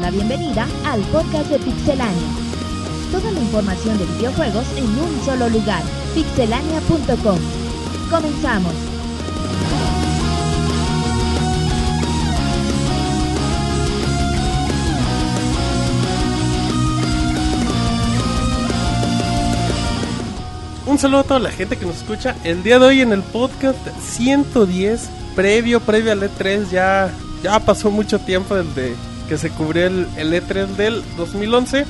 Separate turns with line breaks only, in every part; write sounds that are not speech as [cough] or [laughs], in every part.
la bienvenida al podcast de Pixelania. Toda la información de videojuegos en un solo lugar, pixelania.com. Comenzamos.
Un saludo a toda la gente que nos escucha. El día de hoy en el podcast 110, previo, previo al E3, ya, ya pasó mucho tiempo desde que se cubrió el, el E3 del 2011.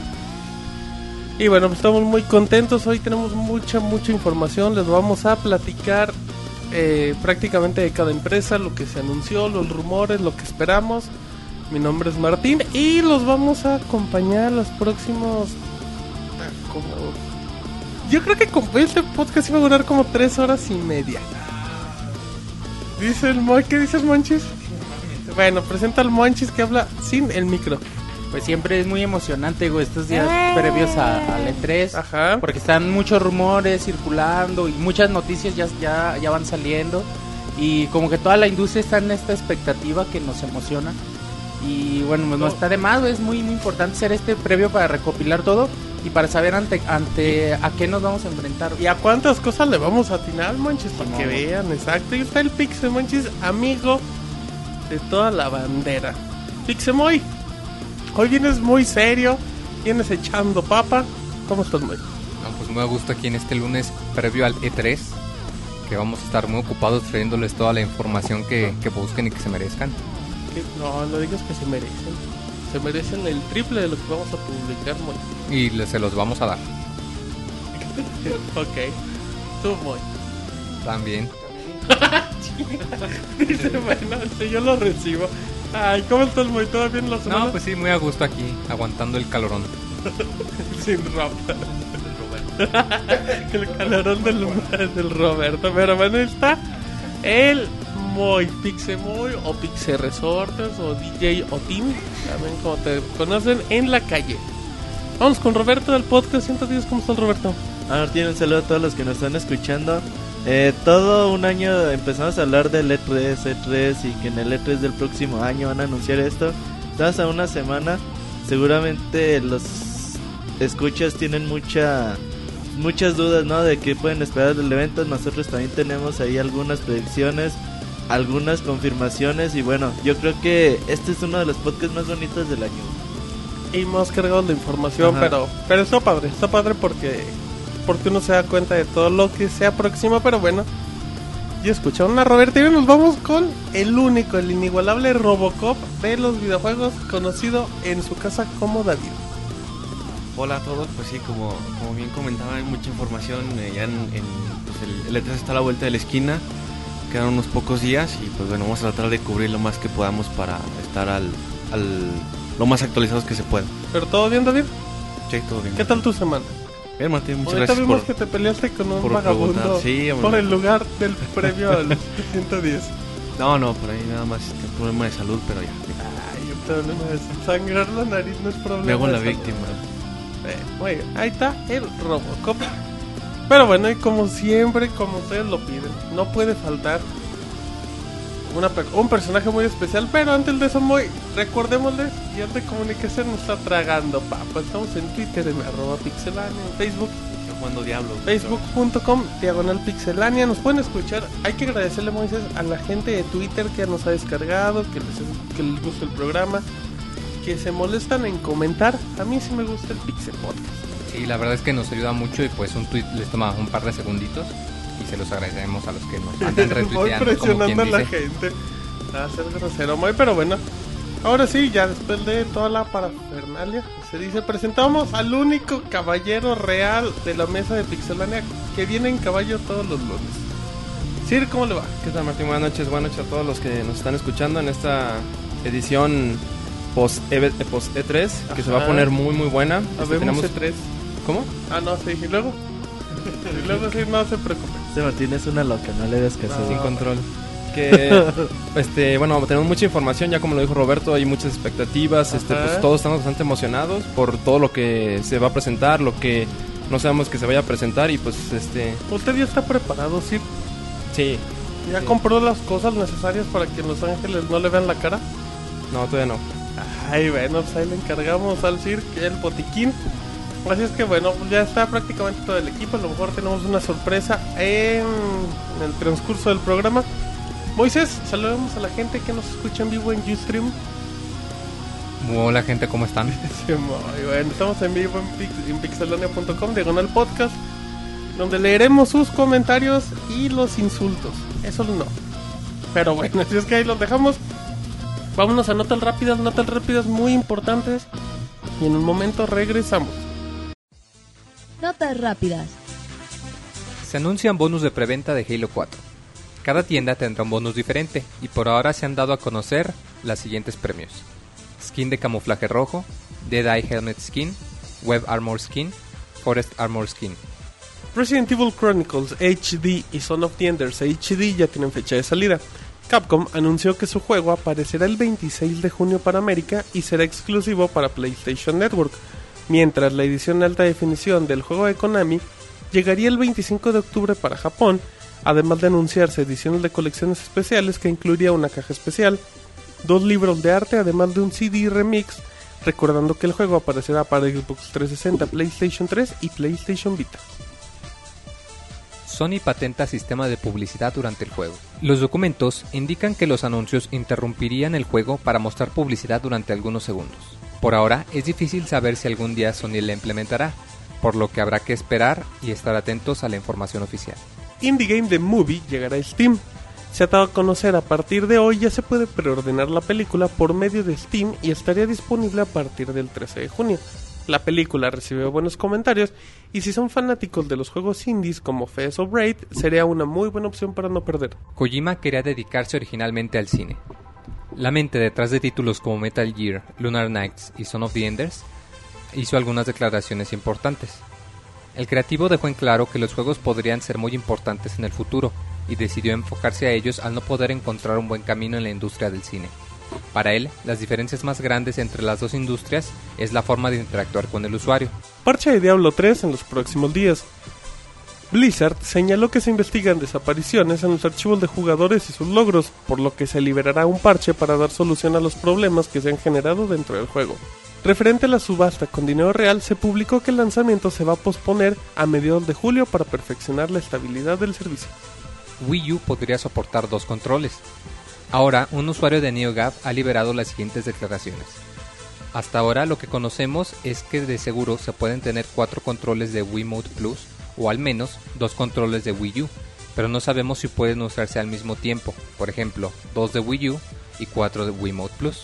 Y bueno, pues estamos muy contentos. Hoy tenemos mucha, mucha información. Les vamos a platicar eh, prácticamente de cada empresa, lo que se anunció, los rumores, lo que esperamos. Mi nombre es Martín y los vamos a acompañar los próximos. ah, como- Yo creo que con este podcast iba a durar como tres horas y media. Dice el Mo- ¿qué dice el Monchis? Bueno, presenta al Monchis que habla sin el micro.
Pues siempre es muy emocionante, güey, estos días previos a- al E3.
Ajá.
Porque están muchos rumores circulando y muchas noticias ya, ya, ya van saliendo. Y como que toda la industria está en esta expectativa que nos emociona. Y bueno,
Oh.
pues no está de más, güey, es muy, muy importante hacer este previo para recopilar todo y para saber ante, ante a qué nos vamos a enfrentar.
¿Y a cuántas cosas le vamos a atinar, Monchis? Para
Simón.
que vean, exacto. Y está el Pixel Monchis, amigo de toda la bandera. Pixemoy, hoy vienes muy serio, vienes echando papa. ¿Cómo estás, Moy?
No, pues muy a gusto aquí en este lunes previo al E3, que vamos a estar muy ocupados trayéndoles toda la información que, que busquen y que se merezcan.
Que- No, no digas que se merecen. Se merecen el triple de lo que vamos a publicar, Moy.
Y le- se los vamos a dar
[laughs] Ok, tú, Moy.
también.
[laughs] Dice, bueno, sí, yo lo recibo. Ay, ¿cómo estás, Moy? ¿Todo bien la semana?
No, pues sí, muy a gusto aquí, aguantando el calorón.
[laughs] Sin
[laughs]
ropa. el calorón del, del Roberto. Pero bueno, ahí está el Moy, Pixe Moy o Pixe Resortes o DJ Otim, también como te conocen, en la calle. Vamos con Roberto del podcast 110. ¿Cómo estás, Roberto?
A Martín, Ah, un saludo a todos los que nos están escuchando. Eh, todo un año empezamos a hablar del E E3, E3 y que en el E3 del próximo año van a anunciar esto. Estamos a una semana. Seguramente los escuchas tienen mucha, muchas dudas ¿no? de qué pueden esperar del evento. Nosotros también tenemos ahí algunas predicciones, algunas confirmaciones y bueno, yo creo que este es uno de los podcasts más bonitos del año.
Y más cargados de información,
Ajá.
pero pero está padre, está padre porque porque uno se da cuenta de todo lo que se aproxima, pero bueno. Y escucharon a Roberto y ahora nos vamos con el único, el inigualable Robocop de los videojuegos, conocido en su casa como David.
Hola a todos, pues sí, como, como bien comentaban, hay mucha información. eh, ya en, en, pues, el, el E3 está a la vuelta de la esquina, quedan unos pocos días y pues bueno, vamos a tratar de cubrir lo más que podamos para estar al, al- lo más actualizados que se pueda.
Pero todo bien, David?
Sí, todo bien.
¿Qué tal tu semana?
Bien, Martín, muchas
Ahorita
gracias
vimos
por.
que te peleaste con un
por
vagabundo
preguntar. Sí, hombre.
por el lugar del premio al [laughs] 110.
No, no, por ahí nada más este problema de salud, pero ya.
Ay, un problema de sangrar la nariz Ah, no es problema.
Me hago la
de salud.
víctima.
Eh, muy bien, ahí está el Robocop. Pero bueno, y como siempre, como ustedes lo piden, no puede faltar una per- un personaje muy especial. Pero antes de eso, muy, recordémosles, ya de comunicación nos está tragando, papá. Estamos en Twitter, en arroba pixelania, en Facebook,
Yo jugando Diablo.
facebook.com, diagonal pixelania. Nos pueden escuchar. Hay que agradecerle, Moisés, a la gente de Twitter que nos ha descargado, que les, que les gusta el programa, que se molestan en comentar. A mí sí me gusta el Pixel Podcast.
Sí, la verdad es que nos ayuda mucho y pues un tweet les toma un par de segunditos y se los agradecemos a los que nos [laughs] andan
[laughs] Voy
retuiteando, como quien
presionando a la
dice.
gente. A ser grosero, muy, pero bueno. Ahora sí, ya después de toda la parafernalia, se dice, presentamos al único caballero real de la mesa de Pixelania que viene en caballo todos los lunes. Sir, ¿cómo le va?
¿Qué tal Martín? Buenas noches, buenas noches a todos los que nos están escuchando en esta edición post, E- eh, post E3, que se va
Ajá.
a poner muy muy buena. Este,
Habemos
E
C3.
tenemos- ¿Cómo?
Ah, no, sí, y luego. y luego sí, no se preocupe.
Este Martín es una loca, no le des caso. [laughs]
Sin control. Que este, bueno, tenemos mucha información, ya como lo dijo Roberto, hay muchas expectativas, este,
Ajá.
pues todos estamos bastante emocionados por todo lo que se va a presentar, lo que no sabemos que se vaya a presentar y pues este
Usted ya está preparado, Sir.
sí,
Ya
Sí.
compró las cosas necesarias para que en Los Ángeles no le vean la cara.
no todavía no.
Ay, bueno, pues ahí le encargamos al CIRC el botiquín. Así es que bueno, pues ya está prácticamente todo el equipo. A lo mejor tenemos una sorpresa en el transcurso del programa. Moisés, saludemos a la gente que nos escucha en vivo en Ustream.
Hola gente, ¿cómo están? [laughs]
Simón, y bueno, estamos en vivo en, pix- en pixelania.com, diagonal podcast, donde leeremos sus comentarios y los insultos. Eso no. Pero bueno, [laughs] así es que ahí los dejamos. Vámonos a notas rápidas, notas rápidas muy importantes. Y en un momento regresamos.
Notas rápidas.
Se anuncian bonus de preventa de Halo 4. Cada tienda tendrá un bonus diferente y por ahora se han dado a conocer los siguientes premios. Skin de camuflaje rojo, Dead Eye Helmet Skin, Web Armor Skin, Forest Armor Skin.
Resident Evil Chronicles HD y Son of the Enders HD ya tienen fecha de salida. Capcom anunció que su juego aparecerá el 26 de junio para América y será exclusivo para PlayStation Network, mientras la edición alta definición del juego de Konami llegaría el 25 de octubre para Japón, además de anunciarse ediciones de colecciones especiales que incluiría una caja especial, dos libros de arte, además de un CD remix, recordando que el juego aparecerá para Xbox 360, PlayStation 3 y PlayStation Vita.
Sony patenta sistema de publicidad durante el juego. Los documentos indican que los anuncios interrumpirían el juego para mostrar publicidad durante algunos segundos. Por ahora es difícil saber si algún día Sony la implementará, por lo que habrá que esperar y estar atentos a la información oficial.
Indie Game The Movie llegará a Steam. Se ha dado a conocer a partir de hoy, ya se puede preordenar la película por medio de Steam y estaría disponible a partir del 13 de junio. La película recibió buenos comentarios y si son fanáticos de los juegos indies como Fez o Braid, sería una muy buena opción para no perder.
Kojima quería dedicarse originalmente al cine. La mente detrás de títulos como Metal Gear, Lunar Knights y Son of the Enders hizo algunas declaraciones importantes. El creativo dejó en claro que los juegos podrían ser muy importantes en el futuro y decidió enfocarse a ellos al no poder encontrar un buen camino en la industria del cine. Para él, las diferencias más grandes entre las dos industrias es la forma de interactuar con el usuario.
Parche de Diablo 3 en los próximos días. Blizzard señaló que se investigan desapariciones en los archivos de jugadores y sus logros, por lo que se liberará un parche para dar solución a los problemas que se han generado dentro del juego. Referente a la subasta con dinero real, se publicó que el lanzamiento se va a posponer a mediados de julio para perfeccionar la estabilidad del servicio.
Wii U podría soportar dos controles. Ahora, un usuario de NeoGAF ha liberado las siguientes declaraciones. Hasta ahora lo que conocemos es que de seguro se pueden tener cuatro controles de Wii Mode Plus o al menos dos controles de Wii U, pero no sabemos si pueden usarse al mismo tiempo, por ejemplo, dos de Wii U y cuatro de Wii Mode Plus.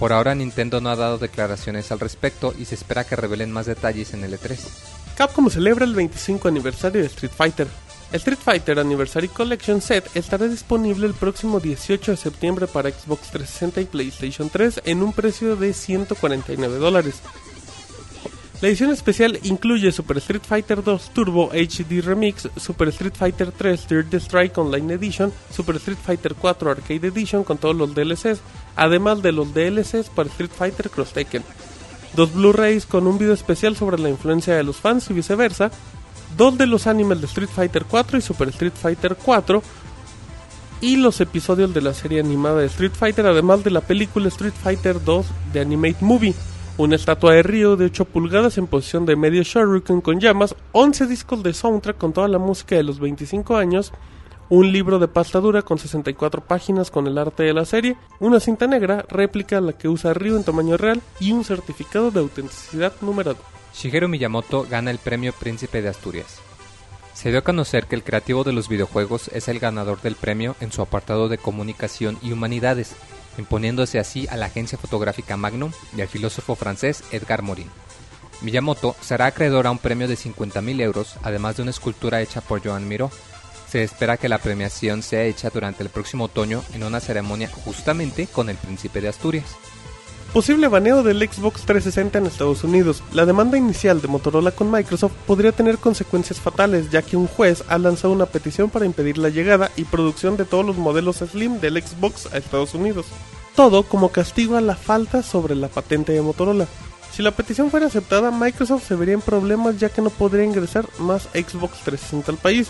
Por ahora Nintendo no ha dado declaraciones al respecto y se espera que revelen más detalles en el E E3.
Capcom celebra el 25 aniversario de Street Fighter. El Street Fighter Anniversary Collection Set estará disponible el próximo 18 de septiembre para Xbox 360 y PlayStation 3 en un precio de 149 dólares. La edición especial incluye Super Street Fighter 2 Turbo HD Remix, Super Street Fighter 3 Third Strike Online Edition, Super Street Fighter 4 Arcade Edition con todos los DLCs, además de los DLCs para Street Fighter Cross Tekken. Dos Blu-rays con un video especial sobre la influencia de los fans y viceversa, dos de los animes de Street Fighter 4 y Super Street Fighter 4 y los episodios de la serie animada de Street Fighter, además de la película Street Fighter 2 de Animate Movie, una estatua de Ryu de 8 pulgadas en posición de medio shuriken con llamas, 11 discos de soundtrack con toda la música de los 25 años, un libro de pasta dura con 64 páginas con el arte de la serie, una cinta negra, réplica a la que usa Ryu en tamaño real y un certificado de autenticidad numerado.
Shigeru Miyamoto gana el premio Príncipe de Asturias. Se dio a conocer que el creativo de los videojuegos es el ganador del premio en su apartado de comunicación y humanidades, imponiéndose así a la agencia fotográfica Magnum y al filósofo francés Edgar Morin. Miyamoto será acreedor a un premio de 50.000 euros, además de una escultura hecha por Joan Miró. Se espera que la premiación sea hecha durante el próximo otoño en una ceremonia justamente con el príncipe de Asturias.
Posible baneo del Xbox 360 en Estados Unidos. La demanda inicial de Motorola con Microsoft podría tener consecuencias fatales, ya que un juez ha lanzado una petición para impedir la llegada y producción de todos los modelos Slim del Xbox a Estados Unidos. Todo como castigo a la falta sobre la patente de Motorola. Si la petición fuera aceptada, Microsoft se vería en problemas ya que no podría ingresar más Xbox 360 al país.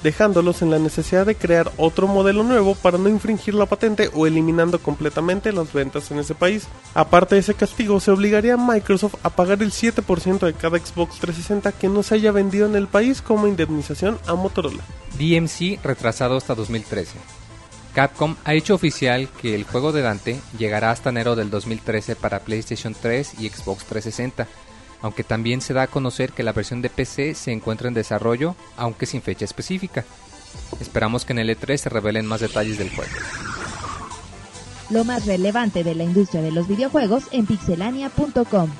dejándolos en la necesidad de crear otro modelo nuevo para no infringir la patente o eliminando completamente las ventas en ese país. Aparte de ese castigo, se obligaría a Microsoft a pagar el 7% de cada Xbox 360 que no se haya vendido en el país como indemnización a Motorola.
DMC retrasado hasta 2013. Capcom ha hecho oficial que el juego de Dante llegará hasta enero del 2013 para PlayStation 3 y Xbox 360, aunque también se da a conocer que la versión de PC se encuentra en desarrollo, aunque sin fecha específica. Esperamos que en el E3 se revelen más detalles del juego.
Lo más relevante de la industria de los videojuegos en pixelania.com.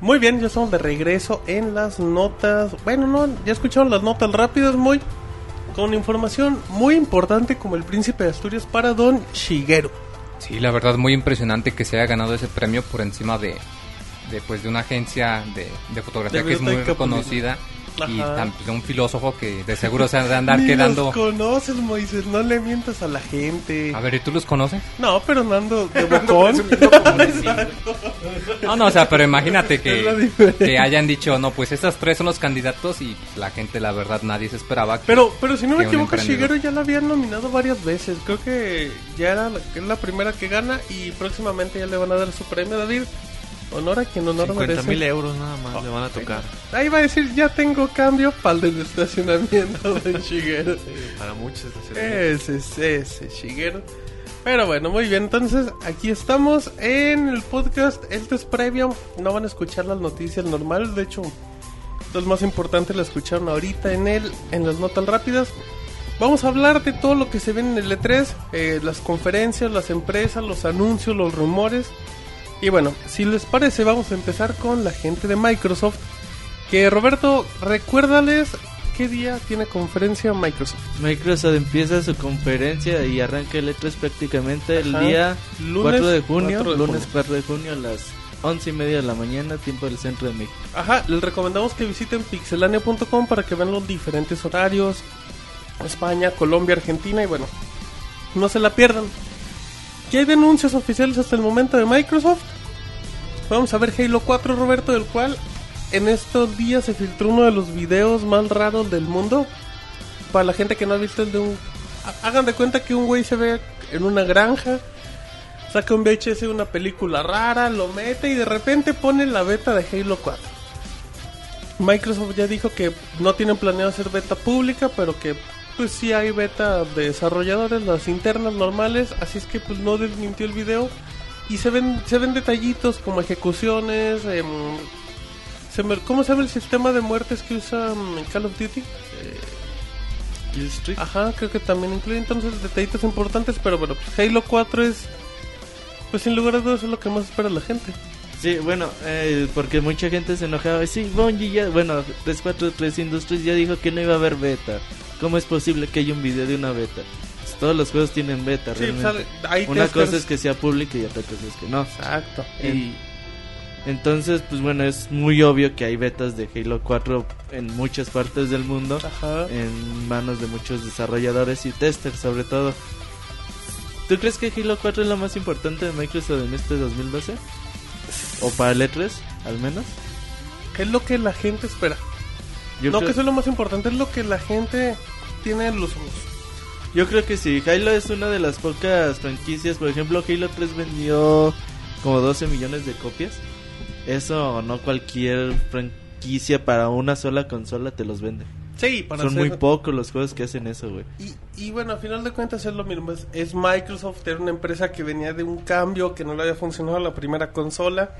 Muy bien, ya estamos de regreso en las notas. Bueno, no, ya escucharon las notas rápidas, muy con información muy importante como el príncipe de Asturias para Don Shigeru.
Sí, la verdad muy impresionante que se haya ganado ese premio por encima de, de, pues, de una agencia de, de fotografía
De
que es muy
biblioteca
reconocida y
Ajá.
tam- de un filósofo que de seguro se ha de andar
[laughs] Ni
quedando...
los conoces, Moisés, no le mientas a la gente.
A ver, ¿y tú los conoces?
No, pero no ando de bocón. [laughs]
No, no, o sea, pero imagínate
Es la
que,
diferencia.
que hayan dicho, no, pues estas tres son los candidatos y la gente, la verdad, nadie se esperaba. que-
Pero, pero si no me
Que un
equivoco, Shigeru
emprendedor.
ya la habían nominado varias veces. Creo que ya era la, que es la primera que gana y próximamente ya le van a dar su premio, David. Honor a quien honor
50 mil
merece.
euros nada más le van a tocar.
Ahí va a decir, ya tengo cambio para el del estacionamiento de
[laughs]
Shigeru.
Para muchos. es el-
Ese es ese, Shigeru. Pero bueno, muy bien, entonces aquí estamos en el podcast. Esto es previo, no van a escuchar las noticias normales, de hecho, las más importantes las escucharon ahorita en el, en las notas rápidas. Vamos a hablar de todo lo que se ve en el E3, eh, las conferencias, las empresas, los anuncios, los rumores. Y bueno, si les parece, vamos a empezar con la gente de Microsoft. Que Roberto, recuérdales qué día tiene conferencia Microsoft.
Microsoft empieza su conferencia y arranca el E3 prácticamente el
Ajá.
día
Lunes
4 de junio,
4 de
lunes
junio.
4 de junio a las 11 y media de la mañana, tiempo del centro de México.
Ajá, les recomendamos que visiten pixelania.com para que vean los diferentes horarios. España, Colombia, Argentina y bueno, no se la pierdan. ¿Qué hay de anuncios oficiales hasta el momento de Microsoft? Vamos a ver Halo 4, Roberto, del cual en estos días se filtró uno de los videos más raros del mundo. Para la gente que no ha visto el de un... ha- Hagan de cuenta que un güey se ve en una granja, saca un VHS de una película rara, lo mete y de repente pone la beta de Halo 4. Microsoft ya dijo que no tienen planeado hacer beta pública, pero que pues sí hay beta de desarrolladores, las internas normales, así es que pues no desmintió el video y se ven se ven detallitos como ejecuciones, em, se me- ¿cómo se llama el sistema de muertes que usa mm, Call of Duty?
Street.
Ajá, creo que también incluye entonces detallitos importantes, pero bueno, pues Halo 4 es pues sin lugar a dudas es lo que más espera la gente.
Sí, bueno, eh, porque mucha gente se enojaba. Sí, Bungie ya, bueno, 343 Industries ya dijo que no iba a haber beta. ¿Cómo es posible que haya un video de una beta? Pues todos los juegos tienen beta,
Sí,
realmente.
sale- hay
Una
testers.
cosa es que sea pública y otra cosa es que no.
Exacto.
Y entonces, pues bueno, es muy obvio que hay betas de Halo 4 en muchas partes del mundo,
Ajá.
en manos de muchos desarrolladores y testers sobre todo. ¿Tú crees que Halo 4 es lo más importante de Microsoft en este 2012? ¿O para el E E3, al menos?
¿Qué es lo que la gente espera?
Yo,
no,
creo,
que eso es lo más importante, es lo que la gente tiene en los ojos.
yo creo que sí, Halo es una de las pocas franquicias, por ejemplo, Halo 3 vendió como 12 millones de copias. Eso no cualquier franquicia para una sola consola te los vende.
Sí, para
Son
hacer-
muy pocos los juegos que hacen eso, güey.
y, y bueno, a final de cuentas es lo mismo. Es, es Microsoft, era una empresa que venía de un cambio, que no le había funcionado la primera consola.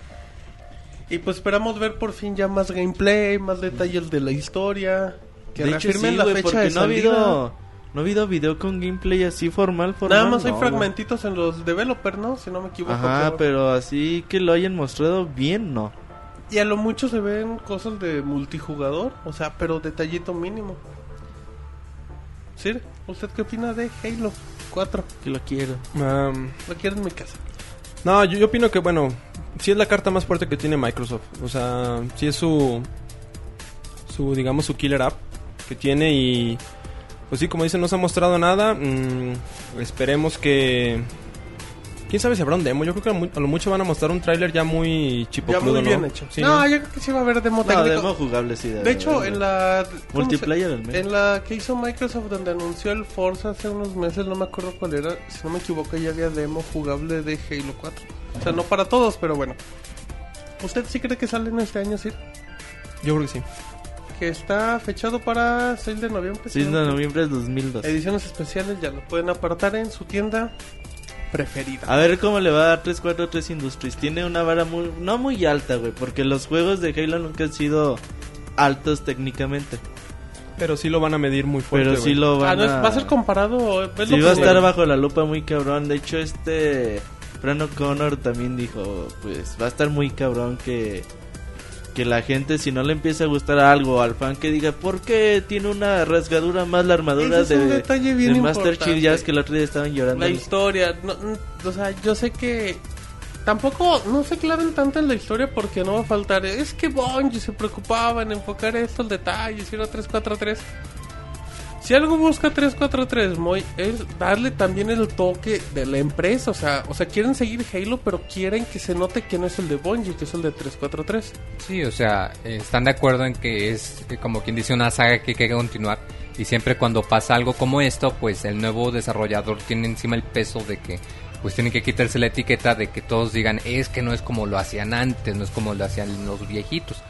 Y pues esperamos ver por fin ya más gameplay, más detalles de la historia. Que
de hecho, sí,
reafirmen la
güey,
fecha
porque
de
no ha
salida.
habido no ha habido video con gameplay así formal, formal.
Nada más hay
no, güey.
fragmentitos en los developers, ¿no? Si no me equivoco.
Ajá, pero así que lo hayan mostrado bien, no.
Y a lo mucho se ven cosas de multijugador, o sea, pero detallito mínimo. Sir, ¿usted qué opina de Halo 4?
Que lo quiero.
Am,
Lo quiero en mi casa.
No, yo, yo opino que, bueno, sí es la carta más fuerte que tiene Microsoft. O sea, sí es su, su digamos, su killer app que tiene y, pues sí, como dicen, no se ha mostrado nada. Mm, esperemos que, ¿Quién sabe si habrá un demo? Yo creo que a, mu- a lo mucho van a mostrar un tráiler ya muy
Ya
chipocludo,
muy
¿no?
bien hecho.
Sí,
no,
¿no?
yo creo que sí va a haber demo
No,
técnico.
demo jugable, sí.
De hecho, en la... ¿cómo se-
Multiplayer, al menos.
En la que hizo Microsoft donde anunció el Forza hace unos meses, no me acuerdo cuál era, si no me equivoco ya había demo jugable de Halo 4. O sea, no para todos, pero bueno. ¿Usted sí cree que sale en este año, Sir?
Yo creo que sí.
Que está fechado para 6 de noviembre.
6 de
¿no?
noviembre de 2002.
Ediciones especiales ya lo pueden apartar en su tienda preferida.
A ver cómo le va a 343 Industries. Tiene una vara muy, no muy alta, güey, porque los juegos de Halo nunca han sido altos técnicamente.
Pero sí lo van a medir muy fuerte.
Pero sí
güey.
lo
Ah,
van
no, es-
a...
va a ser comparado. es
Sí
lo
va a
que-
estar bajo la lupa muy cabrón. De hecho, este... Fran O'Connor también dijo, pues va a estar muy cabrón que... Que la gente, si no le empieza a gustar algo al fan, que diga, ¿por qué tiene una rasgadura más la armadura
Ese es un
de,
detalle bien
del Master Chief? Ya es
importante.
que el otro día estaban llorando.
La historia, no, no, o sea, yo sé que tampoco no se claven tanto en la historia porque no va a faltar. Es que Bungie se preocupaba en enfocar estos detalles, ir a 343. Si algo busca 343, Moy, es darle también el toque de la empresa. O sea, o sea, quieren seguir Halo, pero quieren que se note que no es el de Bungie, que es el de 343.
Sí, o sea, eh, están de acuerdo en que es eh, como quien dice una saga que hay que continuar y siempre cuando pasa algo como esto, pues el nuevo desarrollador tiene encima el peso de que pues tienen que quitarse la etiqueta de que todos digan es que no es como lo hacían antes, no es como lo hacían los viejitos.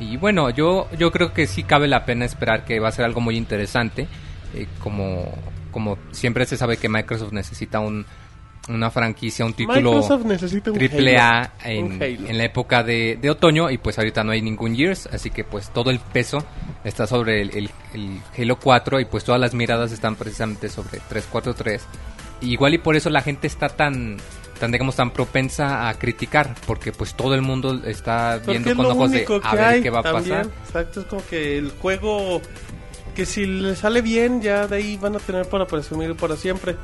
Y bueno, yo, yo creo que sí cabe la pena esperar que va a ser algo muy interesante. eh, como, como siempre se sabe que Microsoft necesita un, una franquicia, un título
Microsoft necesita un
triple
Halo.
A en,
Un Halo.
en la época de, de otoño y pues ahorita no hay ningún Years, así que pues todo el peso está sobre el, el- el Halo 4 y pues todas las miradas están precisamente sobre 343. Y igual y por eso la gente está tan, tan digamos tan propensa a criticar, porque pues todo el mundo está
Pues Porque
viendo
es
con
lo
ojos de
único que
a ver
hay
qué va a
también.
pasar.
Exacto, es como que el juego que si le sale bien ya de ahí van a tener para presumir para siempre.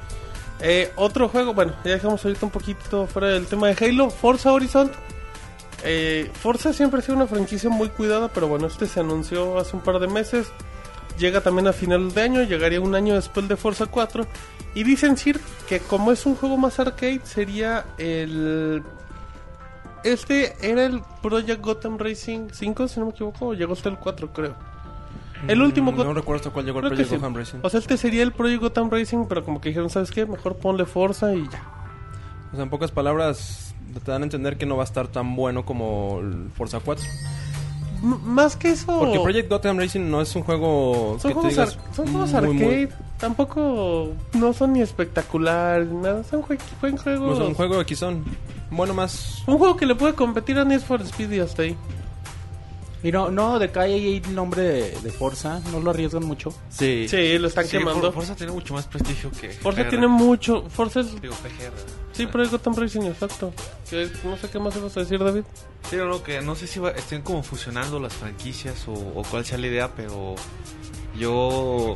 Eh, otro juego, bueno, ya dejamos ahorita un poquito fuera del tema de Halo, Forza Horizon. Eh, Forza siempre ha sido una franquicia muy cuidada, pero bueno, este se anunció hace un par de meses. Llega también a final de año, llegaría un año después de Forza 4. Y dicen, Sir, que como es un juego más arcade, sería el este era el Project Gotham Racing 5, si no me equivoco, o llegó hasta el 4, creo. El último
Mm, No
Gotham-
recuerdo hasta cuál llegó el
creo que
Project
sí.
Gotham Racing.
O sea, este sería el Project Gotham Racing, pero como que dijeron, ¿sabes qué? Mejor ponle fuerza y ya.
O sea, en pocas palabras, te dan a entender que no va a estar tan bueno como el Forza 4.
M- más que eso.
Porque Project Gotham Racing no es un juego
Oh. son
que
juegos,
te digas "Mm,
ar- son juegos
muy, muy-
arcade, tampoco no son ni espectaculares, nada, son jue- buen
no
juegos.
es Pues, un juego de son Bueno, más...
Un juego que le puede competir a Need for Speed y hasta ahí.
Y no, no decae ahí el nombre de, de Forza, no lo arriesgan mucho.
Sí.
Sí, lo están
Sí,
quemando.
For- Forza tiene mucho más prestigio que.
Forza
GR.
tiene mucho. Forza es
Digo, PGR.
Sí, pero es Gotham Racing, exacto. Que no sé qué más ibas a decir, David.
Sí, no, no, que no sé si va- estén como fusionando las franquicias o, o cuál sea la idea, pero yo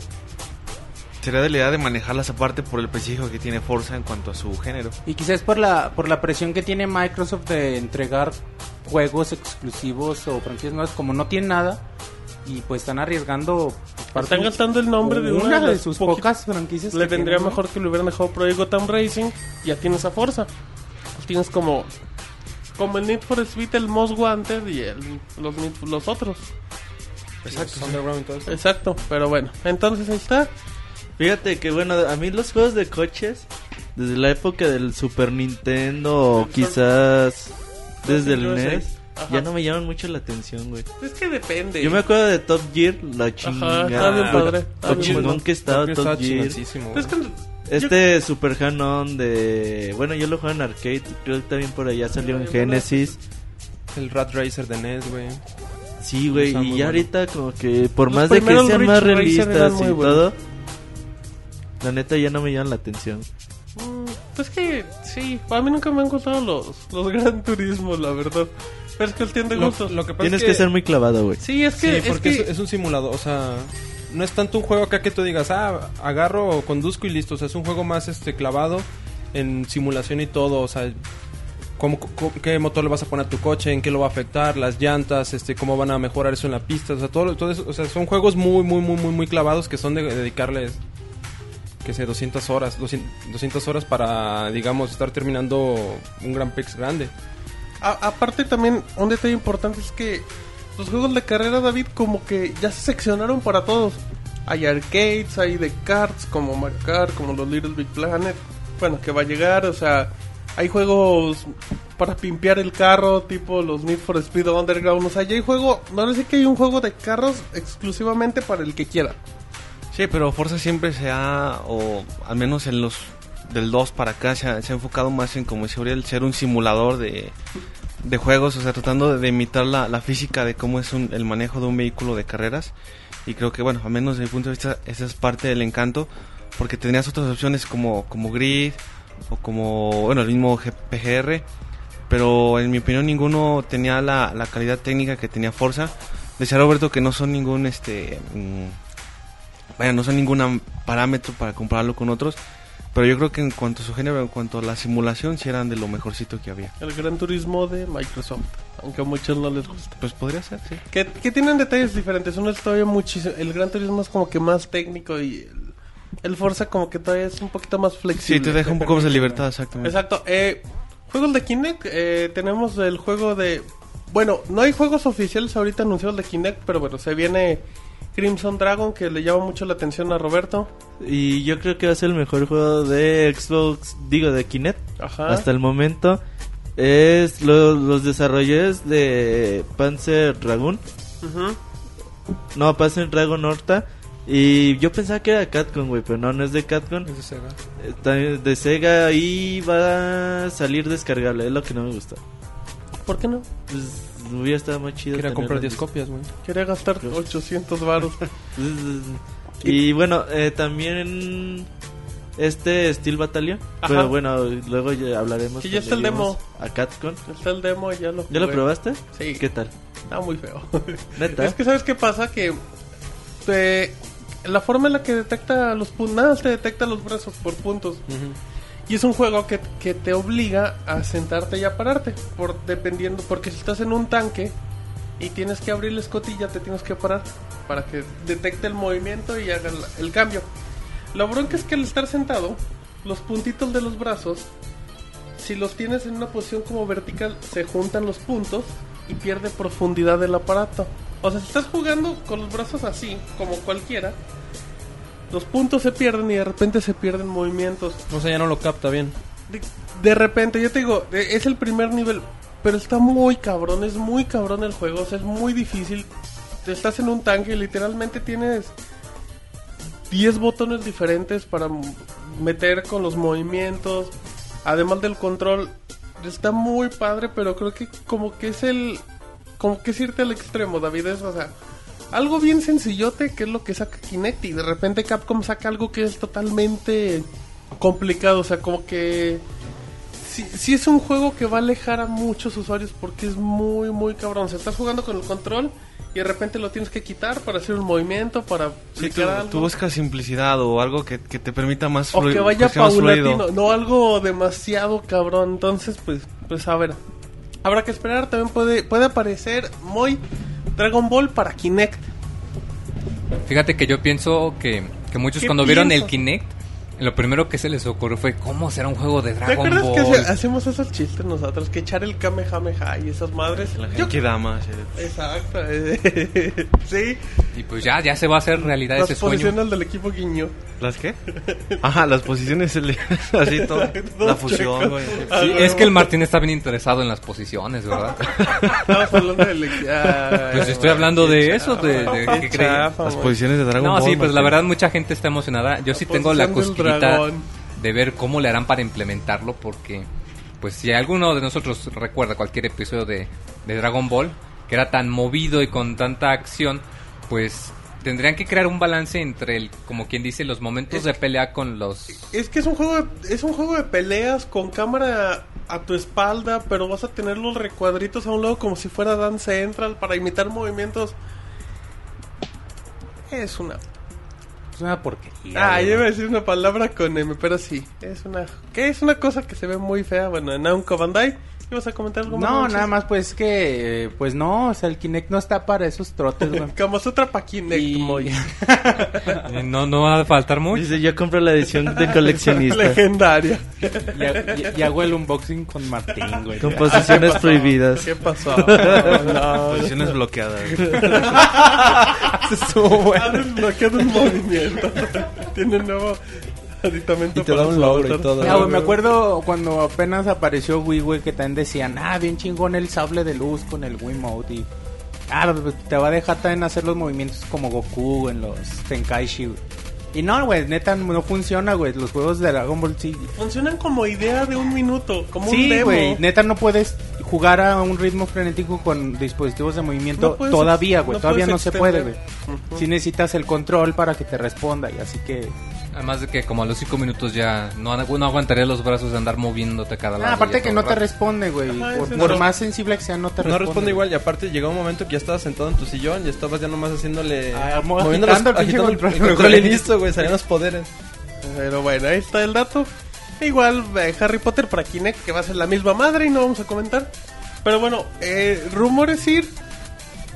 sería de la idea de manejarlas aparte por el prestigio que tiene Forza en cuanto a su género.
Y quizás por la, por la presión que tiene Microsoft de entregar juegos exclusivos o franquicias nuevas, como no tiene nada, y pues están arriesgando. pues, parte-
Están gastando el nombre de una,
de,
las
sus
poqui-
pocas franquicias.
Le
que
vendría
tienen, ¿no?
mejor que le hubieran dejado Project Gotham Racing. Ya tienes a Forza. Tienes como. Como el Need for Speed, el Most Wanted y el- los, Need- los otros.
Exacto. Underground y todo eso.
Exacto, pero bueno. Entonces ahí está.
Fíjate que bueno, a mí los juegos de coches, desde la época del Super Nintendo o
Del
quizás desde el
USA.
NES,
Ajá.
ya no me llaman mucho la atención, güey.
Es que depende.
Yo me acuerdo de Top Gear, la chingada.
está bien padre,
güey.
está
Lo
bien
chingón
bueno.
que estaba
Porque
Top Gear.
chingoncísimo, güey.
Es que-
Este Super Hanon de... Bueno, yo lo juego en arcade, creo que también por allá salió en Genesis.
El Rat Racer de NES, güey.
Sí, güey,
Está
y
muy
ya
bueno.
ahorita como que por
Los
más de que
primeros
sean
Ridge
más
Racer eran
realistas y
muy buenos.
todo, la neta ya no me llaman la atención.
yo- mm, es que sí. A mí nunca me han gustado los, los Gran Turismos, la verdad. Pero es que el tiene
Lo,
gustos.
lo que pasa
Tienes
es
que ser muy clavado, güey.
Sí, es
Sí,
que.
porque
es
es,
que...
es un simulador, o sea, no es tanto un juego acá que tú digas, ah, agarro, conduzco y listo, o sea, es un juego más este clavado en simulación y todo, o sea, cómo, cómo- qué motor le vas a poner a tu coche, en qué lo va a afectar, las llantas, este, cómo van a mejorar eso en la pista, o sea, todo, lo- todo eso, o sea, son juegos muy, muy, muy, muy, muy clavados que son de, dedicarles que sé, 200 horas, 200, 200 horas para, digamos, estar terminando un Grand Prix grande.
A- aparte también, un detalle importante es que los juegos de carrera, David, como que ya se seccionaron para todos. Hay arcades, hay de cards, como Mario Kart, como los Little Big Planet. Bueno, que va a llegar, o sea, hay juegos para pimpear el carro, tipo los Need for Speed Underground. O sea, ya hay juego, no le sé que hay un juego de carros exclusivamente para el que quiera.
Sí, pero Forza siempre se ha, o al menos en los del 2 para acá, se ha, se ha enfocado más en, como dice Uriel, ser un simulador de, de juegos, o sea, tratando de, de imitar la, la física de cómo es un- el manejo de un vehículo de carreras. Y creo que, bueno, al menos desde mi punto de vista, esa es parte del encanto, porque tenías otras opciones como, como Grid o como, bueno, el mismo G- PGR, pero en mi opinión ninguno tenía la, la calidad técnica que tenía Forza. Decía Roberto que no son ningún, este... mm, vaya, no son ningún parámetro para compararlo con otros, pero yo creo que en cuanto a su género, en cuanto a la simulación, sí eran de lo mejorcito que había.
El Gran Turismo de Microsoft, aunque a muchos no les gusta.
Pues podría ser, sí.
Que, que tienen detalles diferentes. Uno es todavía muchísimo. El Gran Turismo es como que más técnico y el, el Forza como que todavía es un poquito más flexible.
Sí, te deja un poco más de libertad, exactamente.
Exacto. Eh, juegos de Kinect. eh, tenemos el juego de. Bueno, no hay juegos oficiales ahorita anunciados de Kinect, pero bueno, se viene Crimson Dragon que le llama mucho la atención a Roberto.
Y yo creo que va a ser el mejor juego de Xbox, digo, de Kinect.
Ajá.
Hasta el momento. Es lo- los desarrolladores de Panzer Dragoon.
Ujú.
No, Panzer Dragon Horta. Y yo pensaba que era Catcon, güey, pero no, no es de Catcon.
Es de Sega.
Eh, también De Sega y va a salir descargable, es lo que no me gusta.
¿Por qué no?
Pues hubiera estado más chido. tenerlo
Quería comprar
en
10
disco.
copias, güey.
Quería gastar 800
[laughs]
varos.
Y bueno, eh, también este Steel Battalion.
Ajá.
Pero bueno, luego ya hablaremos.
Que ya
cuando
está el
lleguemos
demo.
A Catcon.
Está el demo, ya lo
¿Ya lo
jugué.
probaste?
Sí.
¿Qué tal?
Está muy feo.
[laughs] Neta.
Es que sabes qué pasa que te- la forma en la que detecta los puntos, nada más te detecta los brazos por puntos. Y es un juego que, que te obliga a sentarte y a pararte, por dependiendo, porque si estás en un tanque y tienes que abrir la escotilla, te tienes que parar para que detecte el movimiento y haga el- el cambio. La bronca es que al estar sentado, los puntitos de los brazos, si los tienes en una posición como vertical, se juntan los puntos y pierde profundidad del aparato. O sea, si estás jugando con los brazos así, como cualquiera, los puntos se pierden y de repente se pierden movimientos.
O sea, ya no lo capta bien.
De, de repente, yo te digo, de- es el primer nivel, pero está muy cabrón, es muy cabrón el juego, o sea, es muy difícil. Te Estás en un tanque y literalmente tienes 10 botones diferentes para m- meter con los movimientos, además del control. Está muy padre, pero creo que como que es el... Como que es irte al extremo, David, es, o sea... Algo bien sencillote que es lo que saca Kinect y de repente Capcom saca algo que es totalmente complicado, o sea, como que sí, sí es un juego que va a alejar a muchos usuarios porque es muy, muy cabrón. O sea, estás jugando con el control y de repente lo tienes que quitar para hacer un movimiento, para
Sí, tú,
aplicar algo.
tú buscas simplicidad o algo que, que te permita más
O
flu-
que vaya
sea más
paulatino,
fluido.
no algo demasiado cabrón. Entonces, pues, pues a ver. Habrá que esperar, también puede, puede aparecer muy Dragon Ball para Kinect.
Fíjate que yo pienso que, que muchos
¿Qué
cuando vieron el
piensas?
Kinect, lo primero que se les ocurrió fue cómo será un juego de
¿Te
Dragon
acuerdas que
Ball.
hace- hacemos esos chistes nosotros? Que echar el Kamehameha y esas madres.
La
Yo-
Genkidama, sí.
Exacto. [laughs] eh, sí,
Y pues ya, ya se va a hacer realidad
las
ese sueño.
posiciones del equipo guiño.
¿Las qué? Ajá, las posiciones, el- [laughs] así todo.
Dos
La fusión,
chuecos.
güey. sí.
Ah,
Sí,
huevo.
es que el Martín está bien interesado en las posiciones, ¿verdad?
Estabas hablando del equipo.
Pues estoy hablando de eso, de, de- ¿qué crees?
Las posiciones de Dragon
No,
Ball.
sí, pues la
Martín.
verdad mucha gente está emocionada. Yo sí
La
tengo la
posición del
cosquillita
dragón.
de ver cómo le harán para implementarlo porque pues si alguno de nosotros recuerda cualquier episodio de, de Dragon Ball que era tan movido y con tanta acción, pues tendrían que crear un balance entre el como quien dice los momentos de pelea con los
Es que es un juego de, es un juego de peleas con cámara a tu espalda, pero vas a tener los recuadritos a un lado como si fuera Dance Central para imitar movimientos. Es una.
Es una porquería.
Ah,
güey.
yo iba a decir una palabra con M, pero sí. Es una. ¿Qué es una cosa que se ve muy fea? Bueno, en Namco Bandai ¿Ibas a comentar algo
No,
Monchis?
nada más pues que, eh, pues no, o sea, el Kinect no está para esos trotes,
[laughs]
güey.
Kamasutra pa' Kinect,
Y- [laughs]
Moy.
Eh, No, no va a faltar mucho.
Dice, yo compro la edición
[laughs]
de coleccionista.
Legendaria.
Y, ha- y- y hago el unboxing con Martín, güey. [laughs]
Composiciones prohibidas.
¿Qué pasó? No, no.
[laughs]
Posiciones
[laughs]
bloqueadas.
Ha desbloqueado un movimiento. [laughs] Tiene un nuevo aditamento
Y te da
para
un
su
logro y
avatar.
todo.
Ya, Ah, güey, me acuerdo cuando apenas apareció Wii, güey, que también decían, ah, bien chingón el sable de luz con el Wiimote y... Ah, pues, te va a dejar también hacer los movimientos como Goku en los Tenkaichi, güey. Y no, güey, neta, no funciona, güey, los juegos de Dragon Ball sí...
Funcionan como idea de un minuto, como un
Sí,
demo.
güey, neta no puedes jugar a un ritmo frenético con dispositivos de
No
movimiento
puedes
todavía,
ex-
güey,
no
todavía
puedes
no se puede, güey.
extender. Ujú.
Si necesitas el control para que te responda y así que...
Además de que como a los cinco minutos ya no, no aguantaría los brazos de andar moviéndote cada lado.
Ah, aparte
y
que
todo
no
el
te
rato.
responde, güey.
Ajá,
Por,
ese
por
no.
más sensible que sea, no te responde.
No responde
güey.
igual y aparte llegó un momento que ya estabas sentado en tu sillón y estabas ya nomás haciéndole...
Ah, mo-
moviendo
agitando
los-
el pinche
agitando
control,
el
[laughs]
control
güey.
y listo, güey, salían los poderes.
Pero bueno, ahí está el dato. Igual eh, Harry Potter para Kinect, que va a ser la misma madre y no vamos a comentar. Pero bueno, eh, rumores ir.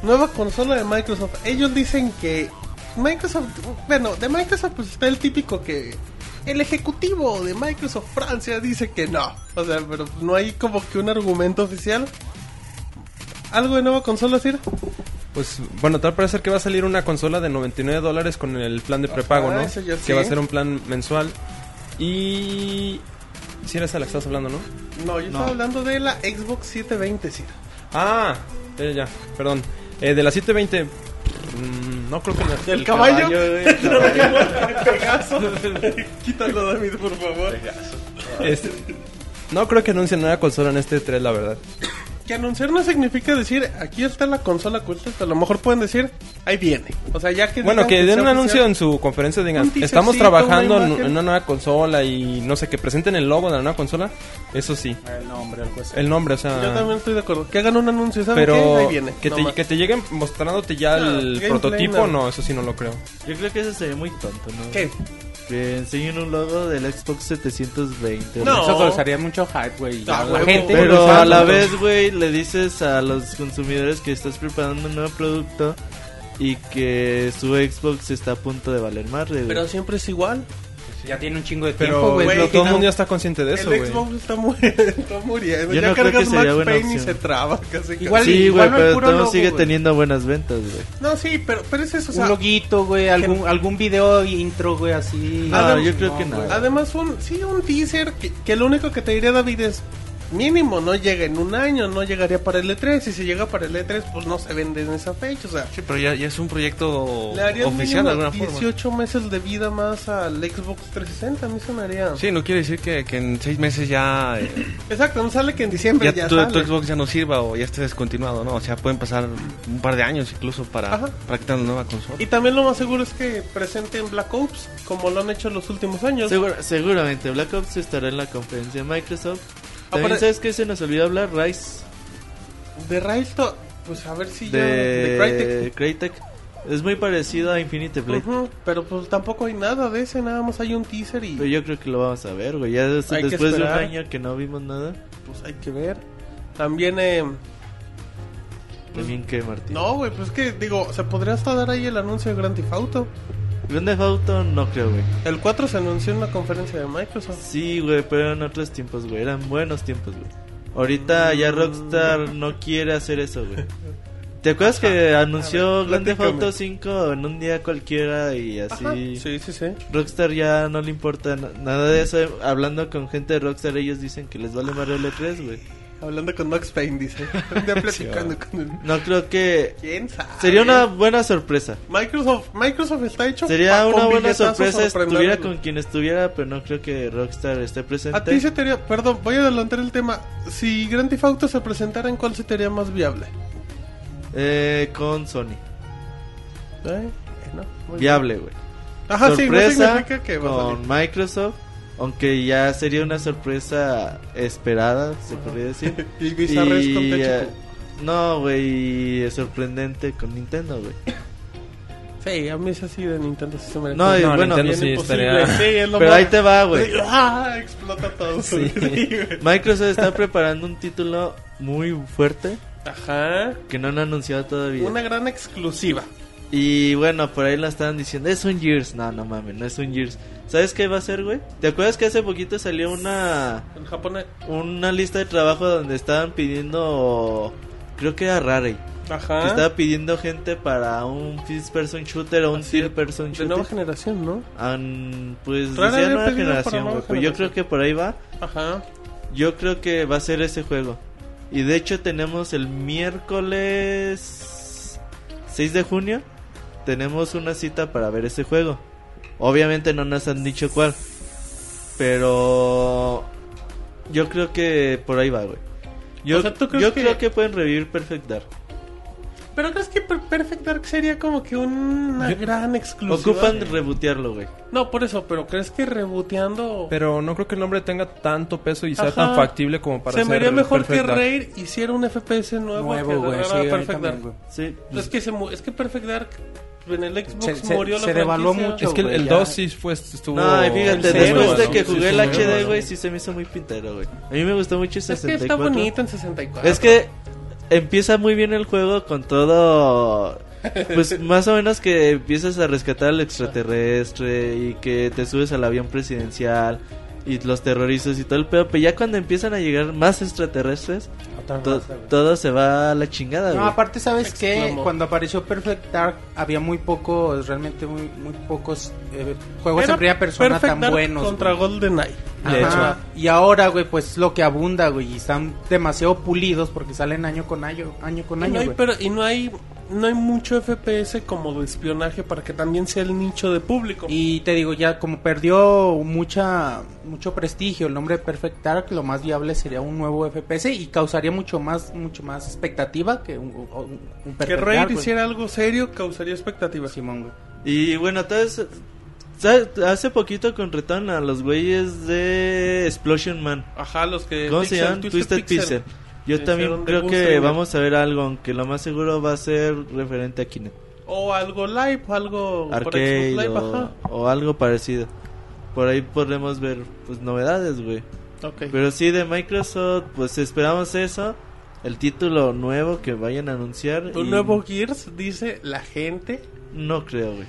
Nueva consola de Microsoft. Ellos dicen que Microsoft, bueno, de Microsoft pues está el típico que el ejecutivo de Microsoft Francia dice que no. O sea, pero no hay como que un argumento oficial. ¿Algo de nueva consola, Sir?
Pues bueno, tal parece que va a salir una consola de 99 dólares con el plan de prepago,
Ah,
¿no?
eso ya
que
sí.
va a ser un plan mensual. Y... Si era esa la que estabas hablando, ¿no?
No, yo estaba hablando de la Xbox 720, Sir.
Ah, ya, ya, ya, perdón. Eh, de la 720... mm, no creo que... me-
¿Del caballo?
eh,
[laughs] No dejemos a Pegaso. [laughs] Quítalo, David, por favor.
[laughs] Este, no creo que anuncien nueva consola en este 3, la verdad.
Que anunciar no significa decir, aquí está la consola oculta. A lo mejor pueden decir, ahí viene. O sea, ya que...
Bueno,
digan
que den
sea
un anuncio
oficial.
en su conferencia, digan,
Un teasercito,
estamos trabajando
una
en
imagen".
en una nueva consola y no sé, que presenten el logo de la nueva consola, eso sí,
El nombre, algo así.
el nombre, o
Yo
sea,
también estoy de acuerdo. Que hagan un anuncio, ¿saben qué? Ahí
pero
viene.
que te,
nomás. Ah,
que te lleguen mostrándote ya
No,
el
gameplay,
prototipo,
no.
no, eso sí no lo creo.
Yo creo que eso sería muy tonto, ¿no?
¿Qué?
Que enseñen un logo del Xbox 720.
No.
Eso causaría mucho hype, güey.
Ah,
la
huevo.
gente.
Pero
güey,
a la
sabe,
vez, güey, le dices a los consumidores que estás preparando un nuevo producto y que su Xbox está a punto de valer madre, güey.
Pero siempre es igual.
Ya tiene un chingo de tiempo,
Pero
güey.
güey,
no todo el
no-
mundo ya está consciente de eso,
el
güey.
Xbox está, mu- está muriendo. [laughs]
Yo
ya
no creo
cargas
que sería
Max
buena
Payne y
opción.
se traba. [laughs] Casi, casi.
Igual-
sí, güey,
no el
pero
puro
todo
logo,
sigue
güey.
teniendo buenas ventas, güey.
No, sí, pero, pero es eso. O sea,
un loguito, güey. Algún, algún video intro, güey, así.
No,
Ah,
Adam-
yo creo que
no,
no.
güey.
Además, un, sí, un teaser que, que lo único que te diría David es mínimo, no llega en un año, no llegaría para el E3. Y si llega para el E3, pues no se vende en esa fecha. O sea,
Sí, pero ya, ya es un proyecto
le haría
oficial de alguna forma.
18 meses de vida más al Xbox 360. A mí se me haría.
Sí, no quiere decir que, que en seis meses ya, eh,
Exacto, no sale que en diciembre
ya
ya,
tu,
sale.
tu Xbox ya no sirva o ya esté descontinuado, ¿no? O sea, pueden pasar un par de años incluso para
Ajá.
practicar una nueva consola.
Y también lo más seguro es que presenten Black Ops, como lo han hecho en los últimos años.
Segura- seguramente Black Ops estará en la conferencia de Microsoft. También
Apare-
sabes que se nos olvidó hablar Rise
De Raisto, pues a ver si
de,
ya. De Crytek.
Crytek. Es muy parecido a Infinity Blade.
Ujú, pero pues tampoco hay nada de ese, nada más hay un teaser y
Pero yo creo que lo vamos a ver, güey. Ya des-
Hay que
después de un
esperar.
año que no vimos nada.
pues hay que ver. También, eh,
También que Martín.
No, güey, pues es que digo, se podría hasta dar ahí el anuncio de Grand Theft Auto.
Grand Theft Auto no creo, güey.
El 4 se anunció en una conferencia de Microsoft.
Sí, güey, pero eran otros tiempos, güey. Eran buenos tiempos, güey. Ahorita ya Rockstar no quiere hacer eso, güey. ¿Te acuerdas que anunció Grand Theft
platícame.
Auto 5 en un día cualquiera y así?
Ajá, sí, sí, sí.
Rockstar ya no le importa na- nada de eso. eh, Hablando con gente de Rockstar, ellos dicen que les vale madre el E3, güey.
Hablando con Max
[laughs]
Payne, dice. Un día platicando con él.
No creo que.
¿Quién sabe?
Sería una buena sorpresa.
Microsoft, Microsoft está hecho
Sería
pa- con
una buena
billetazos
sorpresa estuviera con
sorprendentes.
quien estuviera, pero no creo que Rockstar esté presente.
A ti se te haría... Perdón, voy a adelantar el tema. Si Grand Theft Auto se presentara, ¿en cuál se te haría más viable?
Eh, con Sony.
¿Eh? Bueno, muy bien.
Viable, güey.
Ajá, sí, no
sorpresa
significa que va a salir.
con Microsoft, aunque ya sería una sorpresa esperada, se podría decir.
[laughs] Y Bizarres con
Y,
Techico.
eh, No, güey, y sorprendente con Nintendo, güey.
Sí, a mí es así de Nintendo sí se merece.
No, y
es
No,
bueno,
Nintendo sí
imposible.
estaría-
Sí, es lo
pero
más-
ahí te va, güey.
Ah, explota
[laughs]
todo. [laughs]
Sí.
güey.
Microsoft está preparando un título muy fuerte
Ajá.
que no han anunciado todavía.
Una gran exclusiva.
Y bueno, por ahí la estaban diciendo, es un Gears. No, no mames, no es un Gears. ¿Sabes qué va a ser, güey? ¿Te acuerdas que hace poquito salió una
En Japón. eh.
una lista de trabajo donde estaban pidiendo creo que era Rare, que
Ajá.
estaba pidiendo gente para un first person shooter o un
Así
third
es,
person
de
shooter?
nueva generación, ¿no?
An- pues
Rare
decía
había
nueva
pedido para
generación,
nueva
güey, pues yo
generación.
creo que por ahí va.
Ajá.
Yo creo que va a ser ese juego. Y de hecho tenemos el miércoles 6 de junio. Tenemos una cita para ver ese juego. Obviamente no nos han dicho cuál. Pero yo creo que por ahí va, güey. Yo,
O sea, ¿tú crees
yo
que-
creo que pueden revivir Perfect Dark.
Pero crees que Per- Perfect Dark sería como que una
Yo-
gran exclusiva.
Ocupan rebotearlo, güey.
No, por eso, pero crees que reboteando.
Pero no creo que el nombre tenga tanto peso y sea
Ajá.
tan factible como para
se me haría
ser
mejor que
Perfect Dark.
Raid hiciera un FPS nuevo, que
Nuevo, güey.
agarrara
Sí, a mí
Perfect
también,
Dark.
güey.
Sí.
Es que, se mu- es que Perfect Dark en el Xbox
Se- se-
murió la
se devaluó
franquicia.
mucho.
Es que el,
güey,
el
ya.
2 sí fue, estuvo...
No, y fíjate,
el pues, cero,
después de
¿no?
que
Sí,
jugué el
sí, sí,
HD,
sí.
güey, sí se me hizo muy pintero, güey. A mí me gustó mucho el
Es que está
64.
bonito en 64.
Es que empieza muy bien el juego con todo.
[laughs]
Pues más o menos que empiezas a rescatar al extraterrestre y que te subes al avión presidencial y los terroristas y todo el pedo. Pero ya cuando empiezan a llegar más extraterrestres, to- todo se va a la chingada,
No,
güey.
aparte, ¿sabes qué?
Exclamó.
Cuando apareció Perfect Dark había muy pocos, realmente muy, muy pocos eh, juegos
Era
en primera persona
Perfect
tan
Dark
buenos.
Contra
güey.
GoldenEye.
De
Ajá. Y ahora, güey, pues lo que abunda, güey, y están demasiado pulidos porque salen año con año, año con
Y no
año,
hay,
güey.
pero, y no hay, no hay mucho FPS como de espionaje para que también sea el nicho de público.
Y te digo, ya como perdió mucha mucho prestigio el nombre de Perfect Dark, lo más viable sería un nuevo FPS y causaría mucho más mucho más expectativa que un, un- un
que
Perfect
Raid
Dark, güey.
hiciera algo serio causaría expectativas.
Simón, güey.
Y bueno, entonces. ¿sabes? Hace poquito contrataron a los güeyes de Explosion Man.
Ajá, los que...
¿Cómo se
Pixel,
llaman? Twisted, Pixel. Yo
Que
también
hicieron
creo
The
que
Booster, güey.
vamos a ver algo, aunque lo más seguro va a ser referente a Kinect.
O algo live, algo... por
arcade
Xbox Live,
o, o algo parecido. Por ahí podremos ver pues novedades, güey.
ajá. Ok.
Pero sí de Microsoft, pues esperamos eso, el título nuevo que vayan a anunciar.
Un
y
nuevo Gears, dice la gente.
No creo, güey.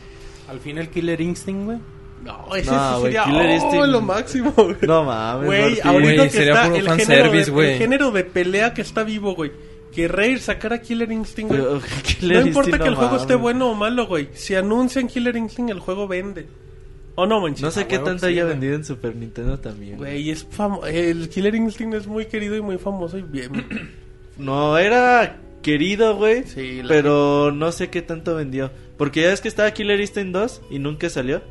Al fin el Killer Instinct, güey.
No, ese
No,
[laughs] sí
güey,
sería
Killer
oh,
Instinct.
lo máximo, güey.
No mames.
Güey,
Martín.
ahorita
Güey,
que
sería
está
puro
el género,
fanservice,
de, el
güey.
género de pelea que está vivo, güey. Que Rare sacara Killer Instinct, güey.
Pero, [laughs] Killer
No importa
Instinct,
que el juego
mames.
esté bueno o malo, güey. Si anuncian Killer Instinct, el juego vende. ¿O no, manches?
No sé
Ah,
qué
huevo
tanto
que sí,
haya
güey.
vendido en Super Nintendo también.
Güey, es famo- el Killer Instinct es muy querido y muy famoso y bien.
No, era querido, güey.
Sí, la-
pero no sé qué tanto vendió. Porque ya es que estaba Killer Instinct 2 y nunca salió.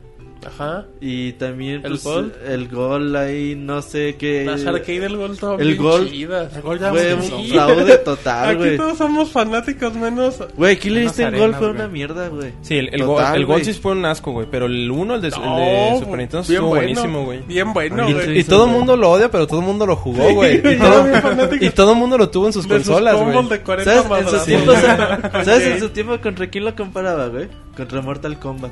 Ajá.
Y también
¿El
pues,
Gold?
el gol ahí, no sé qué.
Las arcade del Gold estaban
el
bien
Gold-
chidas. El Gold
Fue un
[laughs]
fraude total,
Aquí
güey.
todos somos fanáticos menos...
Güey, Killer
Unas
Instinct
arenas,
Gold fue
güey.
una mierda, güey.
Sí, el, el,
Total,
Go- el
güey.
Gold Six fue un asco, güey. Pero el 1, el de, el de
No,
Super Nintendo,
bien bueno,
estuvo buenísimo, güey.
Bien bueno,
Y-
güey.
Y todo el mundo lo odia, pero todo el mundo lo jugó,
[laughs]
güey.
güey,
Y
yo era bien
todo-
fanático.
y todo el mundo lo tuvo en sus
De
consolas,
combos
güey.
de 40
¿Sabes? En
madrazos.
su tiempo, ¿sabes? En
[laughs] Ok.
su tiempo, ¿contra quién lo comparaba, güey? Contra Mortal Kombat.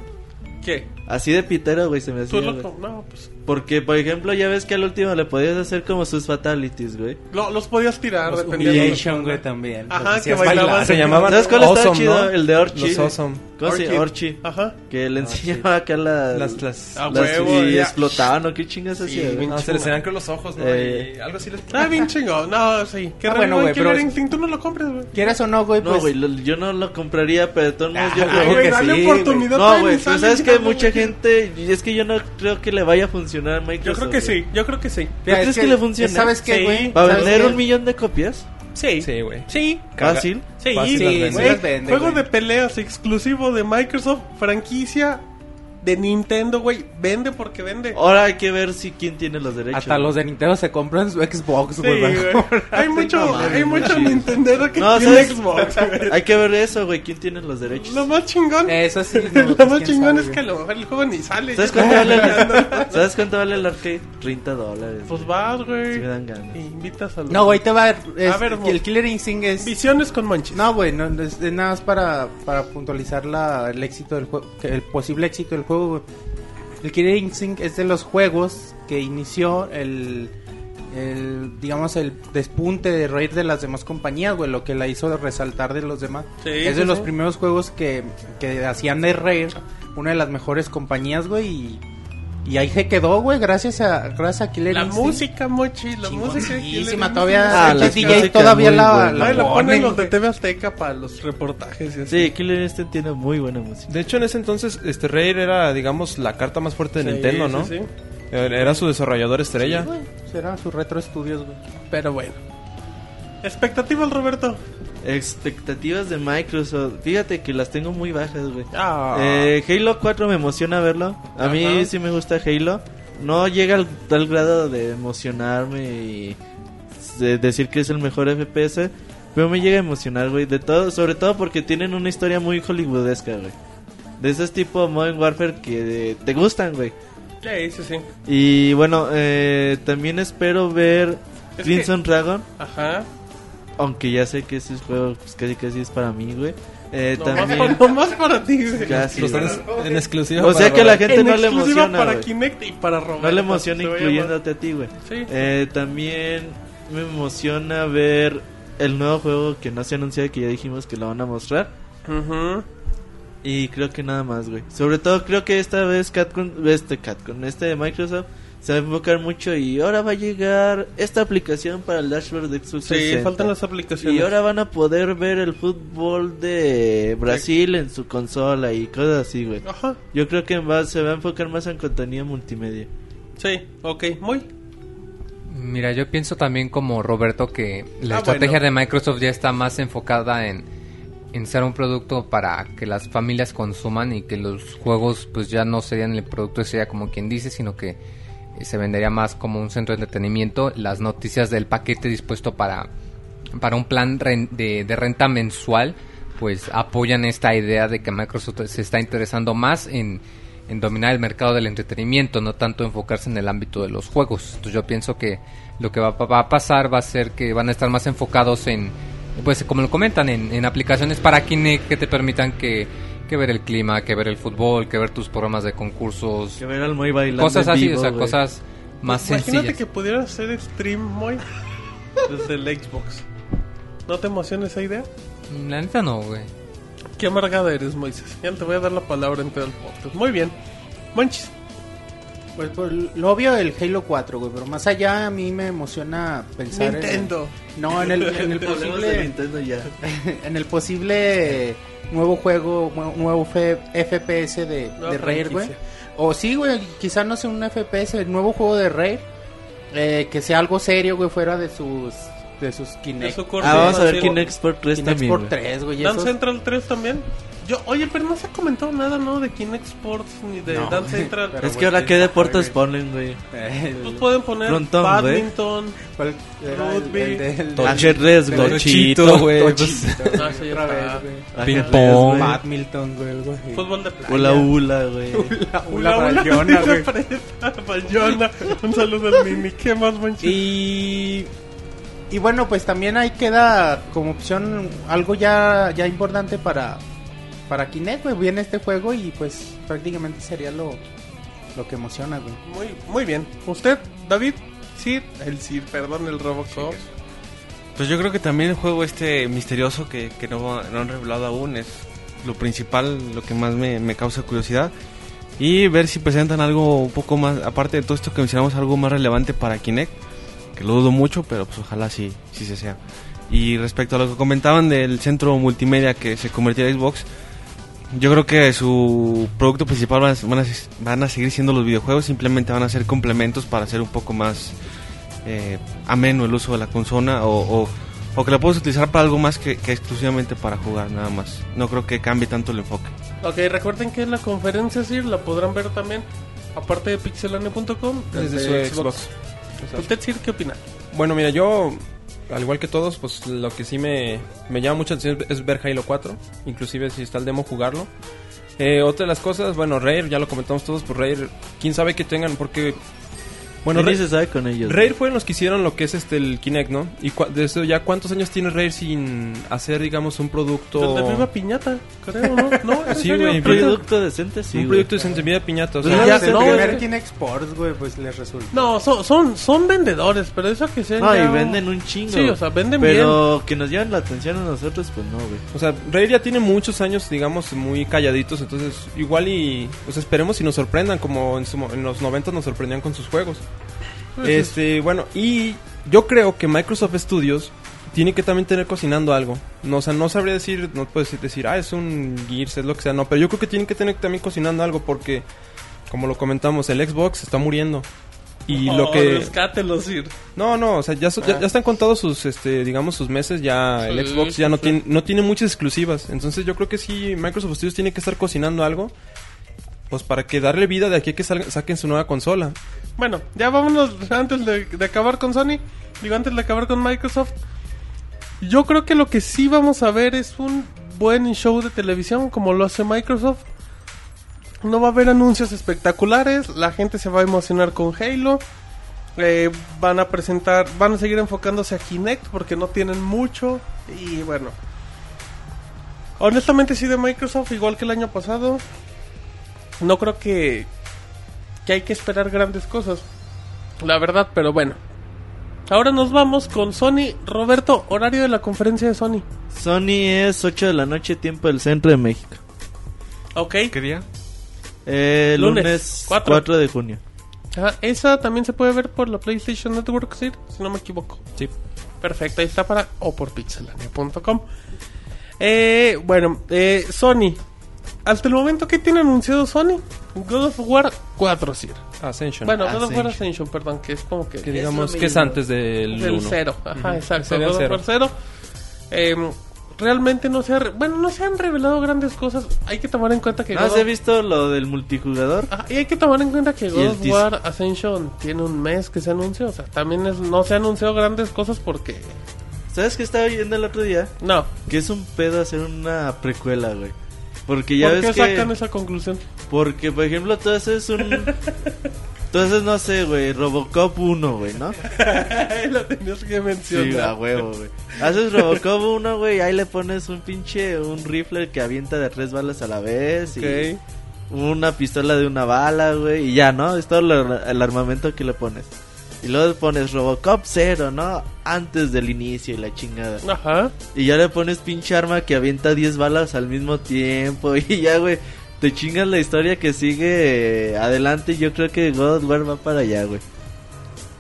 ¿Qué?
Así de pitero, güey, se me hacía.
Tú lo...
güey.
com- No, pues...
Porque, por ejemplo, ya ves que al último le podías hacer como sus fatalities, güey.
pues, lo- los podías tirar,
Los
dependiendo.
Humiliation, güey, también.
Ah, Ajá,
Porque si
que
es
bailaban.
bailar.
Se llamaban
¿Sabes cuál estaba
Awesome,
chido?
¿no?
El de Orchi.
Los
güey.
Awesome. Ah,
¿Cómo se llama? Orchi.
Ajá.
Que le enseñaba acá las.
Las, las...
Ah,
las-
huevo,
y
ya.
explotaban, ¿no? ¿Qué chingas hacía, güey?
no, se les hacían creo los ojos, ¿no?
Eh.
Y algo así les...
Ah, bien chingón. No, sí. Qué
Ah, bueno,
bueno, güey.
güey,
Killer
pero-
Instinct, tú no lo compres, güey.
Quieras o no, güey,
No,
pues.
güey, lo- yo no lo compraría, pero de todos modos yo
Ah,
creo
Güey,
que
dale
sí,
oportunidad.
No,
todavía
güey,
ni
pero
sale,
sabes que
chingado,
mucha
güey.
gente, y es que yo no creo que le vaya a funcionar a
Yo
Microsoft.
creo que
güey.
sí, yo creo que sí.
Mira,
¿Tú
es
crees que
que-
le funciona?
¿Sabes qué,
Sí.
güey?
¿Para
¿Sabes
vender
qué?
un millón de copias?
Sí.
Sí, güey.
Sí.
Caga-
Fácil.
Sí,
Fácil las
sí,
venden.
güey.
Las venden,
Juego
güey.
de peleas exclusivo de Microsoft, franquicia de Nintendo, güey, vende porque vende.
Ahora hay que ver si quién tiene los derechos.
Hasta los de Nintendo se compran su Xbox,
Sí,
güey.
güey.
¿verdad?
[laughs] Hay mucho, hay mucho Nintendero que
No,
tiene
¿sabes?
Xbox, güey.
Hay que ver eso, güey, quién tiene los
[laughs]
derechos.
Lo más chingón.
Eso
[laughs]
sí. no,
lo
pues,
más
quién
chingón
sabe,
es
güey.
que a lo mejor el juego ni sale.
¿Sabes
ya
cuánto,
está
vale el,
peleando.
¿Sabes cuánto vale el arcade? 30 dólares. güey.
Pues vas,
Sí me
güey.
dan ganas.
E Invitas a los-
No, güey, te va a... es-
A ver,
el Killer Instinct es...
Visiones con manchis.
No, güey, no, no, es es nada más para, para puntualizar la, el éxito del juego, que el posible éxito del juego. güey. El Killer Instinct es de los juegos que inició el, el, digamos, el despunte de reír de las demás compañías, güey, lo que la hizo resaltar de los demás.
Sí,
es
sí,
de los
sí.
primeros juegos que, que hacían de reír una de las mejores compañías, güey, y, y ahí se quedó, güey, gracias a, gracias a Killer
La
Instinct.
música, Mochi, la música. de Killer
Chingoncísima,
Instinct.
todavía,
Ah,
el
las
DJ
músicas
todavía
muy
la,
buenas.
la
Ay, la ponen
ponen,
los de
güey.
TV Azteca para los reportajes y así.
Sí, Killer Instinct tiene muy buena música.
De hecho, en ese entonces, este Rare era, digamos, la carta más fuerte de
Sí,
Nintendo,
sí,
¿no?
sí.
Era su desarrollador estrella.
Bueno, será su retro estudios, güey. Pero bueno.
Expectativas, Roberto.
Expectativas de Microsoft. Fíjate que las tengo muy bajas, güey.
Ah.
Eh, Halo 4 me emociona verlo. A mí
Ajá.
sí me gusta Halo. No llega al tal grado de emocionarme y de decir que es el mejor FPS. Pero me llega a emocionar, güey. De todo, sobre todo porque tienen una historia muy hollywoodesca, güey. De esos tipo Modern Warfare que eh, te gustan, güey.
sí, sí, sí.
Y bueno, eh, también espero ver
Es
Crimson Dragon.
Ajá.
Aunque ya sé que ese juego pues, casi casi es para mí, güey. Eh,
No más,
también.
para, nomás para ti, güey.
Casi,
Lo
güey.
están en- en exclusiva.
O sea
para
que la
Roberto.
gente
en
no le
exclusiva
emociona.
para
güey.
Kinect y para Roberto.
No le emociona
Se va a
incluyéndote a ti, güey.
llamar. Sí.
Eh, también me emociona ver el nuevo juego que no se anuncia que ya dijimos que lo van a mostrar.
Ujú.
Y creo que nada más, güey. Sobre todo creo que esta vez Catcon, este Catcon, este de Microsoft se va a enfocar mucho y ahora va a llegar esta aplicación para el dashboard de Xbox.
Sí,
60.
faltan las aplicaciones.
Y ahora van a poder ver el fútbol de Brasil en su consola y cosas así, güey.
Ajá.
Yo creo que va- se va a enfocar más en contenido multimedia.
Sí, ok, muy.
Mira, yo pienso también como Roberto que la
Ah,
estrategia
bueno.
de Microsoft ya está más enfocada en, en ser un producto para que las familias consuman y que los juegos pues ya no serían el producto sería como quien dice, sino que eh, se vendería más como un centro de entretenimiento, las noticias del paquete dispuesto para, para un plan ren- de, de renta mensual, pues apoyan esta idea de que Microsoft se está interesando más en, en dominar el mercado del entretenimiento, no tanto enfocarse en el ámbito de los juegos. Entonces yo pienso que lo que va, va a pasar va a ser que van a estar más enfocados en, pues como lo comentan, en, en aplicaciones para Kinect que te permitan que, que ver el clima, que ver el fútbol, que ver tus programas de concursos,
Que ver al muy bailando.
cosas
en
así,
vivo,
o sea,
güey.
cosas más
Imagínate
sencillas.
que pudieras hacer stream, muy. Desde el Xbox. ¿No te emociona esa idea?
La neta no, güey.
Qué amargada eres, Moisés. Ya te voy a dar la palabra en todo el podcast. Muy bien. Monchis.
Pues por lo obvio el Halo 4, güey, pero más allá a mí me emociona pensar en-
Nintendo.
no, en el,
[laughs]
en el
Hablemos de
posible
Nintendo ya.
en el posible nuevo juego, nue- nuevo fe- FPS de,
Nueva
de Rare, güey.
franquicia.
O sí, güey, quizás no sea un FPS, el nuevo juego de Rare eh, que sea algo serio, güey, fuera de sus de sus Kinect,
Eso corta,
Ah, vamos a ver
sí.
Kinect Sport 3
Kinect
también.
por
güey.
3, güey,
Dance
esos-
Central 3 también. Yo, oye, pero no se ha comentado nada, ¿no? De Kinect Sports ni de
No,
Dance Central.
pero
Es
Pues
que ahora qué deportes ponen, güey.
el-
pueden poner
Frontón, güey.
badminton.
¿eh? ¿Cuál era el-
Rugby.
el del-
Ajedrez,
del-
güey. Pues,
Tochito, güey.
Ah, sí,
[laughs] Otra
está.
vez, güey.
Ajedrez,
pong.
güey.
Badminton, güey, algo así.
Fútbol de playa.
Ula ula, güey.
Una
[laughs] Ula, ula,
rayona,
dice
güey.
Fresa, rayona. Un saludo al mini. ¿Qué más, Monchis?
Y, y bueno, pues también ahí queda como opción algo ya, ya importante para, para Kinect, güey. Viene este juego y pues prácticamente sería lo, lo que emociona, güey.
Muy, muy bien. ¿Usted, David? Sir, el Sir, perdón, el Robocop.
Pues yo creo que también el juego este misterioso que, que no, no han revelado aún es lo principal, lo que más me, me causa curiosidad. Y ver si presentan algo un poco más, aparte de todo esto que mencionamos, algo más relevante para Kinect, que lo dudo mucho, pero pues ojalá sí, sí se sea. Y respecto a lo que comentaban del centro multimedia que se convertirá en Xbox, yo creo que su producto principal van a, van a- van a seguir siendo los videojuegos, simplemente van a ser complementos para hacer un poco más eh, ameno el uso de la consola o, o- o que la puedes utilizar para algo más que, que exclusivamente para jugar nada más. No creo que cambie tanto el enfoque.
Ok, recuerden que la conferencia SIR la podrán ver también, aparte de pixelania.com,
Desde su Xbox. Exacto.
¿Usted, Sir, qué opina?
Bueno, mira, yo, al igual que todos, pues lo que sí me, me llama mucho la atención es ver Halo 4. Inclusive si está el demo, jugarlo. Eh, otra de las cosas, bueno, Rare, ya lo comentamos todos, pues Rare, quién sabe que tengan, porque... Bueno,
Bueno,
Rare,
se sabe con ellos.
Rare fueron los que hicieron lo que es este el Kinect, ¿no? Y cua- de eso ya cuántos años tiene Rare sin hacer, digamos, un
El de Viva
producto...
Piñata, creo,
[laughs]
¿no? No, ¿En
Sí,
serio?
güey,
Un producto decente, sí.
un
güey.
producto de sensibilidad piñata, o sea,
Pues
ya-
ya-
Ya el
no,
primer
es-
Kinect Sports, güey, pues les resulta.
No, son, son, son vendedores, pero eso que sea
No,
ya
y
un-
venden un chingo.
Sí, o sea, venden
Pero que nos lleven la atención a nosotros, pues no, güey.
O sea, Rare ya tiene muchos años, digamos, muy calladitos, entonces igual y... Pues esperemos y nos sorprendan, como en, su mo- en los 90 nos sorprendían con sus juegos.
Pues es-
Este, bueno, y yo creo que Microsoft Studios tiene que también tener cocinando algo. No, o sea, no sabría decir, no puedo decir- decir, ah, es un Gears, es lo que sea, no, pero yo creo que tienen que tener también cocinando algo porque, como lo comentamos, el Xbox está muriendo. Y lo
Oh,
que...
rescátelo, Sir.
No, no, o sea, ya, so- ya, ya están contados sus, este, digamos, sus meses, ya el
Ah. Sí,
Xbox ya
sí,
no,
sí.
tiene, no tiene muchas exclusivas. Entonces yo creo que sí, Microsoft Studios tiene que estar cocinando algo, pues para que darle vida de aquí a que salga- saquen su nueva consola.
Bueno, ya vámonos antes de, de acabar con Sony. Digo, antes de acabar con Microsoft. Yo creo que lo que sí vamos a ver es un buen show de televisión como lo hace Microsoft. No va a haber anuncios espectaculares, la gente se va a emocionar con Halo. eh, van a presentar, van a seguir enfocándose a Kinect porque no tienen mucho. Y bueno, honestamente, sí, de Microsoft, igual que el año pasado, no creo que, que hay que esperar grandes cosas. La verdad, pero bueno. Ahora nos vamos con Sony. Roberto, horario de la conferencia de Sony.
Sony es 8 de la noche, tiempo del centro de México.
Ok.
¿Qué día?
Eh,
Lunes,
lunes,
cuatro.
4. de junio.
Ah, esa también se puede ver por la PlayStation Network, Sir, si no me equivoco.
Sí.
Perfecto, ahí está para o por pixelania.com. Eh, bueno, eh, Sony. Hasta el momento, ¿qué tiene anunciado Sony? God of War 4, Sir.
Ascension.
Bueno, God of War Ascension, perdón, que es como que...
Que
es
digamos
lo
que es
mismo.
antes del
del
1.
cero. Ajá, exacto.
Sería el
God of War cero. Em, realmente no se ha re- bueno, no se han revelado grandes cosas. Hay que tomar en cuenta que
Ah,
¿No
God
has
of-
visto lo del multijugador?
Ajá, y hay que tomar en cuenta que God
el
of
teaser.
War Ascension tiene un mes que se anunció, o sea, también es- no se anunció grandes cosas porque
¿Sabes qué estaba oyendo el otro día?
no,
Que es un pedo hacer una precuela, güey. Porque ya
¿por
ves
qué
que...
sacan esa conclusión? [laughs]
Porque, por ejemplo, tú haces un... tú haces, no sé, güey, Robocop 1, güey, ¿no?
La tenías que
Sí, a
mencionar.
huevo, güey. Haces Robocop 1, güey, y ahí le pones un pinche... Un rifle que avienta de tres balas a la vez y...
Ok.
Una pistola de una bala, güey, y ya, ¿no? Es todo lo- el armamento que le pones. Y luego pones Robocop 0, ¿no? Antes del inicio y la chingada.
Ajá.
Y ya le pones pinche arma que avienta 10 balas al mismo tiempo. [laughs] Y ya, güey. Te chingas la historia que sigue eh, adelante. Yo creo que God of War va para allá, güey.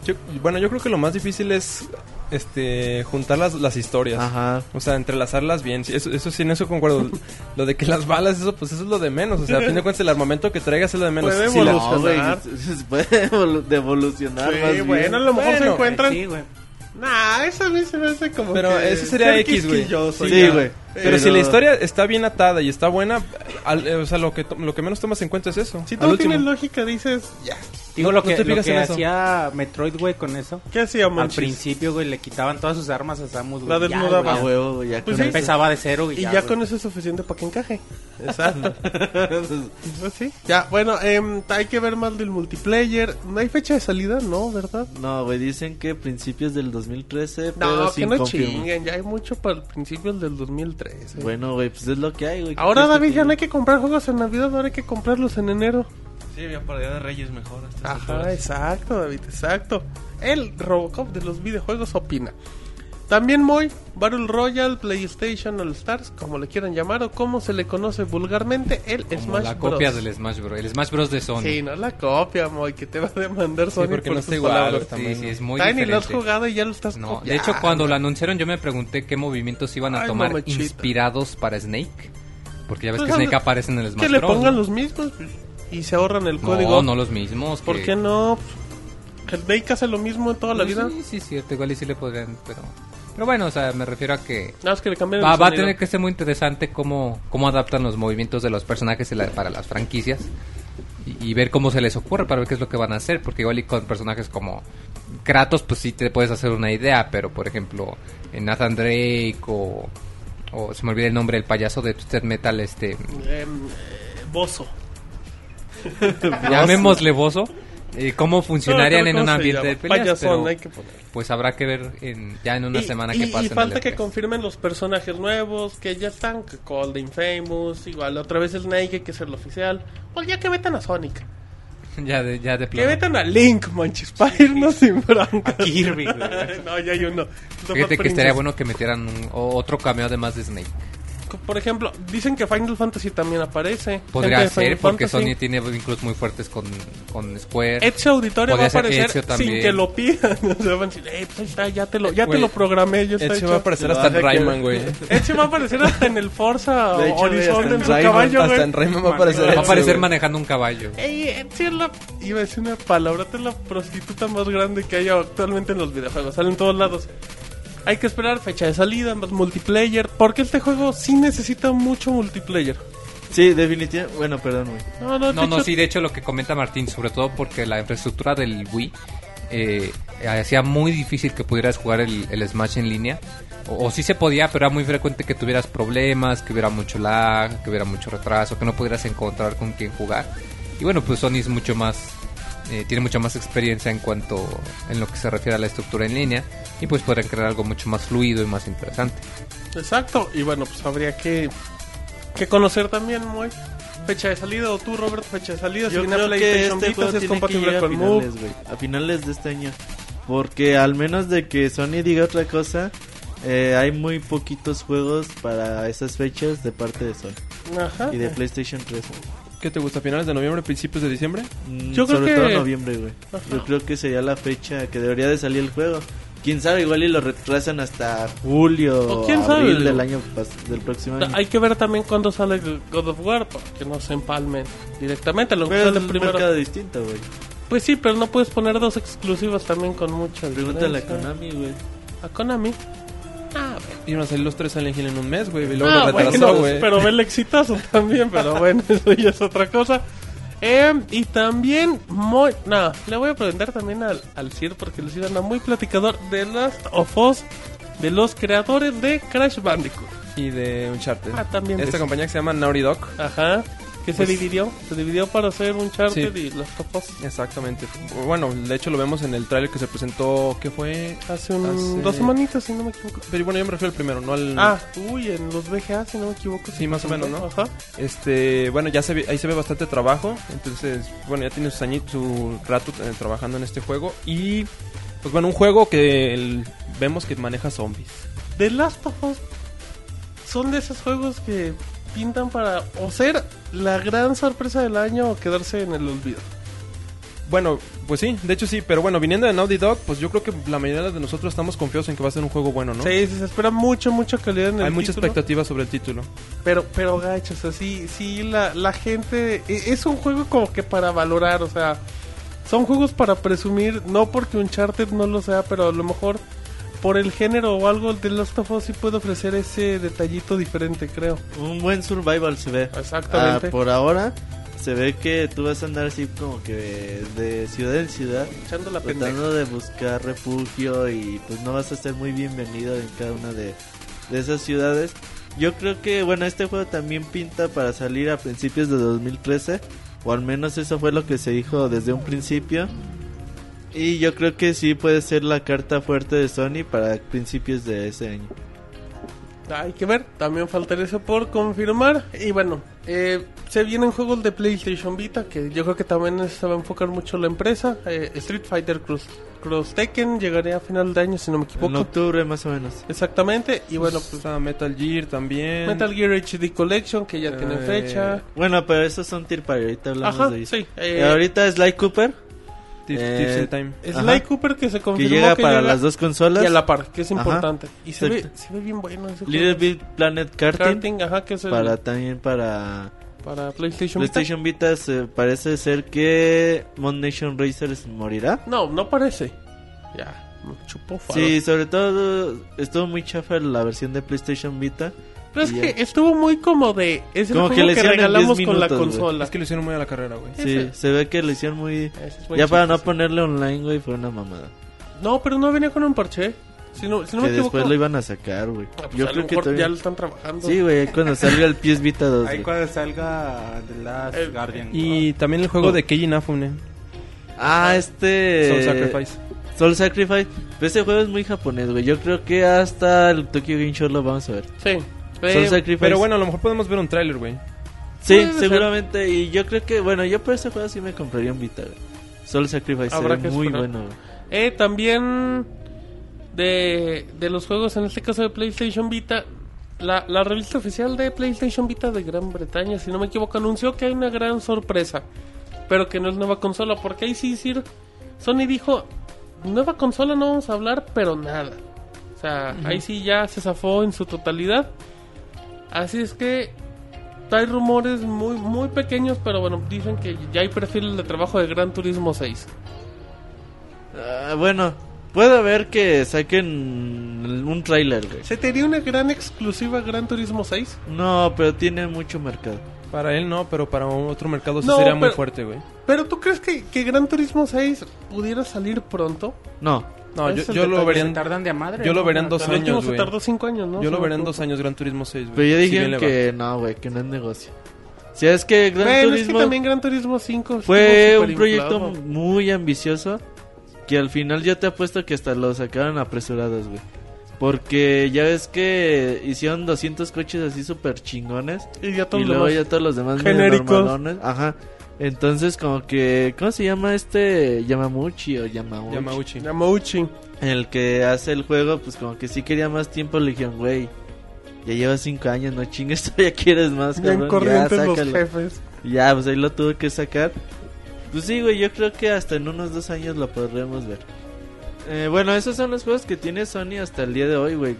Yo- bueno, yo creo que lo más difícil es este juntar las, las historias.
Ajá.
O sea, entrelazarlas bien. Sí, eso, eso sí, en eso
[laughs]
concuerdo. lo de que las balas, eso pues eso es lo de menos. O sea, a fin de cuentas el armamento que traigas es lo de menos.
Puede
Sí, la-
evolucionar.
No, güey. Se se puede [laughs] evolu- evolucionar
Sí,
más bien.
bueno, a lo mejor se
Bueno,
encuentran.
Sí, güey.
[laughs] Nah, esa a mí se me hace como
Pero
que
ese Este sería
ser
X, güey.
quisquilloso,
Sí,
ya.
güey.
Pero, si la historia está bien atada y está buena, al- eh, o sea, lo que, to- lo que menos tomas en cuenta es eso.
Si
Al
tú
último.
tienes lógica dices, ya.
Digo,
No-
lo
no
que,
te
lo
fijas
que
en eso.
hacía Metroid, güey, con eso.
¿Qué hacía
Al
Monchis?
principio, güey, le quitaban todas sus armas a Samus,
La
güey. ya,
desnudaba.
güey,
A
ya.
huevo, güey. Ya
Pues
con
sí.
eso.
Empezaba de cero y,
Y ya, con eso es suficiente para que encaje. Exacto. [laughs] Pues sí. Ya, bueno, em, hay que ver más del multiplayer. No hay fecha de salida, ¿no? ¿Verdad?
No, güey. Dicen que principios del 2013. pero
No, que
sin
no
confirmar.
chinguen. Ya hay mucho para principios del este 2013.
Bueno, güey, pues es lo que hay, güey. ¿Qué
ahora,
crees que
David, ya no hay
tiene?
que comprar juegos en Navidad. Ahora hay que comprarlos en enero.
Sí, ya para Día de Reyes mejor. hasta esas
Ajá,
horas.
exacto, David, exacto. El Robocop de los videojuegos opina. También Moy, Battle Royale, PlayStation All Stars, como le quieran llamar, o como se le conoce vulgarmente, el
Como
Smash
la
Bros.
copia del Smash Bros. El Smash Bros de Sony.
Sí,
Sí,
no la copia, Moy, que te va a demandar Sony
porque
por
no
tus
está igual,
palabras.
está también,
sí,
¿no?
es muy
Tiny, lo has
diferente.
jugado y ya lo estás
No, de
copiando.
hecho, cuando lo anunciaron, yo me pregunté qué movimientos iban a
Ay,
tomar
mamachita.
inspirados para Snake. Porque ya ves
Pues,
que Snake
hazle-
aparece en el Smash
Que le
Bros.
pongan
¿no?
los mismos pues, y se ahorran el código.
No, no los mismos.
¿Por
que- Pues
qué no? El Snake hace lo mismo en toda la vida.
Sí, sí, cierto. Igual y sí le podrían, pero... Pero bueno, o sea, me refiero a que
Nada más que le cambien
va,
el
va a
sonido.
tener que ser muy interesante cómo, cómo adaptan los movimientos de los personajes y la- para las franquicias y, y ver cómo se les ocurre para ver qué es lo que van a hacer, porque igual y con personajes como Kratos, pues sí te puedes hacer una idea, pero por ejemplo, en Nathan Drake o, o se me olvida el nombre del payaso de Twisted Metal, este,
Em, eh, bozo.
[laughs]
[laughs]
llamémosle Bozo, eh, cómo funcionarían
No,
en
¿cómo
un
se
ambiente
llama?
de peleas,
Payasón,
pero,
hay que poner.
pues habrá que ver en, ya en una
Y-
semana
y,
que
y
pase. en el E
falta que
E3.
confirmen los personajes nuevos que ya están, que Golden Famous, igual otra vez el Nike que es el oficial. Pues ya que metan a Sonic,
ya de, ya de
que
plano.
metan a Link, manches, para irnos sin broncas.
Kirby,
[laughs] no, ya hay uno.
Fíjate que estaría
Princess.
bueno que metieran un- o- otro cameo además de Snake.
Por ejemplo, dicen que Final Fantasy también aparece.
Podría
Gente de
ser
Final
porque
Fantasy.
Sony tiene vínculos muy fuertes con, con Square.
Ezio Auditorio va a
Podría ser
aparecer
Ezio
sin
también.
que lo pidan. [laughs] O sea, van a decir, eh, pues ahí está, ya te lo, ya te
Güey,
lo programé, ya está
Ese
hecho.
va a aparecer
Lo
hasta en
baja que-
Rayman, güey.
Ezio va a aparecer hasta en el Forza
De hecho, güey,
Horizon
hasta
en
en
su
Rayman,
caballo,
hasta en
güey.
Rayman va a aparecer.
Va a
Ezio,
aparecer
güey.
manejando un caballo.
Ey, Ezio es la... Iba a decir una palabra, es la prostituta más grande que hay actualmente en los videojuegos. Sale en todos lados. Hay que esperar fecha de salida, más multiplayer. Porque este juego sí necesita mucho multiplayer.
Sí, definitivamente. Bueno, perdón, güey.
No, no, de
No, no,
hecho,
sí, de hecho lo que comenta Martín, sobre todo porque la infraestructura del Wii eh, hacía muy difícil que pudieras jugar el, el Smash en línea. O, o sí se podía, pero era muy frecuente que tuvieras problemas, que hubiera mucho lag, que hubiera mucho retraso, que no pudieras encontrar con quién jugar. Y bueno, pues Sony es mucho más... eh, tiene mucha más experiencia en cuanto en lo que se refiere a la estructura en línea y pues podrían crear algo mucho más fluido y más interesante.
Exacto, y bueno, pues habría que, que conocer también, muy fecha de salida, o tú, Robert, fecha de salida, si
Yo
viene a
creo que
PlayStation
este
Vita,
juego
si
tiene
es
que
compatible
llegar a
con Move.
finales, güey. A finales de este año. Porque al menos de que Sony diga otra cosa, eh, hay muy poquitos juegos para esas fechas de parte de Sony
Ajá.
y de PlayStation 3.
¿Qué te gusta? ¿Finales de noviembre, principios de diciembre? Ah.
Mm,
Yo creo
sobre
que-
todo noviembre, güey. Yo creo que sería la fecha que debería de salir el juego. Quién sabe, igual y lo retrasan hasta julio
O
o
quién sabe,
abril del
lo-
año pas- del próximo año.
Hay que ver también cuándo sale el God of War, para que no se empalmen directamente, lo que
Pero es
sale
un
primero.
mercado distinto, güey.
Pues sí, pero no puedes poner dos exclusivos también con mucha
Pregúntale a
diferencia.
Konami, güey.
A Konami. Ah,
Iban a salir los tres Silent Hill en un mes, güey. Y luego
Ah,
lo retrasó,
bueno,
güey.
pero
[laughs]
ve el exitazo [laughs] también, pero bueno, [laughs] eso ya es otra cosa. Eh, y también, muy, nada, le voy a preguntar también al, al Sir, porque el Sir anda muy platicador de Last of Us, de los creadores de Crash Bandicoot.
Y de Uncharted. Este
Ah, también de
Esta
eso.
compañía que se llama Naughty Dog.
Ajá, que se
Pues-
dividió, se dividió para hacer un charter
Sí.
y Last of Us.
Exactamente. Bueno, de hecho lo vemos en el tráiler que se presentó, ¿qué fue?
Hace un,
Hace-
dos semanitas, si no me equivoco.
Pero bueno, yo me refiero al primero, no al...
Ah, uy, en los VGA, si no me equivoco.
Mm. Sí,
se
más o menos,
presentó.
¿no?
Ajá.
Este, bueno, ya se ve- ahí se ve bastante trabajo. Entonces, bueno, ya tiene sus añi- su rato eh, trabajando en este juego. Y, pues bueno, un juego que el- vemos que maneja zombies.
The Last of Us son de esos juegos que pintan para o ser la gran sorpresa del año o quedarse en el olvido.
Bueno, pues sí, de hecho sí, pero bueno, viniendo de Naughty Dog, pues yo creo que la mayoría de nosotros estamos confiados en que va a ser un juego bueno, ¿no?
Sí, sí, se espera mucho, mucha calidad en el
Hay mucha
título,
expectativa sobre el título.
Pero, pero gacho, o sea, sí, sí, la, la gente... e- Es un juego como que para valorar, o sea... Son juegos para presumir, no porque Uncharted no lo sea, pero a lo mejor por el género o algo, The Last of Us sí puede ofrecer ese detallito diferente, creo.
Un buen survival se ve.
Exactamente.
Ah, por ahora se ve que tú vas a andar así como que de ciudad en ciudad,
Echando la pendeja.
tratando de buscar refugio y pues no vas a ser muy bienvenido en cada una de, de esas ciudades. Yo creo que, bueno, este juego también pinta para salir a principios de 2013, o al menos eso fue lo que se dijo desde un principio. Y yo creo que sí puede ser la carta fuerte de Sony para principios de ese año.
Hay que ver, también faltaría eso por confirmar. Y bueno, eh, se vienen juegos de PlayStation Vita, que yo creo que también se va a enfocar mucho la empresa. Eh, Street Fighter Cross, Cross Tekken llegaría a final de año, si no me
En
equivoco.
octubre más o menos.
Exactamente, y bueno, pues,
está Metal Gear también.
Metal Gear HD Collection, que ya tiene
Eh,
fecha.
Bueno, pero esos son tier para ahorita hablamos
Ajá,
de ellos.
sí.
Y
Eh,
ahorita es Sly Cooper,
Tips,
Eh,
Tips in Time.
Sly
ajá.
Cooper que se
que
confirmó
llega para
llega
las dos consolas.
y a la par, que es
Ajá,
importante. Y se ve,
exacto.
se ve bien bueno ese
Little
juego.
Big Planet Karting,
Karting, ajá, que es el-
para
para,
también para
PlayStation, Vita.
PlayStation Vita. se- parece ser que Mod Nation Racers morirá.
No, no parece. Ya. Me chupó faro.
Sí, sobre todo estuvo muy chafa la versión de PlayStation Vita.
Pero es
y
que estuvo muy como de. Es el
Como que
juego
le
que,
hicieron en
regalamos
10
con la
minutos, güey.
consola.
Es que lo hicieron muy a la carrera, güey.
Sí,
ese-
se ve que lo hicieron muy...
Ese fue
Ya
el
para
chiste,
no
sí.
ponerle online, güey, fue una mamada.
No, pero no venía con un parche. Si no, si no
que
me equivoco.
después lo iban a sacar, güey.
Ah, pues
Yo
a lo
creo que
mejor ya
todavía...
lo están trabajando.
Sí, güey, cuando salga el PS Vita 2,
Ahí
güey.
cuando salga The Last
Eh,
Guardian.
Y también el
Oh.
juego de Keiji Inafune.
Ah, este...
Soul Sacrifice.
Soul Sacrifice. Pero ese juego es muy japonés, güey. Yo creo que hasta el Tokyo Game Show lo vamos a ver.
Sí.
Soul
Eh,
Sacrifice.
Pero bueno, a lo mejor podemos ver un tráiler, güey.
Sí,
Puede ser.
seguramente. Y yo creo que, bueno, yo por ese juego sí me compraría un Vita, güey. Soul Sacrifice
Habrá
es
que
muy
esperar.
bueno, güey.
eh, también de, de los juegos, en este caso de PlayStation Vita, la, la revista oficial de PlayStation Vita de Gran Bretaña, si no me equivoco, anunció que hay una gran sorpresa, pero que no es nueva consola, porque ahí sí, sí, Sony dijo, nueva consola no vamos a hablar, pero nada. O sea, ahí sí ya se zafó en su totalidad. Así es que hay rumores muy, muy pequeños, pero bueno, dicen que ya hay perfiles de trabajo de Gran Turismo 6.
Ah, bueno, puedo ver que saquen un tráiler, güey.
¿Se te dio una gran exclusiva Gran Turismo 6?
No, pero tiene mucho mercado.
Para él no, pero para otro mercado sí
No,
sería muy
pero-
fuerte, güey.
¿Pero tú crees que, que Gran Turismo 6 pudiera salir pronto?
No.
No,
Ese
yo,
es el
yo lo
detalle,
vería
Se
en,
tardan de a madre.
yo lo
¿no?
veré en dos
El último
años,
se
güey.
tardó 5 años, ¿no?
Yo
Si
lo
no
veré en
me
dos años Gran Turismo 6, güey.
Pero ya
Si bien
dijeron
le va.
que no, güey, que no es negocio. Si es que Gran
equivoco. Bueno, es que
Turismo
también Gran Turismo 5
fue
estuvo
un proyecto
superinflado.
muy ambicioso que al final yo te apuesto que hasta lo sacaron apresurados, güey. Porque ya ves que hicieron 200 coches así súper chingones
Y ya todo
y
lo
luego
demás.
ya todos los demás medio
Genéricos.
normalones. Ajá. Entonces como que ¿cómo se llama este Yamamuchi o Yamauchi?
Yamauchi.
Yamauchi.
El que hace el juego pues como que sí quería más tiempo le dijeron, güey. Ya llevas 5 años, no chingues, [laughs] todavía quieres más,
Bien
cabrón. ya,
corrientes los
sácalo".
jefes.
Ya, pues ahí lo tuvo que sacar. Pues sí, güey, yo creo que hasta en unos dos años lo podremos ver. Eh, bueno, esos son los juegos que tiene Sony hasta el día de hoy, güey,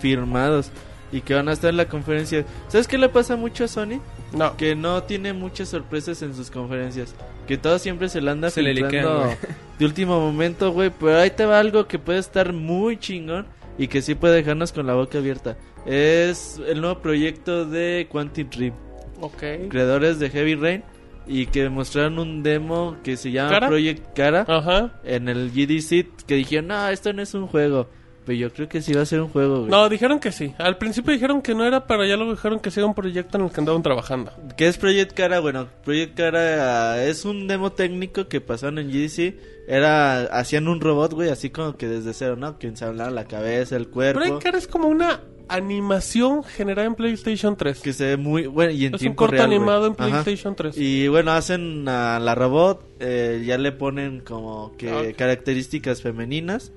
confirmados. Y que van a estar en la conferencia. ¿Sabes qué le pasa mucho a Sony?
No.
Que no tiene muchas sorpresas en sus conferencias. Que todo siempre se le anda
Se le liquean,
filtrando
güey.
de último momento, güey. Pero ahí te va algo que puede estar muy chingón y que sí puede dejarnos con la boca abierta. Es el nuevo proyecto de Quantum Dream
Ok.
creadores de Heavy Rain y que mostraron un demo que se llama
¿Cara?
Project Cara
Ajá.
en el GDC que dijeron, no, esto no es un juego. Pero yo creo que sí va a ser un juego, güey.
No, dijeron que sí. Al principio dijeron que no era, pero ya luego dijeron que sí era un proyecto en el que andaban trabajando.
¿Qué es Project Cara? Bueno, Project Cara ah, es un demo técnico que pasaron en GDC. Era, hacían un robot, güey, así como que desde cero, ¿no? Que ensablaban la cabeza, el cuerpo.
Breaker es como una animación generada en PlayStation 3.
Que se ve muy, bueno, y en
es un
tiempo
corto
real, güey.
animado en
Ajá.
PlayStation 3.
Y bueno, hacen a la robot, eh, ya le ponen como que
Ah, ok.
características femeninas.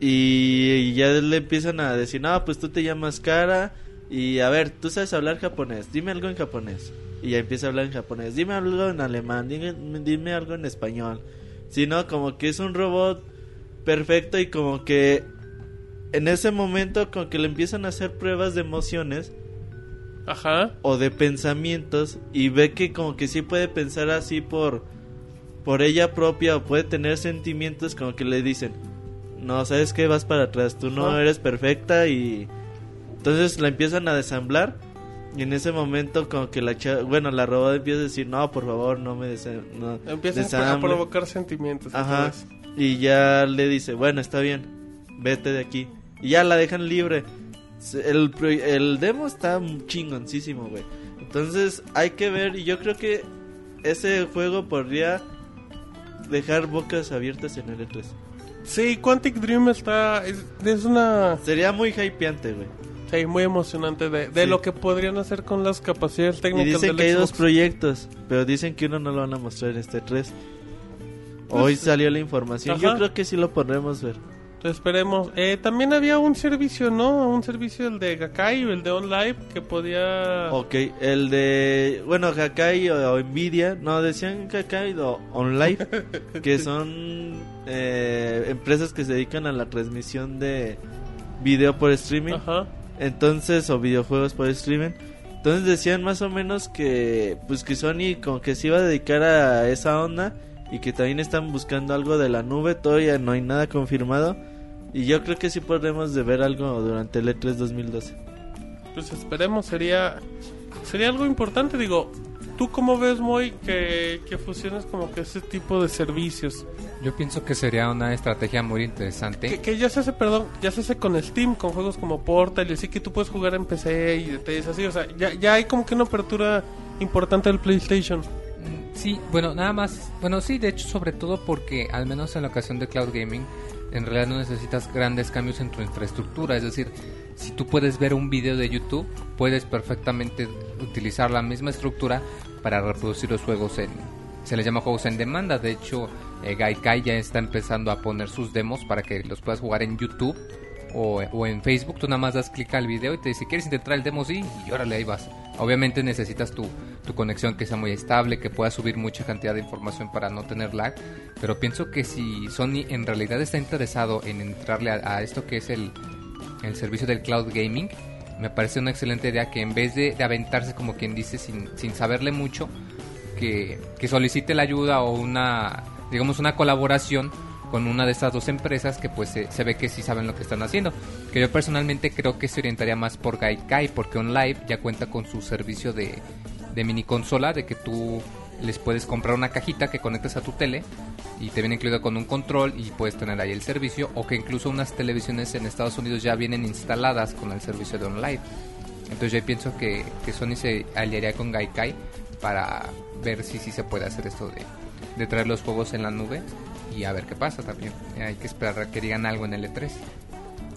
Y, y ya le empiezan a decir, no, pues tú te llamas Cara. Y a ver, tú sabes hablar japonés, dime algo en japonés. Y ya empieza a hablar en japonés, dime algo en alemán, dime, dime algo en español. Sino como que es un robot perfecto y como que en ese momento como que le empiezan a hacer pruebas de emociones
Ajá.
o de pensamientos y ve que como que sí puede pensar así por por ella propia o puede tener sentimientos como que le dicen no sabes que vas para atrás tú no
Ajá.
eres perfecta y entonces la empiezan a desamblar y en ese momento como que la cha- bueno la robot empieza a decir no por favor no me desen no
Empiezan a
desamble".
provocar sentimientos.
Ajá.
entonces.
Y ya le dice, bueno, está bien, vete de aquí. Y ya la dejan libre. Se- El, pro- el demo está chingoncísimo, güey. Entonces hay que ver, y yo creo que ese juego podría dejar bocas abiertas en el E E3.
Sí, Quantic Dream está. Es, es una.
Sería muy hypeante, güey.
Sí, muy emocionante de, de
Sí.
lo que podrían hacer con las capacidades
Y
técnicas
dicen
del
que hay dos
Xbox.
proyectos, pero dicen que uno no lo van a mostrar en este 3. Hoy salió la información, yo
Pues, Ajá.
creo que sí lo podremos ver.
Entonces, esperemos. Eh, también había un servicio, ¿no? Un servicio, el de Gakai o el de OnLive, que podía.
Ok, el de. Bueno, Hakai o, o Nvidia. No, decían Hakai o OnLive. que son eh, empresas que se dedican a la transmisión de video por streaming.
Ajá.
Entonces, o videojuegos por streaming. Entonces decían más o menos que. Pues que Sony como que se iba a dedicar a esa onda. y que también están buscando algo de la nube, todavía no hay nada confirmado. Y yo creo que sí podremos de ver algo durante el E E3 2012.
Pues esperemos, sería sería algo importante. Digo, ¿tú cómo ves, Moy, que, que fusiones como que ese tipo de servicios?
Yo pienso que sería una estrategia muy interesante.
Que, que ya se hace, perdón, ya se hace con Steam, con juegos como Portal, y así que tú puedes jugar en PC y detalles así. O sea, ya, ya hay como que una apertura importante del PlayStation.
Mm, Sí, bueno, nada más. Bueno, sí, de hecho, sobre todo porque, al menos en la ocasión de cloud gaming, en realidad no necesitas grandes cambios en tu infraestructura. Es decir, si tú puedes ver un video de YouTube, puedes perfectamente utilizar la misma estructura para reproducir los juegos en. Se les llama juegos en demanda. De hecho, eh, Gaikai ya está empezando a poner sus demos para que los puedas jugar en YouTube o, o en Facebook. Tú nada más das clic al video y te dice, ¿quieres intentar el demo? Sí, y órale, ahí vas. Obviamente necesitas tu, tu conexión que sea muy estable, que pueda subir mucha cantidad de información para no tener lag. Pero pienso que si Sony en realidad está interesado en entrarle a, a esto que es el, el servicio del cloud gaming, me parece una excelente idea que en vez de, de aventarse como quien dice sin, sin saberle mucho, que, que solicite la ayuda o una, digamos, una colaboración con una de estas dos empresas que pues se, se ve que sí saben lo que están haciendo. Que yo personalmente creo que se orientaría más por Gaikai porque OnLive ya cuenta con su servicio de, de mini consola de que tú les puedes comprar una cajita que conectas a tu tele y te viene incluida con un control y puedes tener ahí el servicio o que incluso unas televisiones en Estados Unidos ya vienen instaladas con el servicio de OnLive. Entonces yo pienso que, que Sony se aliaría con Gaikai para ver si sí se puede hacer esto de, de traer los juegos en la nube y a ver qué pasa también. Hay que esperar a que digan algo en el E E3.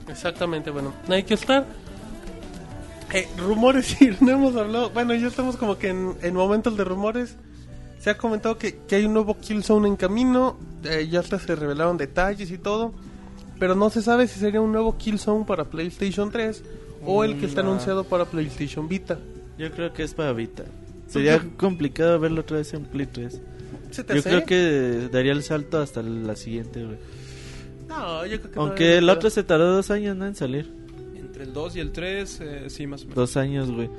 Exactamente, bueno, hay que estar. Eh, rumores, [laughs] y no hemos hablado. Bueno, ya estamos como que en, en momentos de rumores. Se ha comentado que, que hay un nuevo Killzone en camino. eh, ya hasta se revelaron detalles y todo. Pero no se sabe si sería un nuevo Killzone para PlayStation 3 o el que está
Mm, ah.
anunciado para PlayStation Vita.
Yo creo que es para Vita. Sería complicado verlo otra vez en Play 3.
¿Se te
Yo
hace?
creo que daría el salto hasta la siguiente, güey.
No, yo creo que todavía
Aunque
no
el
puede.
otro se tardó dos años ¿no? en salir.
Entre el 2 y el 3, sí, más o menos.
Dos años, güey.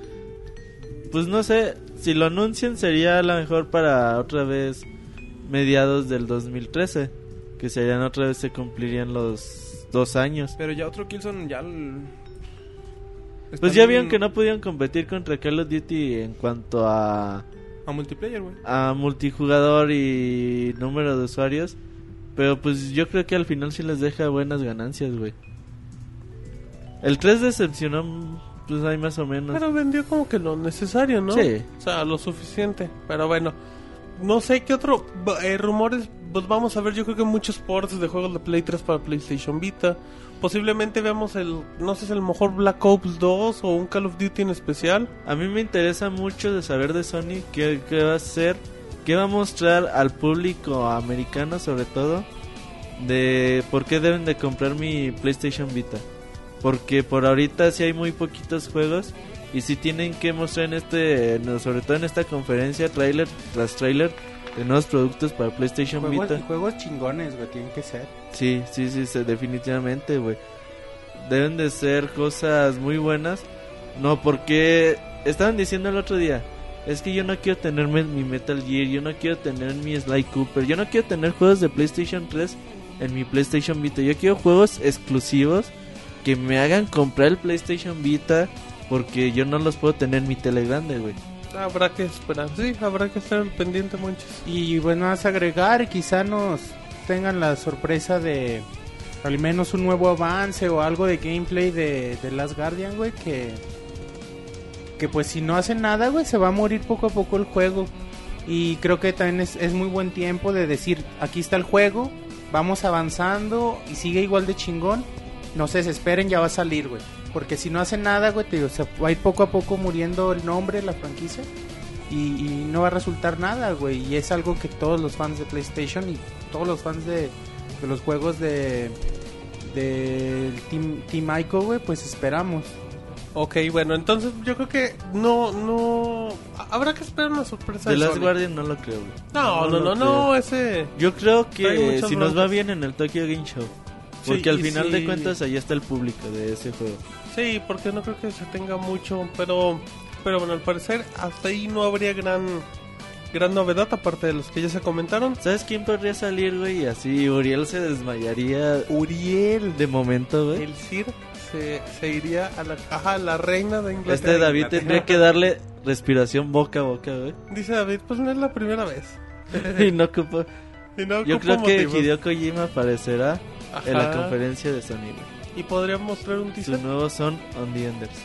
Pues no sé, si lo anuncian sería a lo mejor para otra vez mediados del 2013. Que serían otra vez se cumplirían los dos años.
Pero ya otro Killzone ya... l-
Pues
están
ya vieron que no pudieron competir contra Call of Duty en cuanto a,
A multiplayer, güey.
a multijugador y número de usuarios. Pero pues yo creo que al final sí les deja buenas ganancias, güey. El 3 decepcionó, pues ahí más o menos.
Pero vendió como que lo necesario, ¿no?
Sí.
O sea, lo suficiente. Pero bueno, no sé qué otro b- eh, rumores. Pues vamos a ver, yo creo que muchos ports de juegos de Play 3 para PlayStation Vita. Posiblemente veamos el, no sé si el mejor Black Ops 2 o un Call of Duty en especial.
A mí me interesa mucho de saber de Sony qué, qué va a hacer, qué va a mostrar al público americano sobre todo, de por qué deben de comprar mi PlayStation Vita. Porque por ahorita sí hay muy poquitos juegos y sí tienen que mostrar en este, en- sobre todo en esta conferencia, trailer tras trailer, de nuevos productos para PlayStation
Juegos,
Vita.
y juegos chingones, güey, tienen que ser.
Sí, sí, sí, se- definitivamente, güey. Deben de ser cosas muy buenas. No, porque estaban diciendo el otro día, es que yo no quiero tener mi- mi Metal Gear, yo no quiero tener mi Sly Cooper, yo no quiero tener juegos de PlayStation 3 en mi PlayStation Vita. Yo quiero juegos exclusivos que me hagan comprar el PlayStation Vita porque yo no los puedo tener en mi tele grande, güey.
Habrá que esperar, sí, habrá que estar al pendiente, muchos.
Y bueno, más agregar, quizá nos tengan la sorpresa de al menos un nuevo avance o algo de gameplay de, de Last Guardian, güey, que, que pues si no hacen nada, güey, se va a morir poco a poco el juego. Y creo que también es, es muy buen tiempo de decir, aquí está el juego, vamos avanzando y sigue igual de chingón. No se desesperen, ya va a salir, güey. Porque si no hacen nada, güey, te digo, se va a ir poco a poco muriendo el nombre, la franquicia y, y no va a resultar nada, güey. Y es algo que todos los fans de PlayStation y todos los fans de, de los juegos de del Team, Team Ico, güey, pues esperamos.
Ok, bueno, entonces yo creo que no, no. ha- Habrá que esperar una sorpresa
De
de
Last
Sony.
Guardian no lo creo, güey.
No, no, no, no,
creo.
ese.
Yo creo
Hay
que
muchas
si nos va
broncas.
bien en el Tokyo Game Show.
Sí,
Porque al
y
final de
sí.
cuentas ahí está el público de ese juego.
Sí, porque no creo que se tenga mucho, pero pero bueno, al parecer hasta ahí no habría gran gran novedad, aparte de los que ya se comentaron.
¿Sabes quién podría salir, güey? Y así Uriel se desmayaría. Uriel, de momento, güey.
El Sir se, se iría a la, ajá, a la reina de Inglaterra.
Este David tendría que darle respiración boca a boca, güey.
Dice David, pues no es la primera vez.
Y no ocupa-
Y no
Yo
ocupo
creo que
motivos.
Hideo Kojima aparecerá en la
Ajá.
conferencia de Sony, güey.
Y podrían mostrar un teaser.
Su nuevo son On the Enders.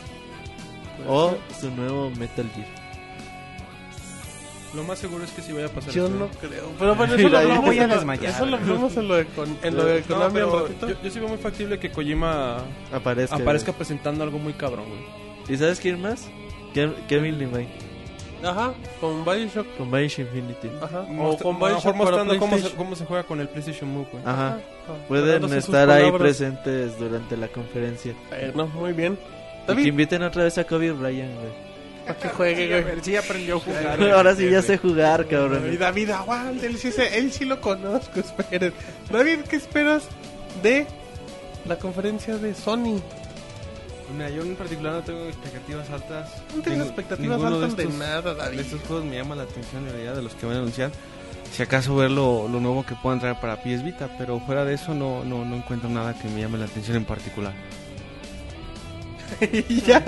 O su nuevo Metal Gear.
Lo más seguro es que sí vaya a pasar. este
Yo
esto.
no creo. Pero bueno, eso
Mira, yo
lo hablamos
voy a
en lo-
desmayar.
Eso lo hablamos en lo de, con, en lo de
No,
Konami al
pero
ratito.
yo, yo sí veo muy factible que Kojima
Aparezca.
aparezca presentando algo muy cabrón, güey.
güey. ¿Y sabes quién más? Ke- Kevin Levine.
Ajá, con Bioshock.
Con Bioshock Infinity.
Ajá. O
Most-
con
a lo mejor
Bioshock para
mostrando cómo se,
PlayStation.
cómo se juega con el PlayStation Move, güey.
Ajá.
Ajá.
Pueden
Agarrándose sus
estar ahí
palabras.
presentes durante la conferencia.
Bueno, Eh, muy bien.
Y que
David,
inviten otra vez a Kobe Bryant,
[laughs]
güey.
para que juegue, güey.
Sí, aprendió a jugar.
[laughs] Ahora sí ya sé jugar,
Y
cabrón.
David, aguante, él sí, se- él sí lo conozco, [laughs] esperen. David, ¿qué esperas de la conferencia de Sony?
Pues Mira, yo en particular no tengo expectativas altas.
No tengo
Ning-
expectativas
ninguno
altas de,
estos-
nada,
de
David.
estos juegos me llama la atención la realidad de los que van a anunciar. Si acaso ver lo, lo nuevo que puedan traer para PS Vita, pero fuera de eso no, no, no encuentro nada que me llame la atención en particular.
Y ya,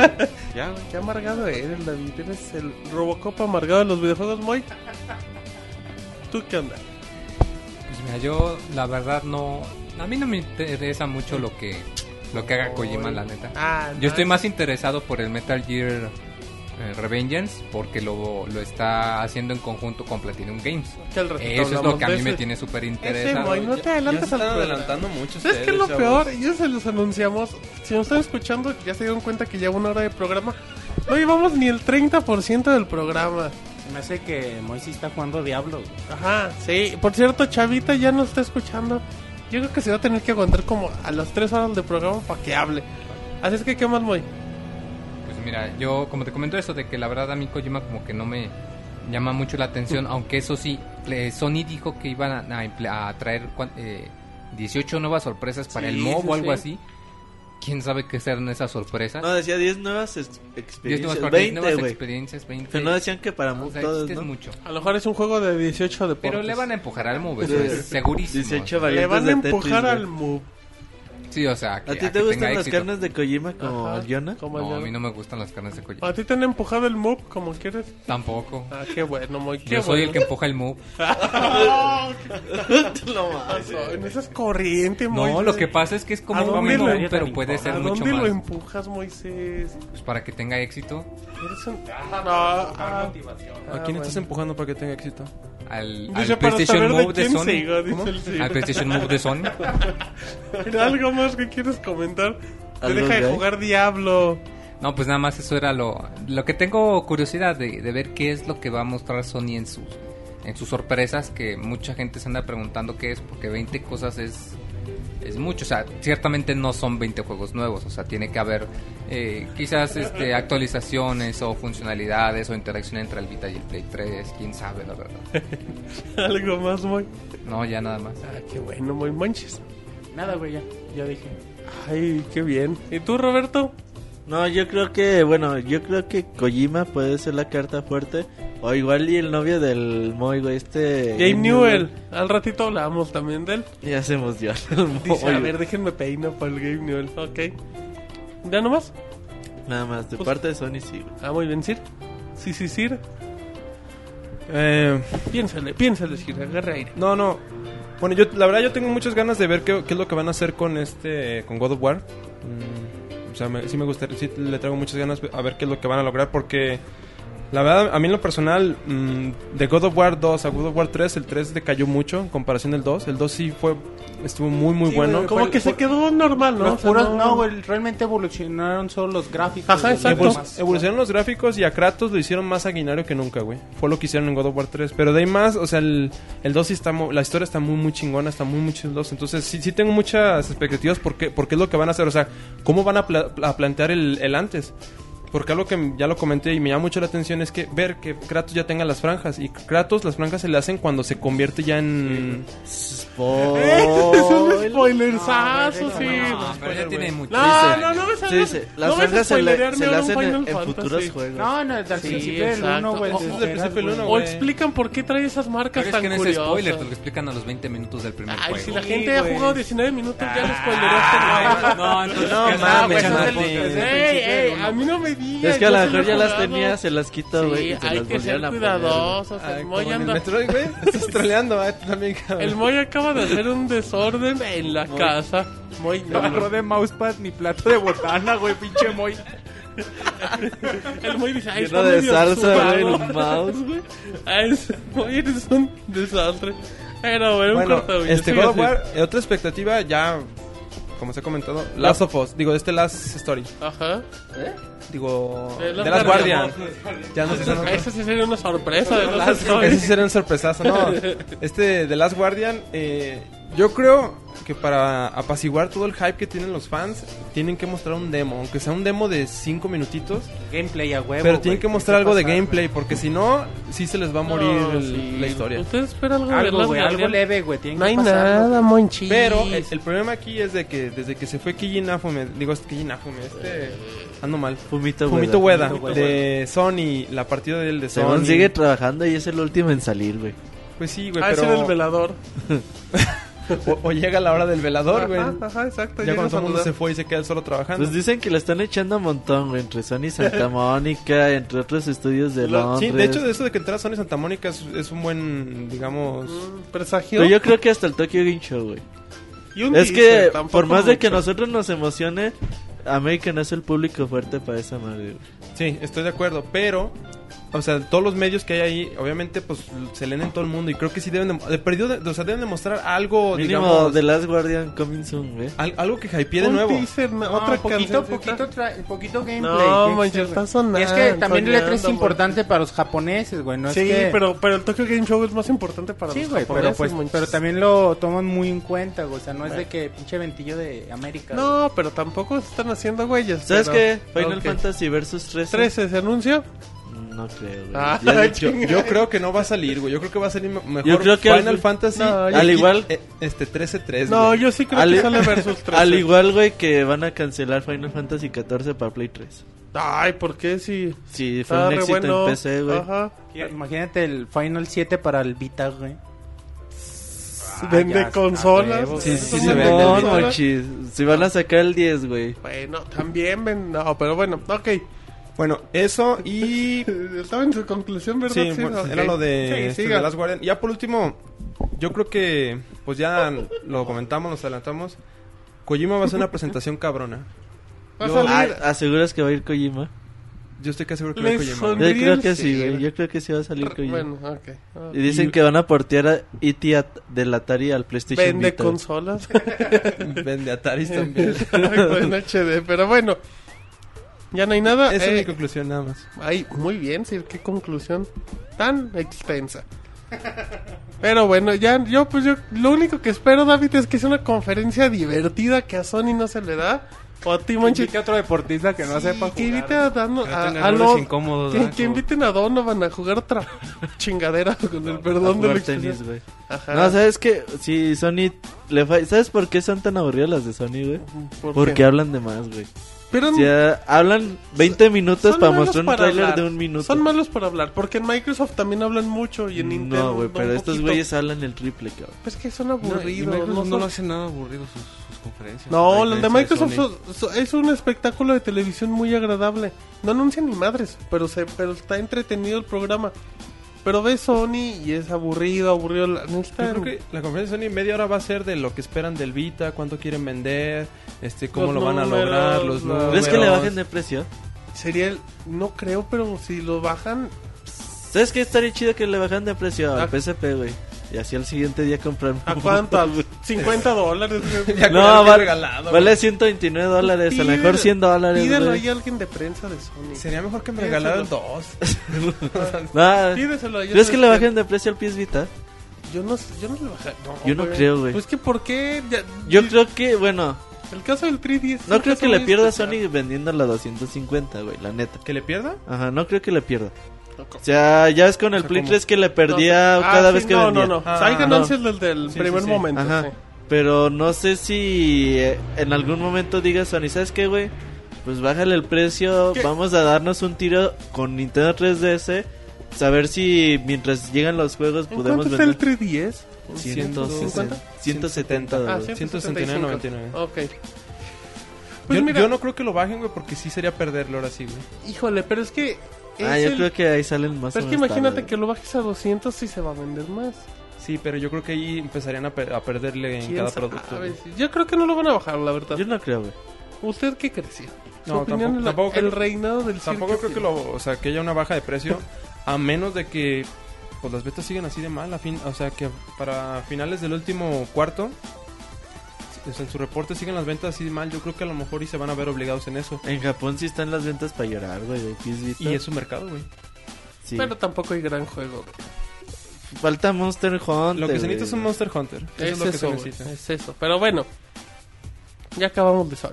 Ya, güey.
qué amargado eres, David. Eres el Robocop amargado de los videojuegos, Moy. ¿Tú qué onda?
Pues mira, yo la verdad no... A mí no me interesa mucho lo que, lo que haga Kojima, la neta.
Ah,
Yo estoy más interesado por el Metal Gear eh, Revengeance porque lo, lo está haciendo en conjunto con Platinum Games. Eso es lo que a mí me tiene súper
Ese
interesado.
Moy, no te
Ya se
adelantas
están
al programa.
adelantando mucho.
¿Sabes qué es lo
ustedes,
peor? Ellos se los anunciamos. Si nos están escuchando, ya se dieron cuenta que lleva una hora de programa. No llevamos ni el 30% del programa.
Se me hace que Moisés está jugando Diablo. güey.
Ajá, sí. Por cierto, Chavita ya nos está escuchando. Yo creo que se va a tener que aguantar como a las 3 horas de programa para que hable. Así es que, ¿qué más, Moy?
Pues mira, yo como te comento eso de que la verdad a mí Kojima como que no me llama mucho la
Mm.
atención, aunque eso sí, eh, Sony dijo que iban a, a emple- a traer cuan- eh, 18 nuevas sorpresas para
Sí,
el MOB
sí,
o algo
sí.
así. ¿Quién sabe qué serán esas sorpresas?
No, decía 10 nuevas ex-
Diez nuevas
experiencias.
partidas,
20,
nuevas
güey.
experiencias, 20.
Pero no decían que para mu-
o sea,
todos,
existe
¿no?
mucho.
A lo mejor es un juego de 18 deportes.
Pero le van a empujar al MOB, eso
Sí.
es segurísimo.
18
Le
variantes
van a
de Tetris,
empujar
güey.
al Move.
Sí, o sea, que,
¿A ti te
que
gustan
tenga
las
éxito.
carnes de Kojima como
Ajá,
al Yona?
como
No,
yo.
a mí no me gustan las carnes de
[laughs]
Kojima.
¿A ti te han empujado el Move como quieres?
Tampoco.
Ah, qué bueno, Moy. Qué
Yo soy el
bueno.
que [laughs] empuja el
[laughs]
move.
Ah, En esas corrientes, Moisés.
No, lo que pasa es que es como
¿A
un
dónde
move,
lo-
pero puede ser
¿A
mucho
dónde lo
más.
empujas, Moisés?
Pues para que tenga éxito
Eres un... Ah, no, ah,
güey. ¿A quién estás empujando para que tenga éxito?
al, al
Dice, para
PlayStation
saber de
Move de
quién
Sony.
sigo, dice
¿Cómo?
el sí.
Al PlayStation Move de Sony.
[laughs] ¿Algo más que quieres comentar? Te
¿Algo
deja de
gay?
jugar [laughs] Diablo.
No, pues nada más eso era lo, lo que tengo curiosidad de, de ver qué es lo que va a mostrar Sony en sus, en sus sorpresas, que mucha gente se anda preguntando qué es, porque 20 cosas es, es mucho. O sea, ciertamente no son 20 juegos nuevos, o sea, tiene que haber eh, quizás este, actualizaciones o funcionalidades o interacción entre el Vita y el Play 3, quién sabe, la verdad.
Algo más, Moy.
No, ya nada más.
Ah, qué bueno, Moy. Manches.
Nada, güey, ya. Ya dije.
Ay, qué bien. ¿Y tú, Roberto?
No, yo creo que, bueno, yo creo que Kojima puede ser la carta fuerte. O igual y el novio del Moy, güey, este...
Game Newell. Al ratito hablamos también de él.
Y hacemos ya el Moy,
[laughs] Dice, a
güey.
ver, déjenme peino para el Game Newell. Ok. ¿Ya nomás?
Nada más, de
Pues-
parte de Sony sí, güey.
Ah, muy bien, Sir. Sí, sí, Sir.
Eh,
Piénsale, piénsale, Sir. Agarre aire.
no, no. Bueno, yo la verdad yo tengo muchas ganas de ver qué, qué es lo que van a hacer con este con God of War. Mm, o sea, me- sí me gustaría, sí le traigo muchas ganas a ver qué es lo que van a lograr porque la verdad a mí en lo personal mm, de God of War 2 a God of War 3 el 3 decayó mucho en comparación del 2. El 2 sí fue estuvo muy muy bueno.
Como que se quedó [laughs] normal, ¿no?
Los
O sea,
puros, no, güey, realmente evolucionaron solo los gráficos.
Ajá,
güey,
exacto.
los
Evolu-
demás.
evolucionaron los gráficos y a Kratos lo hicieron más sanguinario que nunca, güey. Fue lo que hicieron en God of War 3. Pero de ahí más, o sea, el, el 2 sí está... mo- La historia está muy, muy chingona, está muy, muy chido el 2. Entonces, sí, sí tengo muchas expectativas porque, porque es lo que van a hacer. O sea, cómo van a, pla- a plantear el, el antes. Porque algo que ya lo comenté y me llama mucho la atención es que ver que Kratos ya tenga las franjas. Y Kratos las franjas se le hacen cuando se convierte ya en...
Spoiler.
Spoilersazo, sí.
No, pero ya tiene mucho.
No, no, no me
Sí,
salgas-
dice,
no
las
me
franjas se le,
spoilerearme
se le
ahora un
hacen en, en
Final Fantasy.
futuros juegos.
No, no, desde el
Sí,
principio del
exacto.
uno, güey.
O-
desde
desde el principio del
güey.
uno,
O
güey.
explican por qué trae esas marcas
Pero es
tan
que no es
curiosas.
spoiler, te lo explican a los 20 minutos del primer
Ay,
juego.
si la
Sí,
gente ha
güey.
jugado 19 minutos, ya lo spoilereaste,
Ah,
güey.
No, entonces
No,
¿qué
mames,
haces?
no,
Pues,
no,
pues,
no.
eh,
Ey, ey, a mí no me digas.
Es que a
yo
lo
soy
mejor ya las
jurado.
tenía, se las quitó, güey.
Sí,
y se
hay
las
que ser
volvieron a poner, güey.
cuidadosos.
Ay,
el
como
Moy
en el
anda-
Metroid,
[laughs]
güey. Estás troleando, ah, tú también, cabrón.
el Moy acaba de hacer un desorden en la casa. Moy,
No agarró de mousepad mi plato de botana, güey, pinche muy.
[laughs]
el Moy dice, ay,
Lleno
está
de
medio
salsa,
sudado".
güey,
[laughs]
el mouse.
güey. Ay, es- Moy, eres un desastre. Pero, bueno, un
Bueno,
cortavillas,
este
sigue
God of
así.
War, eh, otra expectativa ya, como se ha comentado, Last of Us, digo, este Last Story, ¿Eh?
Ajá.
digo,
De
de
Last
Last
Guardian.
Guardian. Ya no sé, no-
Esa sí sería una sorpresa de los
Ese sí era un
[laughs]
sorpresazo, no. Este de Last Guardian, eh, yo creo que para apaciguar todo el hype que tienen los fans, tienen que mostrar un demo, aunque sea un demo de 5 minutitos,
Gameplay a huevo.
pero tienen
güey,
que mostrar algo de
pasar,
gameplay, porque si no, sí se les va a morir el- la historia.
Usted espera pues, algo,
güey.
de Last
Algo, güey, algo
Guardian.
leve, güey. tienen
No
que
hay
pasarlo,
nada, Monchi.
Pero el, el problema aquí es de que desde que se fue Kijin Afume, digo este Kijin Afume, este ando mal.
Fumito,
Fumito
güey.
Ueda de Sony, la partida de él de Sony.
Según sigue trabajando y es el último en salir, güey. [laughs] Pues
Pues sí, güey,
Ah, ese era el
pero [laughs]
velador.
o, o llega la hora del velador, güey.
Ajá, ajá, exacto.
Ya cuando todo el mundo se
se...
fue y se queda él solo trabajando.
Pues dicen que le están echando un montón, güey, entre Sony
[laughs]
Santa Mónica, entre otros estudios de
Lo-
Londres.
sí, de hecho de eso de que entrar a Sony Santa Mónica es, es un buen, digamos,
Mm, Presagio.
Pero yo creo que hasta el Tokyo Game Show, güey.
Y un
Es
teaser,
que
tampoco
por más de que
mucho.
nosotros nos emocione, América no es el público fuerte para esa madre. güey.
Sí, estoy de acuerdo, pero o sea, todos los medios que hay ahí, obviamente pues se leen en todo el mundo y creo que sí deben de, de perdido de- o sea, deben de mostrar algo,
Mínimo
digamos,
The Last Guardian coming soon, güey.
al- algo que hypee de
Un
nuevo.
teaser, no,
No,
otra
poquito,
cancioncita.
poquito, tra- poquito gameplay.
No,
que
manches,
existe,
está
güey.
sonando,
Y es que también el E3 es
soñando,
importante para los japoneses, güey. No es
sí,
que-
pero, pero el Tokyo Game Show es más importante para
Sí,
los
güey, pero,
japoneses,
pues,
Monchi.
pero también lo toman muy en cuenta, güey. O sea, no es de que pinche ventillo de América. güey.
No, pero tampoco se están haciendo güeyes.
¿Sabes
pero-
qué? Final
Ok.
Fantasy Versus 13.
13 se anunció.
No creo,
[laughs]
güey.
Ah,
Ya de-
Yo, yo creo que no va a salir, güey. Yo creo que va a salir me- mejor
Yo creo que
Final
al-
Fantasy.
No, yo-
al igual-
eh, este 13-3.
No,
güey.
yo sí creo que
Ale-
sale
[laughs]
versus eh. 13.
Al igual, güey, que van a cancelar Final Fantasy 14 para Play 3.
Ay, ¿por qué si
Sí, fue
está
un
Ah, re
éxito
bueno?
en PC, güey.
Ajá.
Imagínate el Final 7 para el Vita, güey.
Vende
Ah, ya está,
consolas.
huevo,
Sí,
güey.
sí,
Son
se
una
vende,
consola.
mochis. [laughs] Si van a sacar el 10, güey.
Bueno, también ven- No, pero bueno, ok.
Bueno, eso y.
[laughs] Estaba en su conclusión, ¿verdad?
sí, bueno,
ok.
era lo de,
Sí,
este,
siga.
de Last Guardian. Ya por último, yo creo que. Pues ya lo comentamos, nos adelantamos. Kojima va a hacer una presentación cabrona.
Va a
Yo-
salir-
Ah, ¿Aseguras que va a ir Kojima?
Yo estoy casi seguro que va a ir
Le
Kojima.
son-
Yo creo que
Sí,
sí, güey.
güey.
Yo creo que sí va a salir Kojima.
Bueno, ok. Ah.
Y dicen que van a portear a E.T. at- del Atari al PlayStation
Vende
Vita. [laughs]
consolas.
güey. Vende Ataris
[laughs]
también.
Exacto, en HD. Pero bueno, ya no hay nada.
Esa es mi
Eh,
conclusión, nada más.
Ay, muy bien, Sir, qué conclusión tan extensa. Pero bueno, ya yo pues yo lo único que espero, David, es que sea una conferencia divertida que a Sony no se le da o a ti Monchi
Invite a otro deportista que no
sí,
sepa
que
jugar.
invite a, Dano-
Que no
a,
tenga
a
goles
Lo-
incómodos,
que,
¿verdad?
que inviten a Donovan a jugar otra [laughs] chingadera con el
A
perdón de
jugar
la
tenis,
expresión.
güey.
Ajá.
No, ¿sabes qué? Sí, Sony... Le fa- ¿Sabes por qué son tan aburridas las de Sony, güey?
¿Por
Porque
qué?
hablan de más, güey.
Pero
O sea, hablan 20 minutos
son
para
malos
mostrar un
para
tráiler
hablar.
de un minuto.
Son malos para hablar, porque en Microsoft también hablan mucho y en Nintendo
No, güey, pero
un
estos
poquito.
güeyes hablan el triple, cabrón.
Pues que son
No, y
aburridos,
Microsoft
no
no,
son-
lo hacen nada aburrido sus, sus conferencias.
No,
A
las de
diferencia
Microsoft
Sony.
son- son- es un espectáculo de televisión muy agradable. No anuncian ni madres, pero se, pero está entretenido el programa. Pero ves Sony y es aburrido, aburrido. La,
Yo
necesitan-
creo que la conferencia de Sony media hora va a ser de lo que esperan del Vita, cuánto quieren vender, este cómo
Los
lo van a
números,
lograr, los
la-
números.
¿Crees que le bajen de precio?
Sería el... No creo, pero si lo bajan...
¿Sabes qué estaría chido que le bajan de precio
Ah.
al PSP, güey? Y así al siguiente día comprarme.
¿A
uno,
cuánto?
[laughs]
¿A
güey.
50
[laughs]
dólares.
[laughs] Ya con
No,
alguien
vale,
regalado,
vale 129 dólares, a lo mejor 100 dólares,
Pídelo
güey.
ahí a alguien de prensa de Sony.
Sería mejor que me
Piénsalo.
regalaran dos.
[laughs]
[laughs]
No,
[laughs] Pídeselo ahí a
¿Crees que le
alguien-
bajen de precio al PS Vita?
Yo no, sé, yo no le bajaría.
Yo no creo, güey.
Pues que ¿por qué? Ya-
Yo creo que, bueno,
El caso del 3DS.
No creo que le pierda
pierdas
a Sony vendiendo la 250, güey, la neta.
¿Que le pierda?
Ajá, no creo que le pierda. O sea, ya es con el Play 3 que le perdía cada vez que
Ah, no,
vendía.
No, no,
Ah,
Saiga
no.
no. es el del, del
Sí,
primer
sí, sí.
momento.
Ajá.
sí. [laughs]
Pero no sé si eh, en algún momento diga Sony, ¿sabes qué, güey? Pues bájale el precio,
¿Qué?
vamos a darnos un tiro con Nintendo 3DS. Saber si mientras llegan los juegos
¿En
podemos
cuánto está el
vender
3DS?
160, 170
Ah,
dólares.
179.99.
179.99.
Ok. Pues
Yo,
mira,
yo no creo que lo bajen, güey, porque sí sería perderlo ahora sí, güey.
híjole, pero es que. Es
Ah, yo
el-
creo que ahí salen más
pero
o
es que
menos
imagínate
tarde.
que lo bajes a 200 y se va a vender más.
Sí, pero yo creo que ahí empezarían a, per- a perderle en
¿Quién
cada
sabe?
producto. güey.
Yo creo que no lo van a bajar, la verdad.
Yo no creo, güey.
¿Usted qué creció? Su
No,
opinión
tampoco-
en la-
tampoco creo-
el reinado del
Tampoco
circo
creo que
final.
lo, o sea, que haya una baja de precio, a menos de que pues las betas siguen así de mal, a fin, o sea, que para finales del último cuarto o sea, en su reporte siguen las ventas así de mal, yo creo que a lo mejor y se van a ver obligados en eso.
En Japón sí están las ventas para llorar, güey, de Kiss Vita.
Y es su mercado, güey.
Sí.
Pero tampoco hay gran juego.
Falta Monster Hunter.
Lo que se necesita
güey.
es un Monster Hunter. Eso es,
Es
lo que
eso,
se
güey,
necesita.
es eso. Pero bueno, ya acabamos de Sony.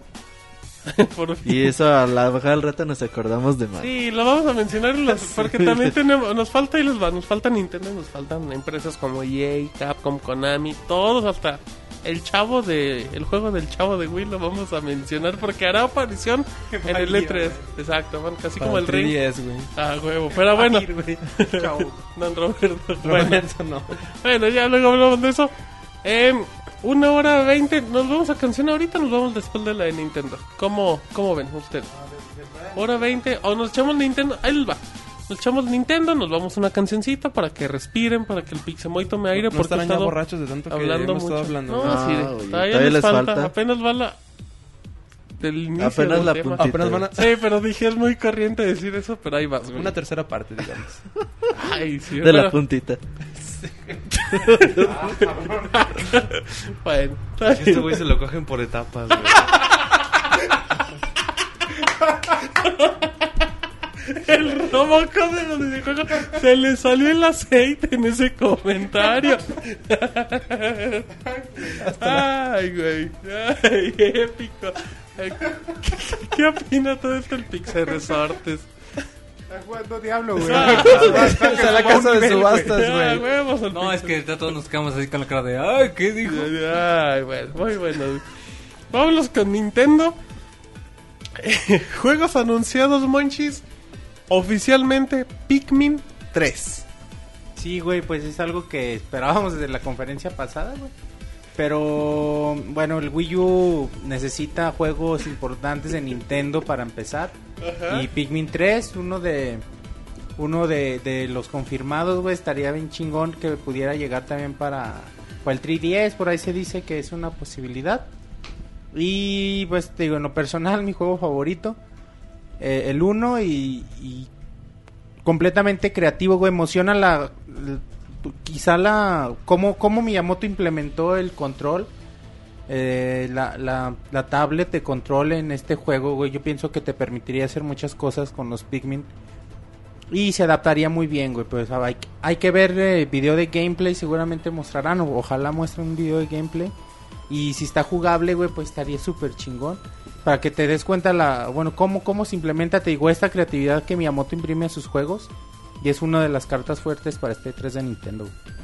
Por fin.
Y eso a la bajada del rato nos acordamos de más.
Sí, lo vamos a mencionar
[laughs]
en las- porque también tenemos, nos falta y les va, nos falta Nintendo, nos faltan empresas como EA, Capcom, Konami, todos hasta el chavo de el juego del chavo de Wii lo vamos a mencionar porque hará aparición en el E3. Exacto, van casi como el ring.
3DS, güey.
Ah, huevo, pero bueno. [laughs] Don Roberto. Bueno,
Roberto, no.
bueno, ya luego hablamos de eso. Em, una hora veinte, nos vamos a canción ahorita, nos vamos después de la de Nintendo. ¿Cómo, cómo ven ustedes? Hora veinte, o nos echamos Nintendo, ahí les va. Nos echamos Nintendo, nos vamos a una cancioncita para que respiren, para que el Pixemoy tome aire.
no
porque
estarán
he
ya
estado
borrachos de tanto que
hablando
hemos
mucho.
estado hablando.
No,
güey.
Ah,
sí,
oye,
todavía,
todavía
les,
les
falta.
falta.
Apenas va la... Del inicio
Apenas
del
la
tema.
puntita.
Apenas van a...
Sí, pero dije, es muy corriente decir eso, pero ahí vas, güey.
Una tercera parte, digamos.
Ay, sí,
De la
bueno.
puntita.
[laughs] Bueno,
Este güey se lo cogen por etapas, güey.
[laughs] el roboco de los videojuegos se le salió el aceite en ese comentario. [laughs] Ay, güey. Ay, épico. Ay, ¿Qué, qué opina todo esto el Pixel Resortes?
Está jugando
[laughs]
Diablo, güey. [laughs]
Está la casa de subastas,
Ah,
güey.
huevos, el
No, es
Pixel.
que ahorita todos nos quedamos así con la cara de, ay, ¿qué dijo?
Ay, bueno, muy bueno. güey. Vámonos con Nintendo. Eh, Juegos anunciados, monchis. Oficialmente, Pikmin 3.
Sí, güey, pues es algo que esperábamos desde la conferencia pasada, güey. Pero bueno, el Wii U necesita juegos importantes de Nintendo para empezar. Y Pikmin 3, uno de uno de, de los confirmados, güey, estaría bien chingón que pudiera llegar también para, para el 3DS, por ahí se dice que es una posibilidad. Y pues te digo, en lo personal, mi juego favorito, eh, el 1 y, y completamente creativo, güey. Emociona la. l- Quizá la. Cómo, cómo Miyamoto implementó el control. eh, la, la, la tablet de control en este juego, güey. Yo pienso que te permitiría hacer muchas cosas con los Pikmin. Y se adaptaría muy bien, güey. Pues hay, que- hay que ver eh, video de gameplay. Seguramente mostrarán. O, ojalá muestren un video de gameplay. Y si está jugable, güey, pues estaría súper chingón. Para que te des cuenta la, bueno, cómo, cómo se implementa, te digo, esta creatividad que Miyamoto imprime a sus juegos. Y es una de las cartas fuertes para este 3 de Nintendo. güey.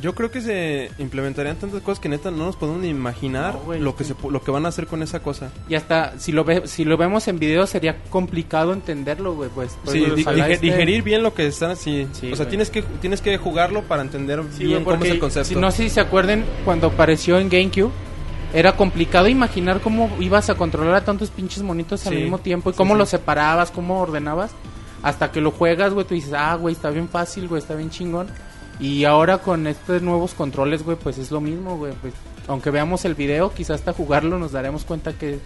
Yo creo que se implementarían tantas cosas que neta no nos podemos ni imaginar
No, güey.
lo, que se, pu- lo que van a hacer con esa cosa.
Y hasta si lo ve, si lo vemos en video sería complicado entenderlo, güey, pues. pues,
sí,
güey,
di-
ojalá
dije-
este-
digerir bien lo que están así.
Sí,
o sea,
güey.
tienes que, tienes que jugarlo para entender
Sí,
bien
güey,
cómo es el
porque
concepto.
Si no sé si se acuerden cuando apareció en GameCube. Era complicado imaginar cómo ibas a controlar a tantos pinches monitos al
Sí,
mismo tiempo y
sí,
cómo
sí.
los separabas, cómo ordenabas. Hasta que lo juegas, güey, tú dices, ah, güey, está bien fácil, güey, está bien chingón. Y ahora con estos nuevos controles, güey, pues es lo mismo, güey. Pues, aunque veamos el video, quizás hasta jugarlo nos daremos cuenta que,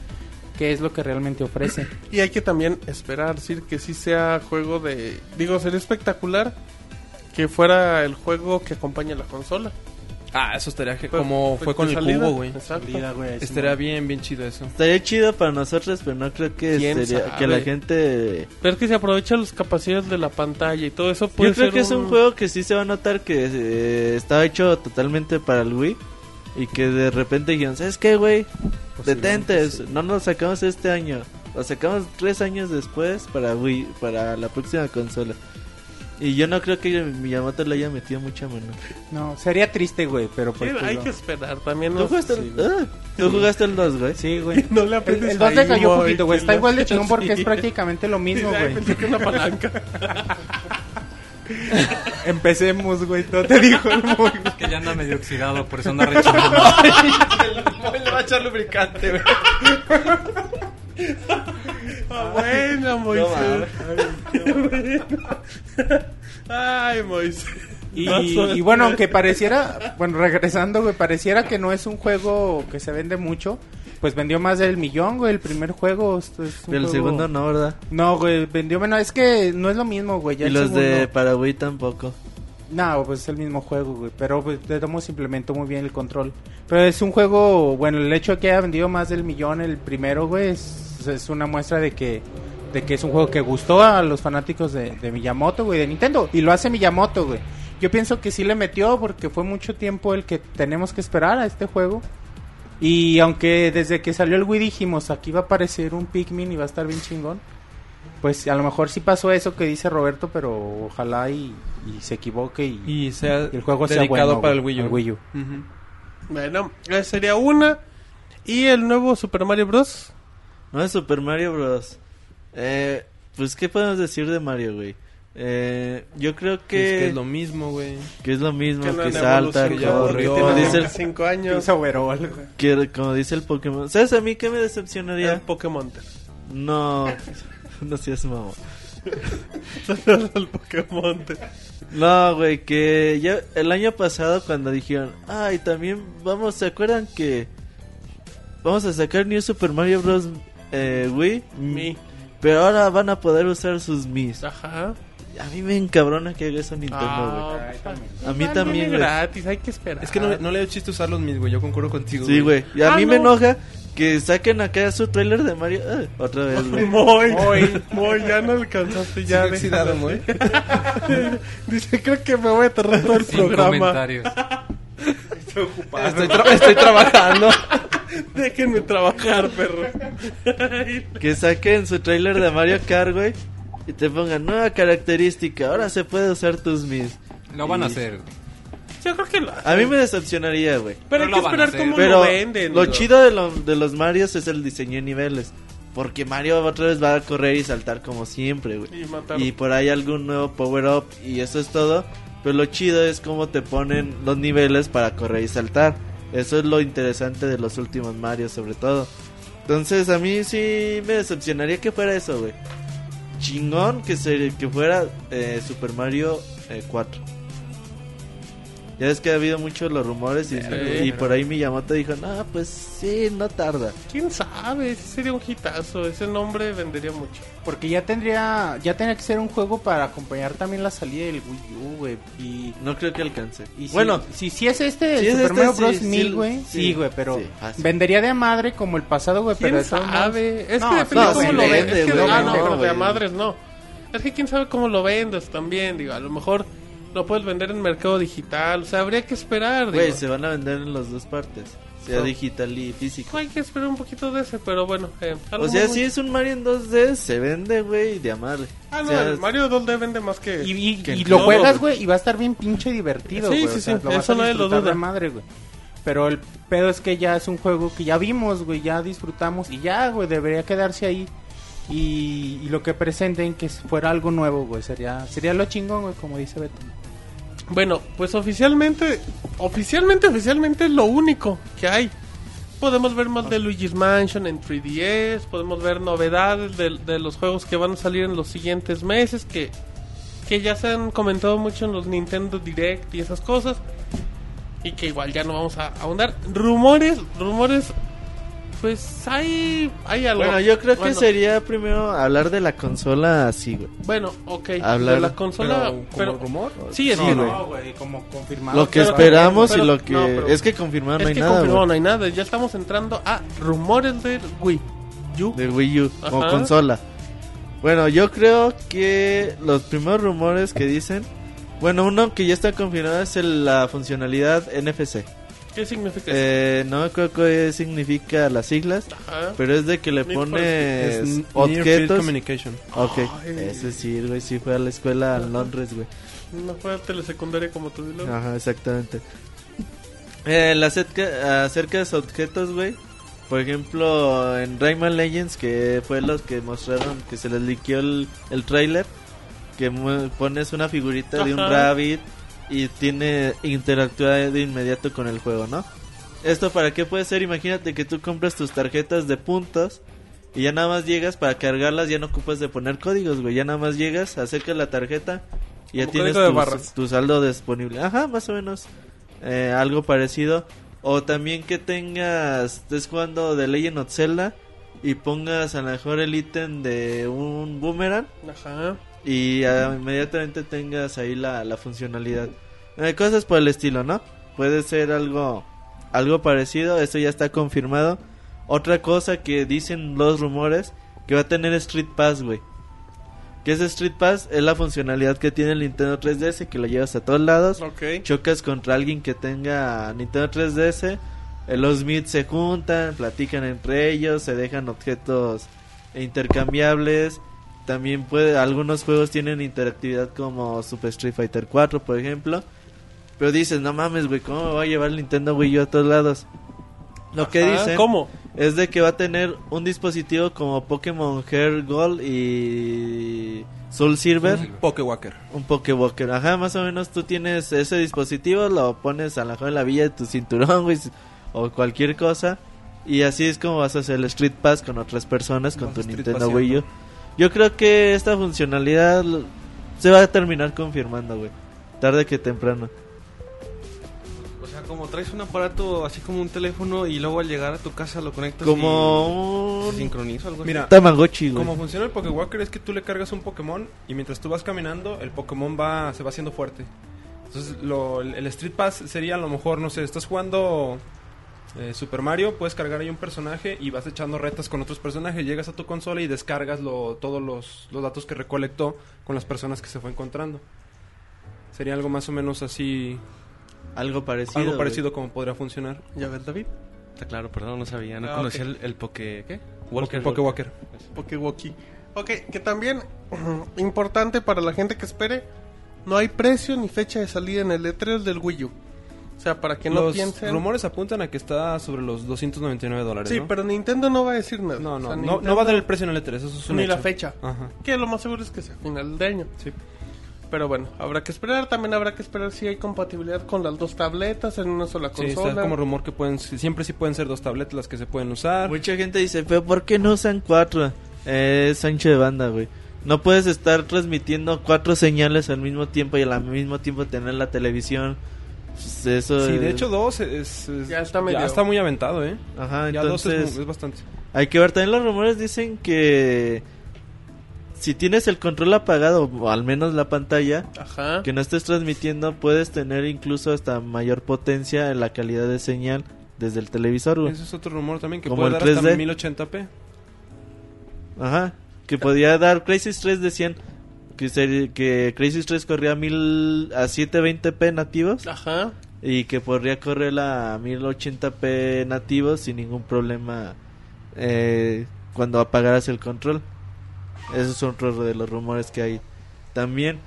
que es lo que realmente ofrece.
Y hay que también esperar, decir que sí sea juego de. Digo, sería espectacular que fuera el juego que acompaña la consola.
Ah, eso estaría ge- como
Pues,
fue con
de
el
salida,
cubo, güey.
Exacto.
Estaría bien, bien chido eso.
Estaría chido para nosotros, pero no creo que
¿Quién
sería-
sabe?
que la gente
Pero es que se aprovechan las capacidades de la pantalla y todo eso puede
Yo creo
ser
que es un juego que sí se va a notar que eh, estaba hecho totalmente para el Wii y que de repente dijeron, "¿Sabes qué, güey? detente, no nos sacamos este año. Lo sacamos tres años después para Wii, para la próxima consola. Y yo no creo que Miyamoto le haya metido mucha mano.
No, sería triste, güey, pero
Sí,
pues...
hay
no.
que esperar también.
¿Tú
los-
jugaste,
sí,
el,
güey.
ah, ¿tú jugaste el 2, güey?
Sí, güey.
[laughs] No le
El,
aprendes
Pues el 2 le
ahí,
cayó poquito, güey. Está
Sí. [laughs]
igual de chingón porque es
Sí.
prácticamente lo mismo,
Ay,
güey.
pensé que
[laughs]
una palanca.
Empecemos, güey. No te dijo el móvil.
Que ya anda medio oxidado, por eso anda
[laughs]
[laughs]
rechinando.
le va a echar lubricante, güey. Ah, [laughs] bueno, Moisés. Ay, Moisés.
Y,
Vas a-
y bueno, aunque pareciera, bueno, regresando, güey, pareciera que no es un juego que se vende mucho, pues vendió más del millón, güey, el primer juego. esto es un
Pero el
juego-
segundo no, ¿verdad?
No, güey, vendió menos, es que no es lo mismo, güey. ya
y
el
los de
segundo-
Paraguay tampoco.
No, pues es el mismo juego, güey, pero pues, de todos modos implementó muy bien el control. Pero es un juego, bueno, el hecho de que haya vendido más del millón el primero, güey, es, es una muestra de que de que es un juego que gustó a los fanáticos de, de Miyamoto, güey, de Nintendo. Y lo hace Miyamoto, güey. Yo pienso que sí le metió porque fue mucho tiempo el que tenemos que esperar a este juego. Y aunque desde que salió el Wii dijimos, aquí va a aparecer un Pikmin y va a estar bien chingón. Pues a lo mejor sí pasó eso que dice Roberto, pero ojalá y, y se equivoque y,
Y sea
y el juego sea
dedicado
bueno,
para
güey,
el Wii U.
al Wii U.
Ujú.
Bueno, esa sería una. [laughs] Y el nuevo Super Mario Bros.
No, es Super Mario Bros. Eh, pues, ¿qué podemos decir de Mario, güey? Eh, yo creo
Es
que,
Pues que es lo mismo, güey.
mismo, que,
no han
salta,
evolucionado,
corre,
que
como
tiene
dice, el,
5 años.
Hizo overall, güey.
que- como dice el Pokémon. ¿Sabes a mí qué me
El
decepcionaría?
Pokémon.
No, [laughs] no seas mamón.
el Pokémon.
No, güey, que ya el año pasado cuando dijeron, ay, también vamos, ¿se acuerdan que vamos a sacar New Super Mario Bros. Eh, Wii?
Mi.
Pero ahora van a poder usar sus Mis.
Ajá.
A mí me encabrona que haga eso Nintendo, güey.
pues,
A mí
Ah,
también,
viene
güey.
gratis, hay que esperar.
Es que no, no le dio chiste usar los mis, güey. Yo concuerdo contigo.
Sí, güey. Y a
Ah,
mí me
no.
enoja que saquen acá su trailer de Mario. Ah, otra vez, güey.
Moy, Moy, Moy, ya no alcanzaste, ya
Sigue oxidado,
déjalo.
güey.
Dice, creo que me voy a tardar todo el
Sin
programa.
comentarios.
Estoy, tra- estoy trabajando.
[laughs] Déjenme trabajar, perro.
[laughs] Que saquen su trailer de Mario Kart, güey. Y te pongan nueva característica. Ahora se puede usar tus mis.
Lo van a
Y-
hacer.
Yo creo que lo hacen.
A mí me decepcionaría, güey.
Pero
No
hay
lo
que
van a
esperar
hacer.
cómo
Pero
lo venden.
lo
¿no?
chido de, lo- de los Marios es el diseño de niveles. Porque Mario otra vez va a correr y saltar como siempre, güey.
Y matar.
y por ahí algún nuevo power up y eso es todo. Pero lo chido es cómo te ponen los niveles para correr y saltar. Eso es lo interesante de los últimos Mario sobre todo. Entonces a mí sí me decepcionaría que fuera eso, güey. Chingón que, se, que fuera eh, Super Mario eh, 4. Ya es que ha habido muchos los rumores y,
Sí.
y por ahí Miyamoto dijo, no, pues sí, no tarda.
¿Quién sabe? Ese sería un hitazo. Ese nombre vendería mucho.
Porque ya tendría, ya tenía que ser un juego para acompañar también la salida del Wii U, güey. Y,
No creo que alcance.
y si-
bueno,
si, si es este el
si es
Super
este,
Mario
sí,
Bros.
sí,
1000, güey.
sí,
Sí, güey, pero
sí, fácil.
vendería de madre como el pasado, güey. Pero
¿Quién
de todos modos-
sabe? Es
No,
que depende
no,
cómo
sí
lo
vende,
vendes. Es que-
güey,
ah, no,
no,
pero de
güey.
a madres no. Es que quién sabe cómo lo vendes también, digo. A lo mejor lo puedes vender en mercado digital. O sea, habría que esperar, digo.
Güey, se van a vender en las dos partes, sea
Oh.
digital y físico.
Hay que esperar un poquito de ese, pero bueno. eh, algo
O sea,
muy-
si es un Mario en 2D, se vende, güey, de amarle.
Ah,
O
no,
sea,
el Mario 2D vende más que.
Y, y-
que
y
el
lo
todo,
juegas, güey, y va a estar bien pinche divertido,
Sí,
güey.
sí,
o sea,
sí,
lo vas
eso
a
nadie lo
disfrutar
duda.
de madre, güey. Pero el pedo es que ya es un juego que ya vimos, güey, ya disfrutamos y ya, güey, debería quedarse ahí. Y, y lo que presenten que fuera algo nuevo, güey, sería sería lo chingón, güey, como dice Beto.
Bueno, pues oficialmente, oficialmente, oficialmente es lo único que hay. Podemos ver más de Luigi's Mansion en 3DS, podemos ver novedades de, de los juegos que van a salir en los siguientes meses, que, que ya se han comentado mucho en los Nintendo Direct y esas cosas, y que igual ya no vamos a ahondar. Rumores, rumores, pues hay, hay algo.
Bueno, yo creo que
Bueno,
sería primero hablar de la consola así, güey.
Bueno, ok,
hablar-
de la consola,
Pero, ¿como
pero...
rumor?
Sí, es
Sí,
que-
güey.
güey, como confirmado.
Lo que
pero-
esperamos
pero-
y lo que...
no, pero-
es que confirmar no
es
hay
que
nada,
confirmado
güey.
no hay nada. Ya estamos entrando a rumores del Wii U.
De Wii U o
Ajá.
consola. Bueno, yo creo que los primeros rumores que dicen... Bueno, uno que ya está confirmado es el- la funcionalidad NFC.
¿Qué significa eso?
Eh, no me acuerdo qué significa las siglas,
Ajá.
pero es de que le
Need for
pones
Es Near Field
objetos.
Communication.
Ok,
Ay.
ese sí, güey, sí fue a la escuela en Londres, güey.
No fue a telesecundaria como tú dilo.
Ajá, exactamente. Eh, la acerca, acerca de sus objetos, güey. Por ejemplo, en Rayman Legends, que fue los que mostraron que se les liqueó el, el trailer, que mu- pones una figurita de un
Ajá.
rabbit y tiene interactúa de inmediato con el juego, ¿no? ¿Esto para qué puede ser? Imagínate que tú compras tus tarjetas de puntos y ya nada más llegas para cargarlas, ya no ocupas de poner códigos, güey. Ya nada más llegas, acercas la tarjeta y ya
Como
tienes
código de
tu-
barras.
tu saldo disponible. Ajá, más o menos eh, algo parecido. O también que tengas, estés jugando de Legend of Zelda y pongas a lo mejor el ítem de un boomerang
Ajá.
y ah, inmediatamente tengas ahí la, la funcionalidad. Eh, cosas por el estilo, ¿no? Puede ser algo, algo parecido, esto ya está confirmado. Otra cosa que dicen los rumores, que va a tener Street Pass, güey. Que es Street Pass, es la funcionalidad que tiene el Nintendo 3DS, que lo llevas a todos lados
Ok.
chocas contra alguien que tenga Nintendo 3DS, eh, los mids se juntan, platican entre ellos, se dejan objetos intercambiables. También puede, algunos juegos tienen interactividad como Super Street Fighter 4, por ejemplo. Pero dices, no mames, güey, ¿cómo me voy a llevar el Nintendo Wii U a todos lados? Lo que
Ajá,
dicen
¿Cómo?
es de que va a tener un dispositivo como Pokémon Hair Gold y Soul Silver.
Pokewaker.
Un Pokewalker, ajá, más o menos tú tienes ese dispositivo, lo pones a lo mejor en la villa de tu cinturón, güey, o cualquier cosa. Y así es como vas a hacer el Street Pass con otras personas, con
Vas
tu
Street
Nintendo
Passeando.
Wii U. Yo creo que esta funcionalidad lo- se va a terminar confirmando, güey. Tarde que temprano.
O sea, como traes un aparato así como un teléfono y luego al llegar a tu casa lo conectas.
Como
y se
un
sincroniza o algo así.
Mira,
Tamagotchi, güey.
Como funciona el Pokéwalker es que tú le cargas un Pokémon y mientras tú vas caminando, el Pokémon va, se va haciendo fuerte. Entonces, lo- el, el Street Pass sería a lo mejor, no sé, estás jugando eh, Super Mario, puedes cargar ahí un personaje y vas echando retas con otros personajes, llegas a tu consola y descargas lo- todos los, los datos que recolectó con las personas que se fue encontrando. Sería algo más o menos así,
Algo parecido.
algo
güey.
parecido como podría funcionar.
Ya ves, David.
Está claro, perdón, no sabía. No
Ah,
conocía
ok.
el, el Poke. ¿Qué?
Poke- Pokéwalker.
Pokewoki. Ok, que también, [clears throat] importante para la gente que espere, no hay precio ni fecha de salida en el E3 del Wii U. O sea, para que no
los
piensen...
rumores apuntan a que está sobre los 299 dólares.
Sí,
E ¿no?
pero Nintendo no va a decir nada.
No,
O
no,
sea,
no,
Nintendo-
no va a dar el precio en el E E3, eso es un
Ni
hecho.
la fecha.
Ajá.
Que lo más seguro es que sea final de año.
Sí.
Pero bueno, habrá que esperar. También habrá que esperar si hay compatibilidad con las dos tabletas en una sola
Sí,
consola.
está como rumor que pueden, siempre sí pueden ser dos tabletas las que se pueden usar.
Mucha gente dice, pero ¿por qué no usan cuatro? Eh, es ancho de banda, güey. No puedes estar transmitiendo cuatro señales al mismo tiempo y al mismo tiempo tener la televisión. Pues eso
Sí,
es-
de hecho dos es, es-
Ya está medio-
muy aventado, ¿eh?
Ajá,
ya dos
entonces
es, mu- es bastante.
hay que ver. También los rumores dicen que si tienes el control apagado, o al menos la pantalla,
Ajá.
que no estés transmitiendo, puedes tener incluso hasta mayor potencia en la calidad de señal desde el televisor, güey.
Eso es otro rumor también que
Como
puede
el
dar hasta
3D.
1080p.
Ajá, que podía dar Crisis 3 de 100. Que, se- que Crisis 3 corría a, mil, a 720p nativos
Ajá.
y que podría correr a 1080p nativos sin ningún problema eh, cuando apagaras el control. Esos son otro de los rumores que hay también.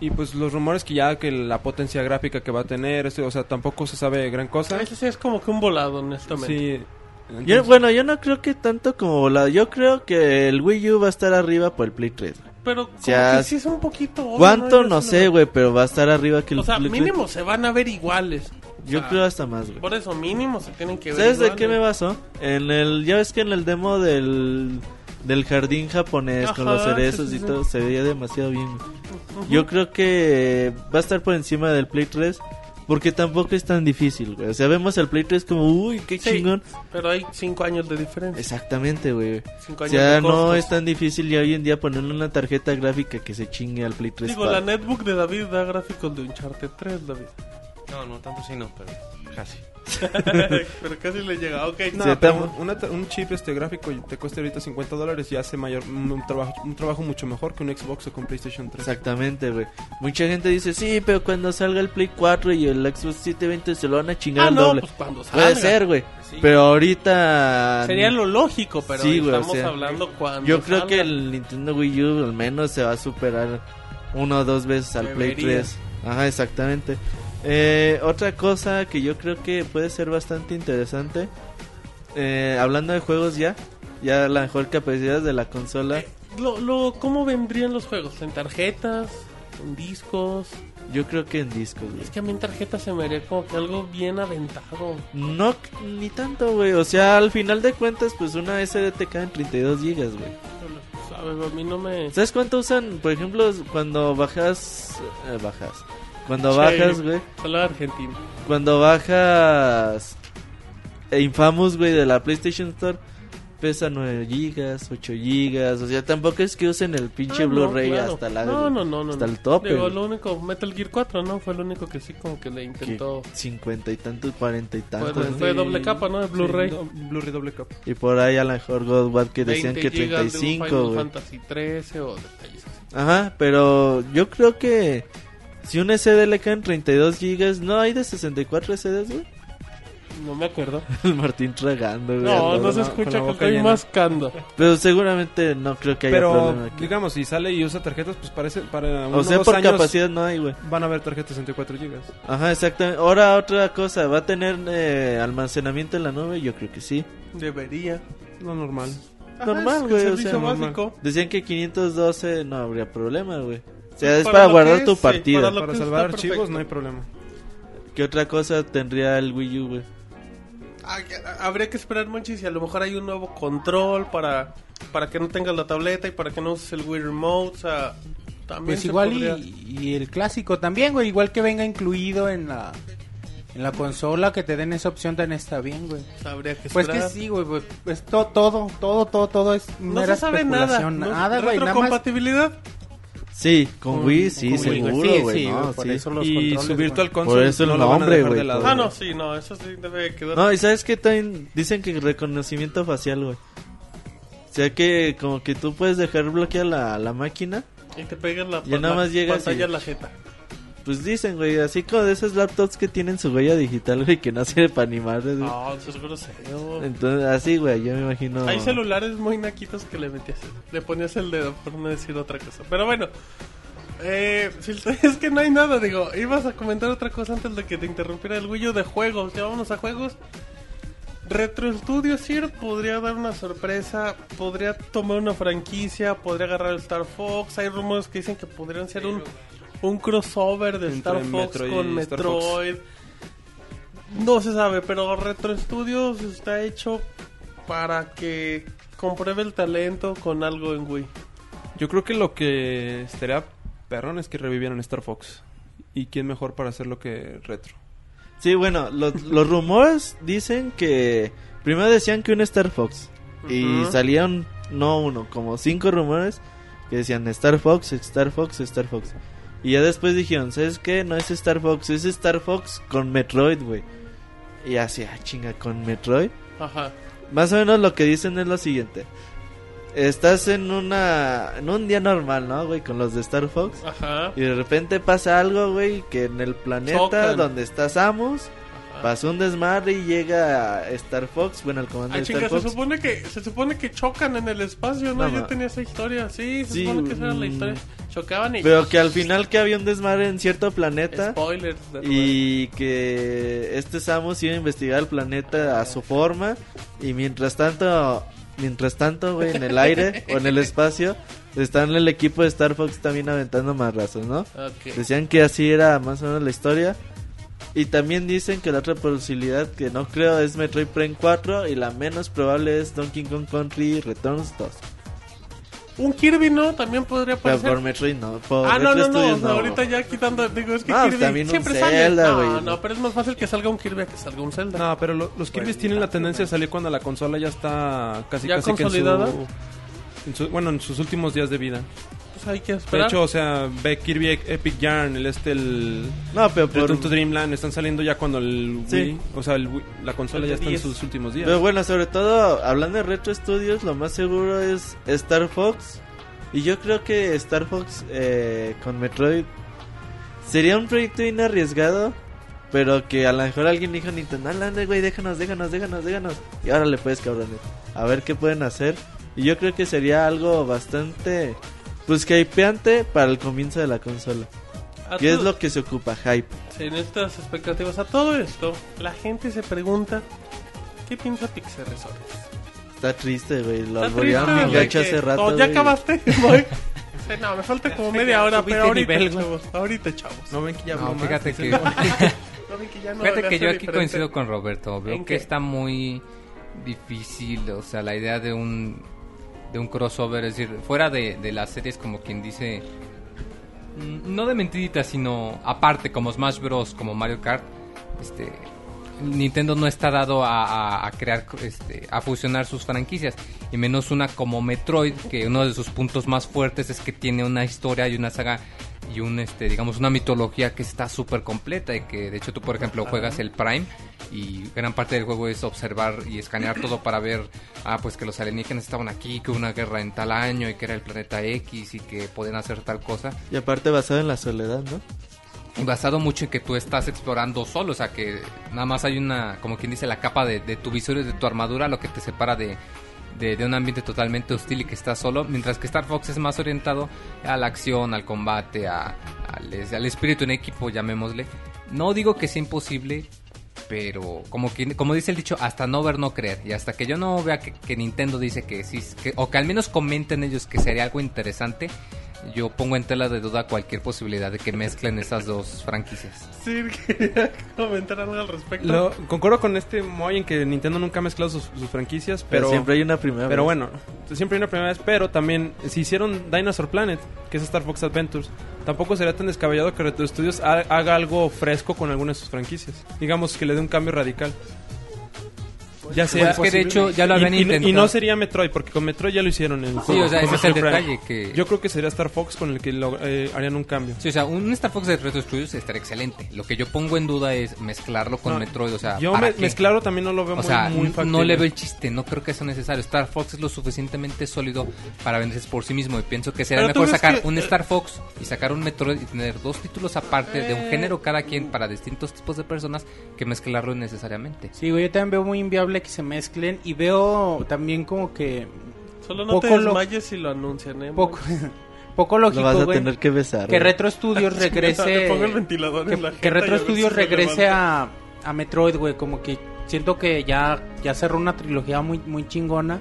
Y pues los rumores que ya que la potencia gráfica que va a tener, este, o sea, tampoco se sabe gran cosa.
Eso sí es como que un volado, honestamente.
Sí.
Yo,
entonces-
bueno, yo no creo que tanto como volado. Yo creo que el Wii U va a estar arriba por el Play 3.
Pero como
Ya-
que sí es un poquito... obvio,
¿Cuánto?
Oh, Yo
No
sí
sé, güey, pero va a estar arriba que el
O sea,
Play
mínimo se van a ver iguales.
Yo
O sea,
creo hasta más, güey.
Por eso mínimo se tienen que ver
¿Sabes de
iguales.
qué me basó? En el, ya ves que en el demo del, del jardín japonés con
Ajá,
los cerezos
sí, sí,
y
sí.
todo, se veía demasiado bien. güey. Yo creo que va a estar por encima del Play 3 porque tampoco es tan difícil, güey. O sea, vemos el Play 3 como, uy, qué
Sí,
chingón.
Pero hay cinco años de diferencia.
Exactamente, güey. O
Cinco años
sea,
de
no
costos.
es tan difícil ya hoy en día ponerle una tarjeta gráfica que se chingue al Play 3.
Digo,
para-
la netbook de David da gráficos de Uncharted 3, David.
No, no, tanto sí no, pero casi.
[laughs] Pero casi le llega, ok.
No,
Sí,
pero
pero-
una ta- un chip este gráfico y te cuesta ahorita 50 dólares y hace mayor un, un trabajo un trabajo mucho mejor que un Xbox o con PlayStation 3.
Exactamente, güey. Mucha gente dice, sí, pero cuando salga el Play 4 y el Xbox 720 se lo van a chingar
Ah,
al
no,
doble.
pues cuando salga. Pues
Puede ser, güey.
Sí.
Pero ahorita...
Sería lo lógico, pero
Sí, güey,
estamos
o sea,
hablando cuando
Yo creo
salga.
que el Nintendo Wii U al menos se va a superar una o dos veces al Play
Debería.
3. Ajá, exactamente. Eh, otra cosa que yo creo que puede ser bastante interesante, eh, hablando de juegos ya, ya la mejor capacidad de la consola,
Eh. Lo, lo- ¿Cómo vendrían los juegos? ¿En tarjetas? ¿En discos?
yo creo que en disco, güey.
Es que a mí en tarjetas se me haría como que algo bien aventado.
No, ni tanto, güey. O sea, al final de cuentas, pues una SD te cae en 32 gigas, güey.
Pero, ¿Sabes? A mí no me...
¿Sabes cuánto usan? Por ejemplo, cuando bajas... eh, bajas. Cuando bajas,
Sí.
güey.
Solo Argentina.
Cuando bajas Infamous, güey, de la PlayStation Store, pesa 9 gigas, 8 gigas. O sea, tampoco es que usen el pinche
Ah, no,
Blu-ray
claro.
hasta la
No, no, no, no,
hasta
no.
el tope.
Digo,
güey.
lo único, Metal Gear 4, ¿no? Fue lo único que sí como que le
Que
intentó...
50 y tantos, 40 y
Fue,
tantos. ¿no?
fue doble capa, ¿no? De Blu-ray.
Sí, do- Blu-ray doble capa.
Y por ahí a lo mejor Godward que decían
20
que
gigas de un
35,
Final
güey.
Fantasy 13 o detalles así.
Ajá, pero yo creo que si un SD le caen 32 gigas, no hay de 64 SDs, güey.
No me acuerdo.
[laughs] El Martín tragando, güey.
No,
al lado.
no se
con la
escucha que
boca
estoy
llena.
mascando.
Pero seguramente no creo que haya problema
Pero
aquí.
digamos, si sale y usa tarjetas, pues parece para
O
unos
sea,
dos
por
años
capacidad no hay, güey.
van a haber tarjetas 64 GB.
Ajá, exactamente. Ahora otra cosa, ¿va a tener eh, almacenamiento en la nube? Yo creo que sí.
Debería.
No normal.
Normal,
es
güey, o
el servicio
sea,
normal.
básico.
Decían que 512 no habría problema, güey. O sea, es
Para
para,
lo
guardar
que
tu
es, sí,
partida.
Lo
Para
que
salvar
está
archivos
perfecto.
no hay problema.
¿Qué otra cosa tendría el Wii U, güey?
Ah, ya, Habría que esperar mucho y a lo mejor hay un nuevo control para, para que no tengas la tableta y para que no uses el Wii Remote. O sea, también
Pues
se
igual
podría-
y, y el clásico también, güey. Igual que venga incluido en la, en la consola, que te den esa opción, también está bien, güey.
Habría que
Pues
esperar.
que sí, güey. Pues, pues to- todo, todo, todo, todo es
No
mera
se sabe nada.
especulación.
No,
Nada, güey. Nada más.
retrocompatibilidad.
Sí, con, Wii sí,
Con Wii,
seguro,
Sí,
güey.
sí,
no,
por
sí.
eso los
y
controles,
su
güey.
Virtual
Por
Console
eso el
no lo van a
nombre,
dejar de
güey,
lado.
por-
Ah, no, sí, no, eso sí debe quedar.
No, y sabes que también dicen que reconocimiento facial, güey. O sea que como que tú puedes dejar bloqueada la, la máquina.
Y te pegan la,
Ya nada
la
más llegas
pantalla
y-
en la jeta.
Pues dicen, güey, así como de esos laptops que tienen su huella digital, güey, que no sirve para animarles,
Ah.
güey.
No, Ah, eso es grosero.
Entonces, así, güey, yo me imagino.
Hay celulares muy naquitos que le metías, le ponías el dedo, por no decir otra cosa. Pero bueno, eh, si- [laughs] es que no hay nada, digo, ibas a comentar otra cosa antes de que te interrumpiera el Wii U de juegos, ya vámonos a juegos. Retro Studio Sir podría dar una sorpresa, podría tomar una franquicia, podría agarrar el Star Fox, hay rumores que dicen que podrían ser un, un crossover de
Entre
Star Fox
Metroid y
con
Star Fox.
Metroid. No se sabe, pero Retro Studios está hecho para que compruebe el talento con algo en Wii.
Yo creo que lo que estaría perrón es que revivieran Star Fox. ¿Y quién mejor para hacerlo que Retro?
Sí, bueno, los, los rumores dicen que. Primero decían que un Star Fox. Y
Ujú.
salieron, no uno, como cinco rumores que decían Star Fox, Star Fox, Star Fox. Y ya después dijeron, ¿sabes qué? No es Star Fox, es Star Fox con Metroid, güey. Y así, ah, chinga, con Metroid.
Ajá.
Más o menos lo que dicen es lo siguiente. Estás en una en un día normal, ¿no, güey? Con los de Star Fox.
Ajá.
Y de repente pasa algo, güey, que en el planeta
Chocan.
donde está Samus
ajá.
pasó un desmadre y llega Star Fox, bueno, el comando
Ah,
de
chinga,
Star
se
Fox.
supone que se supone que chocan en el espacio, ¿no?
No,
Yo
ma-
tenía esa historia, sí, se
Sí,
supone que esa era la
mm.
historia. Chocaban y
Pero que al final que había un desmadre en cierto planeta
spoilers. de
y que este Samus iba a investigar el planeta a su forma y mientras tanto mientras tanto, güey, en el aire o en el espacio están el equipo de Star Fox también aventando marrazos, ¿no?
nuevo. Ok.
Decían que así era más o menos la historia. Y también dicen que la otra posibilidad que no creo es Metroid Prime 4 y la menos probable es Donkey Kong Country Returns 2.
Un Kirby no también podría
Pero
aparecer.
por Metroid no, por
Ah,
Retro
no, no, no,
Studios
o sea,
no.
ahorita ya quitando, digo, es que
Ah, pues
Kirby
también un
siempre
Zelda,
sale. No,
güey.
no, pero es más fácil que salga un Kirby a que salga un Zelda. Pues,
No, pero lo- los Kirby tienen la tendencia de salir cuando la consola ya está casi
¿Ya
casi que en su-
consolidada?
en su- bueno, en sus últimos días de vida.
pues hay que
De
esperar.
hecho, o sea, ve Kirby Epic Yarn, el este, el...
No, pero por-
Return to Dreamland están saliendo ya cuando el
Sí.
Wii, o sea, el Wii- la consola
El
ya está en
10.
sus últimos días.
Pero bueno, sobre todo hablando de Retro Studios, lo más seguro es Star Fox. Y yo creo que Star Fox eh, con Metroid sería un proyecto inarriesgado. Pero que a lo mejor alguien dijo a Nintendo, anda güey, déjanos, déjanos, déjanos, déjanos. Y ahora le puedes cabrones. A ver qué pueden hacer. Y yo creo que sería algo bastante, pues, hypeante para el comienzo de la consola.
A
Que es
todo-
lo que se ocupa, hype.
En estas expectativas, a todo esto, la gente se pregunta: ¿Qué piensa Pixel Resort?
Está triste, güey. Lo
Está
alborearon
triste,
bien
güey,
gacho
que-
hace rato.
No, ya
güey.
[laughs]
acabaste, [laughs]
[laughs]
voy. Sí, no, me falta como media hora,
subiste
pero ahorita,
nivel, güey.
chavos. Ahorita, chavos.
No ven que ya
No,
habló más?
fíjate
Dice,
que, [laughs]
"No".
No, ven que ya no
fíjate
debería
que yo
ser
aquí
diferente.
coincido con Roberto. Veo
¿En
que
qué?
está muy difícil, o sea, la idea de un de un crossover, es decir, fuera de, de las series como quien dice, mm, no de mentiritas, sino aparte, como Smash Bros, como Mario Kart, este, Nintendo no está dado a, a- a crear, este, a fusionar sus franquicias, y menos una como Metroid, que uno de sus puntos más fuertes es que tiene una historia y una saga y un, este, digamos, una mitología que está súper completa y que, de hecho, tú, por ejemplo, juegas el Prime y gran parte del juego es observar y escanear todo para ver, ah, pues que los alienígenas estaban aquí, que hubo una guerra en tal año y que era el planeta X y que podían hacer tal cosa.
Y aparte basado en la soledad, ¿no?
Y basado mucho en que tú estás explorando solo, o sea que nada más hay una, como quien dice, la capa de, de tu visor y de tu armadura, lo que te separa de, de, de un ambiente totalmente hostil y que estás solo, mientras que Star Fox es más orientado a la acción, al combate, a- al, es- al espíritu en equipo, llamémosle. No digo que sea imposible, pero como, quien- como dice el dicho, hasta no ver, no creer. Y hasta que yo no vea que, que Nintendo dice que sí, que- o que al menos comenten ellos que sería algo interesante, yo pongo en tela de duda cualquier posibilidad de que mezclen esas dos franquicias.
Sí, [laughs] quería comentar algo al respecto.
Lo- concuerdo con este Moy en que Nintendo nunca ha mezclado sus, sus franquicias,
Pero,
pero,
siempre hay una primera
pero
vez.
bueno, siempre hay una primera vez, pero también si hicieron Dinosaur Planet, que es Star Fox Adventures, tampoco sería tan descabellado que Retro Studios ha- haga algo fresco con alguna de sus franquicias. Digamos que le dé un cambio radical. Ya sea
Pues es que de hecho ya lo habían
y, y-
intentado.
y no sería Metroid, porque con Metroid ya lo hicieron en
Sí, o sea, ese
con
es el
Metroid Prime.
detalle que...
Yo creo que sería Star Fox con el que lo- eh, harían un cambio.
Sí, o sea, un Star Fox de Retro Studios estaría excelente. Lo que yo pongo en duda es mezclarlo con
No,
Metroid, o sea,
Yo
¿para
me-
qué?
mezclarlo también no lo veo
O
muy,
sea,
muy
n- no
factible.
le veo el chiste, no creo que sea necesario. Star Fox es lo suficientemente sólido para venderse por sí mismo y pienso que será
Pero tú
mejor
ves
sacar
que-
eh,
un Star Fox y sacar un Metroid y tener dos títulos aparte de
Eh.
un género cada quien para distintos tipos de personas que mezclarlo innecesariamente.
Sí, güey, yo también veo muy inviable que se mezclen y veo también como que
Solo no te
poco lo-
desmayes si lo anuncian, ¿eh?
poco, [laughs] poco
Lo vas
lógico,
a
güey,
tener que besar.
que
güey.
Retro
[laughs]
Studios
Te pongo el
regrese,
ventilador en la
que, que
jeta y a
Retro
ver
Studios
si me
regrese
levanto.
a, a Metroid, güey, como que siento que ya, ya cerró una trilogía muy, muy chingona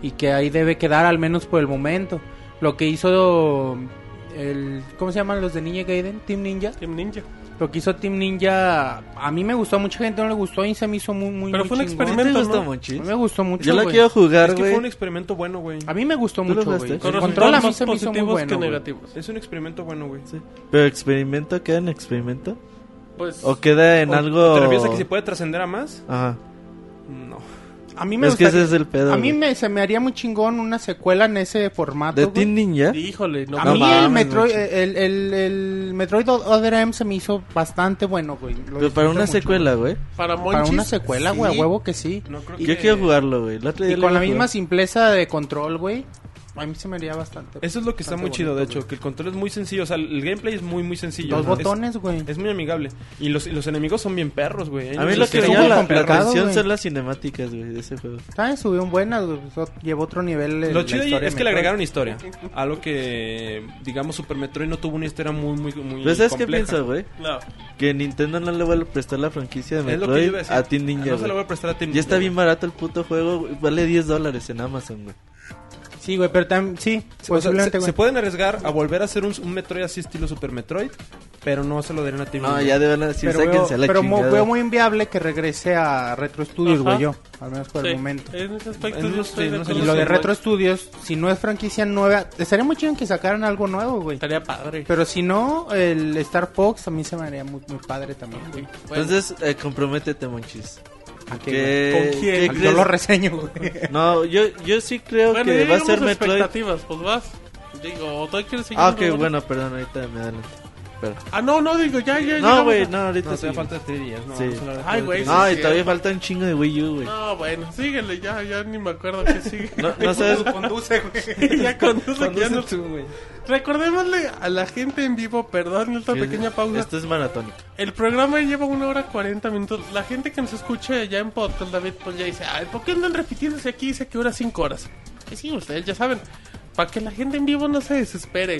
y que ahí debe quedar al menos por el momento. Lo que hizo el, ¿cómo se llaman los de Ninja Gaiden? Team Ninja.
Team Ninja.
Lo que hizo Team Ninja, a mí me gustó, a mucha gente no le gustó y se me hizo muy, muy
Pero
muy
fue un
chingón.
¿Sí te
experimento,
gusta,
¿no?
A
Monchis?
mí me gustó mucho,
Yo la
güey.
quiero jugar,
Es que
güey.
fue un experimento bueno, güey.
A mí me gustó
¿Tú lo
mucho,
jugaste?
güey.
Con
El
resultados
control a mí
más
se me hizo muy
positivos que
bueno. güey.
negativos.
Es un experimento bueno, güey.
Sí. Pero experimento queda en experimento.
Pues,
O queda en
O-
algo.
¿Te refieres a que se puede trascender a más?
Ajá.
No.
A mí me
es que
gustaría-
ese es el pedo.
A mí
güey.
me, se me haría muy chingón una secuela en ese formato.
De
güey.
Teen Ninja.
híjole, no.
A
No
mí
mames,
el, Metroid,
güey.
el, el, el Metroid Other M se me hizo bastante bueno, güey. Lo
Pero para
disfruté
una
mucho,
secuela, güey.
Para
güey. Para
Monchis.
una secuela, güey,
sí.
a huevo que sí.
No creo
Yo
que-
quiero jugarlo, güey. El otro día
Y
lo
con la
iba a
misma
jugar.
simpleza de control, güey. A mí se me haría bastante.
Eso es lo que está
bastante
muy chido, de
bonito,
hecho, que el control es muy sencillo, o sea, el gameplay es muy, muy
güey.
sencillo.
Dos
Ajá. Es-
botones, güey.
Es, muy amigable. Y los, y los enemigos son bien perros, güey.
A mí
Ellos
lo
sí
que me
son
llama
bien
la, la
perros.
complicado,
atención
güey.
son las cinemáticas, güey, de ese juego.
¿Sabes? Subieron buenas, güey. Eso Llevó otro nivel. el-
Lo
la
chido ahí
historia
es
de
que le
Metroid.
agregaron historia. Algo que, digamos, Super Metroid no tuvo una historia muy, muy, muy
Pero Pues, ¿sabes qué
compleja.
pienso, güey?
No.
Que Nintendo no le vuelve a prestar la franquicia de
Es lo que yo
Metroid
iba a decir.
a Teen Ninja.
No se lo voy
güey.
a prestar a Team
Ya está
Ninja.
bien barato el puto juego. güey. Vale 10 dólares en Amazon, güey.
Sí, güey, pero también. Sí,
O sea,
posiblemente,
se,
güey.
se pueden arriesgar a volver a hacer un, un Metroid así estilo Super Metroid, pero no se lo darían a Team
No,
Ninja.
ya deben decir,
pero veo,
sáquense a la
pero mo-
chingada.
veo muy inviable que regrese a Retro Studios, güey,
Ajá.
yo. Al menos por
Sí,
el momento.
En ese aspecto
En
yo
unos-
estoy
en
de
unos
acuerdo
Y lo de
con
Retro
Monchis.
Studios, si no es franquicia nueva, estaría muy chido que sacaran algo nuevo, güey.
Estaría padre.
Pero si no, el Star Fox a mí se me haría muy, muy padre también, güey.
Entonces, eh, comprométete, Monchis.
¿A qué,
¿Qué,
¿Con quién?
qué
güey? Yo
crees?
lo reseño, güey.
[laughs] No, yo, yo sí creo
bueno,
que
ya
va a
llegamos
ser
a
Metroid.
expectativas, pues vas. Digo, ¿tú quieres seguir?
Ah, ok,
Rodolfo?
bueno, perdón, ahorita me adelanto. Perdón.
Ah, no, no, digo, ya, ya.
No,
llegamos
güey,
a-
no, ahorita
No,
sí.
todavía falta 3DS, no.
Sí.
vamos a hablar de
Ay, güey.
3DS.
No, y
Sí,
todavía
cierto.
falta un chingo de Wii U, güey.
No, bueno, síguele, ya, ya ni me acuerdo que sigue.
[laughs] No, no
[laughs]
sabes.
Conduce, güey.
[laughs] ya conduce, ya
Conduce
no-
tú, güey.
Recordémosle a la gente en vivo, perdón esta pequeña pausa.
Esto es
[laughs]
maratónico.
El programa lleva una hora 40 minutos. La gente que nos escucha ya en podcast, David, pues ya dice, ay, ¿por qué andan repitiéndose aquí? Dice que dura 5 horas. Que sí, ustedes ya saben. Para que la gente en vivo no se desespere.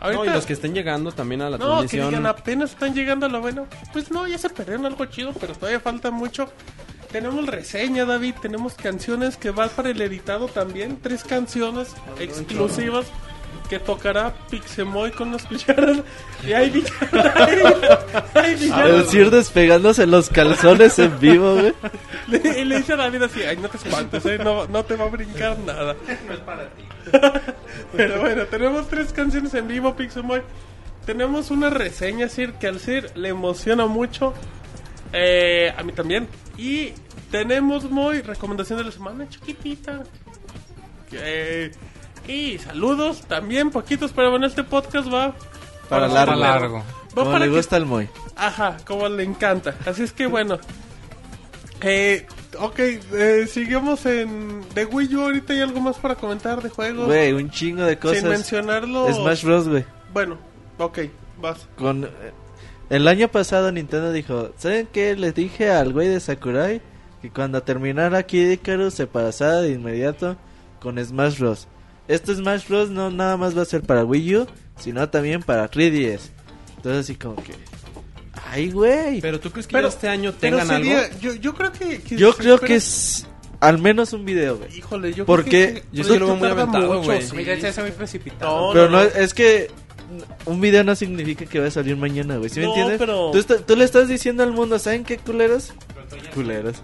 No,
Ahorita,
y los que estén llegando también a
no,
la
que
transmisión.
digan, "Ah, apenas están llegando a lo bueno. Pues no, ya se perdieron algo chido, pero todavía falta mucho. Tenemos reseña, David. Tenemos canciones que van para el editado también. Tres canciones exclusivas que tocará Pixemoy con las cucharas. Y
[laughs]
hay villanos. hay- hay
El
villanos.
Sir Ah, despegándose los calzones en vivo, güey.
Le, y le dice a David así: Ay, no te espantes, ¿eh? no, no te va a brincar nada. No es para ti. [laughs] Pero bueno, tenemos tres canciones en vivo, Pixemoy. Tenemos una reseña, Sir, que al Sir le emociona mucho. Eh, a mí también. Y tenemos, Moy, recomendación de la semana, chiquitita. Eh, y saludos también, poquitos, pero bueno, este podcast va...
Para
Para
largo.
largo.
Va
Como
para
le
que-
gusta al Moy.
Ajá, como le encanta. Así es que bueno. Eh, ok, eh, sigamos en The Wii U. Ahorita hay algo más para comentar de juegos.
Güey, un chingo de
sin
cosas.
mencionarlo.
Smash Bros, güey.
Bueno, ok, vas.
Con... eh, El año pasado Nintendo dijo, ¿saben qué? Les dije al güey de Sakurai que cuando terminara Kid Icarus se pasara de inmediato con Smash Bros. Este Smash Bros no nada más va a ser para Wii U, sino también para 3DS. Entonces así como que... ¡Ay, güey!
Pero tú crees que
Pero-
ya este año
Pero
tengan
sería-
algo.
Yo, yo creo que. que
Yo
se
creo
espera-
que es al menos un video, güey.
Híjole, yo
¿Por
creo
qué?
que.
Yo
pues
sí
es
lo
que
veo muy
tarda
aventado,
mucho,
güey.
sí.
Mira, ya se ve precipitado.
No,
Pero
no,
no,
no.
es que un video no significa que va a salir mañana, güey. ¿Sí me
No,
entiendes?
pero-
Tú, está- tú le estás diciendo al mundo, ¿saben qué, culeros? Culeros.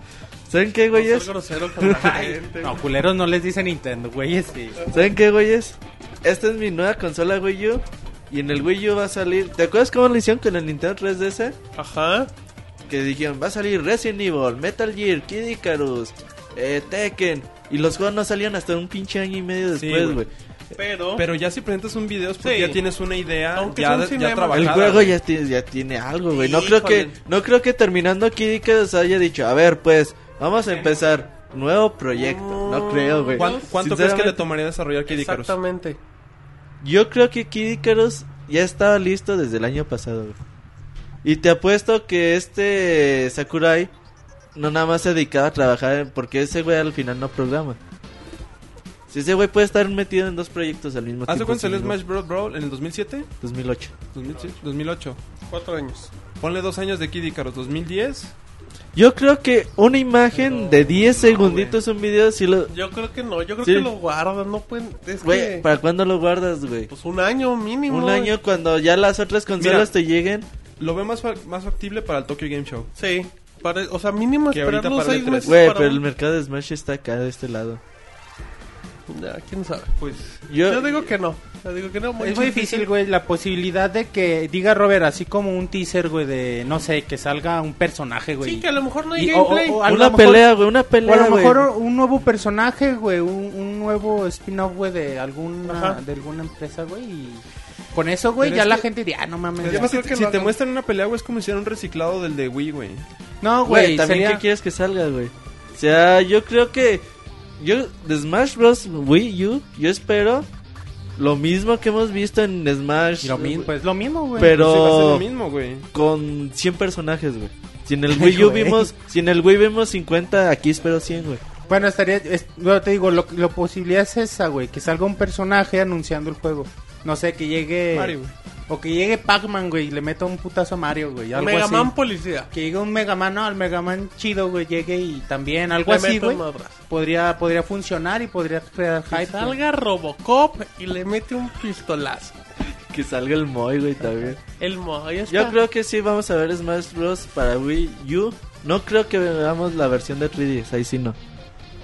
¿Saben qué,
No ser
güeyes?
grosero con
[laughs]
la gente.
No, culeros no les dice Nintendo, güey, sí.
¿Saben qué, güeyes? Esta es mi nueva consola Wii U. Y en el Wii U va a salir. ¿Te acuerdas cómo lo hicieron con el Nintendo 3DS?
Ajá.
Que dijeron, va a salir Resident Evil, Metal Gear, Kid Icarus, eh, Tekken. Y los juegos no salían hasta un pinche año y medio
Sí,
después,
güey.
güey.
Pero.
Pero ya si presentas un video es porque
Sí.
ya tienes una idea
Aunque sea
ya,
un
de- ya
cinema.
trabajada.
El
Bajada,
juego
güey.
ya tiene, ya tiene algo, güey. No creo
Híjole.
que no creo que terminando Kid Icarus haya dicho, a ver, pues vamos a empezar nuevo proyecto. No creo, güey.
¿Cuán- ¿Cuánto crees que le
Sinceramente,
tomaría desarrollar Kid Icarus?
Exactamente.
Yo creo que Kid Icarus ya estaba listo desde el año pasado, güey. Y te apuesto que este Sakurai no nada más se dedicaba a trabajar en- porque ese güey al final no programa. Si ese güey puede estar metido en dos proyectos al mismo tiempo.
¿Hace cuándo salió
sin duda.
Smash Bros. Brawl? ¿En el 2007?
2008.
2007, 2008.
Cuatro años.
Ponle dos años de Kid Icarus. 2010.
Yo creo que una imagen de 10 segunditos un video si lo
Yo creo que no. Yo creo
Sí.
que lo guardan. No pueden. Es
Güey,
que.
¿para cuándo lo guardas, güey?
Pues un año mínimo.
Un año cuando ya las otras consolas
Mira.
te lleguen.
Lo veo más, fa- más factible para el Tokyo Game Show.
Sí, para, o sea, mínimo
Que
esperar
ahorita
los
para el
seis
E3.
meses.
Güey,
para
pero el
un-
mercado de Smash está acá de este lado.
Ya, quién sabe.
Pues
Yo,
Yo digo que no. Yo digo que no.
Es muy difícil, güey, la posibilidad de que diga Robert así como un teaser, güey, de no sé, que salga un personaje, güey.
Sí, que a lo mejor no hay
Y- o-
gameplay.
o- o a lo
una
mejor-
pelea, güey, una
O
pelea,
a lo
güey.
mejor un nuevo personaje, güey, un, un nuevo spin-off, güey, de alguna,
Ajá.
de alguna empresa, güey, y con eso, güey,
Pero
ya
es
la
que-
gente diría, ah, no mames.
Es
ya".
más,
creo
si,
que
si
lo
te
hagan.
muestran una pelea, güey, es como si era un reciclado del de Wii, güey.
No,
Güey,
güey,
también
sería...
qué quieres que salga, güey. O sea, yo creo que yo de Smash Bros Wii U, yo espero lo mismo que hemos visto en Smash,
Y lo mismo, pues lo mismo, güey.
Pero-
Pues sí, va a ser lo mismo, güey.
con 100 personajes, güey. Si en
[laughs]
el Wii U
Güey.
vimos, si en el Wii vimos 50, aquí espero 100, güey.
Bueno, estaría, es- bueno, te digo, lo, lo posibilidad es esa, güey, que salga un personaje anunciando el juego. No sé, que llegue...
Mario, güey.
O que llegue Pac-Man, güey, y le meta un putazo a Mario, güey, algo
Mega
así.
Man policía.
Que llegue un Megaman, no, el Megaman chido, güey, llegue y también algo
Le
así,
mete un
güey.
madrazo.
Podría, podría funcionar y podría crear
Que
hype. güey.
salga Robocop y le mete un pistolazo.
Que salga el Moy, güey, también.
El mojo ya está.
Yo creo que sí vamos a ver Smash Bros para Wii U. No creo que veamos la versión de 3DS, ahí sí no.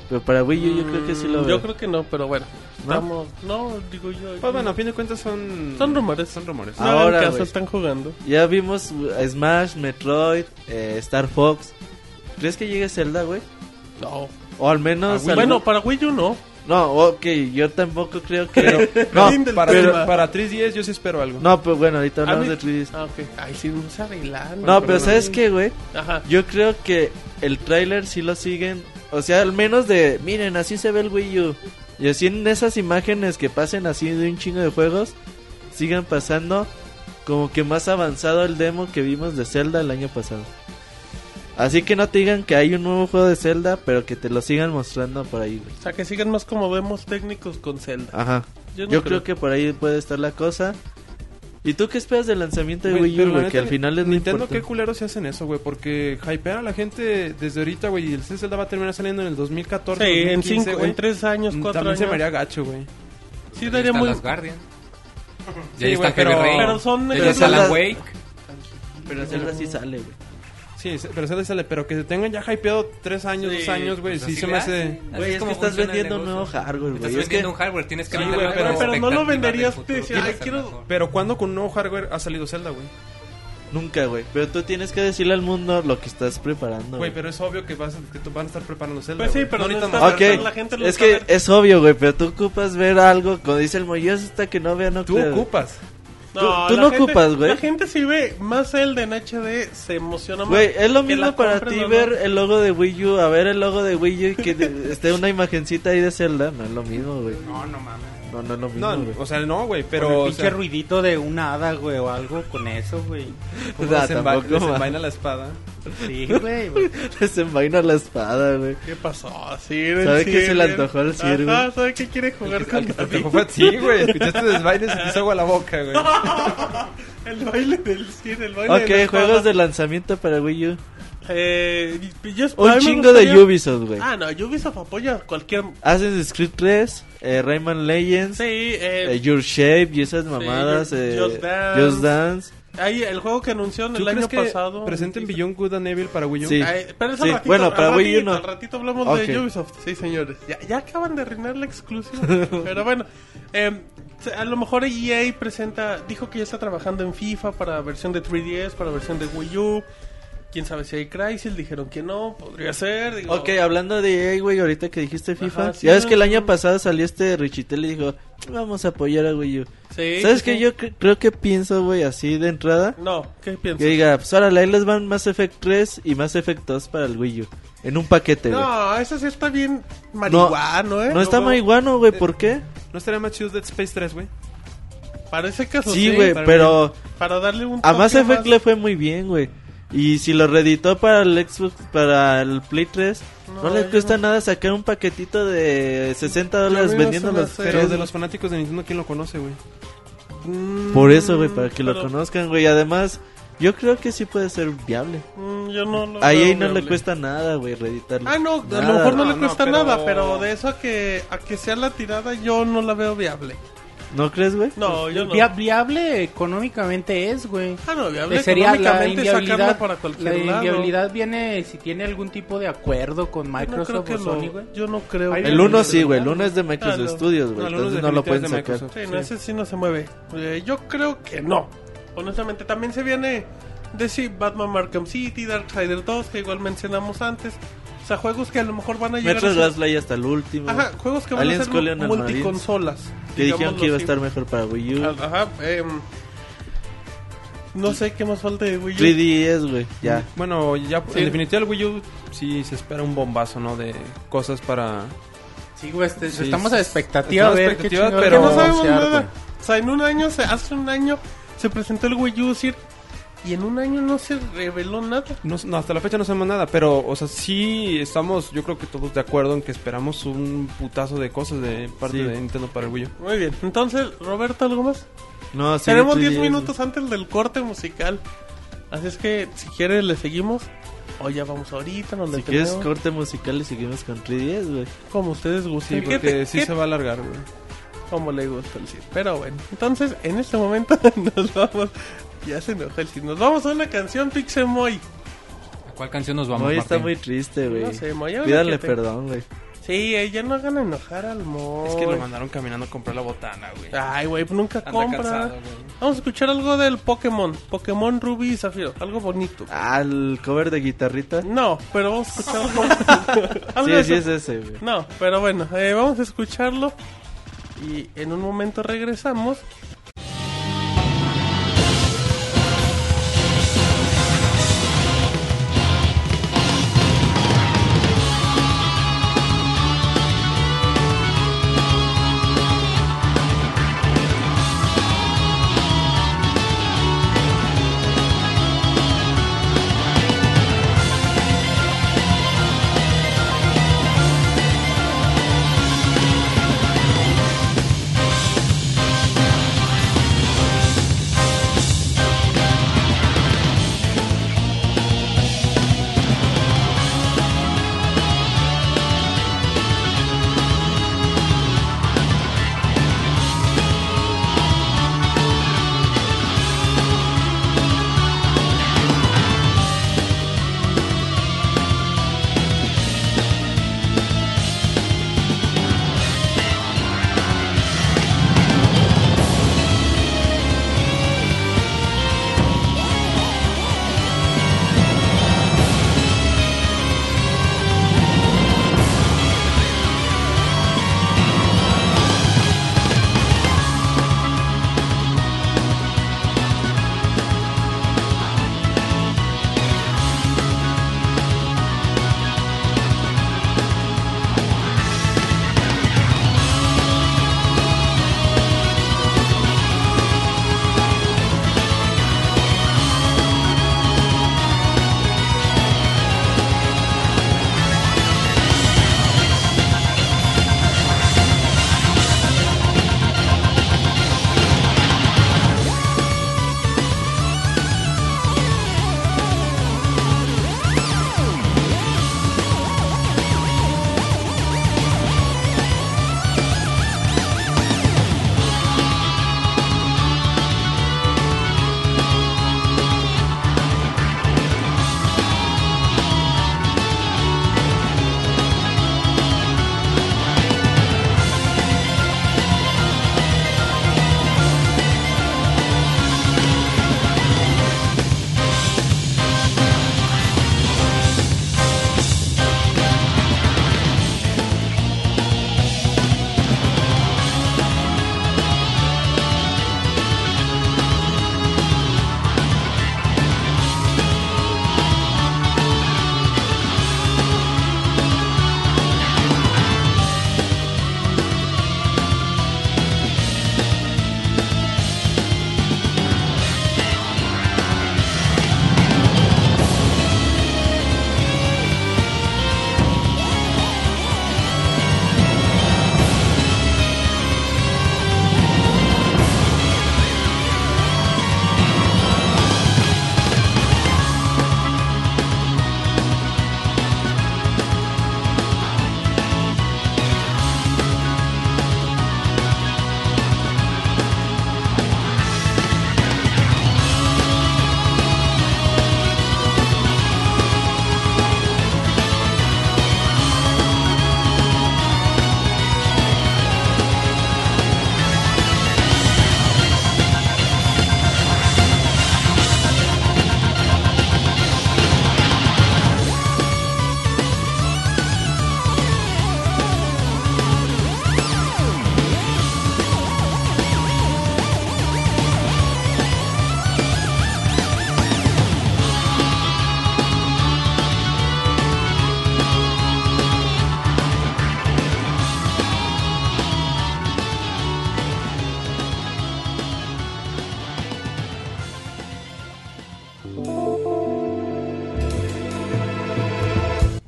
Pero para Wii U yo creo que sí lo
Mm,
veo.
Yo creo que no, pero bueno.
¿No?
Estamos. No, digo yo.
Pues bueno, a fin de cuentas son...
Son rumores.
Son rumores.
No hagan
Ahora,
caso,
güey.
están jugando.
Ya vimos uh, Smash, Metroid, eh, Star Fox. ¿Crees que llegue Zelda, güey?
No.
O al menos...
Ah,
bueno,
algún-
para Wii U no.
No, ok, yo tampoco creo que... [laughs]
No,
no,
[laughs] para,
pero-
para 310 yo sí espero algo.
no, pero bueno, ahorita hablamos
mí-
de 3
Ah, ok. Ay, sí, no se arreglaron.
No, pero ¿sabes qué, güey?
Ajá.
Yo creo que el tráiler sí lo siguen. O sea, al menos de, miren, así se ve el Wii U. Y así en esas imágenes que pasen así de un chingo de juegos, sigan pasando como que más avanzado el demo que vimos de Zelda el año pasado. Así que no te digan que hay un nuevo juego de Zelda, pero que te lo sigan mostrando por ahí, güey.
O sea, que sigan más como demos técnicos con Zelda.
Ajá.
Yo, no
Yo creo que por ahí puede estar la cosa. ¿Y tú qué esperas del lanzamiento de
Güey,
Wii
pero
U,
la
güey?
neta,
Que al final es lo
Nintendo,
importante.
qué culeros se hacen eso, güey. Porque hypear a la gente desde ahorita, güey. Y el Zelda va a terminar saliendo en el 2014.
Sí, en,
2015,
cinco,
güey. Mm,
en tres años, cuatro
También
años.
se me haría gacho, güey.
Sí,
Ahí
daría
están
muy...
las Guardian. Y
Sí,
ahí está
güey, pero-
Heavy Rain.
Pero son...
Y ahí está
ejemplos
Alan
las-
Wake.
Pero Zelda sí sale, güey.
Sí, se- pero sale, sale. Pero que se tengan ya hypeado tres años,
Sí,
dos años, güey.
pues
sí,
así
se
le
me
hacen.
hace.
Así
Güey,
es
es
como
que estás
funciona el
vendiendo un nuevo
negocio.
hardware,
Estás
güey. Es que
vendiendo un hardware, tienes que
Sí,
vender
güey,
una
pero-
nueva
pero no lo
expectativa
venderías,
del futuro.
te decía,
Tienes
"Ay,
que
quiero-
hacer mejor".
Pero ¿cuándo con un nuevo hardware ha salido Zelda, güey?
nunca, güey. Pero tú tienes que decirle al mundo lo que estás preparando.
Güey, pero es obvio que, vas, que tú- van a estar preparando Zelda.
Pues sí,
güey.
pero no
necesitan
está-
más.
Ok,
pero la gente lo
es
está
que
ver-
es obvio, güey, pero tú ocupas ver algo, como dice el molloso, hasta que no vea, no
Tú
creo.
ocupas.
Tú- tú
la
no
gente-
ocupas, güey.
La gente si ve más Zelda en HD se emociona más.
Güey, es lo
que
mismo
la
para
compren
ti
o no.
ver eh, el logo de Wii U, a ver el logo de Wii U y que de- [laughs] esté una imagencita ahí de Zelda, no es lo mismo, güey.
No, no mames.
No, no es lo mismo,
No,
güey.
o sea, no, güey, pero.
Pero.
o
Pinche
sea,
ruidito de un hada, güey, o algo con eso,
[laughs]
güey.
O
¿cómo
sea,
desenva-
tampoco,
desenvaina la espada.
Sí, güey. güey.
[laughs] Desenvaina la espada, güey.
¿Qué pasó? Sir,
¿Sabe
el
qué se
Sir,
le
el-
antojó al Sir, güey?
Ajá, ¿sabe qué quiere jugar con
Te
David?
tocó fue- Sí, güey, escuchaste desvaine y se te hizo agua la boca, güey.
[laughs] El baile del Sir, el baile la
Ok,
espada.
juegos de lanzamiento para Wii U.
Eh, yo- a
Un
mí me
chingo de
gustaría-
Ubisoft, güey.
Ah, no, Ubisoft apoya cualquier...
Assassin's Creed 3, eh, Rayman Legends,
Sí, eh,
eh, Your Shape y esas mamadas.
Your-
eh,
Just Dance.
Just Dance.
ahí el juego que anunció en
¿Tú
el año
crees que
pasado.
presenten Beyond Good and Evil para Wii U?
Sí.
Ay, pero es
Sí,
al ratito,
bueno,
al
para Wii U
ratito,
no.
al ratito hablamos de
Ok.
Ubisoft. Sí, señores. Ya, ya acaban de arruinar
[laughs]
la exclusiva. pero bueno, eh, a lo mejor EA presenta, dijo que ya está trabajando en FIFA para versión de 3DS, para versión de Wii U. Quién sabe si hay Crisis, dijeron que no, podría ser. digo,
Ok, hablando de EA, güey, ahorita que dijiste FIFA.
Ajá, sí,
ya ves
no,
que el
no.
año pasado salió este Richitel y dijo, vamos a apoyar a Wii U.
sí,
¿Sabes
sí,
qué?
sí.
Yo cre- creo que pienso, güey, así de entrada.
No, ¿qué
Que
piensas?
diga, pues ahora ahí les van Mass Effect 3 y Mass Effect 2 para el Wii U. En un paquete, güey. No,
No, eso sí está bien marihuano, ¿eh?
está
Luego,
marihuano, güey, ¿por qué?
Eh, ¿No estaría más chido Dead Space 3, güey?
Parece que eso
Sí, güey,
para-
pero
Para darle un.
a Mass
toque
Effect le fue muy bien, güey. Y si lo reeditó para el Xbox, para el Play 3, no,
No,
les
yo
cuesta
no.
nada sacar un paquetito de 60 dólares
A mí no se me
Pues vendiendo los
hace-
Pero
tres,
de los fanáticos de Nintendo, ¿quién lo conoce, güey?
Mm,
Por eso, güey, para que lo
pero,
conozcan, güey. Además, yo creo que sí puede ser viable.
mm, yo no lo
A
veo
EA no le
viable.
cuesta nada, güey, reeditarlo.
Ah, no, a
Nada.
lo mejor no,
No,
le
no,
cuesta
pero-
nada, pero de eso a que, a que sea la tirada, yo no la veo viable.
¿No crees, güey?
No, yo no.
Via- Pues, Viable económicamente es, güey.
Ah, no, viable
sería la
económicamente sacarla
inviabilidad.
para
la
cualquier lado.
inviabilidad viene si tiene algún tipo de acuerdo con
Yo no creo
Microsoft
que
o Sony, güey.
lo. Yo no creo.
Ahí
que-
El
no,
1
no,
sí,
no,
güey. El
no.
1 es de Microsoft
Ah, no.
Studios,
No,
güey.
el uno
entonces no lo pueden
definitivamente
sacar.
es de
Sí,
Microsoft,
no,
sí.
ese sí no se mueve. Eh, yo creo que no. Honestamente, también se viene de sí, Batman Markham City, Darksiders 2, que igual mencionamos antes. O sea, juegos que a lo mejor van a llegar
Metroid
a ser-
Gaslight hasta el último.
Ajá, juegos que van
Aliens
a ser
Colonial Marines.
multiconsolas.
Que dijeron
digámoslo
que iba a
así.
estar mejor para Wii U.
Ajá, em, no sé qué más falta de Wii U.
3DS, güey. Ya.
Mm, Bueno, ya
Sí.
en definitiva el Wii U sí se espera un bombazo, ¿no? De cosas para...
Sí, güey, este-
Sí,
estamos
sí.
a expectativa, a
Estamos a
ver qué
expectativa,
chingados
Porque
pero-
va
no
a
sabemos
anunciar,
nada.
güey.
O sea, en un año, se- hace un año, se presentó el Wii U, Sir, y en un año no se reveló nada.
No, no, hasta la fecha no sabemos nada, pero, o sea, sí estamos, yo creo que todos de acuerdo en que esperamos un putazo de cosas de parte
Sí.
de Nintendo para el Wii U.
Muy bien, entonces, Roberto, ¿algo más?
No, sí,
Tenemos
3DS,
10 minutos antes del corte musical. Así es que, si quieres, le seguimos. O ya vamos ahorita, nos
güey. Si
le
quieres
tenemos.
corte musical y seguimos con 3DS, güey.
Como ustedes
Sí,
gusten. ¿Qué
porque
te-
sí
qué-
se va a alargar, güey.
Como le gusta el Cid. Pero bueno, entonces, en este momento [laughs] nos vamos. Ya se enojó el Cid. Nos vamos a una canción Pixemoy.
¿A cuál canción nos vamos,
Hoy está
Martín?
muy triste, güey.
No sé, Moy. ahora
Pídale
que te-
perdón, güey.
Sí, eh, ya no hagan enojar al Moy.
Es que lo mandaron caminando a comprar la botana, güey.
Ay, güey, pues nunca
Anda
compra.
cansado, güey.
Vamos a escuchar algo del Pokémon. Pokémon Rubí y Zafiro. Algo bonito.
Al Ah, cover de guitarrita.
No, pero vamos a escuchar algo. algo
[laughs]
de
Sí, sí
eso.
es ese, güey.
No, pero bueno, eh, vamos a escucharlo. Y en un momento regresamos.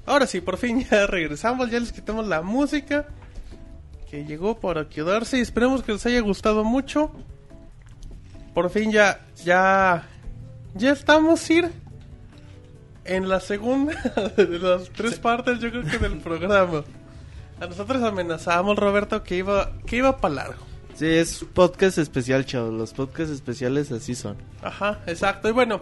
Ahora sí, por fin [laughs] ya regresamos, ya les quitamos la música que llegó para quedarse y esperemos que les haya gustado mucho. Por fin ya, ya, ya estamos ir en la segunda [laughs] de las tres partes, yo creo que del programa. A nosotros amenazamos Roberto que iba, que iba para largo.
Sí, es podcast especial, chavos. Los podcasts especiales así son.
Ajá, exacto. Y bueno,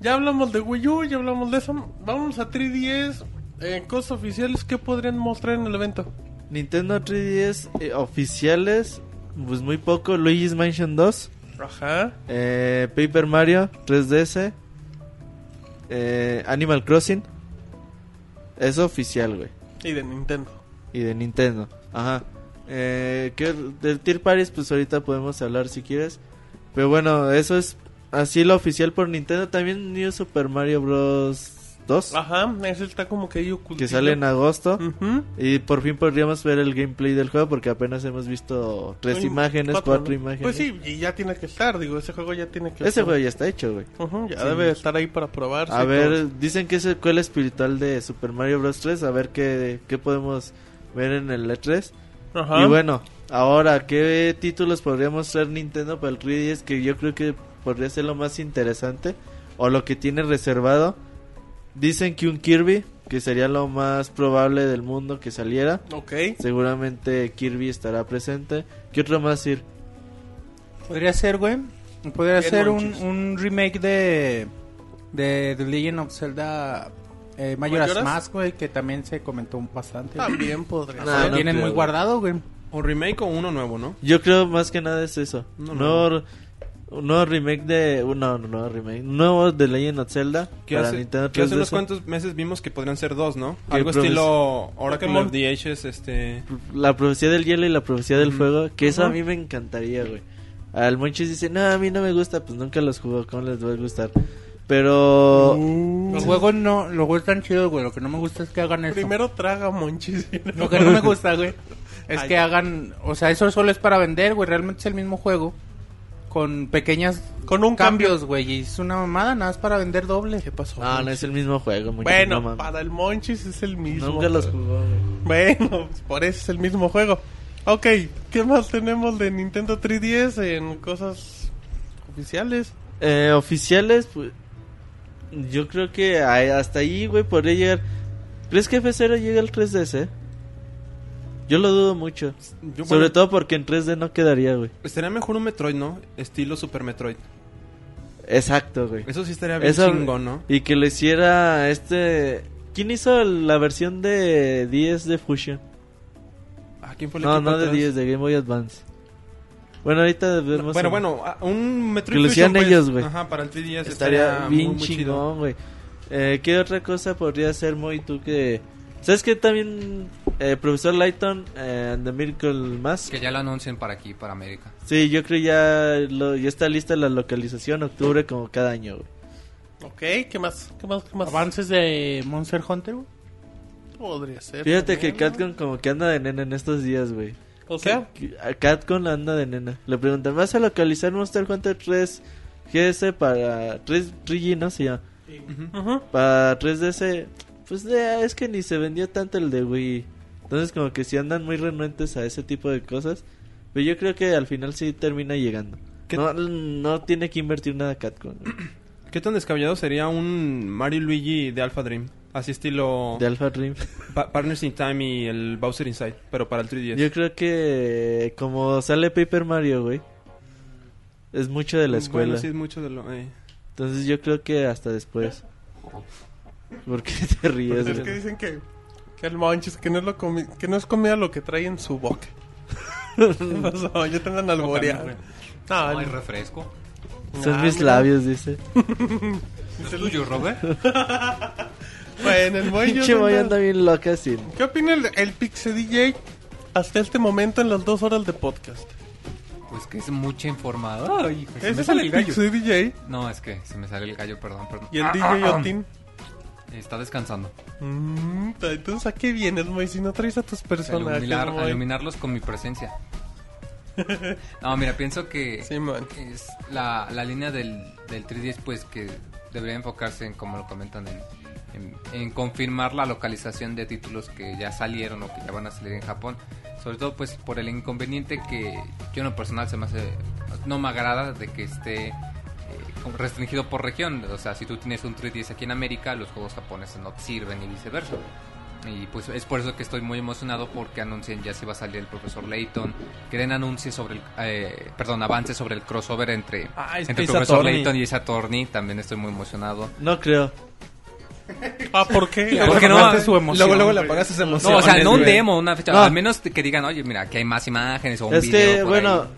ya hablamos de Wii U, ya hablamos de eso. Vamos a 3DS. En eh, cosas oficiales, ¿qué podrían mostrar en el evento?
Nintendo 3DS eh, oficiales, pues muy poco. Luigi's Mansion 2,
Ajá.
eh, Paper Mario 3DS, eh, Animal Crossing. Es oficial, güey.
Y de Nintendo.
Y de Nintendo. Ajá. Eh, que del Tier Paris, pues ahorita podemos hablar si quieres. Pero bueno, eso es así lo oficial por Nintendo. También New Super Mario Bros. 2,
Ajá, ese está como que ahí oculto.
que sale en agosto.
Ujú.
Y por fin podríamos ver el gameplay del juego porque apenas hemos visto tres
Uy,
imágenes, cuatro,
¿no?
imágenes.
Pues sí, y ya tiene que estar, digo, ese juego ya tiene que
Ese juego ya está hecho, güey.
Ujú, ya
Sí.
debe estar ahí para probarse.
A
y todo.
ver, dicen que es secuela espiritual de Super Mario Bros. 3. A ver qué, qué podemos ver en el E3.
Ajá.
Y bueno, ahora, ¿qué títulos podría mostrar Nintendo para el 3DS? Que yo creo que podría ser lo más interesante. O lo que tiene reservado. Dicen que un Kirby, que sería lo más probable del mundo que saliera.
Ok.
Seguramente Kirby estará presente. ¿Qué otro más ir?
Podría ser, güey. Podría
Bien,
ser un,
monchis.
un remake de, de The Legend of Zelda eh, Majora's,
¿Majora's?
Mask, güey, que también se comentó bastante. güey.
También podría
Nah,
Lo
ser.
no
tienen
creo,
muy
güey.
guardado, güey.
O remake o uno nuevo, ¿no?
Yo creo más que nada es eso.
No,
No,
no.
Un nuevo remake de. un- No, no, no, remake. Un nuevo de Legend of Zelda.
Que
para
hace,
Nintendo
que hace
3DS.
unos cuantos meses vimos que podrían ser dos, ¿no?
Que
Algo
promes-
estilo Oracle
Pokémon.
of the Ages, este...
La profecía del hielo y la profecía del
Ujú.
fuego. Que eso a mí me encantaría, güey. Al Monchis dice, no, a mí no me gusta. Pues nunca los jugó. ¿Cómo les va a gustar? Pero.
Mm.
Mm.
Los juegos no, los juegos están chidos, güey. Lo que no me gusta es que hagan eso.
Primero traga monchis. y
Lo
luego-
que
[laughs]
no me gusta, güey, es
Ay.
que hagan, o sea, eso solo es para vender, güey. Realmente es el mismo juego con pequeñas
Con un cambio.
cambios, güey. Y es una mamada, nada más para vender doble.
¿Qué pasó?
Ah, No, no es el mismo juego, Monchis.
Bueno,
no mames.
para el monchis es el mismo.
Nunca los jugó, güey.
Bueno, pues por eso es el mismo juego. Ok, ¿qué más tenemos de Nintendo 3DS en cosas oficiales?
Eh, oficiales, pues. Yo creo que a- hasta ahí, güey, podría llegar. ¿Crees que F0 llega al 3DS? Yo lo dudo mucho.
yo,
Sobre
bueno,
todo porque en 3D no quedaría, güey.
Estaría mejor un Metroid, ¿no? Estilo Super Metroid.
Exacto, güey.
Eso sí estaría bien
Eso-
chingón, ¿no?
Y que lo hiciera este... ¿Quién hizo el- la versión de 10 de Fusion?
¿A Ah, quién fue el
No,
equipo
no de
atrás?
10, de Game Boy Advance. Bueno, ahorita vemos...
Bueno,
en-
bueno, a- un Metroid
Que lo hicieran
Fusion,
ellos, güey.
Ajá, para el 3DS
Estaría, bien
muy, muy chido.
chingón, güey. Eh, ¿Qué otra cosa podría ser, Moy, tú que... ¿Sabes qué también? eh, Profesor Lighton eh, and the Miracle Mask.
Que ya lo anuncien para aquí, para América.
Sí, yo creo ya, lo- ya está lista la localización octubre como cada año, güey.
Ok, ¿qué más? ¿Qué más? ¿Qué más?
Avances de Monster Hunter, güey.
Podría ser.
Fíjate que
también, ¿no?
Catcon como que anda de nena en estos días, güey.
O sea,
A Catcon anda de nena. Le preguntan, ¿vas a localizar Monster Hunter 3 GS para 3, 3G, no sé ya?
ujú.
Para 3DS, pues eh, es que ni se vendió tanto el de Wii. Entonces como que si andan muy renuentes a ese tipo de cosas. Pero yo creo que al final sí termina llegando.
¿Qué-
No, no tiene que invertir nada Catcon güey,
[clears throat] ¿Qué tan descabellado sería un Mario y Luigi de Alpha Dream? Así estilo
de Alpha Dream.
Pa- Partners in Time y el Bowser Inside, pero para el 3DS.
Yo creo que eh, como sale Paper Mario, güey. Es mucho de la escuela.
Bueno, sí, es mucho de lo... eh.
Entonces yo creo que hasta después. ¿Por qué [laughs] te ríes?
Pues es que
güey?
dicen que, que el monchis, que no, es lo comi- que no es comida lo que trae en
[laughs]
su boca. ¿Qué pasó? Yo tengo una alborea. No,
No hay
el-
refresco.
Son
Ah,
mis
mira.
labios, dice.
¿Es tuyo, Robert?
[laughs] Bueno, el monchis.
Pinche boy
anda-
anda bien loca sin.
¿Qué opina el, el Pixe DJ hasta este momento en las dos horas de podcast?
Pues que es mucha informada. Ay, hijo, se
Ese
me
es
sale
el
el gallo.
Pixe DJ
No, es que se me sale el gallo, perdón, perdón. Ah,
y el DJ Otin.
Está descansando.
Mm, ta- entonces, ¿a qué vienes, Moy? Si no traes a tus
A
personajes,
iluminar- a
Moy?
iluminarlos con mi
[laughs]
presencia. No, mira, pienso que
Sí, man.
es la, la línea del, del 3DS, pues que debería enfocarse en, como lo comentan, en, en- en confirmar la localización de títulos que ya salieron o que ya van a salir en Japón. Sobre todo, pues por el inconveniente que yo en lo personal se me hace, no me agrada de que esté eh, como restringido por región. O sea, si tú tienes un 3DS aquí en América, los juegos japoneses no te sirven y viceversa. Y pues es por eso que estoy muy emocionado porque anuncian ya si va a salir el profesor Layton. Quieren anuncios sobre el, eh, perdón, avances sobre el crossover entre,
Ah, es
entre el
Ace
profesor
Attorney.
Layton y esa Attorney. También estoy muy emocionado.
No creo.
Ah, ¿por
[laughs]
qué?
¿Por qué no?
Aparte
Su
Luego,
emoción,
luego le apagas esa emoción.
No, o sea, no Este, un
güey.
demo, una fecha.
No.
Al menos que digan, oye, mira, aquí hay más imágenes o un
es
video
que,
por
bueno,
ahí.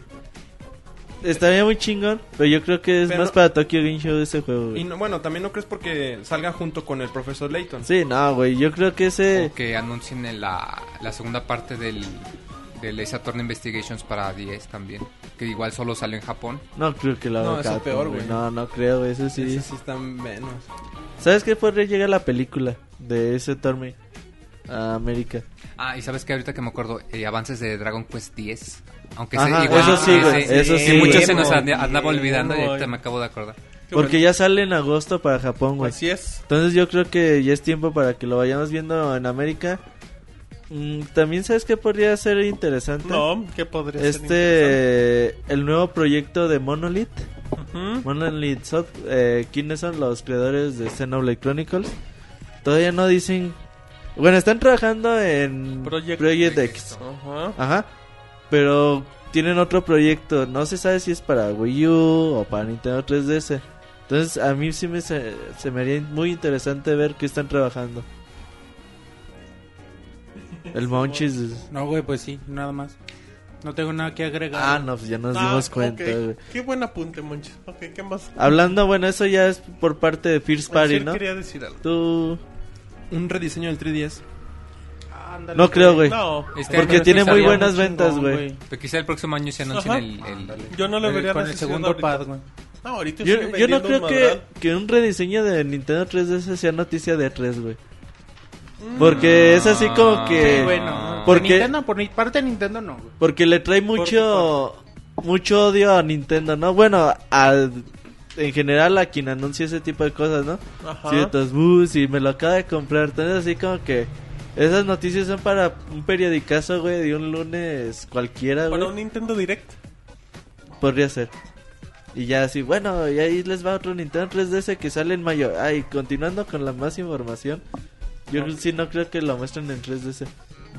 estaría muy chingón, pero yo creo que es
Pero-
más para Tokyo Game Show ese juego, güey.
Y no- bueno, también no crees porque salga junto con el profesor Layton.
Sí, no, güey, yo creo que ese...
O que anuncien en la, la segunda parte del, del Ace Attorney Investigations para 10 también. Que igual solo salió en Japón.
No creo que la
No,
haga
eso es
Capcom,
peor, güey.
No, no creo, güey, eso sí.
Ese sí está menos.
¿Sabes qué? Podría llegar la película de ese torneo a América.
Ah, y sabes que ahorita que me acuerdo, eh, avances de Dragon Quest 10. Aunque
Ajá,
se, igual,
eso sí,
que
güey,
se-
eso
que
sí,
muchos
güey.
se nos
Bien,
ande- andaba olvidando y
güey.
ahorita me acabo de acordar.
Qué bueno.
Porque ya sale en agosto para Japón, güey.
Así es.
Entonces yo creo que ya es tiempo para que lo vayamos viendo en América. Mm, También sabes qué podría ser interesante.
No, ¿qué podría ser interesante?
este, el nuevo proyecto de Monolith.
Ujú.
Monolith Soft, eh, ¿quiénes son los creadores de Xenoblade Chronicles? Todavía no dicen. Bueno, están trabajando en
Project
X.
Ajá.
Ajá. Pero tienen otro proyecto. No se sabe si es para Wii U o para Nintendo 3DS. Entonces a mí sí me se, se me haría muy interesante ver qué están trabajando. El Monchis. es-
No, güey, pues sí, nada más. No tengo nada que agregar.
Ah, no, pues ya nos
Ah,
dimos
ok.
cuenta. güey.
Qué buen apunte, Monchi. Ok, ¿qué más?
Hablando, bueno, eso ya es por parte de First Party,
Decir,
¿no?
quería decir algo.
Tú...
Un rediseño del 3DS.
Ándale,
No creo, güey.
No.
Es que
Porque
no
tiene muy
sabía
buenas
Chingón,
ventas, güey.
Pero quizá el próximo año se anuncien
Ajá.
el, el-
Yo no le vería
Con el
necesidad
segundo
ahorita.
pad, güey.
No, ahorita
Yo,
sigue
yo no
vendiendo
creo
un
que,
madral.
que un rediseño de Nintendo 3DS sea noticia de 3, güey.
Mm.
Porque es así como que...
Qué Ah, bueno.
¿Por
¿Por
qué?
Nintendo, por mi parte Nintendo no, güey.
Porque le trae mucho mucho odio a Nintendo, ¿no? Bueno, a- en general a quien anuncia ese tipo de cosas, ¿no?
Ajá.
Ciertos bus y me lo acaba de comprar. Entonces así como que esas noticias son para un periodicazo, güey, de un lunes cualquiera, güey.
Para un Nintendo Direct.
Podría ser. Y ya así, bueno, y ahí les va otro Nintendo 3DS que sale en mayo. Ay, continuando con la más información. Yo sí no creo que lo muestren en 3DS.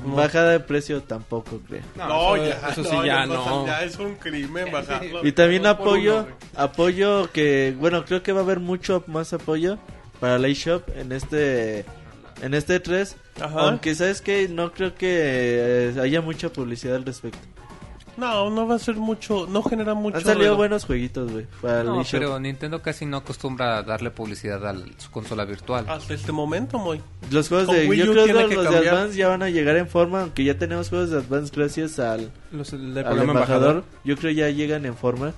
Bajada de precio tampoco, creo.
No,
eso,
ya.
eso
no,
sí, ya
no,
no.
Ya es
[laughs]
un crimen bajarlo.
Y también
Dos por
apoyo,
uno, güey.
apoyo que, bueno, creo que va a haber mucho más apoyo para la eShop en este, en este 3.
Ajá.
Aunque sabes que no creo que eh, haya mucha publicidad al respecto.
No, no va a ser mucho. No genera mucho.
Han salido
ruido.
buenos jueguitos, güey, para la
No,
eShop.
pero Nintendo casi no acostumbra a darle publicidad a su consola virtual.
Hasta este momento, muy.
Los juegos
Con
de,
Wii
yo
U
creo
tiene
que
que
los de
cambiar.
Advance ya van a llegar en forma, aunque ya tenemos juegos de Advance gracias al,
Los, el
al
del programa
embajador.
embajador.
Yo creo ya llegan en forma.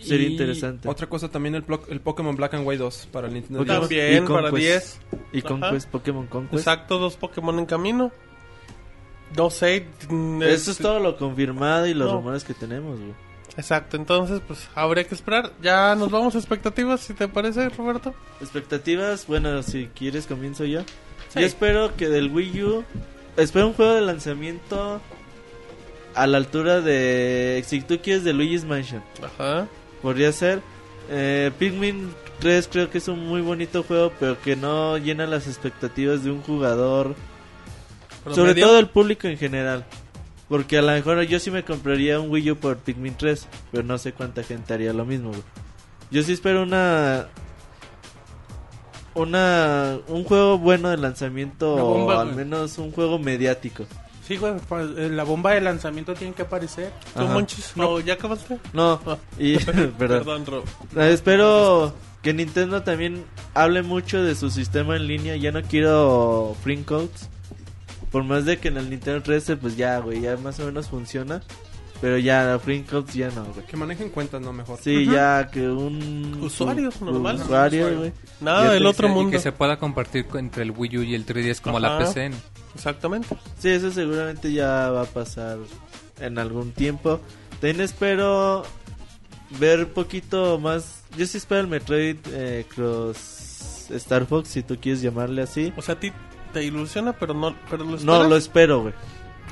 Sería
Y
interesante.
Otra cosa también, el, plo- el Pokémon Black and White 2 para el Nintendo
Pokémon.
DS.
También
Y
para
Conquest.
10.
Y
Ajá.
Conquest, Pokémon Conquest.
Exacto, dos Pokémon en camino. No sé. mm,
Eso es
este-
todo lo confirmado y los
No.
rumores que tenemos, güey.
Exacto, entonces pues habrá que esperar. Ya nos vamos a expectativas, si te parece, Roberto.
Expectativas, bueno, si quieres comienzo yo. Yo
Sí.
espero que del Wii U, espero un juego de lanzamiento a la altura de, si tú quieres, de Luigi's Mansion.
Ajá.
Podría ser. Eh, Pikmin 3 creo que es un muy bonito juego, pero que no llena las expectativas de un jugador. Sobre
Promedio.
todo el público en general. Porque a lo mejor yo sí me compraría un Wii U por Pikmin 3, pero no sé cuánta gente haría lo mismo. güey. Yo sí espero una... Una, un juego bueno de lanzamiento
Una bomba,
o al
güey.
menos un juego mediático.
Sí, güey, pa- eh, la bomba de lanzamiento tiene que aparecer.
¿Tú,
Ajá.
Monchis? No, ¿ya acabaste?
No,
Ah. [laughs]
y, [laughs] perdón.
Perdón, Rob.
Eh, Espero que Nintendo también hable mucho de su sistema en línea. Ya no quiero print codes. Por más de que en el Nintendo 3 pues ya, güey, ya más o menos funciona. Pero ya, print codes ya no, güey.
Que manejen cuentas, no mejor.
Sí, ya que un...
Usuarios
u-
normales.
Usuario, güey.
Nada
Ya
del
te-
otro
y
mundo.
que se pueda compartir co- entre el Wii U y el 3DS como la
Ajá.
PC. ¿no?
Exactamente.
Sí, eso seguramente ya va a pasar en algún tiempo. También espero ver poquito más... Yo sí espero el Metroid eh, Cross Star Fox, si tú quieres llamarle así.
O sea, a ti te ilusiona, pero no pero lo
No,
esperas.
lo espero, güey.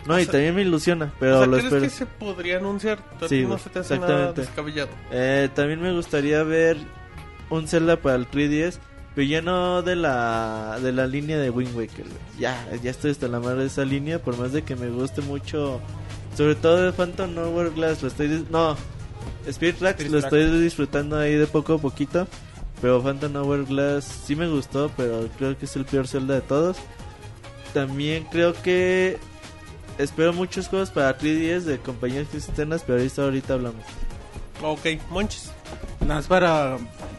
No,
O
y
sea-
también me ilusiona,
O
pero
sea,
lo
¿crees
espero.
que se podría anunciar? ¿A ti
Sí,
no
güey,
se te hace nada
exactamente.
descabellado.
Eh, también me gustaría ver un Zelda para el 3DS, pero ya no de la, de la línea de Wind Waker, güey. Ya, ya estoy hasta la madre de esa línea, por más de que me guste mucho. Sobre todo de Phantom Hourglass, lo estoy... dis- No, Spirit Tracks
Spirit
lo
Tracks.
estoy disfrutando ahí de poco a poquito. Pero Phantom Hourglass sí me gustó, pero creo que es el peor Zelda de todos. También creo que espero muchos juegos para 3DS de compañías externas, pero ahorita, ahorita hablamos.
Ok, monches.
Nada más para,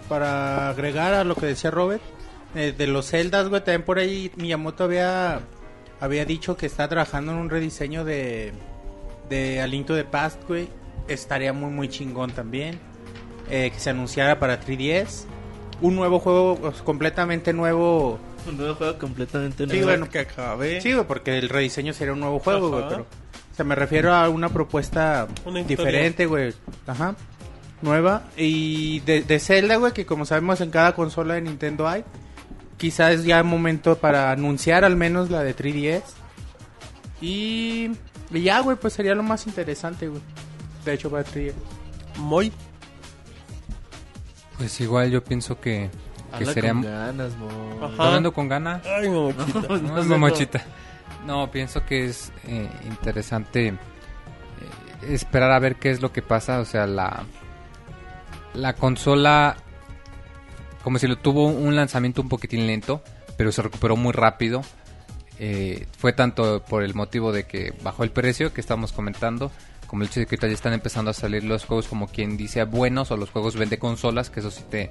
para agregar a lo que decía Robert, eh, de los celdas, güey, también por ahí Miyamoto había, había dicho que está trabajando en un rediseño de, de Alinto de Past, güey. Estaría muy, muy chingón también. eh, que se anunciara para 3DS. Un nuevo juego pues, completamente nuevo.
Un nuevo juego completamente
Sí,
nuevo.
bueno,
que acabé.
sí, güey, porque el rediseño sería un nuevo juego, güey,
Ajá.
pero... O sea, me refiero a una propuesta
Una historia.
diferente, güey. Ajá. Nueva. Y de, de Zelda, güey, que como sabemos en cada consola de Nintendo hay. Quizás ya es momento para anunciar al menos la de 3DS. Y, y ya, güey, pues sería lo más interesante, güey. De hecho, para 3DS.
Moy.
Pues igual yo pienso que, que
Habla
sería...
con
¿Está
ganas, mo.
Ajá.
hablando con gana?
Ay, mamochita.
[laughs] No, es mamachita. No, pienso que es eh, interesante eh, esperar a ver qué es lo que pasa. O sea, la, la consola, como si lo tuvo un lanzamiento un poquitín lento, pero se recuperó muy rápido. Eh, fue tanto por el motivo de que bajó el precio que estamos comentando, como el hecho de que ahorita ya están empezando a salir los juegos como quien dice buenos o los juegos vende consolas, que eso sí te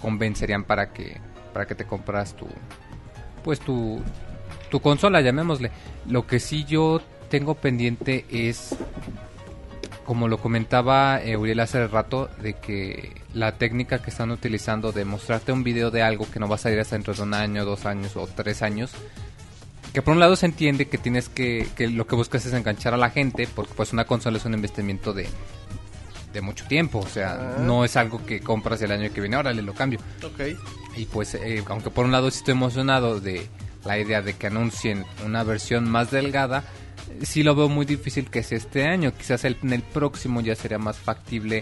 convencerían para que, para que te compras tu, pues tu, tu consola, llamémosle. Lo que sí yo tengo pendiente es, como lo comentaba eh, Uriel hace rato, de que la técnica que están utilizando de mostrarte un video de algo que no va a salir hasta dentro de un año, dos años o tres años, que por un lado se entiende que tienes que, que lo que buscas es enganchar a la gente, porque pues una consola es un investimiento de, de mucho tiempo, o sea, no es algo que compras el año que viene, órale, lo cambio.
Ok.
Y pues, eh, aunque por un lado sí estoy emocionado de la idea de que anuncien una versión más delgada, eh, sí lo veo muy difícil que sea este año. Quizás el- en el próximo ya sería más factible.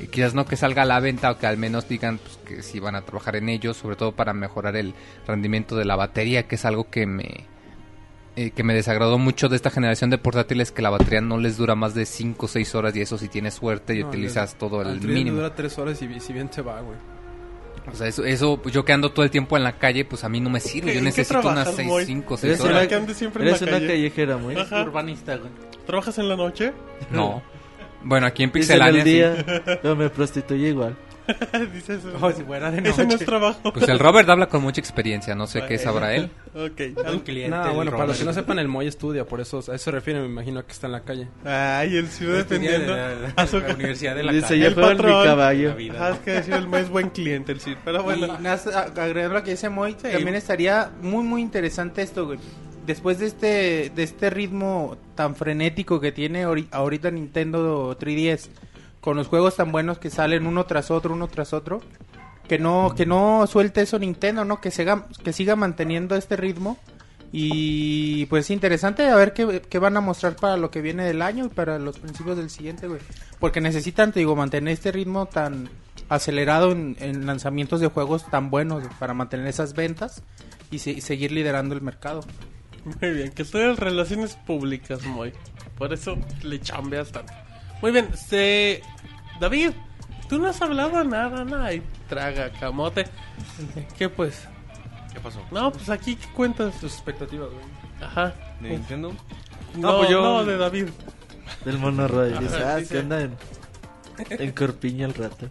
eh, quizás no que salga a la venta o que al menos digan pues, que sí van a trabajar en ello, sobre todo para mejorar el rendimiento de la batería, que es algo que me, eh, que me desagradó mucho de esta generación de portátiles, que la batería no les dura más de 5 o 6 horas y eso si tienes suerte y
No,
utilizas
les-
todo
al
el
tren le
mínimo.
dura tres horas y si bien se va, güey.
O sea, eso, eso pues, yo que ando todo el tiempo en la calle, pues a mí no me sirve. Yo
¿En qué
necesito unas
trabajas, boy?
6, 5,
Eres
6
una,
horas.
que andes siempre en
eres
la
una
calle.
callejera, muy.
Ajá.
Urbanista, güey.
¿Trabajas en la noche? [laughs]
No. Bueno, aquí en
Dice en
Pixelania,
el día, pero me prostituye igual.
Dices eso.
Como si fuera de
Ese no es
noche.
trabajo.
sí. pues el Robert habla con mucha experiencia, no sé qué sabrá
[laughs]
él.
Ok.
Un
Al-
cliente,
Nada,
el
bueno, para
Robert.
los que no sepan, el Moy estudia, por eso a eso se refiere, me imagino que está en la calle.
Ay, el ciudad dependiendo.
Estudia en la- [laughs]
A su-
la Universidad de la
Dice,
Calle.
yo
El
juego en mi
patrón.
caballo.
vida.
Ah, es que decir, el Moy es buen cliente, el Cid. Pero bueno.
Y nada más, a- agregando lo que dice Moy, también estaría muy, muy interesante esto, güey. Después de este, de este ritmo tan frenético que tiene ori- ahorita Nintendo 3DS, con los juegos tan buenos que salen uno tras otro, uno tras otro, que no, que no suelte eso Nintendo, ¿no? Que, siga, que siga manteniendo este ritmo. Y pues interesante a ver qué, qué van a mostrar para lo que viene del año y para los principios del siguiente, güey. Porque necesitan, te digo, mantener este ritmo tan acelerado en, en lanzamientos de juegos tan buenos güey, para mantener esas ventas y, se- y seguir liderando el mercado.
Muy bien, que estudias relaciones públicas, Moy. Por eso le chambeas tanto. Muy bien, este. David, tú no has hablado nada, nada. Y traga camote. ¿Qué pues?
¿Qué pasó?
No, pues aquí ¿qué cuentas.
Tus expectativas, güey.
Ajá.
¿De Nintendo?
No,
pues yo-
no, de David.
Del mono Roy. Dice,
Ajá,
ah,
dice-
que anda en, en corpiña el rato.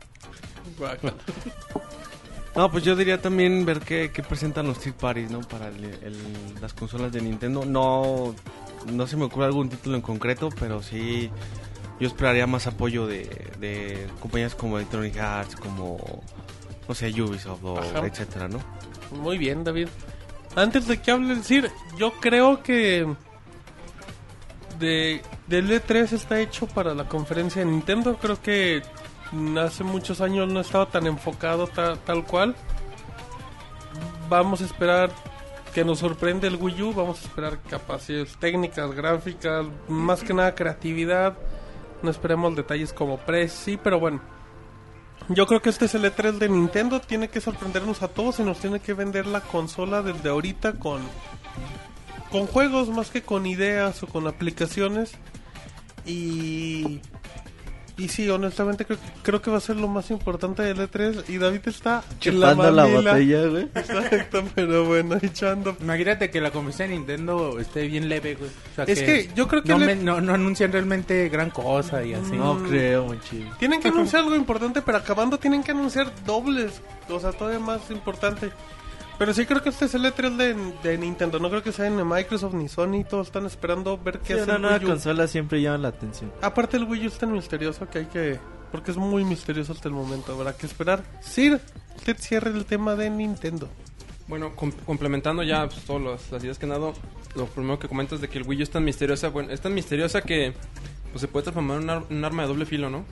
Guácala.
No, pues yo diría también ver qué, qué presentan los Street Parties, ¿no? Para el- el- las consolas de Nintendo. No, no se me ocurre algún título en concreto, pero sí yo esperaría más apoyo de, de compañías como Electronic Arts, como, no sé, Ubisoft, o
Ajá.
etcétera, ¿no?
Muy bien, David. Antes de que hable el Sir, yo creo que de, del E3 está hecho para la conferencia de Nintendo. Creo que mm, hace muchos años no estaba tan enfocado ta- tal cual. Vamos a esperar que nos sorprende el Wii U. Vamos a esperar capacidades técnicas, gráficas, más que nada creatividad. No esperemos detalles como pre, sí, pero bueno. Yo creo que este es el E3 de Nintendo. Tiene que sorprendernos a todos y nos tiene que vender la consola desde ahorita con, con juegos más que con ideas o con aplicaciones. Y Y sí, honestamente creo que, creo que va a ser lo más importante del E3. Y David está en
Chupando la
mamila.
botella, güey.
Exacto, pero bueno, echando.
Imagínate que la conferencia de Nintendo esté bien leve, güey. O sea,
Es que yo creo que
no,
le-
me- no, no anuncian realmente gran cosa y así.
No creo, muchachos.
Tienen
[laughs]
que anunciar algo importante, pero acabando tienen que anunciar dobles. O sea, todavía más importante. Pero sí creo que este es el E3 de, de Nintendo. No creo que sea ni Microsoft ni Sony. Todos están esperando ver qué
Sí,
hace
una
el
nueva
Wii U.
consola siempre llama la atención.
Aparte el Wii U es tan misterioso que hay que... Porque es muy misterioso hasta el momento. Habrá que esperar. Sir, usted cierre el tema de Nintendo.
Bueno, com- complementando ya pues, todas las- las ideas que han dado, lo primero que comentas de que el Wii U es tan misteriosa, bueno, es tan misteriosa que pues, se puede transformar en un, ar- un arma de doble filo, ¿no?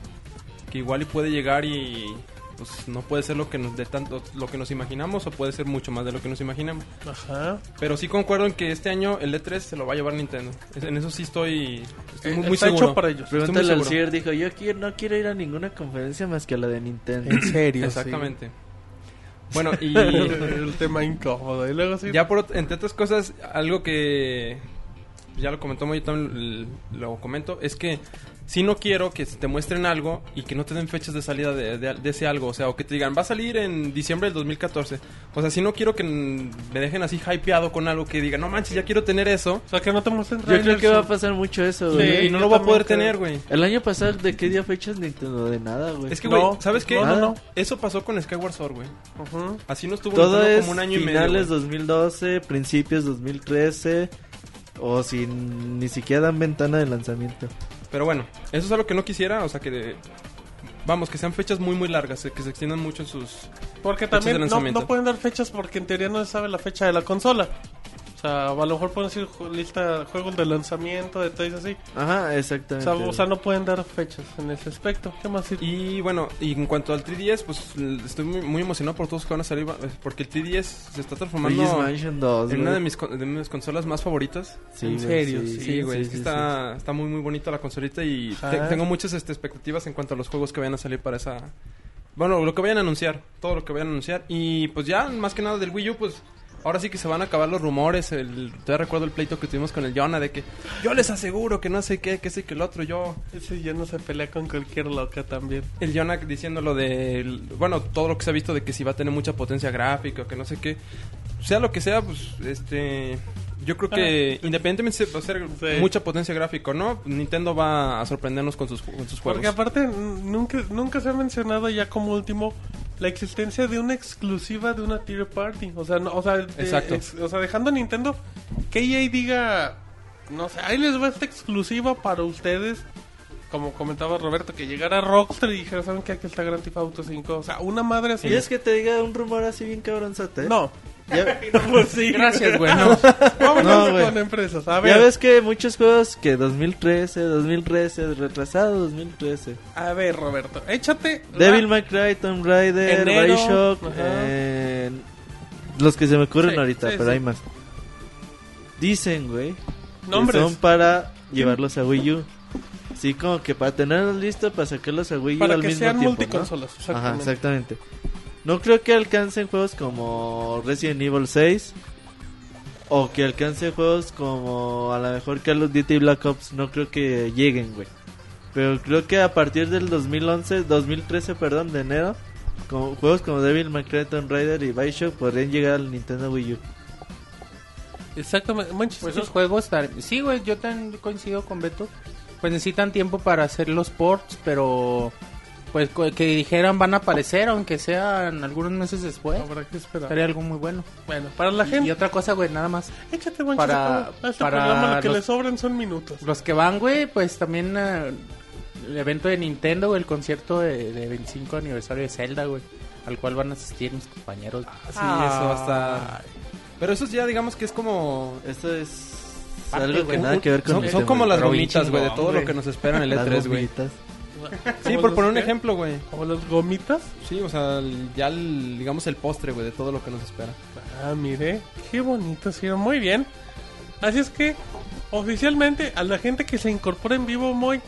Que igual y puede llegar y pues no puede ser lo que nos de tanto lo que nos imaginamos o puede ser mucho más de lo que nos imaginamos.
Ajá.
Pero sí concuerdo en que este año el E3 se lo va a llevar Nintendo. Es- En eso sí estoy, estoy muy, muy
Eh, Está
seguro.
hecho para ellos.
Estoy muy
Pregúntale al
seguro.
Cier, dijo, yo quiero- no quiero ir a ninguna conferencia más que a la de Nintendo.
serio. [laughs]
Exactamente. Bueno,
[laughs]
y
el tema incómodo. Y luego sí.
Ya por ot- entre otras cosas, algo que pues, ya lo comentó Moyo, también l- lo comento, es que si no quiero que te muestren algo y que no te den fechas de salida de, de- de ese algo, o sea, o que te digan, va a salir en diciembre del 2014. O sea, si no quiero que mm, me dejen así hypeado con algo que digan, no manches, ya quiero tener eso.
O sea, que no te muestren
Yo creo
trailers.
que va a pasar mucho eso,
y-
güey.
y no
yo
lo voy a poder
también
tener,
creo.
güey.
El año pasado, ¿de qué día fechas Nintendo? De nada, güey.
Es que, güey,
No,
¿sabes qué?
no,
no, no.
Eso pasó con Skyward Sword, güey.
Ujú.
Así no estuvo
Todo
Nintendo
es
como un año y medio.
finales
güey.
2012, principios 2013, o si ni siquiera dan ventana de lanzamiento.
Pero bueno, eso es algo que no quisiera, o sea, que... de- Vamos, que sean fechas muy, muy largas, eh, que se extiendan mucho en sus,
Porque
Fechas de
también no,
lanzamiento.
no pueden dar fechas porque en teoría no se sabe la fecha de la consola. O sea, a lo mejor pueden decir ju- lista juegos de lanzamiento, detalles así.
Ajá,
O
exactamente.
sea, o sea, no pueden dar fechas en ese aspecto. ¿Qué más? Sir?
Este, Y bueno, y en cuanto al 3DS, pues l- estoy muy, muy emocionado por todos los que van a salir, va- porque el 3DS se está transformando
Luigi's Mansion 2,
en
güey.
una de mis, con- de mis consolas más favoritas.
Sí,
en
güey,
serio,
sí,
Sí,
sí,
güey,
sí,
es que
sí,
está, está muy, muy bonita la consolita y te-
Ajá.
tengo muchas este, expectativas en cuanto a los juegos que vayan a salir para esa... Bueno, lo que vayan a anunciar, todo lo que vayan a anunciar. Y pues ya, más que nada del Wii U, pues... Ahora sí que se van a acabar los rumores. El, todavía recuerdo el pleito que tuvimos con el Jonah de que yo les aseguro que no sé qué, que sé que el otro, yo
Ese ya no se pelea con cualquier loca también.
El Yonak diciendo lo de. Bueno, todo lo que se ha visto de que si va a tener mucha potencia gráfica, que no sé qué. Sea lo que sea, pues este. Yo creo que independientemente se va a ser
Ah. Sí.
mucha potencia gráfica, o ¿no? pues, Nintendo va a sorprendernos con sus, ju- con sus juegos.
Porque aparte n- nunca, nunca se ha mencionado ya como último la existencia de una exclusiva de una tier party. O sea, no- o sea, de-
Exacto.
ex- o sea, dejando a Nintendo que EA diga, no sé, ahí les va esta exclusiva para ustedes. Como comentaba Roberto, que llegara Rockstar y dijera, ¿saben qué? Aquí está Grand Theft Auto 5. O sea, una madre así.
¿Y es que te diga un rumor así bien cabronzote? eh?
[laughs] No,
Ya,
pues sí.
Gracias, güey. no.
[laughs]
Vámonos
No, güey.
con empresas. A
ya
ver,
ves que muchos juegos que 2013, 2013, retrasado 2013.
a ver, Roberto, échate. la-
Devil May Cry, Tomb Raider,
Enero,
Bioshock,
ajá.
eh, los que se me ocurren
Sí,
ahorita,
sí,
pero
sí.
hay más. Dicen, güey, que
Nombres.
son para llevarlos a Wii U. Sí, como que para tenerlos listos para sacarlos a Wii U
Para
al
que
mismo
sean
tiempo, ¿no?
multiconsolas.
Ajá,
Exactamente.
exactamente. No creo que alcancen juegos como Resident Evil 6 o que alcancen juegos como a lo mejor Call of Duty Black Ops. No creo que lleguen, güey. Pero creo que a partir del 2011, 2013, perdón, de enero, como, juegos como Devil May Cry, Tomb Raider y Bioshock podrían llegar al Nintendo Wii U.
Exactamente. Manches,
Pues esos juegos, tar- sí, güey, yo tan coincido con Beto. Pues necesitan tiempo para hacer los ports, pero pues co- que dijeran van a aparecer, aunque sean algunos meses después.
habrá que esperar.
Sería algo muy bueno.
Bueno, para la
Y
gente,
otra cosa, güey, nada más.
échate buen
para-
chiste, A este
para
programa lo que
los-
le sobran son minutos.
Los que van, güey, pues también eh, el evento de Nintendo, güey, el concierto de, de 25 aniversario de Zelda, güey, al cual van a asistir mis compañeros.
Ah,
Ah,
Sí, eso va a estar. Pero eso ya digamos que es como.
Esto es
Parte,
algo que
güey.
nada que ver con
Son, son
Nintendo,
como las
Pero bien
gomitas, güey, de
chingón,
todo lo
güey.
que nos espera en [laughs] el
las
E3, güey.
bombillitas.
Sí, pues
Como
por
los
poner un
que-
ejemplo, güey.
Como las gomitas.
Sí, o sea, el- ya el- digamos el postre, güey, de todo lo que nos espera.
Ah, mire, qué bonito, sí, muy bien. Así es que, oficialmente, a la gente que se incorpora en vivo, muy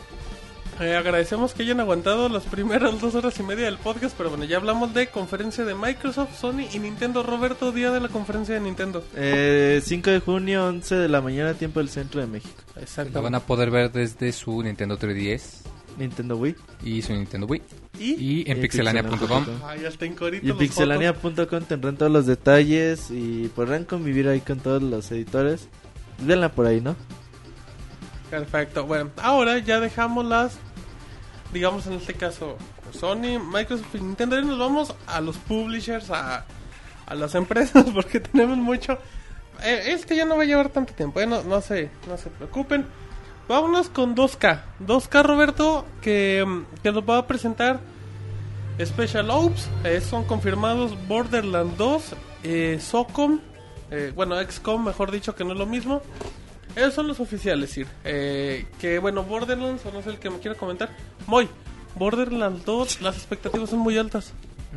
eh, agradecemos que hayan aguantado las primeras dos horas y media del podcast. Pero bueno, ya hablamos de conferencia de Microsoft, Sony y Nintendo. Roberto, día de la conferencia de Nintendo.
Eh, 5 de junio, 11 de la mañana, tiempo del centro de México.
La
Exacto.
van a poder ver desde su Nintendo 3DS.
Nintendo Wii.
y su Nintendo Wii.
Y
Y en
Y
pixelania.com.
pixelania.com.
Ay, hasta en corito
Y en
los
pixelania.com tendrán todos los detalles y podrán convivir ahí con todos los editores. Denla por ahí, ¿no?
fotos. Perfecto. Bueno, ahora ya dejamos las, digamos en este caso, Sony, Microsoft y Nintendo. Y nos vamos a los publishers, a, a las [laughs] empresas, porque tenemos mucho. Eh, este ya no va a llevar tanto tiempo, eh, no, no, se, no se preocupen. Vámonos con 2K. 2K, Roberto, que, mm, que nos va a presentar Special Ops. eh, son confirmados Borderlands 2, eh, SOCOM, eh, bueno, XCOM, mejor dicho, que no es lo mismo. Esos son los oficiales, Sir. Eh, que bueno, Borderlands, o no sé el que me quiero comentar. Moy, Borderlands 2, las expectativas son muy altas.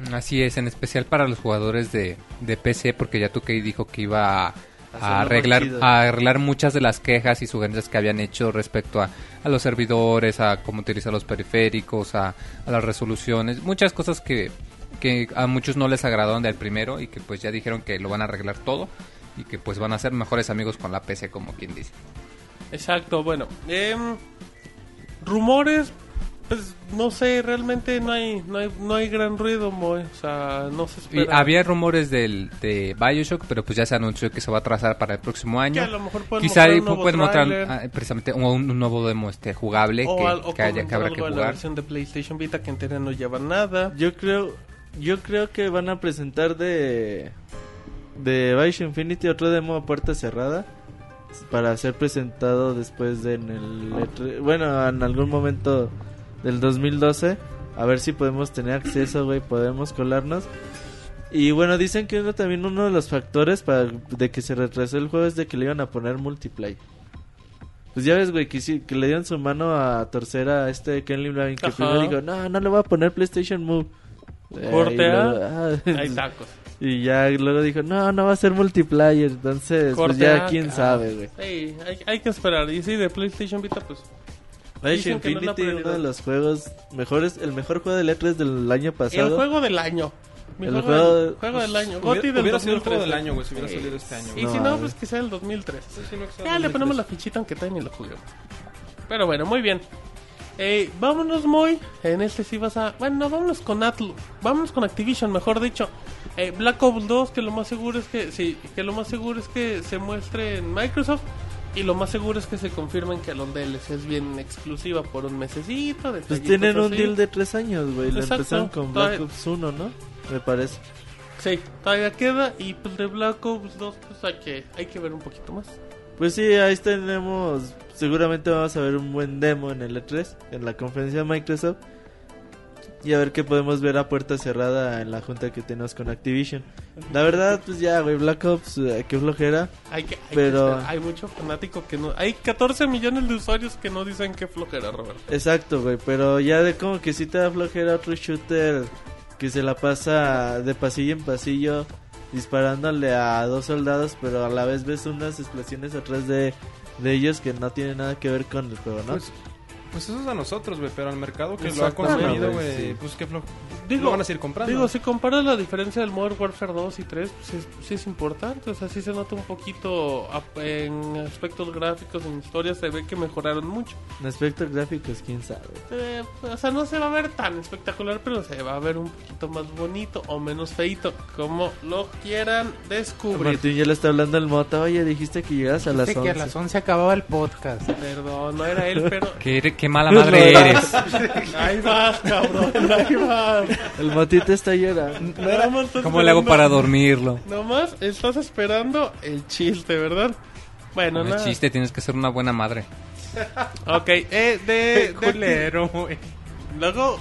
Mm, Así es, en especial para los jugadores de, de PC, porque ya tu dijo que iba a,
Hacerlo
a arreglar,
más chido.
a arreglar muchas de las quejas y sugerencias que habían hecho respecto a, a los servidores, a cómo utilizar los periféricos, a, a las resoluciones, muchas cosas que, que a muchos no les agradaron del primero y que pues ya dijeron que lo van a arreglar todo y que pues van a ser mejores amigos con la PC, como quien dice.
Exacto, bueno. em, rumores, pues no sé, realmente no hay, no hay, no hay gran ruido, Moy. O sea, no se
Y
espera.
había rumores del, de Bioshock, pero pues ya se anunció que se va a trazar para el próximo
que
año.
a lo mejor pueden
Quizá
mostrar
ahí
un nuevo
pueden mostrar
tráiler.
ah, precisamente un, un nuevo demo este, jugable que,
o, al- o
que haya- que
comentar
habrá
algo
que
de la
jugar.
versión de PlayStation Vita que entera no lleva nada.
Yo creo, yo creo que van a presentar de de Bioshock Infinity otro demo a puerta cerrada para ser presentado después de en el E3 bueno en algún momento del 2012 a ver si podemos tener acceso güey podemos colarnos y bueno dicen que uno también uno de los factores para de que se retrasó el juego es de que le iban a poner multiplayer pues ya ves, güey, que, sí- que le dieron su mano a torcer a este Ken Levine, que
Ajá.
primero dijo, no, no le voy a poner PlayStation Move. Eh,
Corte
y luego- ah,
Hay tacos.
y ya luego dijo, no, no va a ser multiplayer. Entonces, pues
Corte
ya
A,
quién
ah,
sabe, güey.
Sí, hay, hay que esperar. Y sí, de PlayStation Vita, pues.
Bioshock
que no es la
Infinity, uno
prioridad.
de los juegos mejores, el mejor juego de letras del año pasado.
El juego del año. Mi
El
juego,
juego-
del, juego del año.
pues, Hubiera,
Goti del
hubiera sido el juego
2013.
del año, güey, si hubiera salido este año.
Y
No,
si no,
a
pues
ver.
que sea el 2003.
güey.
Ya le ponemos la fichita aunque todavía ni lo juguemos. Pero bueno, muy bien. Eh, vámonos, Moy. En este sí vas a. Bueno, no, vámonos con Atlus. Vámonos con Activision, mejor dicho. Eh, Black Ops 2, que lo más seguro es que. Sí, que lo más seguro es que se muestre en Microsoft. Y lo más seguro es que se confirmen que los DLCs vienen exclusiva por un mesecito.
Pues
detallitos
tienen un
así.
deal de tres años, güey. Lo
Exacto.
empezaron con Black
Todavía-
Ops 1, ¿no? Me parece.
Sí, todavía queda. Y pues de Black Ops 2, pues hay que, hay que ver un poquito más.
Pues sí, ahí tenemos. Seguramente vamos a ver un buen demo en el E3, en la conferencia de Microsoft. Y a ver qué podemos ver a puerta cerrada en la junta que tenemos con Activision. La verdad, pues ya, güey, Black Ops, eh, qué flojera.
Hay, que, hay que
Pero-
esperar. hay mucho fanático que no. Hay 14 millones de usuarios que no dicen que flojera, Roberto.
Exacto, güey, pero ya de como que si te da flojera otro shooter que se la pasa de pasillo en pasillo disparándole a dos soldados, pero a la vez ves unas explosiones atrás de, de ellos que no tienen nada que ver con el juego, ¿no?
Pues, pues eso es a nosotros, güey, pero al mercado que lo ha
Exactamente,
consumido,
güey,
güey,
sí.
pues qué flojo.
Digo-
lo van a seguir comprando.
Digo, si comparas la diferencia del Modern Warfare 2 y 3, pues es, sí es importante. O sea, sí se nota un poquito ap- en aspectos gráficos, en historia, se ve que mejoraron mucho.
En aspectos gráficos, quién sabe.
Eh, o sea, no se va a ver tan espectacular, pero se va a ver un poquito más bonito o menos feito, como lo quieran descubrir.
Martín ya le está hablando al mota, oye, dijiste que llegas a las
Dice que a
11.
las 11 acababa el podcast.
Perdón, no era él, pero...
[laughs] ¿Qué, eres- qué mala madre eres.
ahí vas, cabrón, ahí vas.
El motita está llorando.
No era montón
¿Cómo le hago
esperando.
para dormirlo?
Nomás estás esperando el chiste, ¿verdad? Bueno,
No es
nada.
chiste, tienes que ser una buena madre.
Ok, eh, de... de
[laughs] Culero, güey.
luego,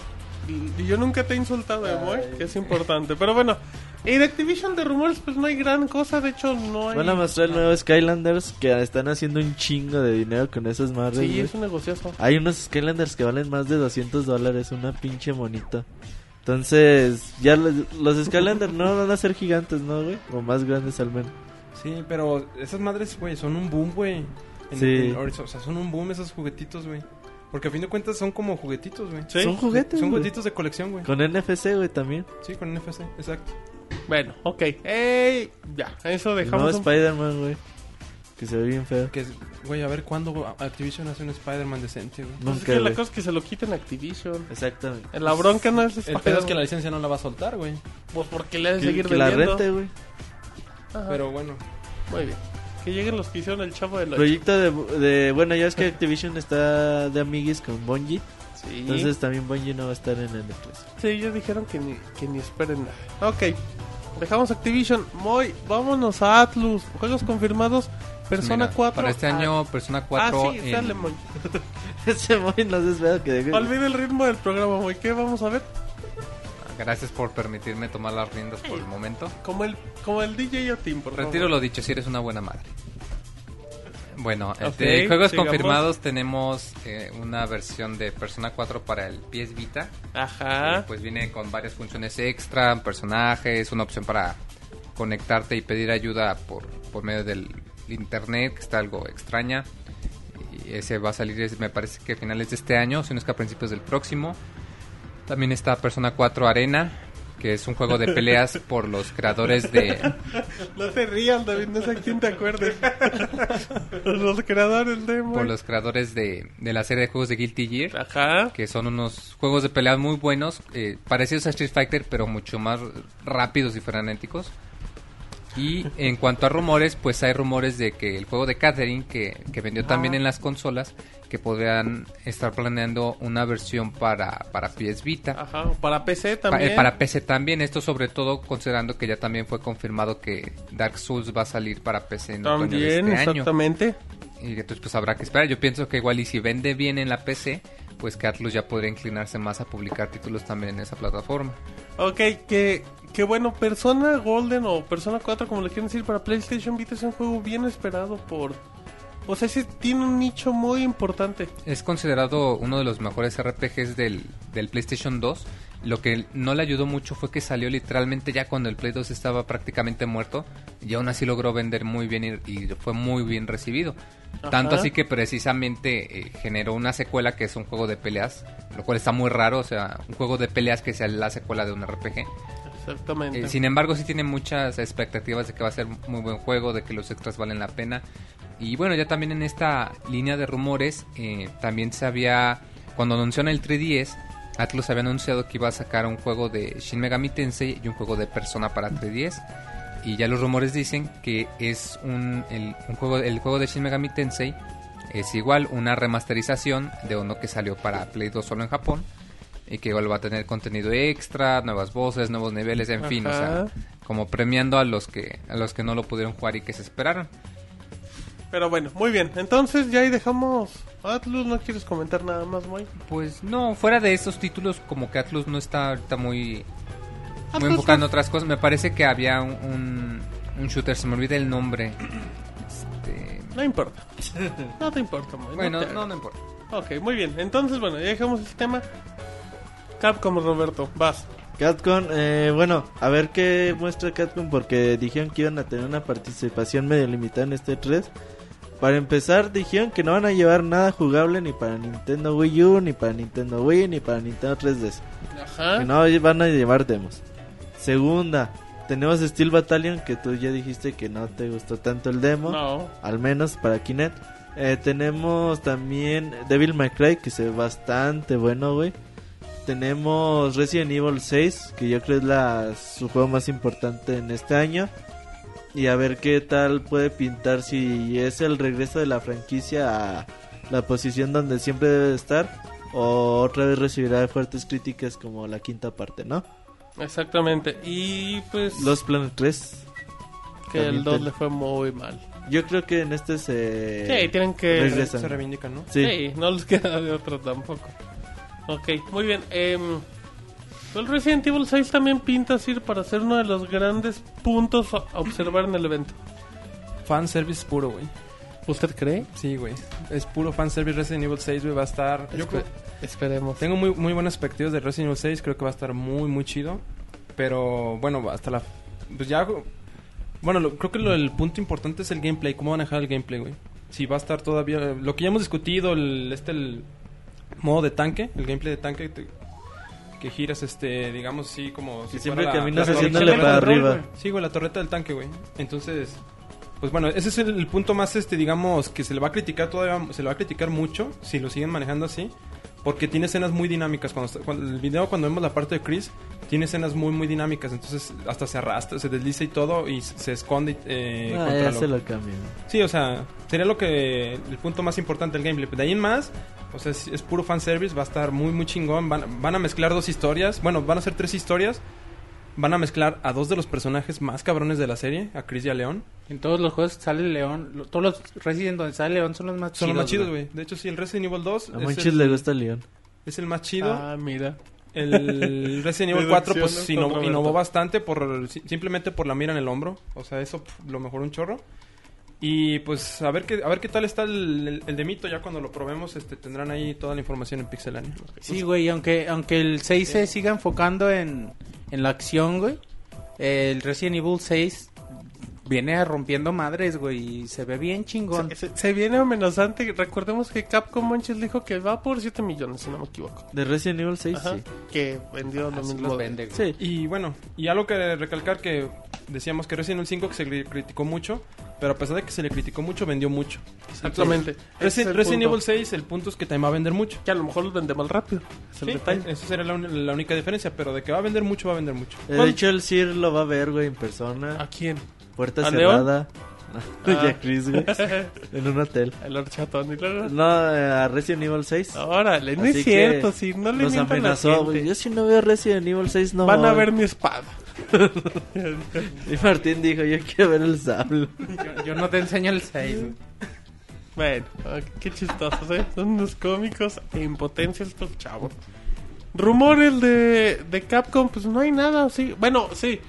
y yo nunca te he insultado, eh, Moy, que es importante. Pero bueno, y de Activision de rumores, pues no hay gran cosa. De hecho, no hay...
Van a mostrar el nuevo Skylanders que están haciendo un chingo de dinero con esas madres.
Sí,
güey.
es un negociazo.
Hay unos Skylanders que valen más de 200 dólares, una pinche monita. Entonces, ya los, los Skylanders no van a ser gigantes, ¿no, güey? O más grandes al menos.
Sí, pero esas madres, güey, son un boom, güey. En-
Sí.
en- ahorita, o sea, son un boom esos juguetitos, güey. Porque a fin de cuentas son como juguetitos, güey.
Sí.
Son juguetes,
Son
güey.
juguetitos de colección, güey.
Con NFC, güey, también.
Sí, con NFC, exacto.
Bueno, ok. Eh, ya, eso
No
dejamos... un-
Spider-Man, güey. Que se ve bien feo.
Que, es- güey, a ver cuándo Activision hace un Spider-Man decente, güey.
Pues es
Nunca,
que la
güey.
cosa es que se lo quiten a Activision.
Exactamente.
La bronca no es
El pedo
Spider-Man.
es que la licencia no la va a soltar, güey.
Pues porque le ha de
Que-
seguir
que la
vendiendo.
rente, güey.
Ajá,
Pero bueno,
Muy bien. Que lleguen los que hicieron el chavo de la...
Proyecto de, de- Bueno, ya es que Activision está de amiguis con Bungie.
Sí.
Entonces también Bungie no va a estar en el E E3.
Sí, ellos dijeron que ni, que ni esperen nada. Ok, dejamos Activision. Moy, vámonos a Atlus. Juegos confirmados. Persona
Mira,
4.
Para este
Ah,
año, Persona
Ah,
4.
sí,
en- [laughs]
sale, Moy.
Ese Moy no se espera que deje.
Olvida el ritmo del programa, Moy. ¿Qué vamos a ver?
Gracias por permitirme tomar las riendas por el momento.
Como el, como el DJ Otim, por favor.
Retiro lo dicho, si eres una buena madre. Bueno, este,
Ok,
de juegos
sigamos.
confirmados tenemos eh, una versión de Persona 4 para el PS Vita.
Ajá.
Pues viene con varias funciones extra, personajes, una opción para conectarte y pedir ayuda por, por medio del internet, que está algo extraña. Y ese va a salir, es- me parece que a finales de este año, si no es que a principios del próximo. También está Persona 4 Arena, que es un juego de peleas por los creadores de...
[laughs] No te rías, David. No sé a quién te acuerdes. [laughs] los creadores de Moy.
por los creadores de, de la serie de juegos de Guilty Gear,
Ajá.
que son unos juegos de pelea muy buenos, eh, parecidos a Street Fighter, pero mucho más rápidos y frenéticos. Y en cuanto a rumores, pues hay rumores de que el juego de Catherine, que, que vendió también en las consolas, que podrían estar planeando una versión para, para PS Vita.
Ajá. Para PC
Pa- eh,
también.
Para PC también, esto sobre todo considerando que ya también fue confirmado que Dark Souls va a salir para PC en otoño de
También,
este año.
exactamente.
Y entonces pues habrá que esperar. Yo pienso que igual y si vende bien en la PC, pues que Atlus ya podría inclinarse más a publicar títulos también en esa plataforma.
Ok, que, que bueno, Persona Golden o Persona 4, como le quieren decir, para PlayStation Vita es un juego bien esperado por... O sea, sí tiene un nicho muy importante.
Es considerado uno de los mejores RPGs del, del PlayStation 2. Lo que no le ayudó mucho fue que salió literalmente ya cuando el Play 2 estaba prácticamente muerto y aún así logró vender muy bien y, y fue muy bien recibido. Tanto
Ajá.
así que precisamente eh, generó una secuela que es un juego de peleas, lo cual está muy raro, o sea, un juego de peleas que sea la secuela de un RPG.
Exactamente.
Eh, sin embargo, sí tiene muchas expectativas de que va a ser muy buen juego, de que los extras valen la pena. Y bueno, ya también en esta línea de rumores, eh, también se había, cuando anunció en el 3DS, Atlus había anunciado que iba a sacar un juego de Shin Megami Tensei y un juego de Persona para 3DS. Y ya los rumores dicen que es un, el, un juego, el juego de Shin Megami Tensei es igual una remasterización de uno que salió para Play 2 solo en Japón y que igual va a tener contenido extra, nuevas voces, nuevos niveles, en fin, o sea,
Ajá.
como premiando a los que a los que no lo pudieron jugar y que se esperaron.
Pero bueno, muy bien. Entonces ya ahí dejamos... Atlus, ¿no quieres comentar nada más, Moy?
Pues no, fuera de estos títulos como que Atlus no está ahorita muy muy
Atlus
enfocado en otras cosas, me parece que había un, un, un shooter, se me olvida el nombre. Este, [laughs]
No importa. No te importa, Moy. no
bueno,
te
no,
hagas.
no importa.
Ok, muy bien. Entonces, bueno, ya dejamos el tema. Capcom, Roberto, vas.
Catcon, eh, bueno, a ver qué muestra Catcon porque dijeron que iban a tener una participación medio limitada en este 3. Para empezar, dijeron que no van a llevar nada jugable ni para Nintendo Wii U, ni para Nintendo Wii, ni para Nintendo 3DS. Que
Ajá.
no van a llevar demos. Segunda, tenemos Steel Battalion, que tú ya dijiste que no te gustó tanto el demo,
No.
al menos para Kinect. Eh, tenemos también Devil May Cry, que se ve bastante bueno, güey. Tenemos Resident Evil 6, que yo creo es la, su juego más importante en este año. Y a ver qué tal puede pintar si es el regreso de la franquicia a la posición donde siempre debe de estar. O otra vez recibirá fuertes críticas como la quinta parte, ¿no?
Exactamente. Y pues...
Los Planet 3.
que el
también
2
te-
le fue muy mal.
Yo creo que en este se...
Sí, tienen que...
Regresa. Regresan.
se reivindican, ¿no?
Sí.
Sí, no les [laughs] queda de otro tampoco. Ok, muy bien. em, el Resident Evil 6 también pinta así para ser uno de los grandes puntos a a observar en el evento.
Fanservice puro, güey.
¿Usted cree?
Sí, güey. Es puro fanservice. Resident Evil 6, güey, va a estar... Yo creo-
Esperemos.
Tengo muy, muy buenas expectativas de Resident Evil 6, creo que va a estar muy, muy chido. Pero bueno, hasta la. Pues ya. Bueno, lo- creo que lo- el punto importante es el gameplay. ¿Cómo van a dejar el gameplay, güey? Si va a estar todavía. Lo que ya hemos discutido, el, este, el modo de tanque, el gameplay de tanque. te- que giras, este, digamos así, como.
Que
si
siempre
fuera la-
caminas
la
haciéndole
torreta del
para
control,
arriba.
güey. Sí, güey, la torreta del tanque, güey. Entonces. Pues bueno, ese es el, el punto más, este, digamos, que se le va a criticar todavía, se le va a criticar mucho si lo siguen manejando así, porque tiene escenas muy dinámicas. Cuando, está- cuando- el video, cuando vemos la parte de Chris, tiene escenas muy, muy dinámicas. Entonces, hasta se arrastra, se desliza y todo, y se se esconde. eh,
Ah,
contra
ya
lo-
se lo cambio.
Sí, o sea, sería lo que el punto más importante del gameplay. De ahí en más, o sea, es, es puro fanservice, va a estar muy, muy chingón. Van, van a mezclar dos historias, bueno, van a ser tres historias. Van a mezclar a dos de los personajes más cabrones de la serie, a Chris y a León.
En todos los juegos sale León. lo- Todos los Resident donde sale León son los más
Son
chidos.
los más chidos,
güey.
güey. De hecho, sí, el Resident Evil 2
Ah,
A
es
Monchis
el,
le gusta León.
es el más chido.
Ah, mira. [laughs]
El Resident Evil 4
Deducciones
pues innovó,
controversiales.
innovó bastante por si- simplemente por la mira en el hombro, o sea, eso pf, lo mejoró un chorro. Y pues a ver qué a ver qué tal está el, el- el de Mito ya cuando lo probemos, este tendrán ahí toda la información en Pixelania.
Sí, güey, aunque, aunque el 6 se siga enfocando en, en la acción, güey. El Resident Evil 6 viene rompiendo madres, güey, y se ve bien chingón.
Se, se- se viene amenazante. Recordemos que Capcom Manches dijo que va por 7 millones, si no me equivoco.
De Resident Evil 6,
Ajá.
sí.
Que vendió lo
Así
mismo.
los
de-
vende, güey.
Sí.
Y bueno, y algo que recalcar que decíamos que Resident Evil 5 que se le criticó mucho, pero a pesar de que se le criticó mucho, vendió mucho.
Exactamente. Ese es
Resident,
el
Resident
punto.
Evil 6, el punto es que también va a vender mucho.
Que a lo mejor los vende más rápido. Es el
Sí,
detalle.
esa sería la, un- la única diferencia, pero de que va a vender mucho, va a vender mucho.
Eh, De hecho, el Sir lo va a ver, güey, en persona.
¿A quién?
Puerta
¿A León? [laughs] Ah.
cerrada. Y a Chris, güey. En un hotel.
El horchatón y luego.
No, eh, a Resident Evil 6.
Órale, no es
Así
cierto,
que
sí, no le
Nos
mientan a la
amenazó, güey.
gente.
Yo si no veo Resident Evil 6, no
Van a
voy.
ver mi espada. [laughs]
Y Martín dijo, yo quiero ver el sable.
Yo, yo no te enseño el 6, güey.
Bueno, ah, qué chistosos, ¿eh? Son unos cómicos e impotencia estos chavos. Rumores de, de Capcom, pues no hay nada, sí. Bueno, sí.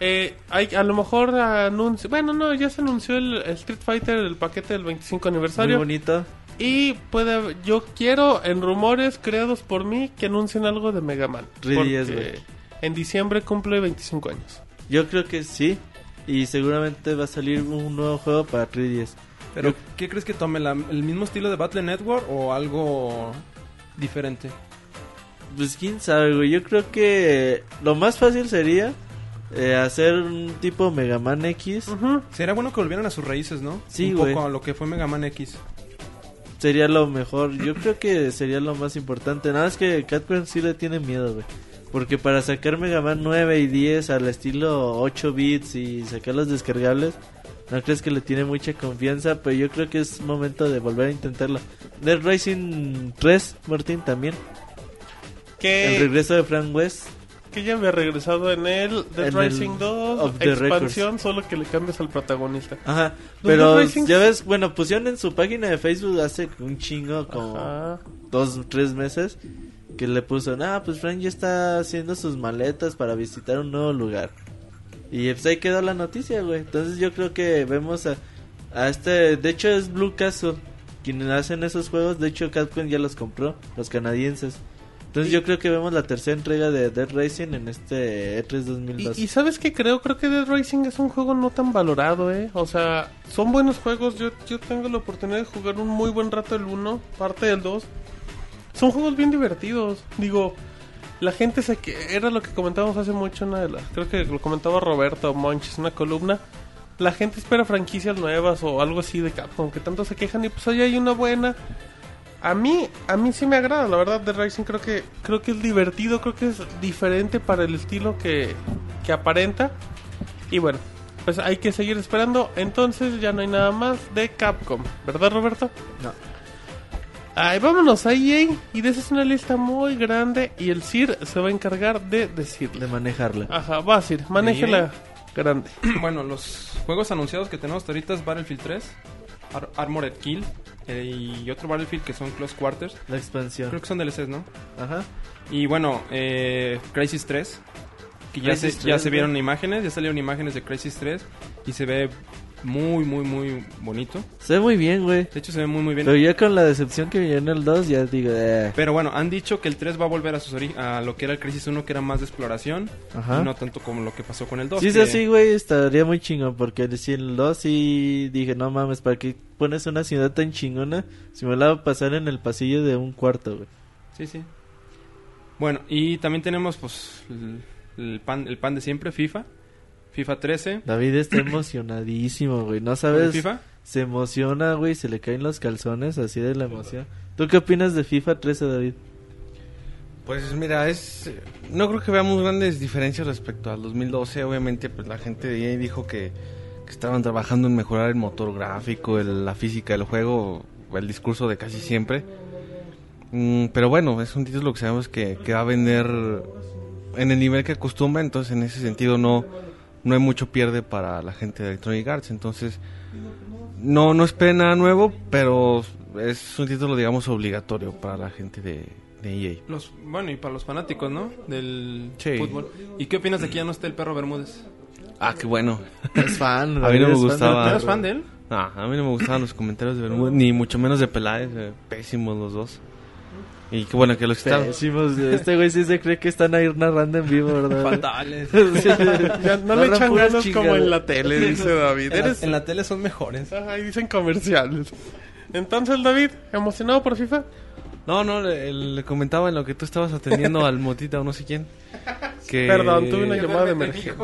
Eh, hay, a lo mejor anuncio. Bueno, no, ya se anunció el, el Street Fighter, el paquete del 25
Muy
aniversario.
bonito.
Y puede haber- yo quiero, en rumores creados por mí, que anuncien algo de Mega Man.
3DS,
porque
güey.
en diciembre cumple 25 años.
Yo creo que sí. Y seguramente va a salir un nuevo juego para 3DS.
Pero,
Yo-
¿qué crees que tome? ¿La- ¿El mismo estilo de Battle Network o algo diferente?
Pues quién sabe, güey. Yo creo que lo más fácil sería eh, hacer un tipo Mega Man X.
Sería bueno que volvieran a sus raíces, ¿no?
Sí,
Un
güey.
poco a lo que fue Mega Man X.
Sería lo mejor. Yo creo que sería lo más importante. Nada más que Capcom sí le tiene miedo, güey. Porque para sacar Mega Man 9 y 10 al estilo 8 bits y sacar los descargables, no crees que le tiene mucha confianza, pero yo creo que es momento de volver a intentarlo. Dead Racing 3, Martín, también. El
Que,
regreso de Frank West.
que ya había regresado en el Dead
En el
Rising 2,
Of the
expansión, solo que le cambias al protagonista.
Ajá,
Los
pero
Dead Rising-
ya ves, bueno, pusieron en su página de Facebook hace un chingo, como
Ajá.
dos, tres meses, que le puso, ah, pues Frank ya está haciendo sus maletas para visitar un nuevo lugar. Y pues ahí quedó la noticia, güey. Entonces yo creo que vemos a, a este, de hecho es Blue Castle, quienes hacen esos juegos, de hecho Capcom ya los compró, los canadienses. Entonces yo creo que vemos la tercera entrega de Dead Racing en este E3
Y,
2002.
y sabes que creo, creo que Dead Rising es un juego no tan valorado, eh. O sea, son buenos juegos. Yo, yo tengo la oportunidad de jugar un muy buen rato el 1, parte del 2. Son juegos bien divertidos. Digo, la gente se que era lo que comentábamos hace mucho una de las, creo que lo comentaba Roberto Monch, una columna. La gente espera franquicias nuevas o algo así de Capcom, que tanto se quejan y pues hoy hay una buena. A mí, a mí sí me agrada, la verdad, The Rising creo que, creo que es divertido, creo que es diferente para el estilo que, que aparenta. Y bueno, pues hay que seguir esperando. Entonces ya no hay nada más de Capcom, ¿verdad Roberto?
No.
Ay, vámonos a EA y de esa es una lista muy grande y el CIR se va a encargar de decirle.
De manejarla. E
Ajá, va CIR, manéjela grande.
[clears throat] bueno, los juegos anunciados que tenemos hasta ahorita es Battlefield 3, Ar- Armored Kill eh, y otro Battlefield que son Close Quarters.
La expansión.
Creo que son DLCs, ¿no?
Ajá.
Y bueno, eh, Crisis 3. Que ya,
Crysis
se,
3,
ya se
¿no?
vieron imágenes, ya salieron imágenes de Crisis 3 y se ve muy, muy, muy bonito.
Se ve muy bien, güey.
De hecho, se ve muy, muy bien.
Pero ya con la decepción que viene el 2, ya digo, eh.
Pero bueno, han dicho que el 3 va a volver a sus ori- a lo que era el Crisis 1, que era más de exploración,
Ajá.
y no tanto como lo que pasó con el 2.
Si es
que-
así, güey, estaría muy chingón. Porque si en el 2 sí dije, no mames, ¿para qué pones una ciudad tan chingona? Si me la va a pasar en el pasillo de un cuarto, güey.
Sí, sí. Bueno, y también tenemos pues el, el pan el pan de siempre, FIFA, FIFA 13.
David
[clears throat]
está emocionadísimo, güey. No
¿Por el
sabes.
FIFA?
Se emociona, güey. Se le caen los calzones así de la emoción. ¿Tú qué opinas de FIFA 13, David?
Pues mira, es no creo que veamos grandes diferencias respecto al 2012. Obviamente, pues la gente de EA dijo que, que estaban trabajando en mejorar el motor gráfico, el- la física del juego, el discurso de casi siempre. Mm, pero bueno, es un título que sabemos que, que va a vender en el nivel que acostumbra. Entonces, en ese sentido, no, no hay mucho pierde para la gente de Electronic Arts. Entonces, no, no esperen nada nuevo, pero es un título, digamos, obligatorio para la gente de, de E EA.
Los, bueno, y para los fanáticos, ¿no? Del
Sí.
fútbol. ¿Y qué opinas de que ya no está el perro Bermúdez?
Ah, qué bueno.
Es fan,
A mí
David
no me
es fan de-
gustaba.
¿No eres fan de él?
Ah, a mí no me gustaban los comentarios de Bermúdez, ni mucho menos de Peláez. eh, pésimos los dos. Y qué bueno que los quitaron.
Pésimos, güey. Este güey sí se cree que están ahí narrando en vivo, ¿verdad? [laughs]
[laughs]
Fatales.
Ya no le
Narran
echan
puras
ganas como
chingaderas.
en la tele, dice David.
En la,
Eres-
en la tele son mejores.
Ajá, y dicen comerciales. Entonces, David, ¿emocionado por FIFA?
No, no, le, le comentaba en lo que tú estabas atendiendo al Motita o no sé quién. Que...
[laughs] Perdón, tuve
Eh,
una
[laughs]
llamada de emergencia.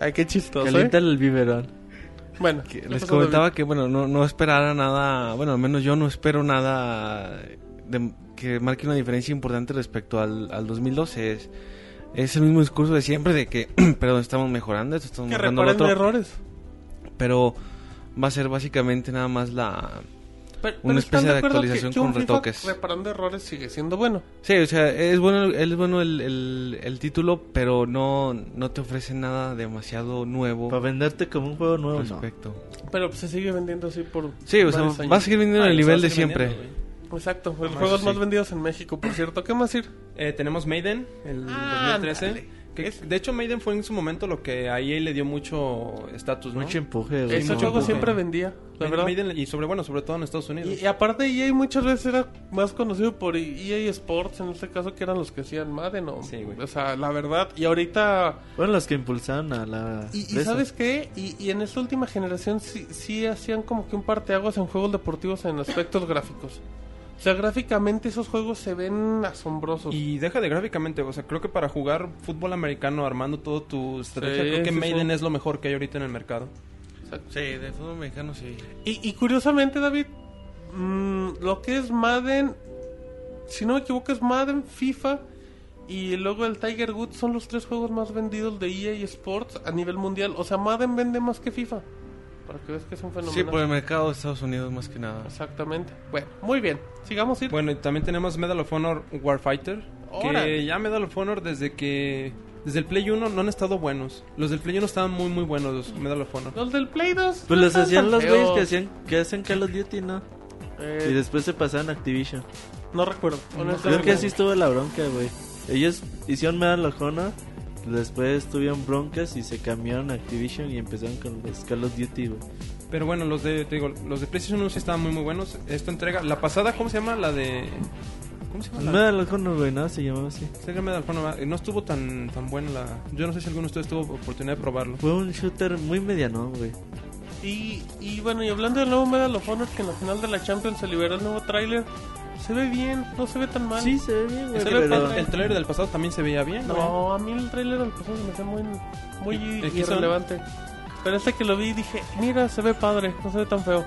Ay, qué chistoso, ¿eh?
Caliéntale el biberón.
Bueno,
que
¿qué
les
pasó,
comentaba
David?
que, bueno, no, no esperara nada. Bueno, al menos yo no espero nada de- que marque una diferencia importante respecto al, al 2012. Es, es el mismo discurso de siempre de que, [clears throat] perdón, estamos mejorando esto, estamos
que
mejorando lo
reparen
otro.
errores.
pero va a ser básicamente nada más la...
Pero,
Una especie
¿están
de
acuerdo
actualización
un
con
FIFA
retoques.
Reparando errores sigue siendo bueno.
Sí, o sea, es bueno, es bueno el, el- el título, pero no, no te ofrece nada demasiado nuevo
Para venderte como un juego nuevo, no.
respecto.
Pero pues, se sigue vendiendo así por.
Sí, o sea,
varios años.
va a seguir vendiendo
Ah,
el
los
nivel de
vas a ir
siempre.
vendiendo, güey.
Exacto, los
Nomás
juegos
sí.
más vendidos en México, por cierto. ¿Qué más ir?
Eh, tenemos Maiden, el
Ah,
2013.
ándale.
que- de hecho, Maiden fue en su momento lo que a EA le dio mucho estatus, ¿no?
Mucho empuje, güey.
Ese
mucho
juego
empuje.
siempre vendía, la
Maiden-
verdad.
Maiden, y sobre, bueno, sobre todo en Estados Unidos.
Y, y aparte EA muchas veces era más conocido por EA Sports, en este caso que eran los que hacían Madden, ¿no?
Sí, güey.
o sea, la verdad, y ahorita...
Fueron los que impulsaron a la.
Y, y
de eso.
¿sabes qué? Y, y en esta última generación sí, sí hacían como que un parteaguas en juegos deportivos en aspectos gráficos. O sea, gráficamente esos juegos se ven asombrosos.
Y deja de gráficamente, o sea, creo que para jugar fútbol americano armando todo tu estrategia,
Sí,
creo que
sí,
Maiden
sí.
es lo mejor que hay ahorita en el mercado.
Sí, de fútbol mexicano sí.
Y, y curiosamente, David, mm, lo que es Madden, si no me equivoco, es Madden, FIFA y luego el Tiger Woods son los tres juegos más vendidos de EA Sports a nivel mundial. O sea, Madden vende más que FIFA. Para que veas que es un fenómeno.
Sí, por
pues,
el mercado de Estados Unidos más que nada.
Exactamente. Bueno, muy bien. Sigamos ir.
Bueno, y también tenemos Medal of Honor Warfighter.
Órale.
Que ya Medal of Honor desde que. Desde el Play 1 no han estado buenos. Los del Play 1 estaban muy, muy buenos, los Medal of Honor.
Los del Play 2.
Pues
no
los
están
hacían
tan
los güeyes que
feos.
hacían que hacen Call of Duty, ¿no?
Eh,
Y después se pasaron a Activision.
No recuerdo.
Creo
honestamente.
que así estuvo la bronca, güey. Ellos hicieron Medal of Honor, después tuvieron broncas y se cambiaron a Activision y empezaron con los Call of Duty, güey.
Pero bueno, los de. Te digo, los de PlayStation 1 sí estaban muy, muy buenos. Esta entrega. La pasada, ¿cómo se llama? La de. ¿Cómo se llama? La
Medal of Honor, güey, ¿no? Se llamaba así.
Sega Medal of Honor. eh, No estuvo tan, tan buena la. Yo no sé si alguno de ustedes tuvo oportunidad de probarlo.
Fue un shooter muy mediano, güey.
Y, y bueno, y hablando del nuevo Medal of Honor, que en la final de la Champions se liberó el nuevo tráiler. Se ve bien, no se ve tan mal.
Sí, se ve bien, güey.
Es que
ve
pero-
padre.
el trailer del pasado también se veía bien. güey.
No, a mí el trailer del pasado se me hace muy, muy
¿Y- y qué son?
irrelevante. Pero este que lo vi dije, mira, se ve padre, no se ve tan feo.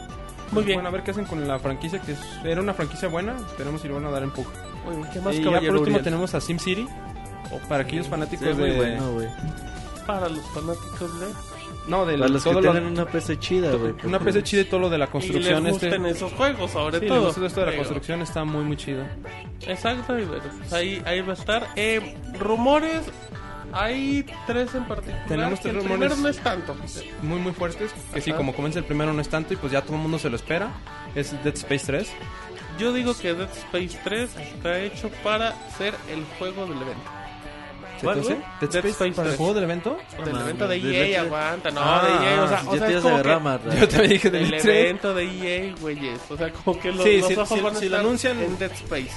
Muy bien.
Bueno, a ver qué hacen con la franquicia, que es- era una franquicia buena. Esperemos si le van a dar empuje.
Muy bien, ¿Qué más
y ya por
caballero
último
Uriel?
tenemos a SimCity. Para aquellos fanáticos
Se ve
de.
muy bueno, güey.
Para los fanáticos de...
No, de
Para los que
todo lo-
tienen una PC chida, güey.
Una
porque-
PC chida y todo lo de la
Y
construcción.
les
Este,
gusten esos juegos, sobre
Sí,
todo.
todo esto de la
Digo,
construcción está muy, muy chido.
Exacto, y bueno, pues ahí, ahí va a estar. Eh, rumores, hay tres en particular.
Tenemos
que
tres
el
rumores.
primero no es tanto.
Muy, muy fuertes. Que sí,
Ajá.
como comienza el primero no es tanto y pues ya todo el mundo se lo espera. Es Dead Space 3.
Yo digo que Dead Space 3 está hecho para ser el juego del evento.
¿Se
¿Cuál,
te hace?
güey?
Dead
Dead
Space,
Space
para el
3.
juego del evento.
del
mames,
evento de
del
EA,
evento-
aguanta, no,
Ah,
de EA, o sea,
ya
o sea,
te
es
ibas a
como
agarrar
que
más,
Yo también dije
del
Dead Space.
evento de EA, güeyes, o sea, como que los,
Sí,
los
si-
ojos
si-
van a
si lo
estar
anuncian-
en Dead Space.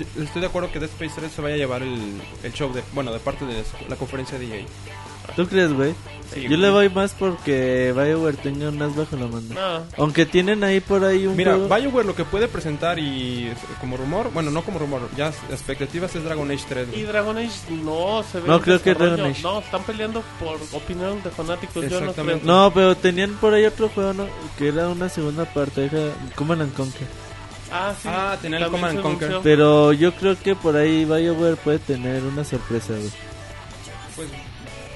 Yo- Estoy de acuerdo que Dead Space 3 se vaya a llevar el, el show de, bueno, de parte de la conferencia de EA.
¿Tú crees, güey? Yo le voy más porque BioWare tenga un as bajo la manga. Aunque tienen ahí por ahí un
Mira,
juego-
BioWare lo que puede presentar y eh, como rumor, bueno, no como rumor, ya s- expectativas es Dragon Age 3. güey.
Y Dragon Age no se ve.
No,
en
creo que
desarrollo.
Dragon Age.
No, están peleando por opinión de fanáticos. Yo no creo.
Exactamente.
No, pero tenían por ahí otro juego, ¿no? Que era una segunda parte, era Command and Conquer.
Ah, sí.
Ah, tenía el
también
Command
se
and Conquer.
anunció.
Pero yo creo que por ahí BioWare puede tener una sorpresa, güey.
Pues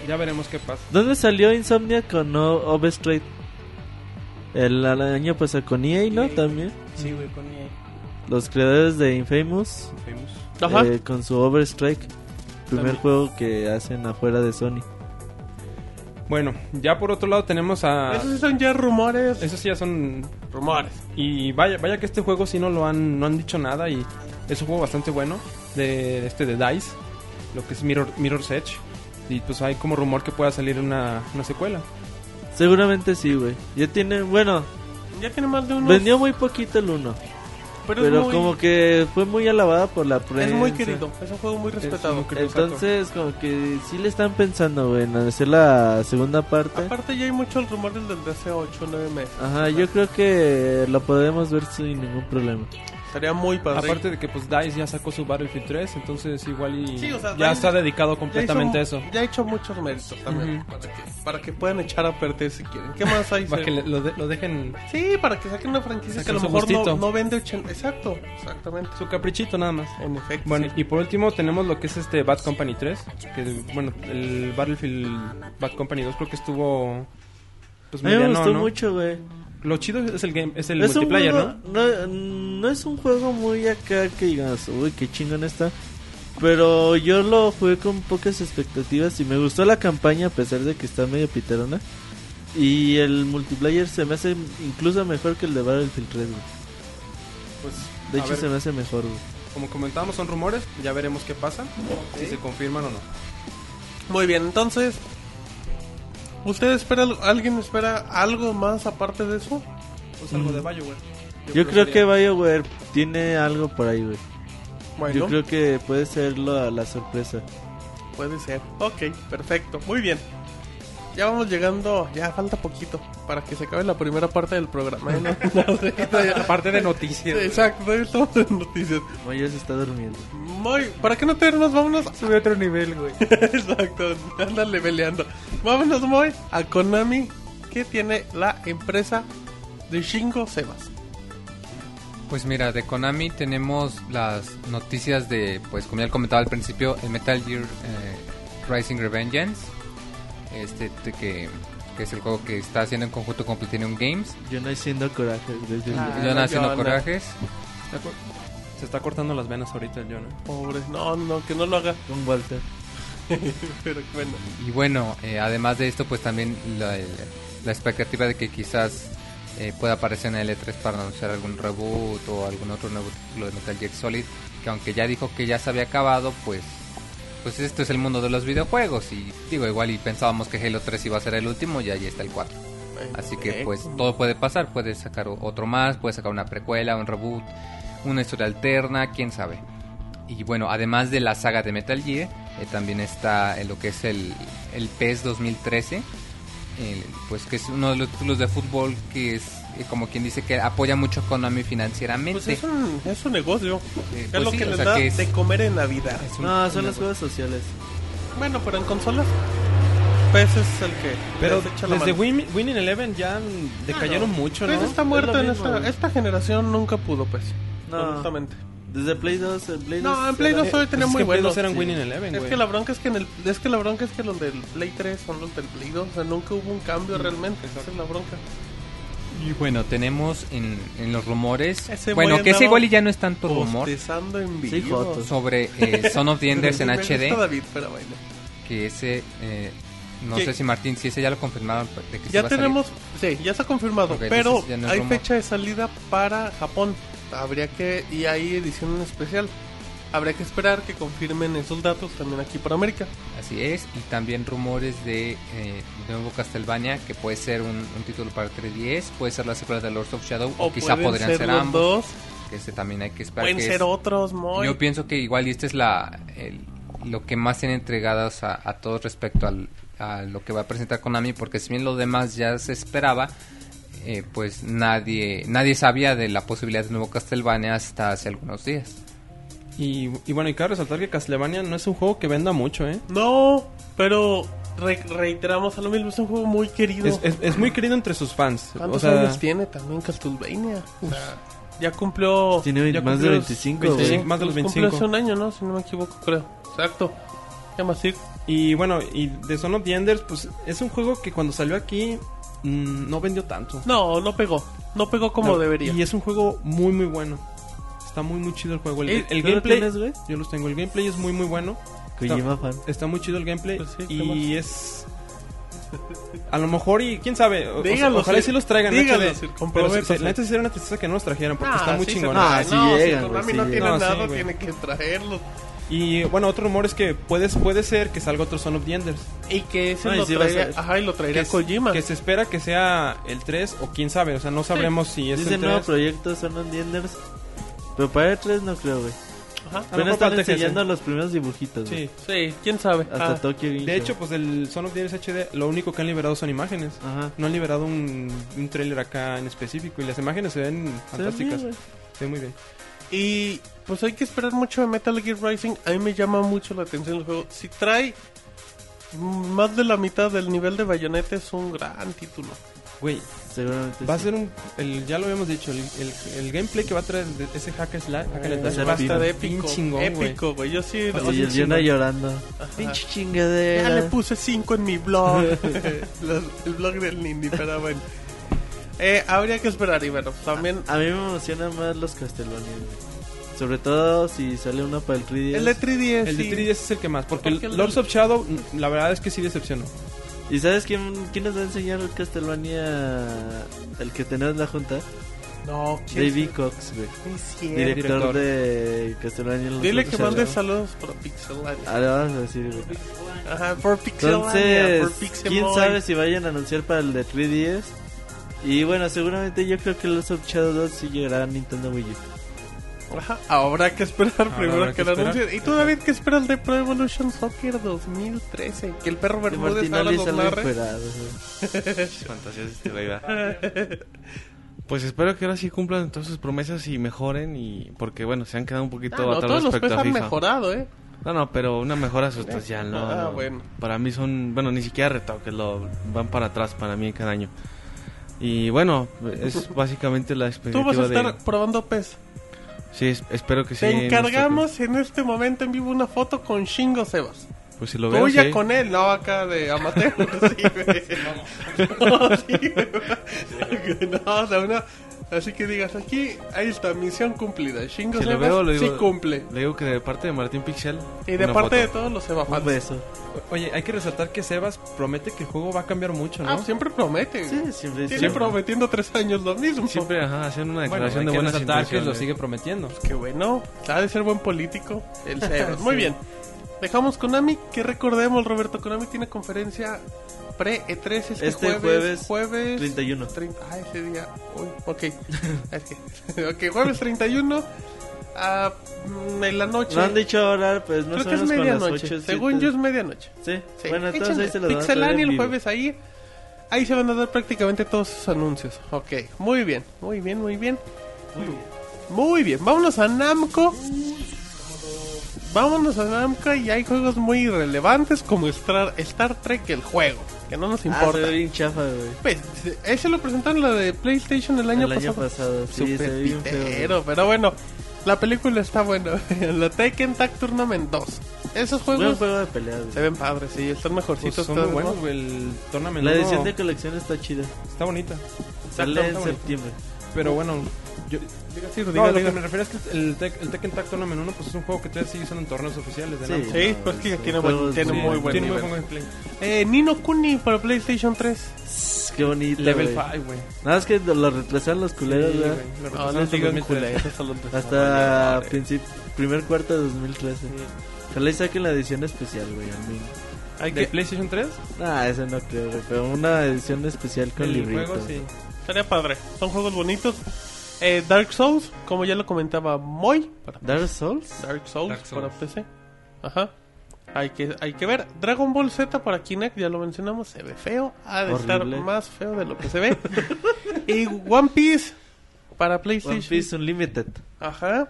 ya veremos qué pasa.
¿Dónde salió Insomnia con O- Overstraight? El, al año pasado con EA, ¿no?
E
EA.
También.
Sí, güey, con EA.
Los creadores de Infamous
Famous.
Ajá.
eh, con su Overstrike. Primer
También.
juego que hacen afuera de Sony.
Bueno, ya por otro lado tenemos a...
Esos sí son ya rumores.
Esos sí ya son...
Rumores.
Y vaya, vaya que este juego sí no lo han, no han dicho nada y es un juego bastante bueno de este de DICE, lo que es Mirror, Mirror's Edge. Y pues hay como rumor que pueda salir una, una secuela.
Seguramente sí, güey. Ya tiene, bueno,
Ya tiene más de uno.
vendió muy poquito el uno
pero,
Pero
es muy,
como que fue muy alabada por la prensa.
es muy querido. Es un juego muy respetado.
un cre-
Entonces, como que sí le están pensando, güey, en hacer la segunda parte.
Aparte, ya hay muchos rumores del DC 8 9 meses.
Ajá, yo creo que lo podemos ver sin ningún problema.
Estaría muy padre.
Aparte de que pues DICE ya sacó su Battlefield 3, entonces igual y
Sí, o sea,
ya
DICE
está dedicado
Ya hizo-
completamente a eso.
Ya ha hecho muchos méritos también.
Ujú.
para, que, para que puedan echar a perder si quieren. ¿Qué más hay?
Para que
Sebo?
le- lo, de- lo dejen
Sí, para que saquen una franquicia que a
Saquen
lo
su
mejor no,
gustito.
no vende 80. Exacto, exactamente.
su caprichito nada más.
En efecto.
Bueno,
sí.
y por último tenemos lo que es este Bad Company 3, que bueno, el Battlefield Bad Company 2 creo que estuvo pues
A mí me
mediano,
gustó
¿no?
Eh, mucho, güey.
Lo chido es el game, es el
Es un
multiplayer,
juego-
¿no?
¿no? no es un juego muy acá que digas, uy, qué chingón está. Pero yo lo jugué con pocas expectativas y me gustó la campaña a pesar de que está medio piterona. Y el multiplayer se me hace incluso mejor que el de Battlefield 3, güey.
Pues
De
a
hecho
ver,
se me hace mejor, güey.
como comentábamos son rumores, ya veremos qué pasa, si se confirman o no.
Muy bien, entonces. ¿Usted espera, algo- alguien espera algo más aparte de eso?
Pues algo de BioWare.
Yo creo que BioWare tiene algo por ahí, güey.
Bueno,
Yo creo que puede ser la, la sorpresa.
puede ser. Ok, perfecto, muy bien. Ya vamos llegando, ya falta poquito para que se acabe la primera parte del programa. ¿eh? No, no, sí, todavía-
Aparte de noticias.
Exacto, todavía estamos en noticias.
Como ya se está durmiendo.
Muy, ¿Para qué no te irnos? Vámonos
Sube otro nivel, güey.
[laughs] Exacto, ándale peleando. Vámonos, Moy, a Konami, que tiene la empresa de Shingo Sebas.
Pues mira, de Konami tenemos las noticias de, pues como ya comentaba al principio, el Metal Gear eh, Rising Revengeance, este te- que, que es el juego que está haciendo en conjunto con Platinum Games,
Yo no haciendo coraje desde el-
Ah,
Yo no haciendo
Jonah.
corajes,
Se está cortando las venas ahorita el Jonah.
Pobre, no, no, que no lo haga.
con Walter.
[laughs] Pero bueno,
y bueno, eh, además de esto, pues también la, la expectativa de que quizás eh, pueda aparecer en el E3 para anunciar algún reboot o algún otro nuevo título de Metal Gear Solid, que aunque ya dijo que ya se había acabado, pues, pues esto es el mundo de los videojuegos y digo, igual y pensábamos que Halo 3 iba a ser el último y ahí está el 4. Así que pues todo puede pasar, puede sacar o- otro más, puede sacar una precuela, un reboot, una historia alterna, quién sabe. Y bueno, además de la saga de Metal Gear, eh, también está eh, lo que es el, el PES 2013, el- pues que es uno de los títulos de fútbol que es eh, como quien dice que apoya mucho a Konami financieramente.
pues es un, es un negocio.
Eh,
Es
pues
lo
sí,
que
o
les
sea,
da
que es-
de comer en Navidad.
es un-
No,
un
Ah, son las
negocio.
cosas sociales.
Bueno, pero en consolas, PES es el que
Pero
les echa la
desde
mano.
Win- Winning Eleven ya mm, decayeron mucho, ¿no?
PES está muerto
lo
en
mismo,
esta,
güey.
esta generación, nunca pudo PES.
No.
Honestamente.
Desde Play 2, en Play 2.
No, en Play
era-
2 hoy tenía
Pues es
muy
que Play
buenos.
2 eran
sí.
Winning Eleven,
Es
güey.
que la bronca es que en el es que la bronca es que los del Play 3 son los del Play 2, o sea, nunca hubo un cambio realmente, esa es la bronca.
Y bueno, tenemos en, en los rumores,
Ese
bueno,
güey
que ese
andaba pues.
igual y ya no es tanto rumor,
Bostezando en vivo.
Sí, joto.
sobre
[laughs]
eh, Son of the Enders en
Me gusta
HD.
David, pero bueno.
que ese eh, no
¿Qué?
sé si Martín si ese ya lo confirmaron pues, de que sí
Ya
va a salir.
tenemos, sí, ya está confirmado,
Ok,
pero
entonces ya no es
hay
rumor.
fecha de salida para Japón. Habría que y hay edición en especial. Habría que esperar que confirmen esos datos también aquí para América.
así es y también rumores de eh, nuevo Castlevania que puede ser un, un título para 3DS puede ser la secuela de Lords of Shadow o,
O
quizá
pueden
podrían
ser
ser,
los
ambos
dos,
que ese también hay que esperar
pueden
que
ser
es-
otros, muy
yo pienso que igual y este es la el- lo que más han entregadas a, a todos respecto al a lo que va a presentar Konami, porque si bien lo demás ya se esperaba, eh, pues nadie, nadie sabía de la posibilidad de nuevo Castlevania hasta hace algunos días.
Y, y bueno, y cabe resaltar que Castlevania no es un juego que venda mucho, ¿eh?
No, pero re- reiteramos a lo mismo, es un juego muy querido.
Es, es- es muy querido entre sus fans.
¿Cuántos
O sea,
años tiene también Castlevania? O sea, ya cumplió...
Tiene
ya
más de
cumplió
25, güey.
Más de los
Cumplió
25.
hace un año, ¿no? Si no me equivoco, creo. Exacto. ¿Qué más, Sir?
Y bueno, y de Son of the Enders, pues es un juego que cuando salió aquí mm, no vendió tanto.
No, no pegó. No pegó como
No,
debería.
Y es un juego muy, muy bueno. Está muy, muy chido el juego. El,
Eh,
el
¿Tú lo
gameplay,
tienes, güey?
yo los tengo. El gameplay es muy, muy bueno.
Kojima fan.
Está muy chido el gameplay.
Pues sí, ¿qué
y es. A lo mejor, y quién sabe. O- o-
Dígalo,
ojalá
Sir.
y sí los traigan.
Dígalo,
neta,
Sir,
pero
comprométase.
se- la neta sí era una tristeza que no los trajeran porque está muy chingón.
nota. Ah, sí llegan,
si
güey,
Konami
sí
no
llegan.
tiene
No, sí,
nada,
güey.
tiene que traerlo.
Y bueno, otro rumor es que puedes, puede ser que salga otro Son of the Enders.
Y que ese
No, y
lo
sí va a
traería...
ser-
Ajá, y lo traería
que, se-
Kojima.
que se espera que sea el 3 o quién sabe. O sea, no sabremos si es
Dice
el
nuevo
3.
proyecto Son Enders. Pero para el 3 no creo, güey.
Ajá.
A lo mejor
Apenas están
falta que
enseñando
sea.
los primeros dibujitos, güey.
Sí.
Sí, quién sabe.
Hasta
Ah,
Tokyo Game
De
Show.
hecho, pues del Son of the Enders HD, lo único que han liberado son imágenes.
Ajá.
No han liberado un, un trailer acá en específico. Y las imágenes se
Se
ven
ve bien,
fantásticas.
güey.
Se ve muy bien.
Y pues hay que esperar mucho de Metal Gear Rising. A mí me llama mucho la atención el juego. Si trae más de la mitad del nivel de Bayonetta es un gran título.
Güey,
Seguramente
va a
sí.
ser un. El, ya lo habíamos dicho, el, el- el gameplay que va a traer de ese hacker slash. hacker
va a
slash
ser
Eh, Va a
pino.
estar
bien
épico.
chingón, güey.
épico, güey. Yo sí. o sea,
Pues Sí, el
chingón.
Diana llorando. Pinche
ya
chingadera.
le puse 5 en
[laughs]
mi blog. [laughs] Los- el blog del Nindy, pero bueno. Eh, habría que esperar y bueno, también...
A mí me emocionan más los Castlevania, güey. Sobre todo si sale uno para el 3DS.
El de 3DS.
El de 3DS es el que más. Porque,
Porque
el
el-
Lords of Shadow, mm, la verdad es que sí decepcionó.
¿Y sabes quién, quién nos va a enseñar el Castlevania? El que tenemos la junta.
No,
David Cox, güey. Director
Director.
de Castlevania. Los
Dile que
Locos
mande
Salvajes.
saludos para Pixelania.
Ah, le vamos a decir, güey.
Ajá, por Pixelania, por
Entonces,
Pixemoy.
quién sabe si vayan a anunciar para el de 3DS. Y bueno, seguramente yo creo que los of Shadow 2 sí llegará a Nintendo Wii U.
Ajá, Habrá que esperar primero
habrá
que
que
lo
esperar.
anuncien. ¿Y tú, David, qué esperas de Pro Evolution Soccer 2013? Que el perro
Y
Bermúdez ahora
Martinoli
los
sale
narre.
encuerado, güey.
Fantasías de la vida. [laughs] Pues espero que ahora sí cumplan todas sus promesas y mejoren y porque bueno, se han quedado un
Ah,
poquito
no,
atrás
todos los
respecto
PES
a
han
FIFA.
mejorado, ¿eh?
No, no, pero una mejora sustancial, ¿no?
Ah,
No.
bueno.
Para mí son, bueno, ni siquiera retoques, lo van para atrás para mí cada año. Y bueno,
[laughs]
es básicamente la
Tú
expectativa
vas a
de-
estar probando PES.
Sí, es- espero que sí.
Te
nos toque.
encargamos en este momento en vivo una foto con Shingo Sebas.
Pues si lo veo,
Tuya
sí.
con él, no acá de amateur. [laughs] sí, güey. [laughs] No, sí, güey. [laughs] No, o sea, una- Así que digas, aquí, ahí está, misión cumplida. Shingo
Si lo
Sebas
veo, lo digo-
sí cumple.
Le digo que de parte de Martín Pixel.
Y de
una
[laughs] parte de
foto.
todos los Sebas
Un
fans.
beso.
Oye, hay que resaltar que Sebas promete que el juego va a cambiar mucho, ¿no?
Ah, siempre promete. güey.
Sí, siempre dice.
Tiene prometiendo tres años lo mismo.
Siempre, ajá, hacen una
Bueno, hay
declaración
que
de buenas
resaltar que lo
intenciones.
sigue prometiendo.
Qué bueno. Ha de ser buen político.
[laughs]
El Sebas. Muy bien. Dejamos Konami. Que recordemos, Roberto. Konami tiene conferencia pre-E3 este,
Este
jueves.
jueves 31.
30. Ah, ese día. Uy, ok. [laughs] Es que- [laughs] ok, jueves 31. ah, mm, en la noche.
No han dicho ahora, pues más
Creo
o
que es
menos con las
medianoche.
8.
Según yo es medianoche.
Sí,
Sí.
bueno, entonces ahí se lo
Échenle. Pixelania el jueves ahí. Ahí se van a dar prácticamente todos sus anuncios. Ok, muy bien, muy bien, muy bien. Muy bien, vámonos a Namco. Vámonos a Namco y hay juegos muy irrelevantes como Star, Star Trek el juego, que no nos
Ah,
importa.
se ve bien chafa, güey.
Pues, ese lo presentaron la de PlayStation el año
El año
pasado.
pasado, sí,
Súper
se ve bien feo. güey.
pitero, pero bueno, la película está buena. [laughs] la Tekken Tag Tournament 2. Esos
Buen
juegos
juego de peleas, güey.
se ven padres, sí, están
Pues
mejorcitos.
son
cada
muy
vez más.
buenos, güey. El Tournament
La
uno
edición de colección está chida.
está bonita.
Sale en
está bonito.
septiembre.
Pero bueno, yo,
Sí,
no,
diga,
lo
diga.
que me refiero es que el, Tek- el Tekken Tag Tournament 1 pues, es un juego que todavía sigue usando en torneos oficiales de
Sí.
Namco.
Sí,
No,
pues que
son
tiene, buen-
juegos
tiene
muy-
muy buen
Tiene
nivel.
muy buen gameplay.
Eh, Nino Kuni para PlayStation 3.
Tss, Qué bonito.
Level
güey.
5, güey.
Nada más que lo retrasaron los culeros,
Sí,
güey.
güey, lo
Ah, No,
retrasaron
no
hasta
digas
2013.
culeros, hasta los de-
Hasta princip- primer cuarto de 2013. Ojalá y saquen la edición especial, güey. a mí.
Hay
¿De
que...
PlayStation 3?
Nah, eso no creo, güey. Pero una edición especial con
El
librito.
juego, sí.
Estaría padre. Son juegos bonitos. Eh, Dark Souls, como ya lo comentaba Moy. Para
Dark Souls.
Dark Souls,
Dark Souls.
para PC. Ajá. Hay que, hay que ver. Dragon Ball Z para Kinect, ya lo mencionamos, se ve feo. Ha de
Horrible.
estar más feo de lo que
[laughs]
se ve. y One Piece para PlayStation.
One Piece Unlimited.
Ajá.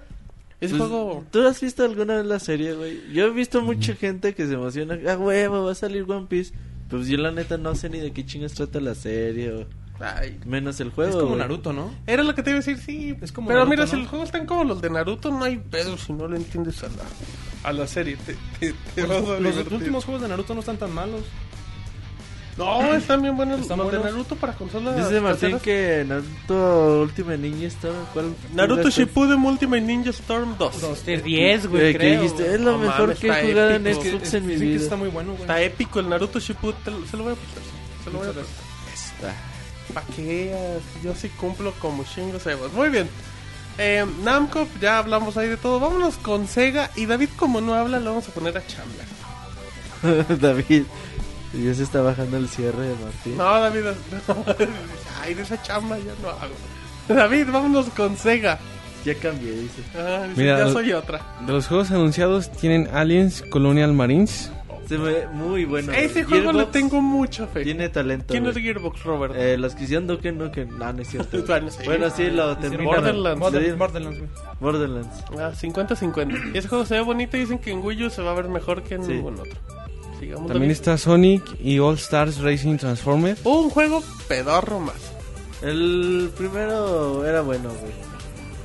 Ese
Pues,
juego.
¿Tú has visto alguna vez la serie, güey? Yo he visto mucha gente que se emociona. Ah, huevo, va a salir One Piece. Pues yo la neta no sé ni de qué chingas trata la serie, o
ay,
menos el juego.
Es como
güey.
Naruto, ¿no?
Era lo que te iba a decir, sí.
Es como
pero
Naruto,
mira,
¿no?
si los juegos están como los de Naruto, no hay pedo si no le entiendes a la, a la serie. Te, te- te vas a
Los, los
divertir.
últimos juegos de Naruto no están tan malos.
No, están bien buenos
Están
los de
buenos.
Naruto para consolas.
Dice Martín
caseras.
que Naruto Ultimate Ninja Storm. ¿Cuál?
Naruto
jugaste?
Shippuden Ultimate Ninja Storm 2.
De 10,
Güey,
Eh,
güey,
que
creo.
dijiste, es lo
No
mejor
mames,
que he
está
jugado en
épico.
Xbox en mi
Dicen que
vida.
está muy bueno, güey.
Está épico el Naruto Shippuden. te lo- se lo voy a prestar. Se lo voy a
Muchas
prestar. Pa' que veas, yo sí cumplo como chingos Sebas. Muy bien. Eh, Namco, ya hablamos ahí de todo. Vámonos con Sega. Y David, como no habla, lo vamos a poner a chamblar.
[laughs] David, ya se está bajando el cierre de Martín.
No, David, no. [laughs] Ay, de esa chamba ya no hago. David, vámonos con Sega.
Ya cambié, dice.
Ah, dice,
Mira,
ya
lo-
soy otra.
De los juegos anunciados tienen Aliens, Colonial Marines.
Se ve muy bueno.
Ese
güey.
juego le
Gearbox
tengo mucha fe.
Tiene talento.
¿Quién es
güey.
Gearbox, Robert?
Eh, los que hicieron Duke Nukem, no, no es
[laughs]
cierto. güey.
Bueno, sí.
bueno, sí, lo terminaron. Le
Borderlands.
Border-
dieron-
Borderlands, güey.
Borderlands.
Ah, 50-50. Ese juego se ve bonito y dicen que en Wii U se va a ver mejor que en
Sí.
ningún otro. Sigamos.
También
David.
está Sonic y All Stars Racing Transformer.
Un juego pedorro más.
El primero era bueno, güey.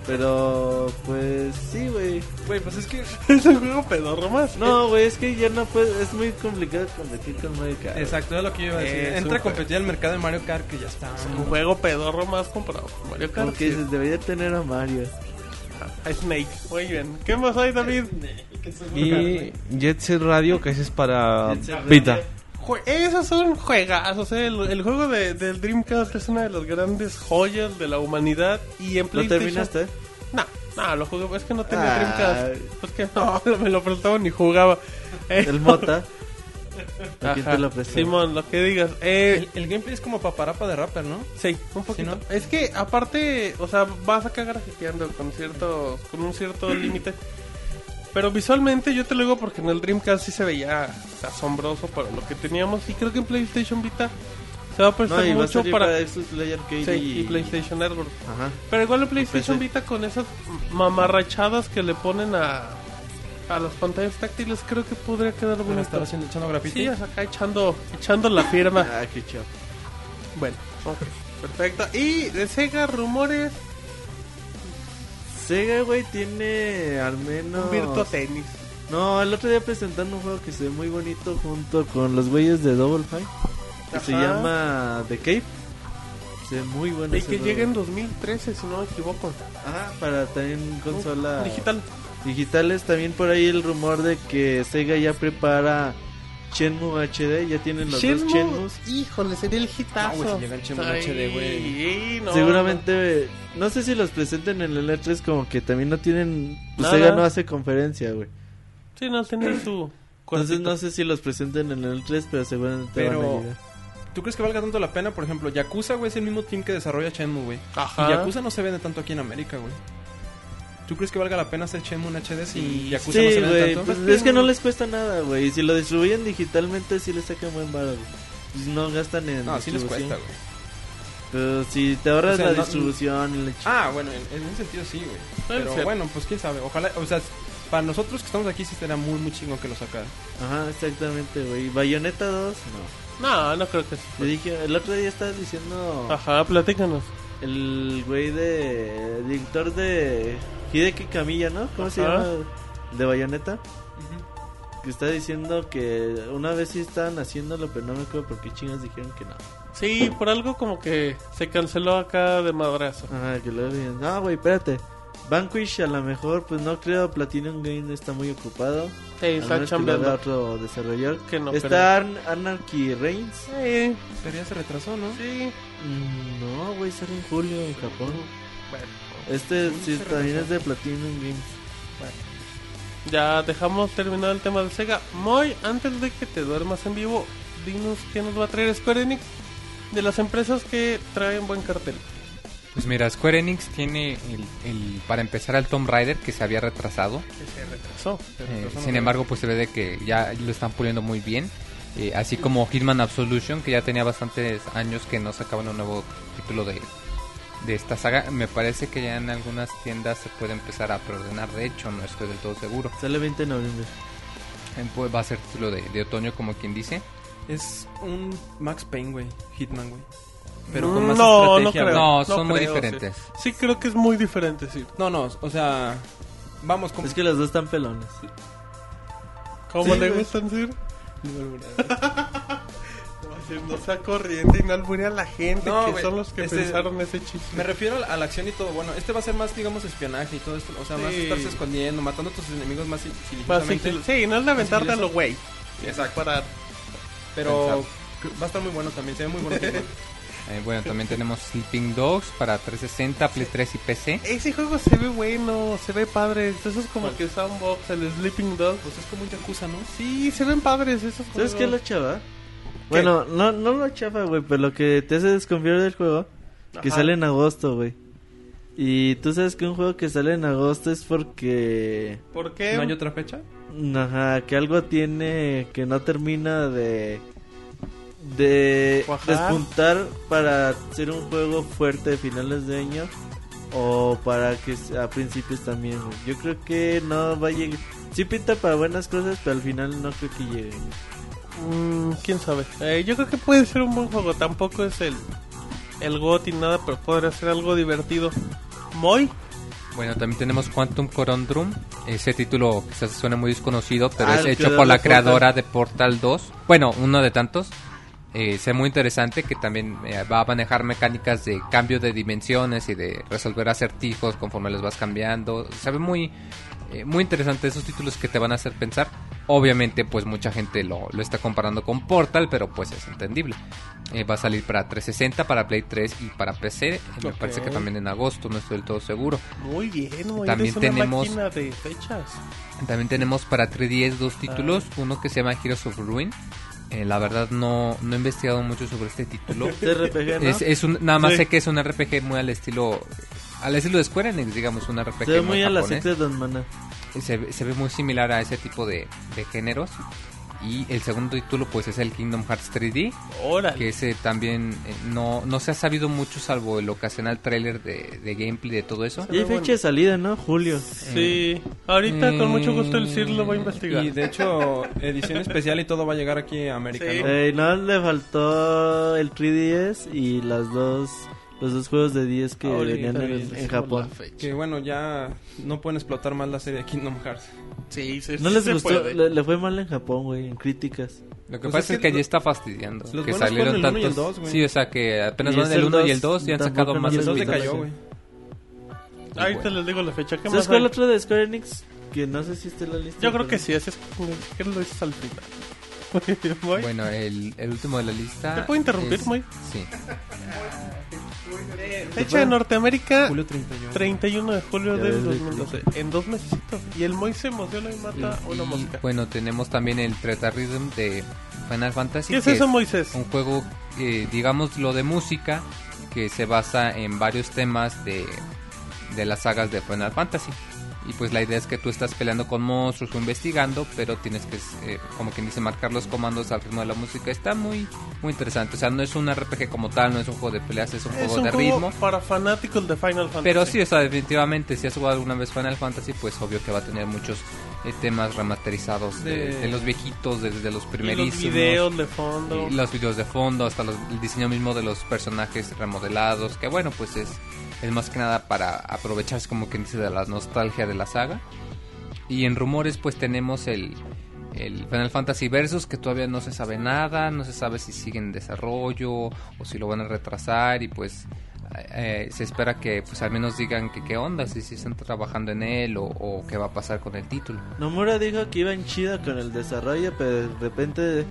Pero, pues, sí, güey.
Güey, pues es que.
[laughs] Es un juego pedorro más.
No, güey, es que ya no puedes. Es muy complicado competir con Mario Kart. Eh,
Exacto, es lo que yo iba a decir.
Es
Entra
un
a competir al mercado de Mario Kart que ya está.
Es un juego pedorro más comparado con Mario Kart.
Porque dices, debería tener a Mario.
Ah, Snake. Muy bien. ¿Qué más hay, David?
[laughs] Y Jet Set Radio, que ese es para
Jet Set
Vita.
Radio.
Jue- Esos son juegazos. eh. El, el juego de, del Dreamcast es una de las grandes joyas de la humanidad. Y en
¿Lo
PlayStation.
terminaste?
No, no, lo jugué. Es que no tenía
Ah.
Dreamcast. Pues que no, [laughs] me lo prestaba ni jugaba. Eh,
El Mota. ¿A quién
ajá.
te lo prestó?
Simón, lo que digas. Eh,
El, el gameplay es como paparapa de rapper, ¿no?
Sí, un poquito.
¿no?
Es que aparte, o sea, vas a cagar ajeteando con cierto, con un cierto límite. Pero visualmente yo te lo digo porque en el Dreamcast sí se veía asombroso para lo que teníamos. Y creo que en PlayStation Vita se va a prestar
No, y va a
mucho
salir para,
para...
Xbox Player Arcade
Sí,
y...
y PlayStation Network.
Ajá.
Pero igual en PlayStation
PC.
Vita con esas mamarrachadas que le ponen a, a las pantallas táctiles, creo que podría quedar
Van a
bonito.
estar haciendo, echando grafiti.
Sí, acá echando, echando la firma.
Ah, qué chido.
Bueno, ok, perfecto. Y de Sega, rumores,
Sega, güey,
Eh,
tiene al menos...
un Virtua Tennis.
No, el otro día presentando un juego que se ve muy bonito junto con los güeyes de Double Fine. Que se
Ajá.
llama The Cave. Se ve muy bueno.
Y
ese
que
juego.
llegue en 2013, si no me equivoco.
Ajá, para también consola...
Digital.
Digitales, también por ahí el rumor de que Sega ya prepara Shenmue HD. Ya tienen los
Shenmue,
dos Shenmues.
híjole, sería el hitazo.
No, güey, si llega el Shenmue
Ay,
HD, güey.
y no,
Seguramente, no sé si los presenten en el E3 como que también no tienen... Pues
Nada.
Sega no hace conferencia, güey.
no. Sí, no, tiene su...
Entonces
cuartito.
no sé si los presenten en el 3, E pero seguramente
Pero-
van a llegar.
¿Tú crees que valga tanto la pena? Por ejemplo, Yakuza, güey, es el mismo team que desarrolla Shenmue, güey.
Ajá.
Y Yakuza no se vende tanto aquí en América, güey. ¿Tú crees que valga la pena hacer Shenmue en HD si Yakuza no
Sí,
se vende
güey,
tanto?
pues es que no les cuesta nada, güey. Y Si lo distribuyen digitalmente, sí les sacan buen valor, No gastan en.
No, sí les
distribución.
cuesta, güey.
Pero si te ahorras
O sea,
la
no-
distribución y la ch-
Ah, bueno, en, en un sentido sí, güey. Pero
cierto.
bueno, pues quién sabe. Ojalá, o sea, para nosotros que estamos aquí sí será muy, muy chingón que lo sacaran.
Ajá, exactamente, güey. Bayonetta 2, no.
No, no creo que sí.
Le dije, el otro día estabas diciendo.
Ajá, platícanos.
El güey de. el director de. Hideki Camilla, ¿no? ¿Cómo se
Ajá.
llama? El De Bayonetta. Que está diciendo que una vez sí estaban haciéndolo, pero no me acuerdo por qué chingas dijeron que no.
Sí, por algo como que se canceló acá de madrazo.
Ajá, que luego dicen, no, güey, espérate. Vanquish a lo mejor, pues no creo, Platinum Game está muy ocupado.
Sí,
A menos que
está
lo haga
chambeando.
otro desarrollador.
Que no,
está An- Anarchy Reigns.
Sí,
Pero ya se retrasó, ¿no?
sí.
Mm, No, güey, sale en julio en Japón.
Bueno,
Este sí, también es de Platinum Games.
ya dejamos terminado el tema de Sega. Moy, antes de que te duermas en vivo, dinos qué nos va a traer Square Enix de las empresas que traen buen cartel.
Pues mira, Square Enix tiene el, el- para empezar al Tomb Raider que se había retrasado.
Que se retrasó. se
Eh,
retrasó,
sin
no-
embargo, pues se ve de que ya lo están puliendo muy bien. Eh, así como Hitman Absolution, que ya tenía bastantes años que no sacaban un nuevo título de, de esta saga. Me parece que ya en algunas tiendas se puede empezar a preordenar. De hecho, no estoy del todo seguro.
Sale 20 de noviembre.
Eh, pues va a ser título de, de otoño, como quien dice.
Es un Max Payne, güey. Hitman, güey. Pero con más
Mm, no, no
estrategia.
creo.
güey.
No, son muy
creo,
diferentes.
Sí. Sí, creo que es muy diferente, sí.
No, no, o sea. Vamos con.
Es que los dos están pelones.
¿Cómo
Sí,
le
güey.
gustan [laughs] decir? No sea corriente y no alburea a la gente,
No,
que
güey,
son los que
este-
pensaron ese chiste.
Me refiero a la, a la acción y todo. Bueno, este va a ser más, digamos, espionaje y todo esto. O sea, más
Sí.
estarse escondiendo, matando a tus enemigos más sil-
Más
sigilosamente.
sigilo- sí, no es de aventarte a
sigilo-
lo güey.
Exacto.
Para
Pero va a estar muy bueno también. Se ve muy bueno. Hitman.
Eh, bueno, también tenemos Sleeping Dogs para 360, Play 3 y PC.
Ese juego se ve bueno, se ve padre. Eso es como que Soundbox, el Sleeping Dog.
pues es como un yakuza, ¿no?
Sí, se ven padres esos juegos.
¿Sabes qué es lo chava? Bueno, no, no lo chafa, güey, pero lo que te hace desconfiar del juego, que
Ajá.
sale en agosto, güey. Y tú sabes que un juego que sale en agosto es porque...
¿Por qué?
¿No hay otra fecha?
Ajá, que algo tiene que no termina de... De
Cuajar.
despuntar para ser un juego fuerte de finales de año o para que s- a principios también, güey. Yo creo que no va a llegar. Sí pinta para buenas cosas, pero al final no creo que llegue. güey.
Mm, ¿Quién sabe? Eh, yo creo que puede ser un buen juego. Tampoco es el, el GOT y nada, pero podría ser algo divertido. Moy,
Bueno, también tenemos Quantum Corundrum. Ese título quizás suena muy desconocido, pero
Ah,
es
el
hecho
creador
por la
de Portal.
creadora de Portal 2. Bueno, uno de tantos. Eh, se ve muy interesante que también eh, va a manejar mecánicas de cambio de dimensiones y de resolver acertijos conforme los vas cambiando. Se ve muy, eh, muy interesante esos títulos que te van a hacer pensar. Obviamente, pues mucha gente lo, lo está comparando con Portal, pero pues es entendible. Eh, va a salir para 360, para Play 3 y para PC. Eh, Me
Ok.
parece que también en agosto, no estoy del todo seguro.
muy bien, Moy.
También
eres una
tenemos-
máquina de fechas.
También tenemos para 3DS
Ah.
dos títulos, uno que se llama Heroes of Ruin. Eh, la verdad no, no he investigado mucho sobre este
[laughs]
título.
Este RPG, ¿no?
es, es un, nada más
Sí.
sé que es un RPG muy al estilo al estilo de Square Enix, digamos, un RPG
Se ve
muy
muy a la
japonés.
secta de Don Maná.
se, ve- se ve muy similar a ese tipo de, de géneros. Y el segundo título pues es el Kingdom Hearts 3D,
Órale.
que ese también eh, no, no se ha sabido mucho salvo el ocasional trailer de, de gameplay de todo eso.
Y hay fecha de salida, ¿no? Julio.
Sí, ahorita con mucho gusto el CIR lo voy a investigar.
Y de hecho, edición especial y todo va a llegar aquí a América,
Sí.
¿no?
Eh, no le faltó el 3DS y las dos los dos juegos de 10 que
Ahorita
venían en,
bien,
en
decimos la
Japón.
fecha.
Que bueno, ya no pueden explotar más la serie de Kingdom Hearts.
Sí, sí,
No
sí
les
se
gustó,
puede.
le, le fue mal en Japón, güey, en críticas.
Lo que
Pues
pasa
es
es
que
que
lo-
allí está fastidiando.
los
que
buenos
salieron
fueron el uno y el
tantos.
dos, güey.
sí, o sea que apenas
Y
van
es
el
el
1 y el
dos,
2 y han
tampoco
sacado
no
más.
Y
Y
el
el
dos
dos
se
se
Nintendo
cayó,
cayó,
güey.
güey.
Ahorita les digo la fecha. ¿Qué
¿Sabes
más
cuál
hay?
otro de Square Enix? Que no sé si está en la lista.
Yo creo
pero-
que sí, así es como que lo dices al final. [laughs] Moy,
Bueno, el, el último de la lista.
¿Te puedo interrumpir,
es-
Moy?
Sí.
Fecha de Norteamérica,
Julio 31.
31 de julio
Ya
del
ves,
2012. En dos meses. Y el Moy se emociona y mata a una
Y,
mosca.
bueno, tenemos también el Treta Rhythm de Final Fantasy.
¿Qué es
que
eso, Moisés?
Un juego, eh, digamos, lo de música que se basa en varios temas de, de las sagas de Final Fantasy. Y pues la idea es que tú estás peleando con monstruos o investigando, pero tienes que, eh, como quien dice, marcar los comandos al ritmo de la música. Está muy, muy interesante. O sea, no es un RPG como tal, no es un juego de peleas, es un
Es
juego
un
de
juego
ritmo.
para fanáticos de Final Fantasy.
Pero sí, o sea, definitivamente, si has jugado alguna vez Final Fantasy, pues obvio que va a tener muchos eh, temas remasterizados de,
De-
de los viejitos, desde los
Y
primerísimos.
los videos de fondo.
y los videos de fondo, hasta los- el diseño mismo de los personajes remodelados, que bueno, pues es, es más que nada para aprovecharse como quien dice de la nostalgia de la saga. Y en rumores pues tenemos el, el Final Fantasy Versus, que todavía no se sabe nada, no se sabe si sigue en desarrollo o si lo van a retrasar y pues eh, eh, se espera que pues al menos digan que qué onda, si, si están trabajando en él o, o qué va a pasar con el título.
Nomura dijo que iban chido con el desarrollo, pero de repente
De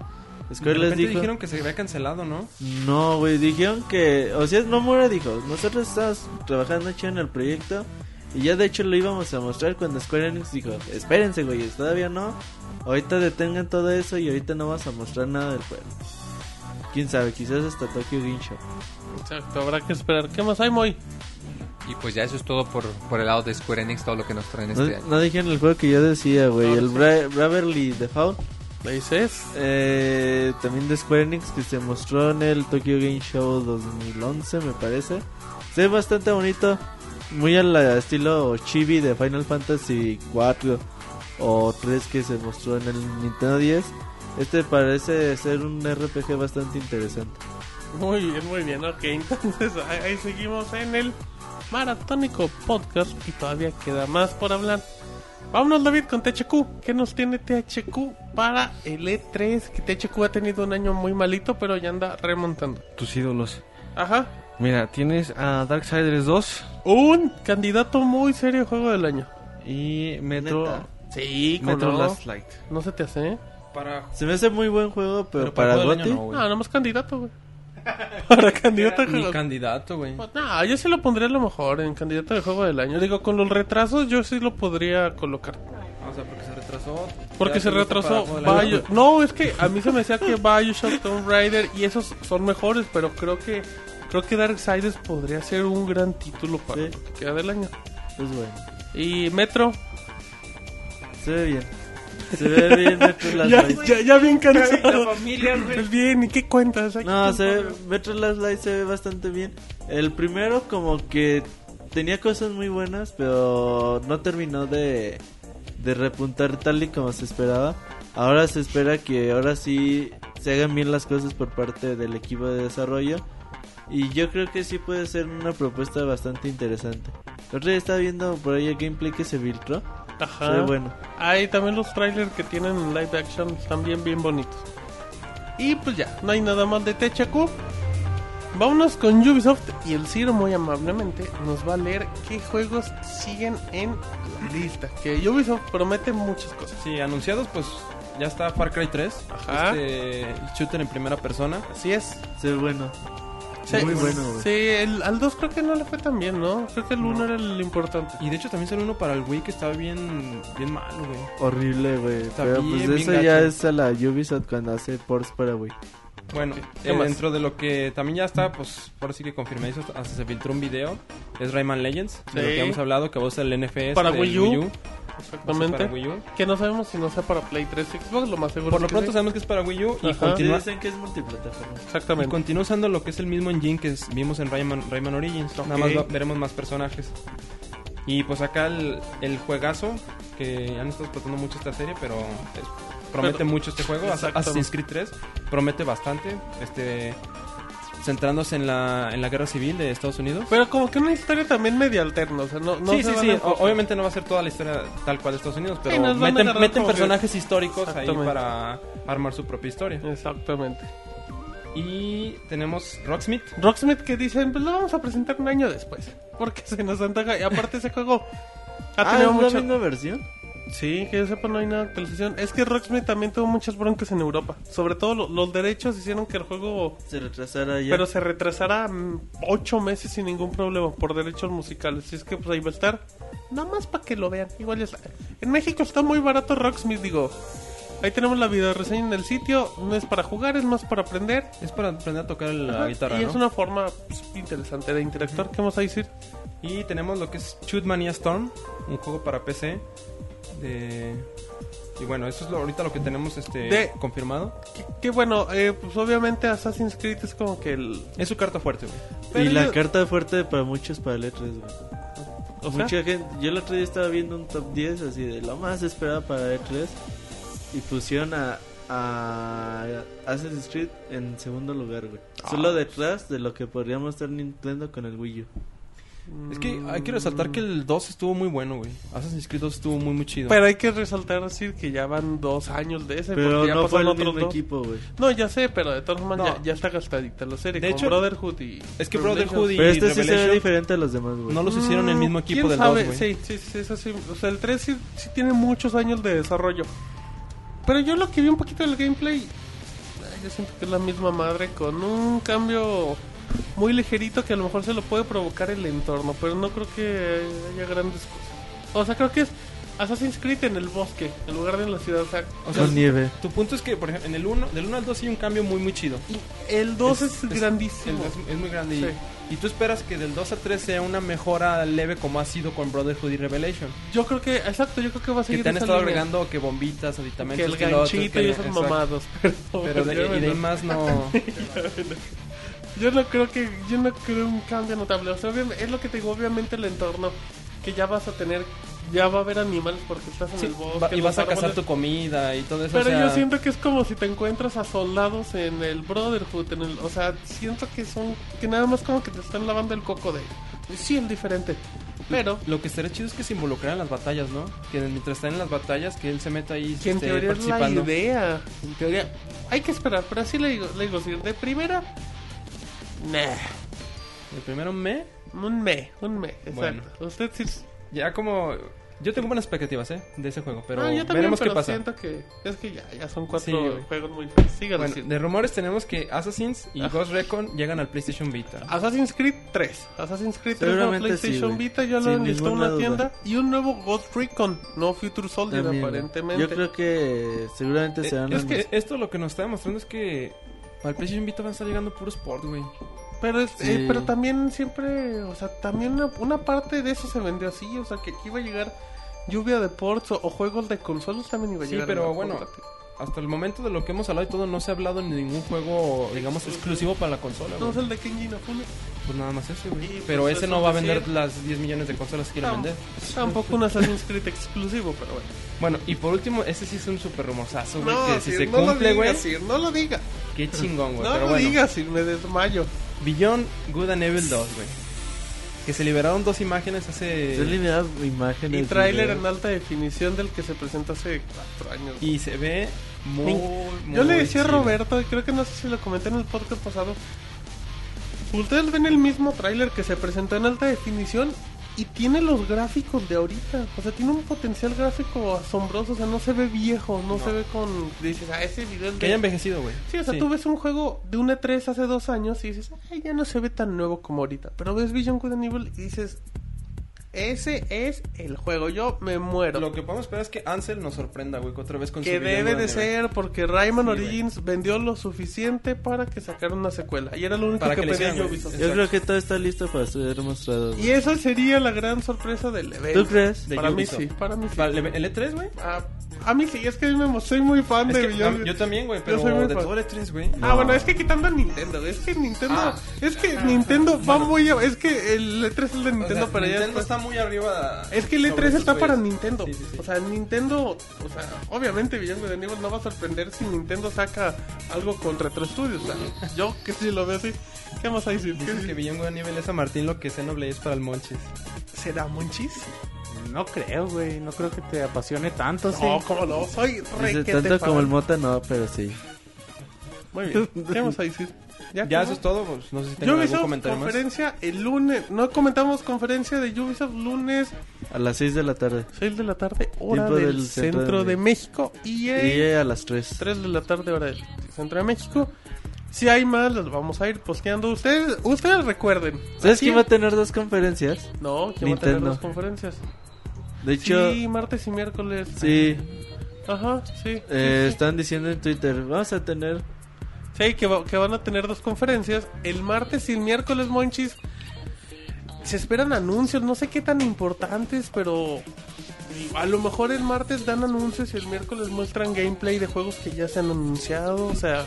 Square les
repente
dijo...
dijeron que se había cancelado, ¿no?
No, güey, dijeron que... O sea, Nomura dijo, nosotros estamos trabajando chido en el proyecto y ya de hecho lo íbamos a mostrar cuando Square Enix dijo, espérense, güey, todavía no. Ahorita detengan todo eso y ahorita no vas a mostrar nada del juego. Quién sabe, quizás hasta Tokyo Game Show.
Exacto, habrá que esperar. ¿Qué más hay, Moy?
Y pues ya eso es todo por, por el lado de Square Enix, todo lo que nos traen
No,
este año.
no dijeron el juego que yo decía, güey.
No,
el
sí.
Bra- Bravely Default.
¿Le dices?
Eh, también de Square Enix que se mostró en el Tokyo Game Show 2011, me parece. Se ve bastante bonito. Muy al estilo chibi de Final Fantasy 4 o 3 que se mostró en el Nintendo 10. Este parece ser un RPG bastante interesante.
Muy bien, muy bien, ok. Entonces ahí, ahí seguimos en el maratónico podcast y todavía queda más por hablar. Vámonos David con THQ. ¿Qué nos tiene THQ para el E3? Que THQ ha tenido un año muy malito, pero ya anda remontando.
Tus ídolos.
Ajá.
Mira, tienes a Darksiders 2
Un candidato muy serio de juego del año.
y Metro,
Neta.
Sí, como
Metro
no.
Last Light.
No se te hace, ¿eh?
Para
Se me hace muy buen juego, pero,
Pero para
para
todo el año
Goti.
no, güey.
No, nomás candidato, güey. [laughs] Para candidato de
mi
juego.
candidato, güey.
Pues, No, yo sí lo pondría a lo mejor en candidato de juego del año. Digo, con los retrasos yo sí lo podría colocar.
O sea, porque se retrasó.
Porque
Ya
se
te gusta para
retrasó
abajo de la-
Bio... No, es que a mí se me decía que Bioshock, Tomb Raider y esos son mejores, pero creo que creo que Darksiders podría ser un gran título para
Sí.
lo que queda del año.
Es bueno.
Y Metro.
Se ve bien. Se ve bien Metro Last
[laughs] Ya,
Light.
ya, ya bien cansado.
familia,
Pues bien, ¿y qué cuentas? Ay,
No,
qué
se ve, Metro Last Light se ve bastante bien. El primero como que tenía cosas muy buenas, pero no terminó de, de repuntar tal y como se esperaba. Ahora se espera que ahora sí se hagan bien las cosas por parte del equipo de desarrollo. Y yo creo que sí puede ser una propuesta bastante interesante. El otro día estaba viendo por ahí el gameplay que se filtró.
Ajá.
Se ve bueno.
Ahí también los trailers que tienen en live action están bien, bien bonitos. Y pues ya, no hay nada más de THQ. Vámonos con Ubisoft y el Ciro muy amablemente nos va a leer qué juegos siguen en la lista. Que Ubisoft promete muchas cosas.
Sí, anunciados, pues ya está Far Cry 3.
Ajá.
Este el shooter en primera persona.
Así es.
Se ve bueno. Muy bueno, güey.
pues, Sí, el, al 2 creo que no le fue tan bien, ¿no? Creo que el 1 era el importante.
Y de hecho también salió uno para el Wii que estaba bien, bien malo, güey.
Horrible, güey.
Está
Pero
bien,
pues
bien
eso ya
gacho.
es a la Ubisoft cuando hace ports para Wii.
Bueno,
¿Qué
eh,
más?
dentro de lo que también ya está, pues ahora sí que confirmé eso, hasta se filtró un video. Es Rayman Legends, de lo
Sí.
que hemos hablado, que va a ser el NFS.
Para
del
Wii U.
Va a ser
Exactamente.
para Wii U.
Que no sabemos si no sea para Play 3 Xbox, lo más seguro.
Por lo
es que
pronto
sí.
sabemos que es para Wii U y
Ajá.
Sí,
continúa,
dicen que es multiplataforma.
y
Exactamente.
continúa usando lo que es el mismo engine que es- vimos en Rayman, Rayman Origins. Nada más
Ok.
va- veremos más personajes. Y pues acá el, el juegazo que han estado explotando mucho esta serie, pero es- promete
Pero-
mucho este juego. As-
Exacto.
Assassin's Creed 3 promete bastante. Este. Centrándose en la, en la guerra civil de Estados Unidos.
Pero como que una historia también medio alterna, o sea, no, no
sí,
se
sí,
van a
sí. O-
enfocar.
obviamente no va a ser toda la historia tal cual de Estados Unidos, pero
Sí, nos van a
meten,
agarrar
meten
como que-
personajes históricos ahí
Exactamente.
para armar su propia historia.
Exactamente.
Y tenemos Rocksmith.
Rocksmith que dicen, pues lo vamos a presentar un año después, porque se nos antoja. Y aparte ese juego ha
Ah, ¿es
tenido
la
mucha...
misma versión?
Sí, que yo sepa no hay nada de actualización. Es que Rocksmith también tuvo muchas broncas en Europa. Sobre todo lo- los derechos hicieron que el juego...
Se retrasará ya.
Pero se retrasara mm, ocho meses sin ningún problema por derechos musicales. Si es que pues ahí va a estar. Nada más para que lo vean. Igual ya está. En México está muy barato Rocksmith, digo. Ahí tenemos la video reseña en el sitio. No es para jugar, es más para aprender.
Es para aprender a tocar la
Ajá,
guitarra,
y
¿no?
es una forma pues, interesante de interactuar. ¿Qué vamos a decir?
Y tenemos lo que es Shoot Mania Storm, un juego para PC. De... Y bueno, eso es lo, ahorita lo que tenemos este,
De-
confirmado.
Que, que bueno, eh, pues obviamente Assassin's Creed es como que el...
Es su carta fuerte, güey.
pero
y la
yo-
carta fuerte para muchos para el E3, güey.
o sea,
Mucha gente. Yo el otro día estaba viendo un top 10 así de lo más esperado para E3. Y pusieron a, a Assassin's Creed en segundo lugar, güey.
Ah.
Solo detrás de lo que podríamos estar Nintendo con el Wii U.
Es que hay que resaltar que el 2 estuvo muy bueno, güey. Assassin's Creed 2 estuvo muy, muy chido.
Pero hay que resaltar decir que ya van dos años de ese.
Pero
porque ya
no fue
pasaron
el
otros
mismo
dos.
equipo, güey.
No, ya sé, pero de todas formas
No.
ya, ya está gastadita la serie.
De
con
hecho,
Brotherhood y.
es que Brotherhood y
Pero este sí se ve
Revelations
diferente a los demás, güey.
Pues no los hicieron el mismo equipo
Mm, ¿Quién
del 2,
sabe?
güey.
Sí, sí, sí, eso sí. O sea, el 3 sí, sí tiene muchos años de desarrollo. Pero yo lo que vi un poquito del gameplay. ay, Yo siento que es la misma madre con un cambio muy ligerito que a lo mejor se lo puede provocar el entorno. Pero no creo que haya grandes cosas. O sea, creo que es Assassin's Creed en el bosque, en lugar de en la ciudad. O sea,
O sea,
Con nieve.
tu punto es que, por ejemplo, en el 1, del 1 al 2 sí hay un cambio muy, muy chido.
el 2 es,
El
grandísimo.
dos es muy grande. y-
Sí.
Y, tú esperas que del 2 a 3 sea una mejora leve como ha sido con Brotherhood y Revelation.
Yo creo que, exacto, yo creo que va a
Que
seguir
te han
esa
estado
línea.
agregando que bombitas,
que
aditamentos,
el
lo otro,
ganchito
que-
y esas
exacto.
mamadas. [laughs]
Pero de, y de ahí más no.
Yo no creo que yo no creo un cambio notable. O sea, obvia- es lo que te digo, obviamente el entorno que ya vas a tener, ya va a haber animales porque estás en
Sí,
el bosque.
va- y
los
vas a
árboles.
cazar tu comida y todo eso.
Pero
o sea,
yo siento que es como si te encuentras a soldados en el Brotherhood, en el, o sea, siento que son que nada más como que te están lavando el coco de sí el diferente. Pero
Lo que estaría chido es que se involucraran en las batallas, ¿no? Que mientras están en las batallas, que él se meta ahí
que en
este,
teoría es la
participando.
idea, en teoría hay que esperar, pero así le digo, le digo, si de primera nah,
El primero me.
un me, un me, exacto.
Bueno.
Usted sí
Ya como. Yo tengo buenas expectativas, ¿eh? De ese juego, pero
Ah, yo también,
veremos
pero
qué pasa.
siento que es que ya, ya son
Sí,
cuatro
güey.
juegos muy feos. Sigan
Bueno,
diciendo.
de rumores tenemos que Assassin's y
Ah.
Ghost Recon llegan al PlayStation Vita.
Assassin's Creed 3. Assassin's Creed 3 para
Seguramente
PlayStation
sí, güey.
Vita ya lo
Sin
han visto en
ninguna
una
duda.
tienda. Y un nuevo Ghost Recon, no Future Soldier
También, güey.
aparentemente.
Yo creo que seguramente se
Eh,
van
es
a-
que esto lo que nos está demostrando es que al PlayStation Vita van a estar llegando puros port, güey.
Pero, es-
Sí.
eh, pero también siempre, o sea, también una, una parte de eso se vendió así. O sea, que aquí iba a llegar lluvia de ports o, o juegos de consolas también iba a
Sí,
llegar.
pero
en la
bueno,
portátil.
Hasta el momento de lo que hemos hablado y todo, no se ha hablado ni de ningún juego, digamos, exclusivo para la consola,
No
güey.
es el de Kenji Inafune.
Pues nada más ese,
Y,
güey.
pues,
Pero ese
eso
no va a
decir.
vender las 10 millones de consolas que quieren
Tam-
vender.
Tampoco un Assassin's Creed exclusivo, pero bueno.
Bueno, y por último, ese sí es un super rumorzazo, güey. que si
Sir,
se
no lo
cumple, güey,
digas, Sir, No lo digas.
qué chingón,
[laughs]
güey.
No
pero
lo
bueno,
digas, Sir, me desmayo.
Beyond Good and Evil 2, güey. Que se liberaron dos imágenes
Yo le
hace...
miraba imágenes.
Y tráiler
videos.
en alta definición del que se presentó hace cuatro años.
Y se ve muy, muy
Yo le decía a
chido.
Roberto, y creo que no sé si lo comenté en el podcast pasado. Ustedes ven el mismo tráiler que se presentó en alta definición y tiene los gráficos de ahorita. O sea, tiene un potencial gráfico asombroso. O sea, no se ve viejo, no, se ve con. Dices, ah, ese video es
Que
de-
haya envejecido, güey.
Sí, o sea, tú ves un juego de un E3 hace dos años y dices, ay, ya no se ve tan nuevo como ahorita. Pero ves Vision Good and Evil y dices, ese es el juego, yo me muero.
Lo que podemos esperar es que Ansel nos sorprenda, güey, que otra vez con
que
su video
debe
nuevo
de ser porque Rayman
Sí, güey.
Origins vendió lo suficiente para que sacaran una secuela. Y era lo único
Para
que,
que le
pedía yo,
hicieran, güey.
Ubisoft.
Yo creo que todo está listo para ser mostrado. güey.
Y esa sería la gran sorpresa del evento.
¿Tú crees?
de
para mí
Ubisoft.
sí, para mí sí.
Para el el E3, güey.
Ah, a mí sí, es que a mí me soy muy fan
Es
de
que
Vision-
tam- yo también, güey, pero
soy muy
de
fan.
todo el E3, güey.
Ah, bueno, es que quitando a Nintendo, es que Nintendo,
Ah.
es que Nintendo va muy, a- es que el E3 es el de Nintendo,
para
pero ya
Nintendo
después-
está muy arriba.
es que el
sobre
E3
sus
está para
güeyes.
Nintendo,
Sí, sí, sí.
o sea, Nintendo, o sea, obviamente Villano de Nivel no va a sorprender si Nintendo saca algo con Retro Studios, o sea, yo que sí lo veo así, ¿qué más hay decir?
Dicen que Beyond Good and Evil es a Martín lo que Xenoblade es para el Monchis.
¿Será Monchis?
No creo, güey. No creo que te apasione tanto, Pues sí.
No, cómo no, soy
Dice,
re que
tanto como el mota, no, pero sí.
Muy [laughs] bien, ¿qué más hay decir?
Ya
¿cómo?
eso es todo, pues no sé si tengo
Yo
algún
Ubisoft
comentario más.
conferencia el lunes, no comentamos conferencia de Ubisoft lunes
A las 6 de la tarde.
6 de la tarde, hora
Tiempo
del,
del
centro,
centro
de,
de
México. Y
Y
eh,
eh, a las 3.
3 de la tarde, hora del centro de México. Si hay más, las vamos a ir posteando. Ustedes, ustedes recuerden.
¿Sabes
Aquí-
quién va a tener dos conferencias?
No, ¿quién va a tener
Nintendo.
las conferencias?
De hecho,
sí, martes y miércoles.
sí,
Ajá, sí.
eh,
sí, sí.
están diciendo en Twitter, vamos a tener...
Sí, que, va- que van a tener dos conferencias. El martes y el miércoles, Monchis. Se esperan anuncios, no sé qué tan importantes, pero a lo mejor el martes dan anuncios y el miércoles muestran gameplay de juegos que ya se han anunciado, o sea.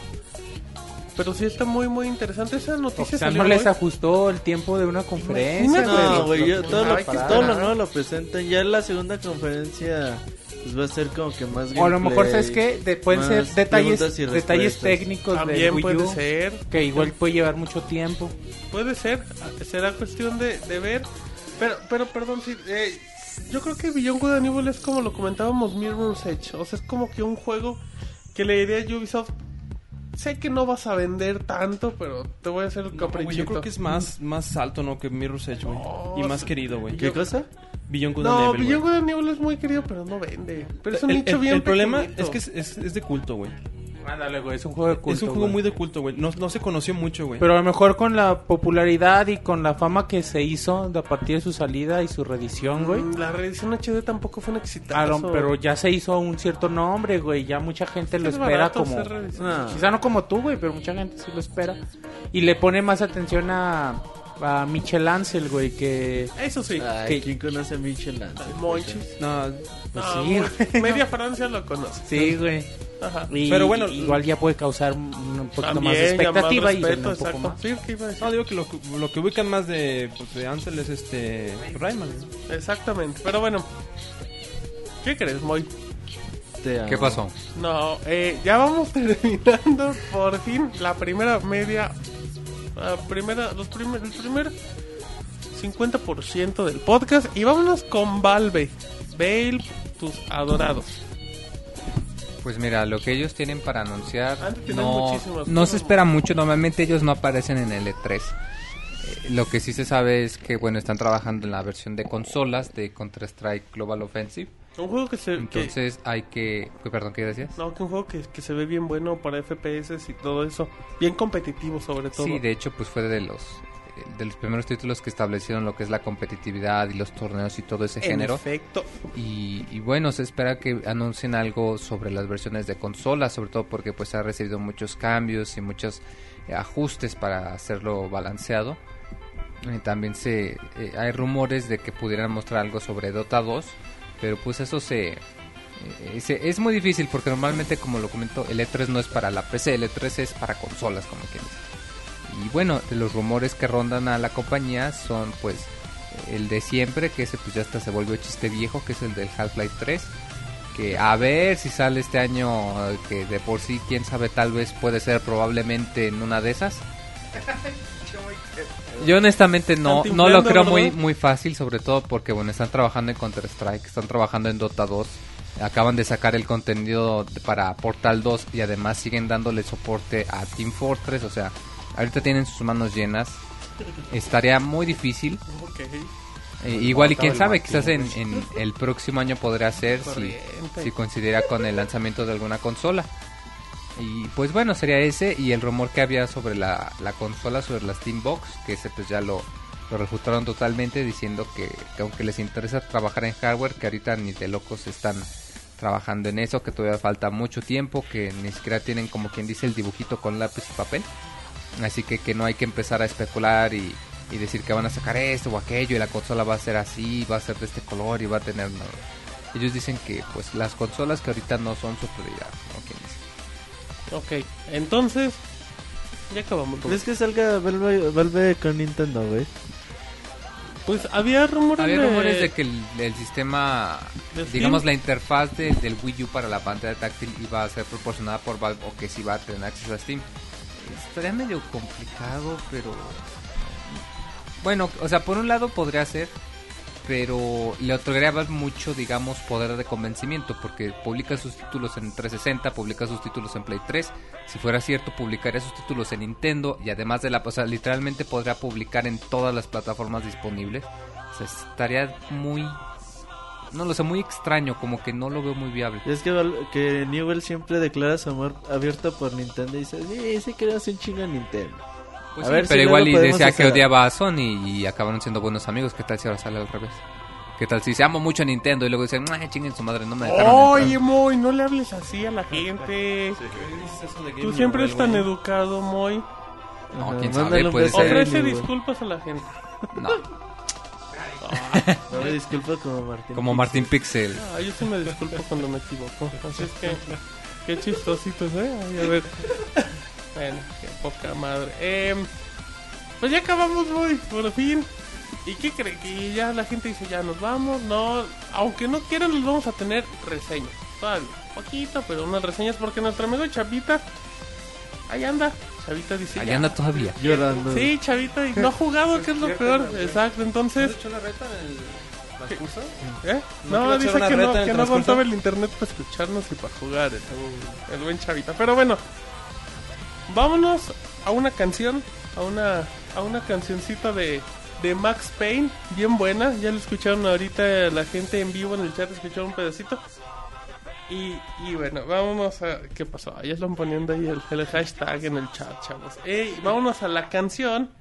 Pero sí está muy, muy interesante esa
O
noticia.
quizá
salió
no les
hoy.
ajustó el tiempo de una conferencia.
Imagínate.
güey.
pues, No, güey, yo-
Lo-
todo,
lo-
lo,
pues, que
todo
esperar.
lo nuevo lo presentan. Ya en la segunda conferencia pues, va a ser como que más...
O a lo
gameplay,
mejor, ¿sabes qué? De- pueden
más
ser detalles,
preguntas y
detalles
respuestas.
técnicos de
También
Wii
puede
U,
ser.
que igual puede llevar mucho tiempo.
Puede ser, será cuestión de, de ver. Pero, pero perdón, sí, eh, yo creo que Beyond Good and Evil es como lo comentábamos Mirror's Edge. O sea, es como que un juego que le diría a Ubisoft, sé que no vas a vender tanto, pero te voy a hacer el
No,
caprichito.
güey, yo creo que es más, más alto, ¿no? Que Mirror's Edge, güey.
No,
y más
sí.
querido, güey.
¿Qué cosa?
Beyond Good
No,
and Evil,
Beyond
güey.
Good and Evil es muy querido, pero no vende. Pero es un
el,
nicho
el-
bien
el problema
pequeñito.
es que es, es- es de culto, güey.
Ándale, güey, es un juego de culto.
es un juego
güey.
muy de culto, güey. No, no se conoció mucho, güey.
Pero a lo mejor con la popularidad y con la fama que se hizo de a partir de su salida y su reedición, güey.
Mm, La reedición HD tampoco fue un
a lo-
exitazo.
pero ya se hizo un cierto nombre, güey. Ya mucha gente lo
es
espera
barato
como.
hacer reedición.
Ah. Quizá no como tú, güey, pero mucha gente sí lo espera. Y le pone más atención a, a Michel Ansel, güey, que.
Eso sí.
Ay, ¿Quién conoce a Michel Lance?
Monchis.
No,
Pues
Ah,
sí,
bueno,
güey.
media Francia lo conoce.
Sí, güey.
Ajá.
Y-
Pero bueno,
igual ya puede causar un un poquito
También,
Pues, más de
ya más
expectativa y
respeto,
vender un poco
exacto.
más.
Sí, ¿qué iba a decir?
no, digo que lo, que- lo que ubican más de, pues, de Ansel es este. Rayman.
Exactamente. Pero bueno. ¿Qué crees, Moy?
¿Qué pasó?
No, eh, ya vamos [laughs] terminando por fin la primera media. La primera, los primer, el primer 50% del podcast. Y vámonos con Valve. Valve, tus adorados.
Pues mira, lo que ellos tienen para anunciar
Han de tener
no,
muchísimas
no
cosas,
se espera mucho. Normalmente ellos no aparecen en el E3. Eh, Lo que sí se sabe es que, bueno, están trabajando en la versión de consolas de Counter-Strike Global Offensive.
Un juego que se. que,
Entonces hay que... uy, Perdón, ¿qué decías?
no, que un juego que, que se ve bien bueno para FPS y todo eso. Bien competitivo, sobre todo.
Sí, de hecho, pues fue de los de los primeros títulos que establecieron lo que es la competitividad y los torneos y todo ese
en
género.
efecto.
Y, y bueno, se espera que anuncien algo sobre las versiones de consola, sobre todo porque pues ha recibido muchos cambios y muchos eh, ajustes para hacerlo balanceado. Eh, también se eh, hay rumores de que pudieran mostrar algo sobre Dota 2, pero pues eso se, eh, se- es muy difícil porque normalmente como lo comento el E3 no es para la PC, el E3 es para consolas como quien dice. Y bueno, de los rumores que rondan a la compañía son pues el de siempre, que ese pues ya hasta se volvió chiste viejo, que es el del Half-Life 3. Que a ver si sale este año, eh, que de por sí, quién sabe, tal vez puede ser probablemente en una de esas. Yo honestamente no,
Están
no lo
timbrando,
creo muy,
¿verdad?
muy fácil, sobre todo porque bueno, están trabajando en Counter-Strike, están trabajando en Dota 2, acaban de sacar el contenido de- para Portal 2 y además siguen dándole soporte a Team Fortress, o sea, ahorita tienen sus manos llenas. Estaría muy difícil
Ok.
eh, igual y quién sabe, quizás en, en el próximo año podría ser si,
Corriente.
si coisidera con el lanzamiento de alguna consola. Y pues bueno, sería ese y el rumor que había sobre la, la consola, sobre la Steambox, que ese pues ya lo, lo refutaron totalmente diciendo que, que aunque les interesa trabajar en hardware, que ahorita ni de locos están trabajando en eso, que todavía falta mucho tiempo, que ni siquiera tienen como quien dice el dibujito con lápiz y papel. Así que, que no hay que empezar a especular y, y decir que van a sacar esto o aquello y la consola va a ser así, va a ser de este color y va a tener... no. Ellos dicen que pues las consolas que ahorita no son su prioridad. como quien dice.
Ok. Entonces. Ya acabamos con
¿Crees que salga Valve, Valve con Nintendo, güey?
Pues había rumores,
Había rumores de que el, el sistema,
¿De Steam?
digamos la interfaz de- del Wii U para la pantalla táctil iba a ser proporcionada por Valve o que sí va a tener acceso a Steam. Estaría medio complicado, pero... Bueno, o sea, por un lado podría ser, pero le otorgaría mucho, digamos, poder de convencimiento, porque publica sus títulos en 360, publica sus títulos en Play 3, si fuera cierto, publicaría sus títulos en Nintendo y además de la... O sea, literalmente podría publicar en todas las plataformas disponibles. O sea, estaría muy... No lo sé, muy extraño, como que no lo veo muy viable.
Es que, Val- que Newell siempre declara su amor abierto por Nintendo y dice, sí, sí queremos un chingo a Nintendo.
Pues
A
sí,
ver
pero
si
igual
luego
y
podemos
decía que
hacer
odiaba a Sony y acabaron siendo buenos amigos. ¿Qué tal si ahora sale al revés? ¿Qué tal si se amo mucho a Nintendo y luego dicen, "Mua, chinguen su madre, no me dejaron
Oye,
entrar"?
Moy, no le hables así a la gente. Tú siempre eres tan educado, Moy.
No,
Ajá,
quién
mándale
sabe,
un
puede
beso a
ser.
Ofrece
güey.
disculpas a la gente.
No,
No me disculpo como Martín.
como Martín Pixel.
Ah, yo sí me disculpo cuando me equivoco. Así es que, qué chistositos, ¿eh? Ay, a ver. Bueno, qué poca madre. Em, pues ya acabamos, Moy, por fin. ¿Y qué cree? Que ya la gente dice, ya nos vamos. No, aunque no quieran, les vamos a tener reseñas. Todavía, poquito, pero unas reseñas porque nuestro amigo Chavita, ahí anda. Chavita dice,
Allá
"Ya,
anda todavía.
Llorando.
Sí, chavita, y no ha jugado, que es lo peor. Exacto, entonces.
hecho una reta en el transcurso?
¿eh?
¿No
No,
quiero
dice
hacer una
que no,
reta en el
que no
transcurso?
aguantaba el internet para escucharnos y para jugar. El, el buen chavita. Pero bueno, vámonos a una canción. A una, a una cancioncita de, de Max Payne, bien buena. Ya lo escucharon ahorita la gente en vivo en el chat, escucharon un pedacito. Y, y bueno, vámonos a... ¿Qué pasó? Ah, Ya están poniendo ahí el, el hashtag en el chat, chavos. Ey, vámonos a la canción.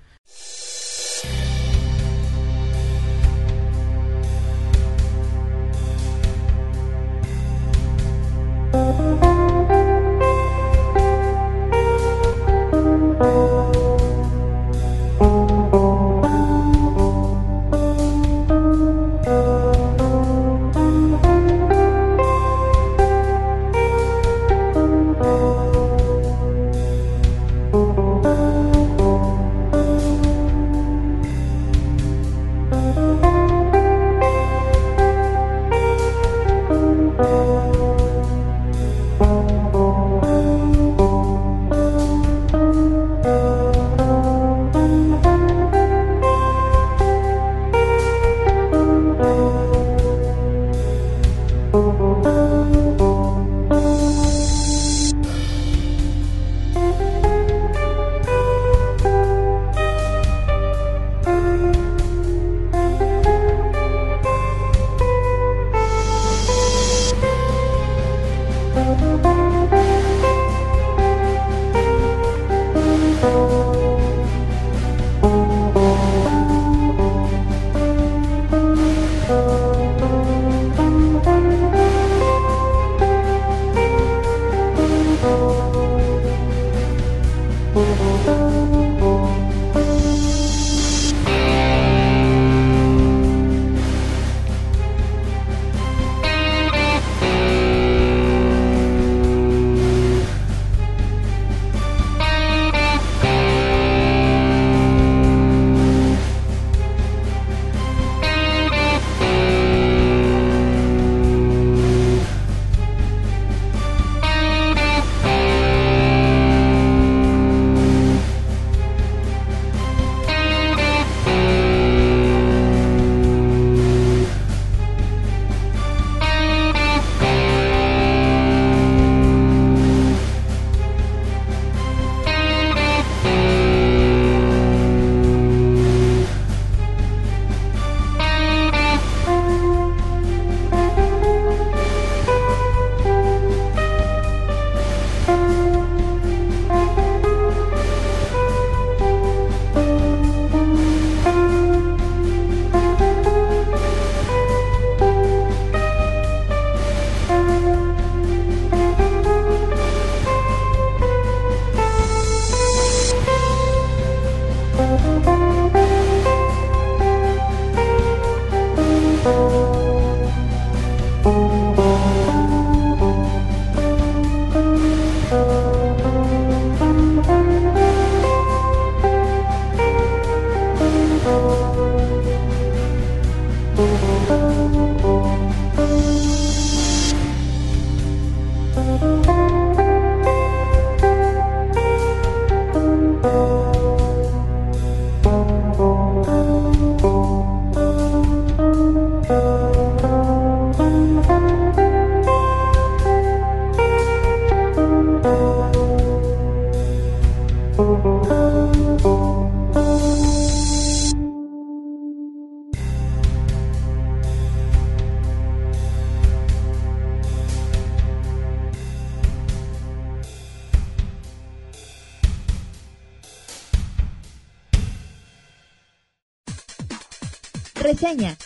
Reseña.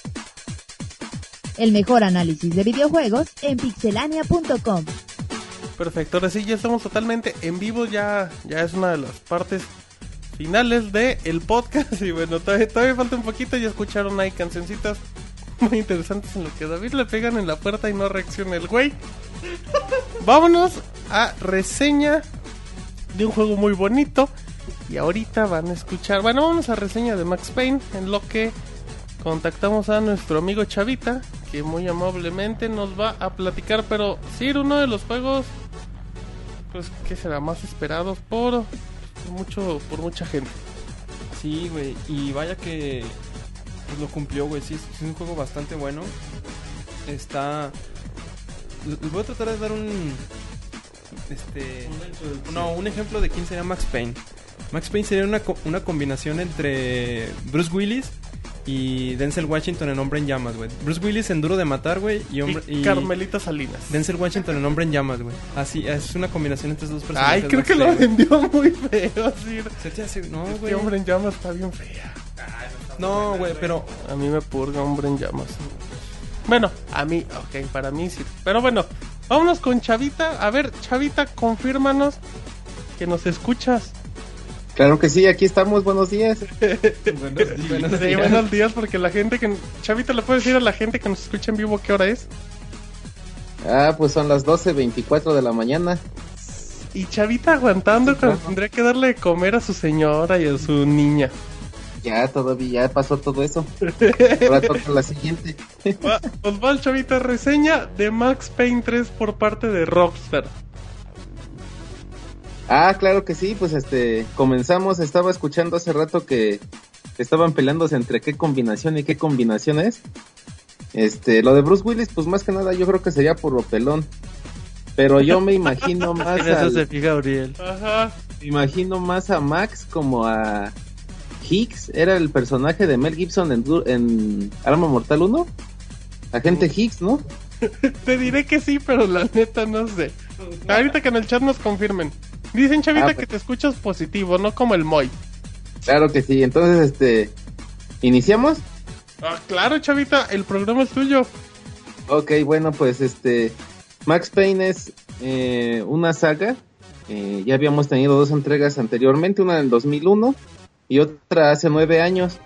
El mejor análisis de videojuegos en pixelania.com.
Perfecto, ahora sí, ya estamos totalmente en vivo, ya, ya es una de las partes finales de el podcast. [laughs] Y bueno, todavía, todavía falta un poquito, ya escucharon ahí cancioncitas muy interesantes en lo que a David le pegan en la puerta y no reacciona el güey. Vámonos a reseña de un juego muy bonito. Y ahorita van a escuchar, bueno, vámonos a reseña de Max Payne, en lo que contactamos a nuestro amigo Chavita, que muy amablemente nos va a platicar, pero sí, uno de los juegos, pues, que será más esperados por, por mucho, por mucha gente.
Sí, güey. Y vaya que pues, lo cumplió, güey. Sí, es es un juego bastante bueno. Está. les Voy a tratar de dar un. Este. No, un ejemplo de quién sería Max Payne. Max Payne sería una, co- una combinación entre Bruce Willis Y Denzel Washington en Hombre en Llamas, güey. Bruce Willis en Duro de Matar, güey. Y, hombre,
Y
y
Carmelita Salinas.
Denzel Washington en Hombre en Llamas, güey. Así, es una combinación entre esos dos personajes.
Ay, creo
güey.
que
Sí,
lo
güey.
vendió muy feo, así.
Se te hace- No,
este
güey.
hombre en llamas está bien fea.
No, güey, pero...
A mí me purga hombre en llamas. Bueno, a mí, ok, para mí sí. Pero bueno, vámonos con Chavita. A ver, Chavita, confírmanos que nos escuchas.
Claro que sí, aquí estamos, buenos días.
Buenos días. buenos días, porque la gente que... Chavita, ¿le puedes decir a la gente que nos escucha en vivo qué hora es?
Ah, pues son las 12.24 de la mañana.
Y Chavita aguantando cuando tendría que darle de comer a su señora y a su niña.
Ya, todavía ya pasó
[laughs]
todo eso. Ahora toca la siguiente.
Va- Pues va el Chavita, reseña de Max Payne 3 por parte de Rockstar.
Ah, claro que sí, pues este, comenzamos, estaba escuchando hace rato que estaban peleándose entre qué combinación y qué combinación es. Este, lo de Bruce Willis, pues más que nada yo creo que sería por lo pelón. Pero yo me
[laughs]
imagino
[laughs]
más
En eso
al-
se fija Uriel.
Ajá.
me imagino más a Max como a Hicks, era el personaje de Mel Gibson en, Du- en Arma Mortal 1. Agente Hicks, ¿no?
[laughs] Te diré que sí, pero la neta no sé. Ahorita que en el chat nos confirmen. Dicen, Chavita,
Ah,
que
pues.
te escuchas positivo, no como el Moy.
Claro que sí, entonces este, ¿iniciamos?
Ah, claro, Chavita, el programa es tuyo.
Ok, bueno, pues este. Max Payne es eh, una saga. eh, ya habíamos tenido dos entregas anteriormente, una en el 2001 y otra hace nueve años.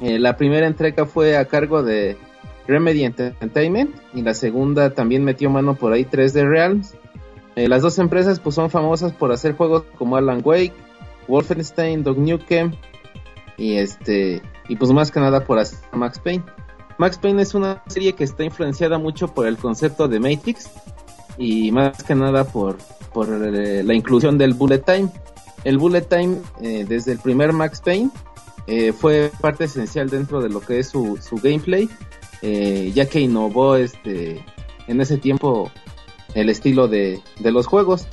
Eh, la primera entrega fue a cargo de Remedy Entertainment y la segunda también metió mano por ahí 3D Realms. Eh, las dos empresas pues son famosas por hacer juegos como Alan Wake, Wolfenstein, Dog Nukem y este y pues más que nada por hacer Max Payne. Max Payne es una serie que está influenciada mucho por el concepto de Matrix y más que nada por, por eh, la inclusión del bullet time. El bullet time eh, desde el primer Max Payne eh, fue parte esencial dentro de lo que es su, su gameplay, eh, ya que innovó este en ese tiempo el estilo de, de los juegos.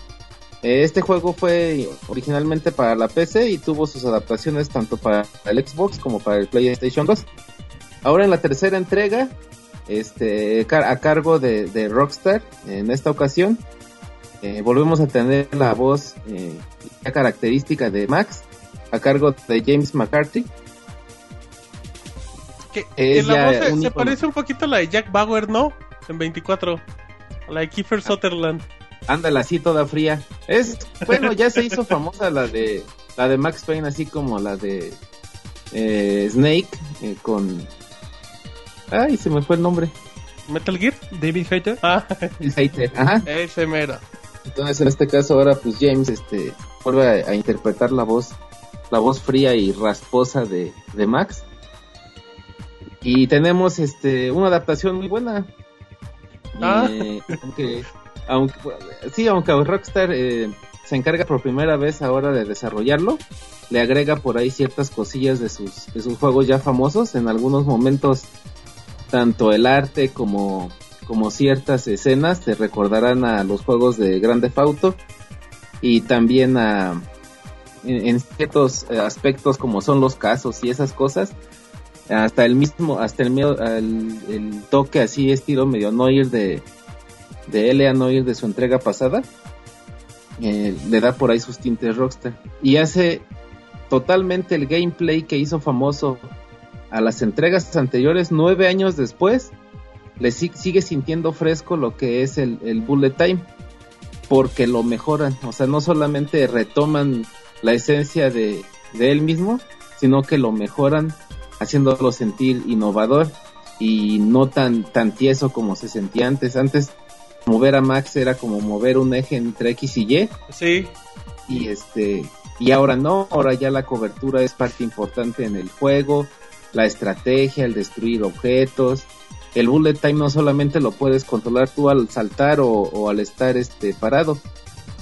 Eh, este juego fue originalmente para la PC y tuvo sus adaptaciones tanto para el Xbox como para el PlayStation 2. Ahora en la tercera entrega, este, car- a cargo de, de Rockstar, en esta ocasión, eh, volvemos a tener la voz eh, ya característica de Max, a cargo de James McCarthy.
Que,
Es
que la
ya
voz se,
un
se
icono.
parece un poquito a la de Jack Bauer, ¿no? En 24. A la de Kiefer Sutherland.
Ándala así toda fría. Es, bueno, ya se hizo famosa la de la de Max Payne, así como la de eh, Snake eh, con... Ay, se me fue el nombre.
¿Metal Gear?
David Hater.
Ah,
El hater. Ajá.
ese mero.
Entonces en este caso ahora pues James este vuelve a, a interpretar la voz la voz fría y rasposa de, de Max. Y tenemos este una adaptación muy buena.
Ah.
Eh, aunque, aunque sí, aunque Rockstar eh, se encarga por primera vez ahora de desarrollarlo, le agrega por ahí ciertas cosillas de sus de sus juegos ya famosos en algunos momentos tanto el arte como como ciertas escenas te recordarán a los juegos de Grande Fauto y también a en, en ciertos eh, aspectos como son los casos y esas cosas hasta el mismo hasta el, miedo- al- el toque así estilo medio Noir de de L.A. Noir de su entrega pasada eh, le da por ahí sus tintes Rockstar y hace totalmente el gameplay que hizo famoso a las entregas anteriores nueve años después le si- sigue sintiendo fresco lo que es el, el bullet time porque lo mejoran o sea no solamente retoman la esencia de, de él mismo sino que lo mejoran haciéndolo sentir innovador y no tan tan tieso como se sentía antes antes mover a Max era como mover un eje entre X y Y
Sí.
y este y ahora no, ahora ya la cobertura es parte importante en el juego, la estrategia, el destruir objetos, el bullet time no solamente lo puedes controlar tú al saltar o, o al estar este parado,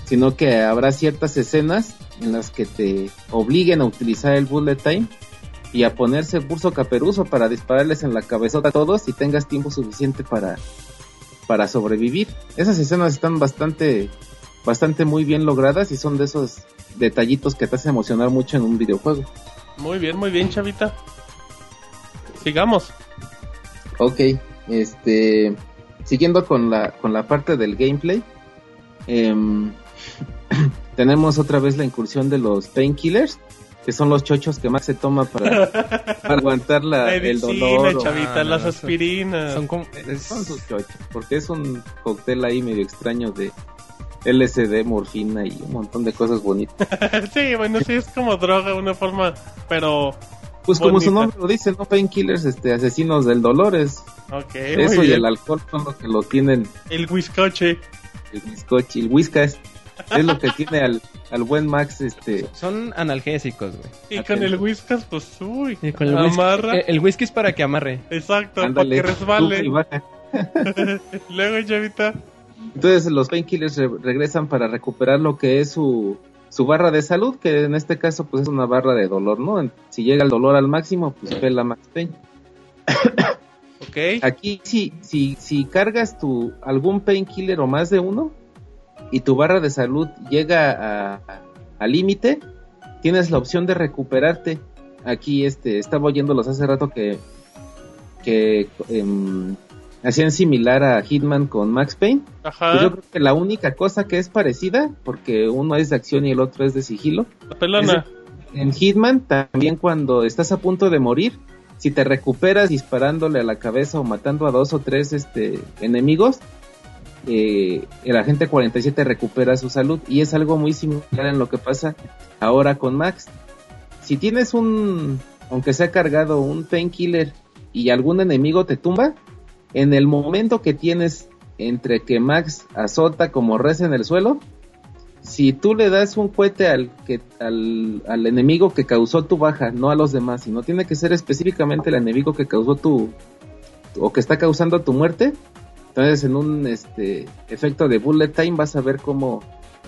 sino que habrá ciertas escenas en las que te obliguen a utilizar el bullet time y a ponerse burso caperuso para dispararles en la cabezota a todos y tengas tiempo suficiente para para sobrevivir. Esas escenas están bastante bastante muy bien logradas y son de esos detallitos que te hacen emocionar mucho en un videojuego.
Muy bien, muy bien, Chavita. Sigamos.
Ok, este, siguiendo con la, con la parte del gameplay, em, [clears throat] tenemos otra vez la incursión de los painkillers, que son los chochos que más se
[laughs]
toma para, para aguantar la-
La
el
medicina,
dolor. o-
chavita,
Ah,
las
no, son-
aspirinas.
Son como... es-
son sus chochos, porque es un cóctel ahí medio extraño de LSD, morfina y un montón de cosas bonitas.
[laughs] sí, bueno, sí, es como droga, una forma, pero...
Pues como
Bonita.
su nombre lo dice, no painkillers, este, asesinos del dolor es
Ok,
eso
muy
y
bien.
el alcohol son los que lo tienen
El whiskoche.
el bizcocho, el whiskas
[laughs]
es lo que tiene al, al buen Max este
Son analgésicos, güey.
Y
Atento.
con el whiskas, pues, uy,
Y con el whisky-
amarra.
el- el whisky es para que amarre.
Exacto,
ándale
para que
sube
resbale.
y baja.
[laughs] Luego, chavita.
entonces los painkillers re- regresan para recuperar lo que es su su barra de salud que en este caso pues es una barra de dolor no En- si llega el dolor al máximo pues pela Max Payne
[coughs] Ok.
aquí si si si cargas tu algún painkiller o más de uno y tu barra de salud llega a- a- al límite tienes la opción de recuperarte aquí este estaba oyéndolos hace rato que que em, hacían similar a Hitman con Max Payne Pues
Ajá.
yo creo que la única cosa que es parecida porque uno es de acción y el otro es de sigilo
La pelona.
en Hitman también cuando estás a punto de morir, si te recuperas disparándole a la cabeza o matando a dos o tres este, enemigos, eh, el agente 47 recupera su salud y es algo muy similar en lo que pasa ahora con Max. Si tienes un, aunque sea cargado un painkiller y algún enemigo te tumba, en el momento que tienes entre que Max azota como res en el suelo, si tú le das un cohete al, que, al, al enemigo que causó tu baja, no a los demás, sino tiene que ser específicamente el enemigo que causó tu o que está causando tu muerte, entonces en un este efecto de bullet time vas a ver cómo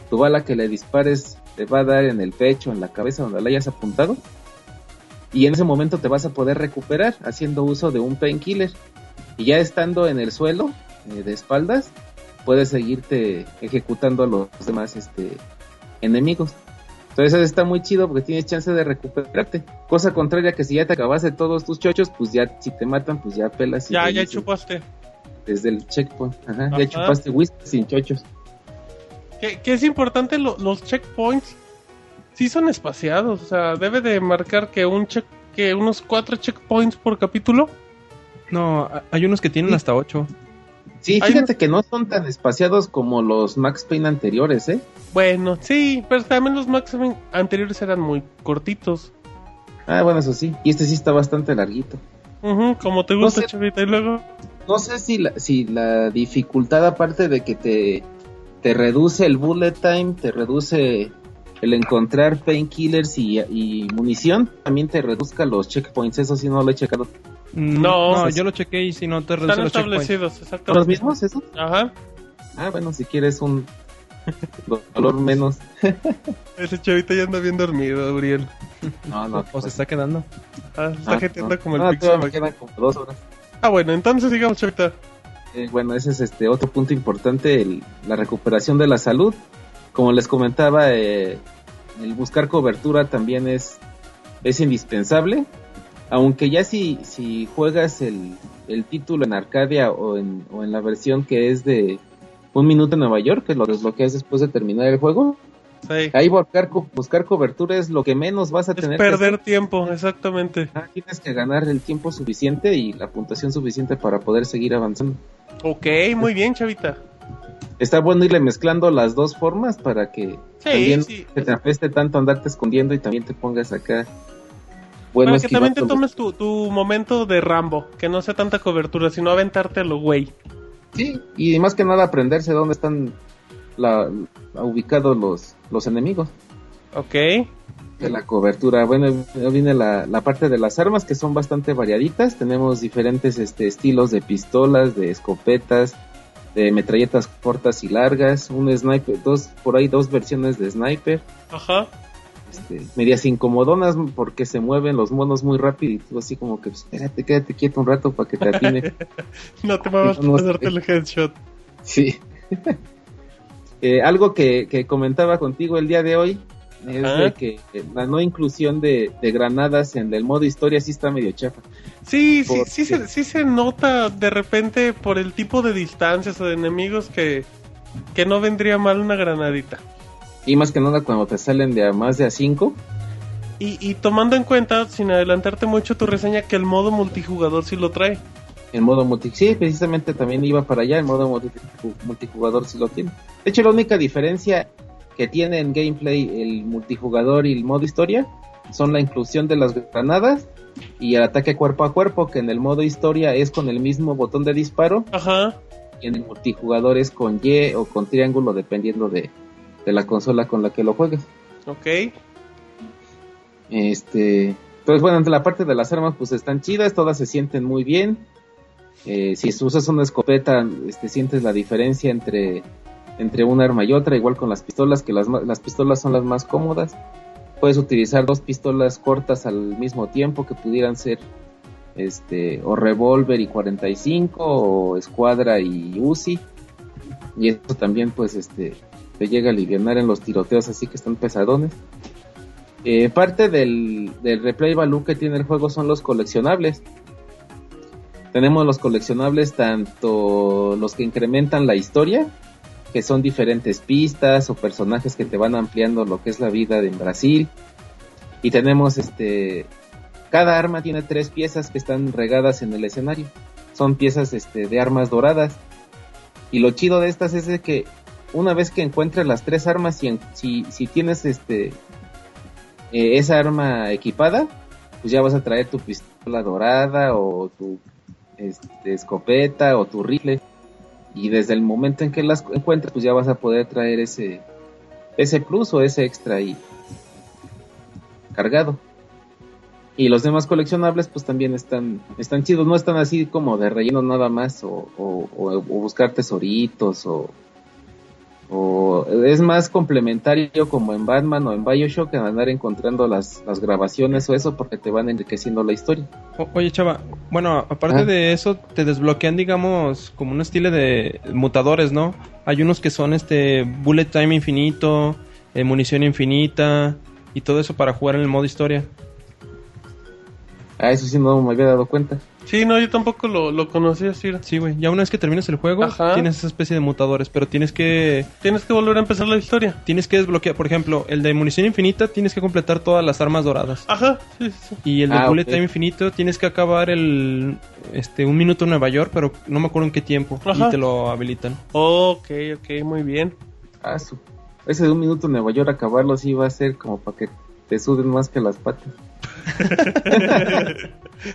tu bala que le dispares te va a dar en el pecho, en la cabeza, donde la hayas apuntado, y en ese momento te vas a poder recuperar haciendo uso de un painkiller. Y ya estando en el suelo, eh, de espaldas, puedes seguirte ejecutando a los demás este enemigos. Entonces eso está muy chido porque tienes chance de recuperarte. Cosa contraria que si ya te acabaste todos tus chochos, pues ya si te matan, pues ya pelas. y
Ya,
te
ya
dices
chupaste.
Desde el checkpoint. Ajá,
Ajá.
Ya chupaste whisky sin chochos.
Que, que es importante, lo- los checkpoints sí son espaciados. O sea, debe de marcar que un check que unos cuatro checkpoints por capítulo.
No, a- hay unos que tienen hasta 8.
Sí,
Hay
fíjate que no son tan espaciados como los Max Payne anteriores, ¿eh?
Bueno, sí, pero también los máximos anteriores eran muy cortitos.
Ah, bueno, eso sí. Y este sí está bastante larguito.
Ujú, como te
No
gusta,
sé.
chavita. Y luego,
No sé si la, si la dificultad, aparte de que te, te reduce el bullet time, te reduce el encontrar painkillers y, y munición, también te reduzca los checkpoints. Eso sí, no lo he checado.
No.
Pues
no, yo lo chequé y si no te reduce
están
los checkpoints.
establecidos,
¿Son los
exactamente.
mismos, eso?
Ajá,
Ah, bueno, si quieres un dolor menos.
ese chavita ya anda bien dormido, Uriel.
[laughs] No, no.
O se está quedando.
Ah, se está
Ah,
jeteando
no.
como el
No,
Pixel
todavía me
Mac.
quedan como dos horas.
Ah, bueno, entonces sigamos, chavita.
Eh, bueno, ese es este otro punto importante, el- la recuperación de la salud. Como les comentaba, eh, el buscar cobertura también es, es indispensable. Aunque ya si, si juegas el, el título en Arcadia o en, o en la versión que es de un minuto en Nueva York, que lo desbloqueas después de terminar el juego,
Sí.
ahí buscar, co- buscar cobertura es lo que menos vas a
Es
tener. que
perder
hacer.
tiempo, exactamente.
Ah, Tienes que ganar el tiempo suficiente y la puntuación suficiente para poder seguir avanzando.
Ok, muy bien, chavita.
está bueno irle mezclando las dos formas para que
Sí,
también
sí.
no te apeste tanto andarte escondiendo y también te pongas acá. Bueno,
Para que también te
esquivando los-
tomes tu, tu momento de Rambo, que no sea tanta cobertura, sino aventarte a lo güey.
Sí, y más que nada aprenderse dónde están la, la- ubicados los, los enemigos
Ok,
de la cobertura. Bueno, ya viene la, la parte de las armas que son bastante variaditas. Tenemos diferentes este, estilos de pistolas, de escopetas, de metralletas cortas y largas, un sniper, dos, por ahí dos versiones de sniper.
ajá.
este, medias incomodonas porque se mueven los monos muy rápido y tú así como que pues, espérate, quédate quieto un rato para que te atine.
[laughs] No te muevas
[laughs] No, no
para darte
sé.
el headshot.
sí. [laughs] Eh, algo que, que comentaba contigo el día de hoy es
Ajá.
de que la no inclusión de, de granadas en el modo historia sí está medio chafa.
Sí, sí,
Porque-
sí, se, sí se nota de repente por el tipo de distancias o de enemigos que, que no vendría mal una granadita.
Y más que nada cuando te salen de a más de a 5.
Y, y tomando en cuenta, sin adelantarte mucho tu reseña, que el modo multijugador sí lo trae.
En modo multi. Sí, precisamente también iba para allá. En modo multi- multijugador sí lo tiene. De hecho, la única diferencia que tiene en gameplay el multijugador y el modo historia son la inclusión de las granadas y el ataque cuerpo a cuerpo, que en el modo historia es con el mismo botón de disparo
Ajá.
y en el multijugador es con Y o con triángulo, dependiendo de, de la consola con la que lo juegues.
Ok.
Este, entonces, bueno, entre la parte de las armas, pues están chidas, todas se sienten muy bien. Eh, si usas una escopeta, este, sientes la diferencia entre, entre un arma y otra, igual con las pistolas, que las, ma- las pistolas son las más cómodas. Puedes utilizar dos pistolas cortas al mismo tiempo que pudieran ser este o revólver y 45 o escuadra y Uzi. Y eso también pues este te llega a aliviar en los tiroteos así que están pesadones. Eh, parte del, del replay value que tiene el juego son los coleccionables. Tenemos los coleccionables tanto los que incrementan la historia, que son diferentes pistas o personajes que te van ampliando lo que es la vida en Brasil. Y tenemos este... Cada arma tiene tres piezas que están regadas en el escenario. Son piezas este, de armas doradas. Y lo chido de estas es de que una vez que encuentres las tres armas, y en- si, si tienes este, eh, esa arma equipada, pues ya vas a traer tu pistola dorada o tu este, escopeta o tu rifle. Y desde el momento en que las encuentres, pues ya vas a poder traer ese, ese plus o ese extra ahí cargado. Y los demás coleccionables, pues también están, están chidos, no están así como de relleno nada más, o, o- o- o buscar tesoritos, o, o es más complementario como en Batman o en Bioshock en andar encontrando las, las grabaciones o eso porque te van enriqueciendo la historia.
O- oye, chava, bueno, aparte
Ah.
de eso, te desbloquean, digamos, como un estilo de mutadores, ¿no? Hay unos que son este bullet time infinito, eh, munición infinita y todo eso para jugar en el modo historia.
Ah, eso sí no me había dado cuenta.
Sí, no, yo tampoco lo, lo conocía, Sir.
Sí, güey, ya una vez que terminas el juego,
Ajá.
tienes esa especie de mutadores, pero tienes que
Tienes que volver a empezar la historia.
tienes que desbloquear, por ejemplo, el de munición infinita tienes que completar todas las armas doradas.
Ajá, sí, sí, sí.
Y el de
Ah,
Bullet
ok.
Time Infinito tienes que acabar el este un minuto en Nueva York, pero no me acuerdo en qué tiempo.
Ajá.
Y te lo habilitan.
Ok, ok, muy bien.
Ah, su- Ese de un minuto en Nueva York acabarlo sí va a ser como para que te suden más que
[laughs]
las patas.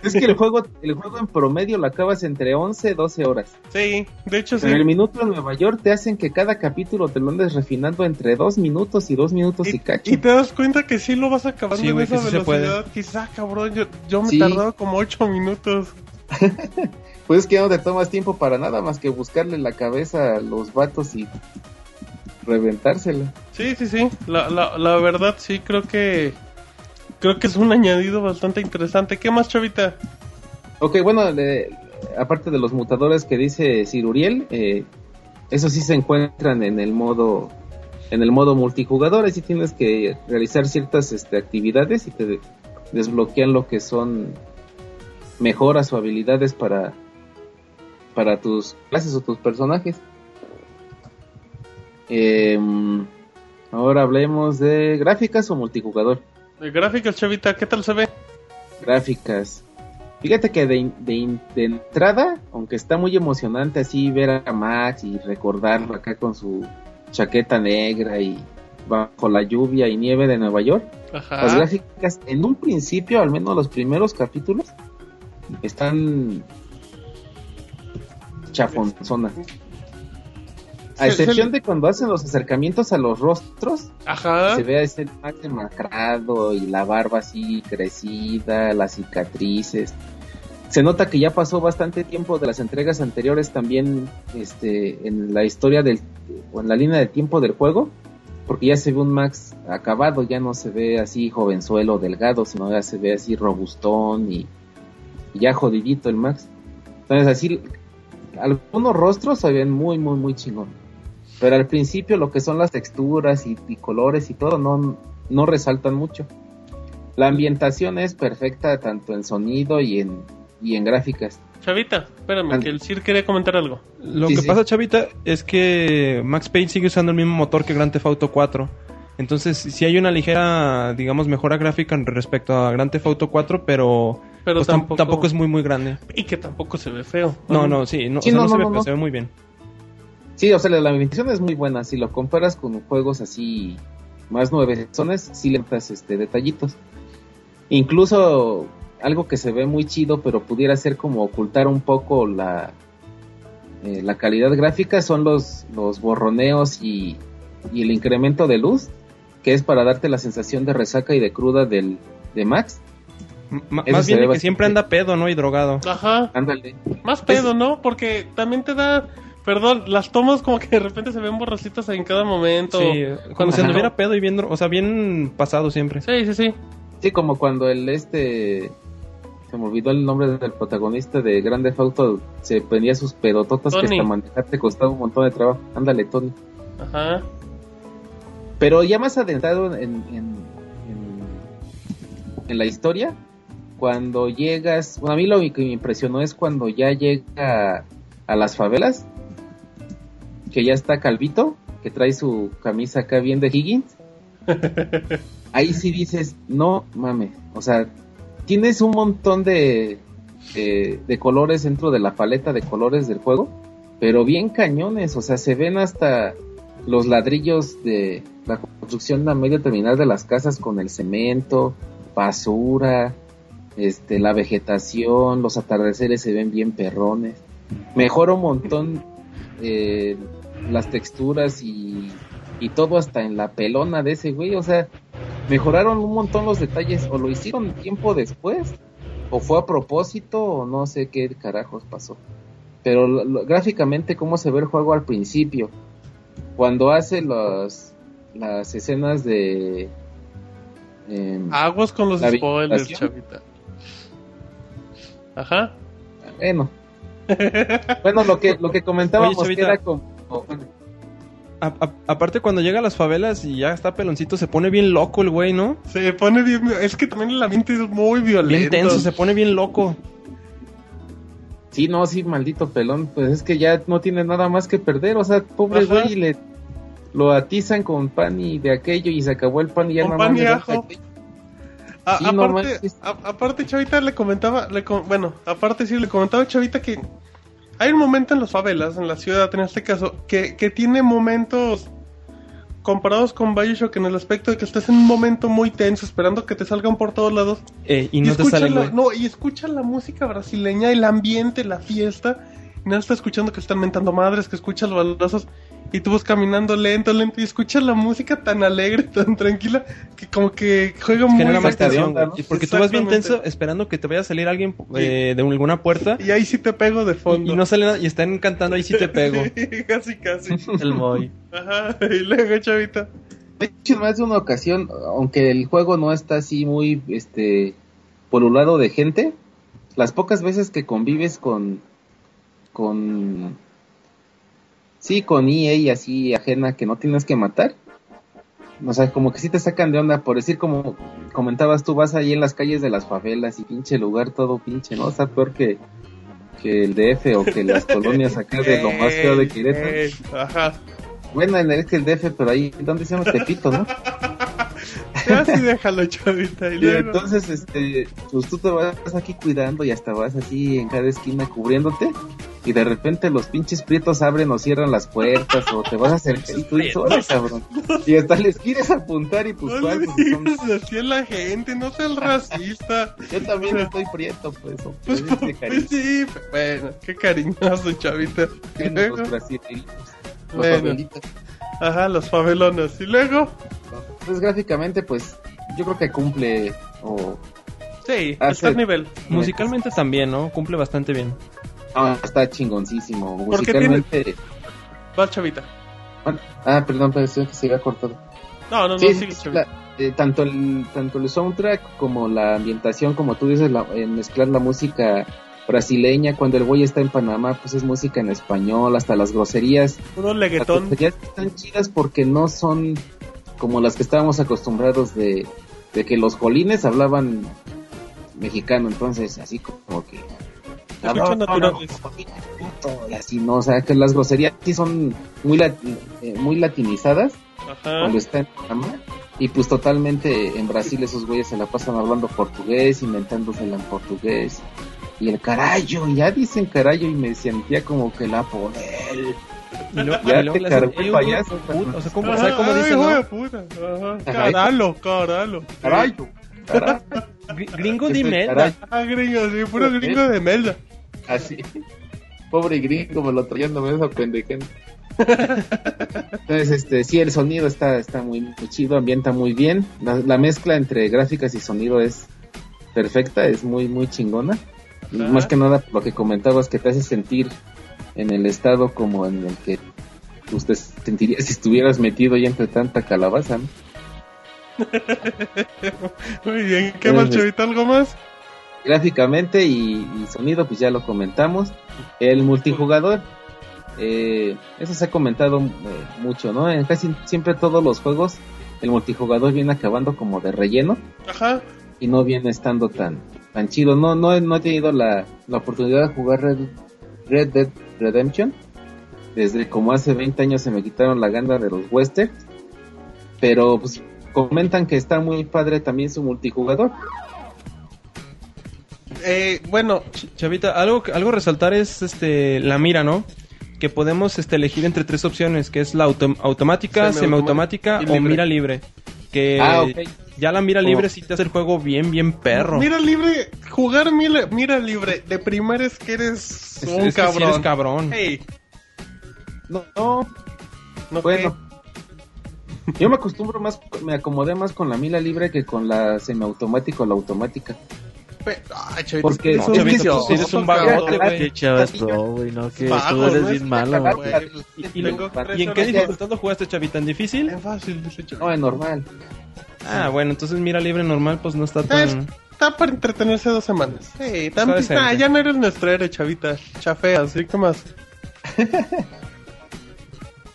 es que el juego, el juego en promedio lo acabas entre 11 y 12 horas.
Sí, de hecho sí.
Pero el minuto en Nueva York te hacen que cada capítulo te lo andes refinando entre 2 minutos y 2 minutos y,
Y,
cacho.
y te das cuenta que sí lo vas acabando
Sí,
en
güey,
esa
que sí se
velocidad. Quizá, cabrón, yo, yo me
Sí.
tardaba como ocho minutos.
Pues es que ya no te tomas tiempo para nada más que buscarle la cabeza a los vatos y reventársela.
Sí, sí, sí. La, la, la verdad, sí, creo que. Creo que es un añadido bastante interesante. ¿Qué más, chavita?
Ok, bueno, le- aparte de los mutadores que dice Ciruriel, eh, esos sí se encuentran en el modo en el modo multijugador, así tienes que realizar ciertas este, actividades y te de- desbloquean lo que son mejoras o habilidades para para tus clases o tus personajes. Em, ahora hablemos de gráficas o multijugador
De gráficas, chavita, ¿qué tal se ve?
gráficas. Fíjate que de, in- de in- de entrada, aunque está muy emocionante así ver a Max y recordarlo acá con su chaqueta negra y bajo la lluvia y nieve de Nueva York, las
Ajá.
gráficas en un principio, al menos los primeros capítulos, están chafonzonas. A
Se-
excepción
se-
de cuando hacen los acercamientos a los rostros,
Ajá.
se ve a ese Max demacrado y la barba así crecida, las cicatrices. Se nota que ya pasó bastante tiempo de las entregas anteriores también este, en la historia del, o en la línea de tiempo del juego, porque ya se ve un Max acabado, ya no se ve así jovenzuelo, delgado, sino ya se ve así robustón y, y ya jodidito el Max. Entonces así, algunos rostros se ven muy, muy, muy chingón. Pero al principio lo que son las texturas y, y colores y todo no, no resaltan mucho. La ambientación es perfecta tanto en sonido y en, y en gráficas.
Chavita, espérame, que el Sir quería comentar algo.
Lo
Sí,
que
sí.
pasa, Chavita, es que Max Payne sigue usando el mismo motor que Grand Theft Auto 4. Entonces, si hay una ligera, digamos, mejora gráfica en respecto a Grand Theft Auto 4, pero,
Pero
pues, tam-
tampoco...
tampoco... es muy, muy grande.
Y que tampoco se ve feo.
No, no, sí, no,
Sí,
o sea,
no,
no se
no,
ve,
no,
pero
no.
se ve muy bien.
Sí, o sea, la limitación es muy buena. Si lo comparas con juegos así más nuevezones, sí le notas este, detallitos. Incluso algo que se ve muy chido, pero pudiera ser como ocultar un poco la, eh, la calidad gráfica, son los, los borroneos y, y el incremento de luz, que es para darte la sensación de resaca y de cruda del, de Max.
M- ma-
Eso
más
se
bien
ve
de que
bastante.
siempre anda pedo, ¿no? Y drogado.
Ajá,
Ándale.
más pedo, ¿no? Porque también te da... Perdón, las tomas como que de repente se ven borrositas en cada momento.
Sí, como si
Ajá.
anduviera pedo y bien, dro- o sea, bien pasado siempre.
sí, sí. sí.
Sí, como cuando el este se me olvidó el nombre del protagonista de Grande Auto se prendía sus pedototas que
Tony.
hasta manejar te costaba un montón de trabajo. Ándale, Tony.
Ajá.
Pero ya más adentrado en, en, en- en la historia, cuando llegas, bueno, a mí lo que me impresionó es cuando ya llega a las favelas, que ya está Calvito, que trae su camisa acá bien de Higgins. Ahí sí dices, no mames, o sea, tienes un montón de, de, de colores dentro de la paleta de colores del juego, pero bien cañones, o sea, se ven hasta los ladrillos de la construcción a medio terminar de las casas con el cemento, basura, este, la vegetación, los atardeceres se ven bien perrones. Mejora un montón eh, las texturas y, y todo hasta en la pelona de ese güey. O sea, mejoraron un montón los detalles. O lo hicieron tiempo después, o fue a propósito, o no sé qué carajos pasó. Pero lo- lo- gráficamente, cómo se ve el juego al principio cuando hace las las escenas de em,
Aguas con Ah, los
La
spoilers,
habitación.
chavita. Ajá.
bueno bueno lo que lo que comentábamos
Oye,
que
Chavita.
era como
A- a- aparte, cuando llega a las favelas y ya está peloncito, se pone bien loco el güey, ¿no?
Se pone bien... Es que también el ambiente es muy violento.
Bien tenso, se pone bien loco.
sí no sí maldito pelón pues es que ya no tiene nada más que perder o sea pobre
Ajá.
güey le lo atizan con pan y de aquello y se acabó el pan y ya
Con
nada
pan
más
y
le dan
ajo.
aquello.
A-
Sí, no
aparte,
manches.
a- aparte, Chavita le comentaba, le com- bueno, aparte sí le comentaba a Chavita que hay un momento en las favelas, en la ciudad en este caso, que, que tiene momentos comparados con Bioshock en el aspecto de que estás en un momento muy tenso, esperando que te salgan por todos lados.
Eh, y no te
escuchas
sale el
la,
güey.
no, y escuchas la música brasileña, el ambiente, la fiesta. Y nada, está escuchando que están mentando madres, que escuchas los balazos. Y tú vas caminando lento, lento. Y escuchas la música tan alegre, [laughs] tan tranquila, que como que juega muy
genera más
sacado de
tensión,
onda,
güey.
¿no?
Y Porque tú vas bien
Exactamente.
tenso esperando que te vaya a salir alguien eh, de alguna puerta
Y ahí sí te pego de
y,
fondo.
y no sale nada y están cantando ahí sí te pego.
[laughs] casi, casi.
El boy.
Ajá, y [laughs] luego, chavita.
De hecho, en más de una ocasión, aunque el juego no está así muy este lado de gente, las pocas veces que convives con con sí, con EA y así ajena que no tienes que matar. O sea, como que sí te sacan de onda por decir como comentabas tú vas ahí en las calles de las favelas y pinche lugar todo pinche, ¿no? O sea, peor que que el DF o
[laughs]
que las colonias acá de lo más feo de Querétaro.
Ey, Eh, Ajá.
Bueno, en el, es que el DF, pero ahí, ¿dónde se llama Tepito, no?
[laughs] Ya sí déjalo, chavita.
[laughs]
Y
Y
luego.
entonces, este, pues tú te vas aquí cuidando y hasta vas así en cada esquina cubriéndote. Y de repente los pinches prietos abren o cierran las puertas o te vas [laughs] a acercar y tú dices, "Órale, cabrón. Y hasta les quieres apuntar y
[laughs]
pues,
No
¿cuál?
le
Pues,
digas
son-
así a la gente, no
[laughs]
seas racista.
yo también estoy prieto, pues. o-
Pues,
es de
pues
cariño.
sí, bueno, qué cariñoso, chavita. Y
Bueno,
luego,
Los brasileños, los
Bueno.
favelitos.
ajá, los favelones. Y luego,
Entonces, gráficamente, pues, yo creo que cumple o
Oh. sí,
Ah,
está
sí.
nivel.
Musicalmente también, ¿no? Cumple bastante bien.
ah, está chingoncísimo.
Porque tiene-
Musicalmente.
Va, chavita.
Ah, perdón, pareció que se había cortado.
No, no, no,
Sí, sí,
sigue,
sí,
chavita.
la- eh, tanto, el, tanto el soundtrack como la ambientación, como tú dices, la- eh, mezclar la música brasileña, cuando el güey está en Panamá, pues es música en español, hasta las groserías.
Puro
Las
leguetón.
groserías están chidas porque no son como las que estábamos acostumbrados de, de que los colines hablaban mexicano, entonces así como que Ah,
mucho naturales.
puto, y así, ¿no? O sea, que las groserías sí son muy, lati- eh, muy latinizadas
Ajá.
cuando está en Panamá. Y pues totalmente en Brasil esos güeyes se la pasan hablando portugués, inventándosela en portugués. Y el carayo, y ya dicen carayo y me sentía como que la por él.
Y luego-
Ya
Ah, y luego
te
le
cargó
hacen,
el
"Ey,
payaso".
puto", O sea, ¿cómo, o
Ajá,
sea, ¿cómo
ay,
dicen,
hijo
no?
de puta. Ajá. Caralo, caralo.
Carayo. carayo.
Gr- Gringo
Este,
Ese
dime.
carayo,
Ah, gringo, sí, puro gringo de Melda.
Así. Pobre gringo, me lo trayéndome esa pendejada. Entonces, este, sí, el sonido está, está muy, muy chido, ambienta muy bien. La, la mezcla entre gráficas y sonido es perfecta, es muy, muy chingona. Y
Ajá.
Más que nada, por lo que comentabas, que te hace sentir en el estado como en el que usted sentiría si estuvieras metido ya entre tanta calabaza, ¿no?
Muy bien, ¿qué más,
Gracias.
chavito? ¿Algo más?
gráficamente y, y sonido, pues ya lo comentamos. El multijugador, eh, eso se ha comentado eh, mucho, ¿no? En casi siempre todos los juegos, el multijugador viene acabando como de relleno
Ajá.
y no viene estando tan, tan chido. No, no, he- no he tenido la, la oportunidad de jugar Red, Red Dead Redemption. Desde como hace 20 años se me quitaron la gana de los westerns. Pero pues comentan que está muy padre también su multijugador.
Eh, bueno,
Ch- Chavita, algo, que- algo resaltar es este la mira, ¿no? Que podemos este, elegir entre tres opciones, que es la autom- automática,
Semiautomática
semiautomática
y
o
libre.
mira libre. Que
Ah, ok.
ya la mira
Oh.
libre sí te hace el juego bien, bien perro.
mira libre, jugar mira, mira libre, de primera es que eres
Es-
un
es que sí
cabrón.
eres cabrón.
Hey,
No, no,
no
Bueno. [laughs] Yo me acostumbro más, me acomodé más con la mila libre que con la semiautomática o la automática.
pe- Ay, chavito,
Porque
eres
no,
un
chavito,
vicioso,
tú eres
un
cabrón,
vagote,
güey.
Qué chavas pro, güey, no, que tú
Vago,
eres
no es
bien malo,
cagar,
güey.
¿Y, y-
Tengo tres
¿y en qué
horas.
dificultad lo jugaste, Chavita? ¿En difícil?
Es fácil, dice chavito.
No, es normal.
Ah, bueno, entonces mira libre normal, pues no está tan...
Está para entretenerse dos semanas. Hey, tan
Está
pista-
decente.
ya no eres nuestro héroe, chavita. Chafea, así que más.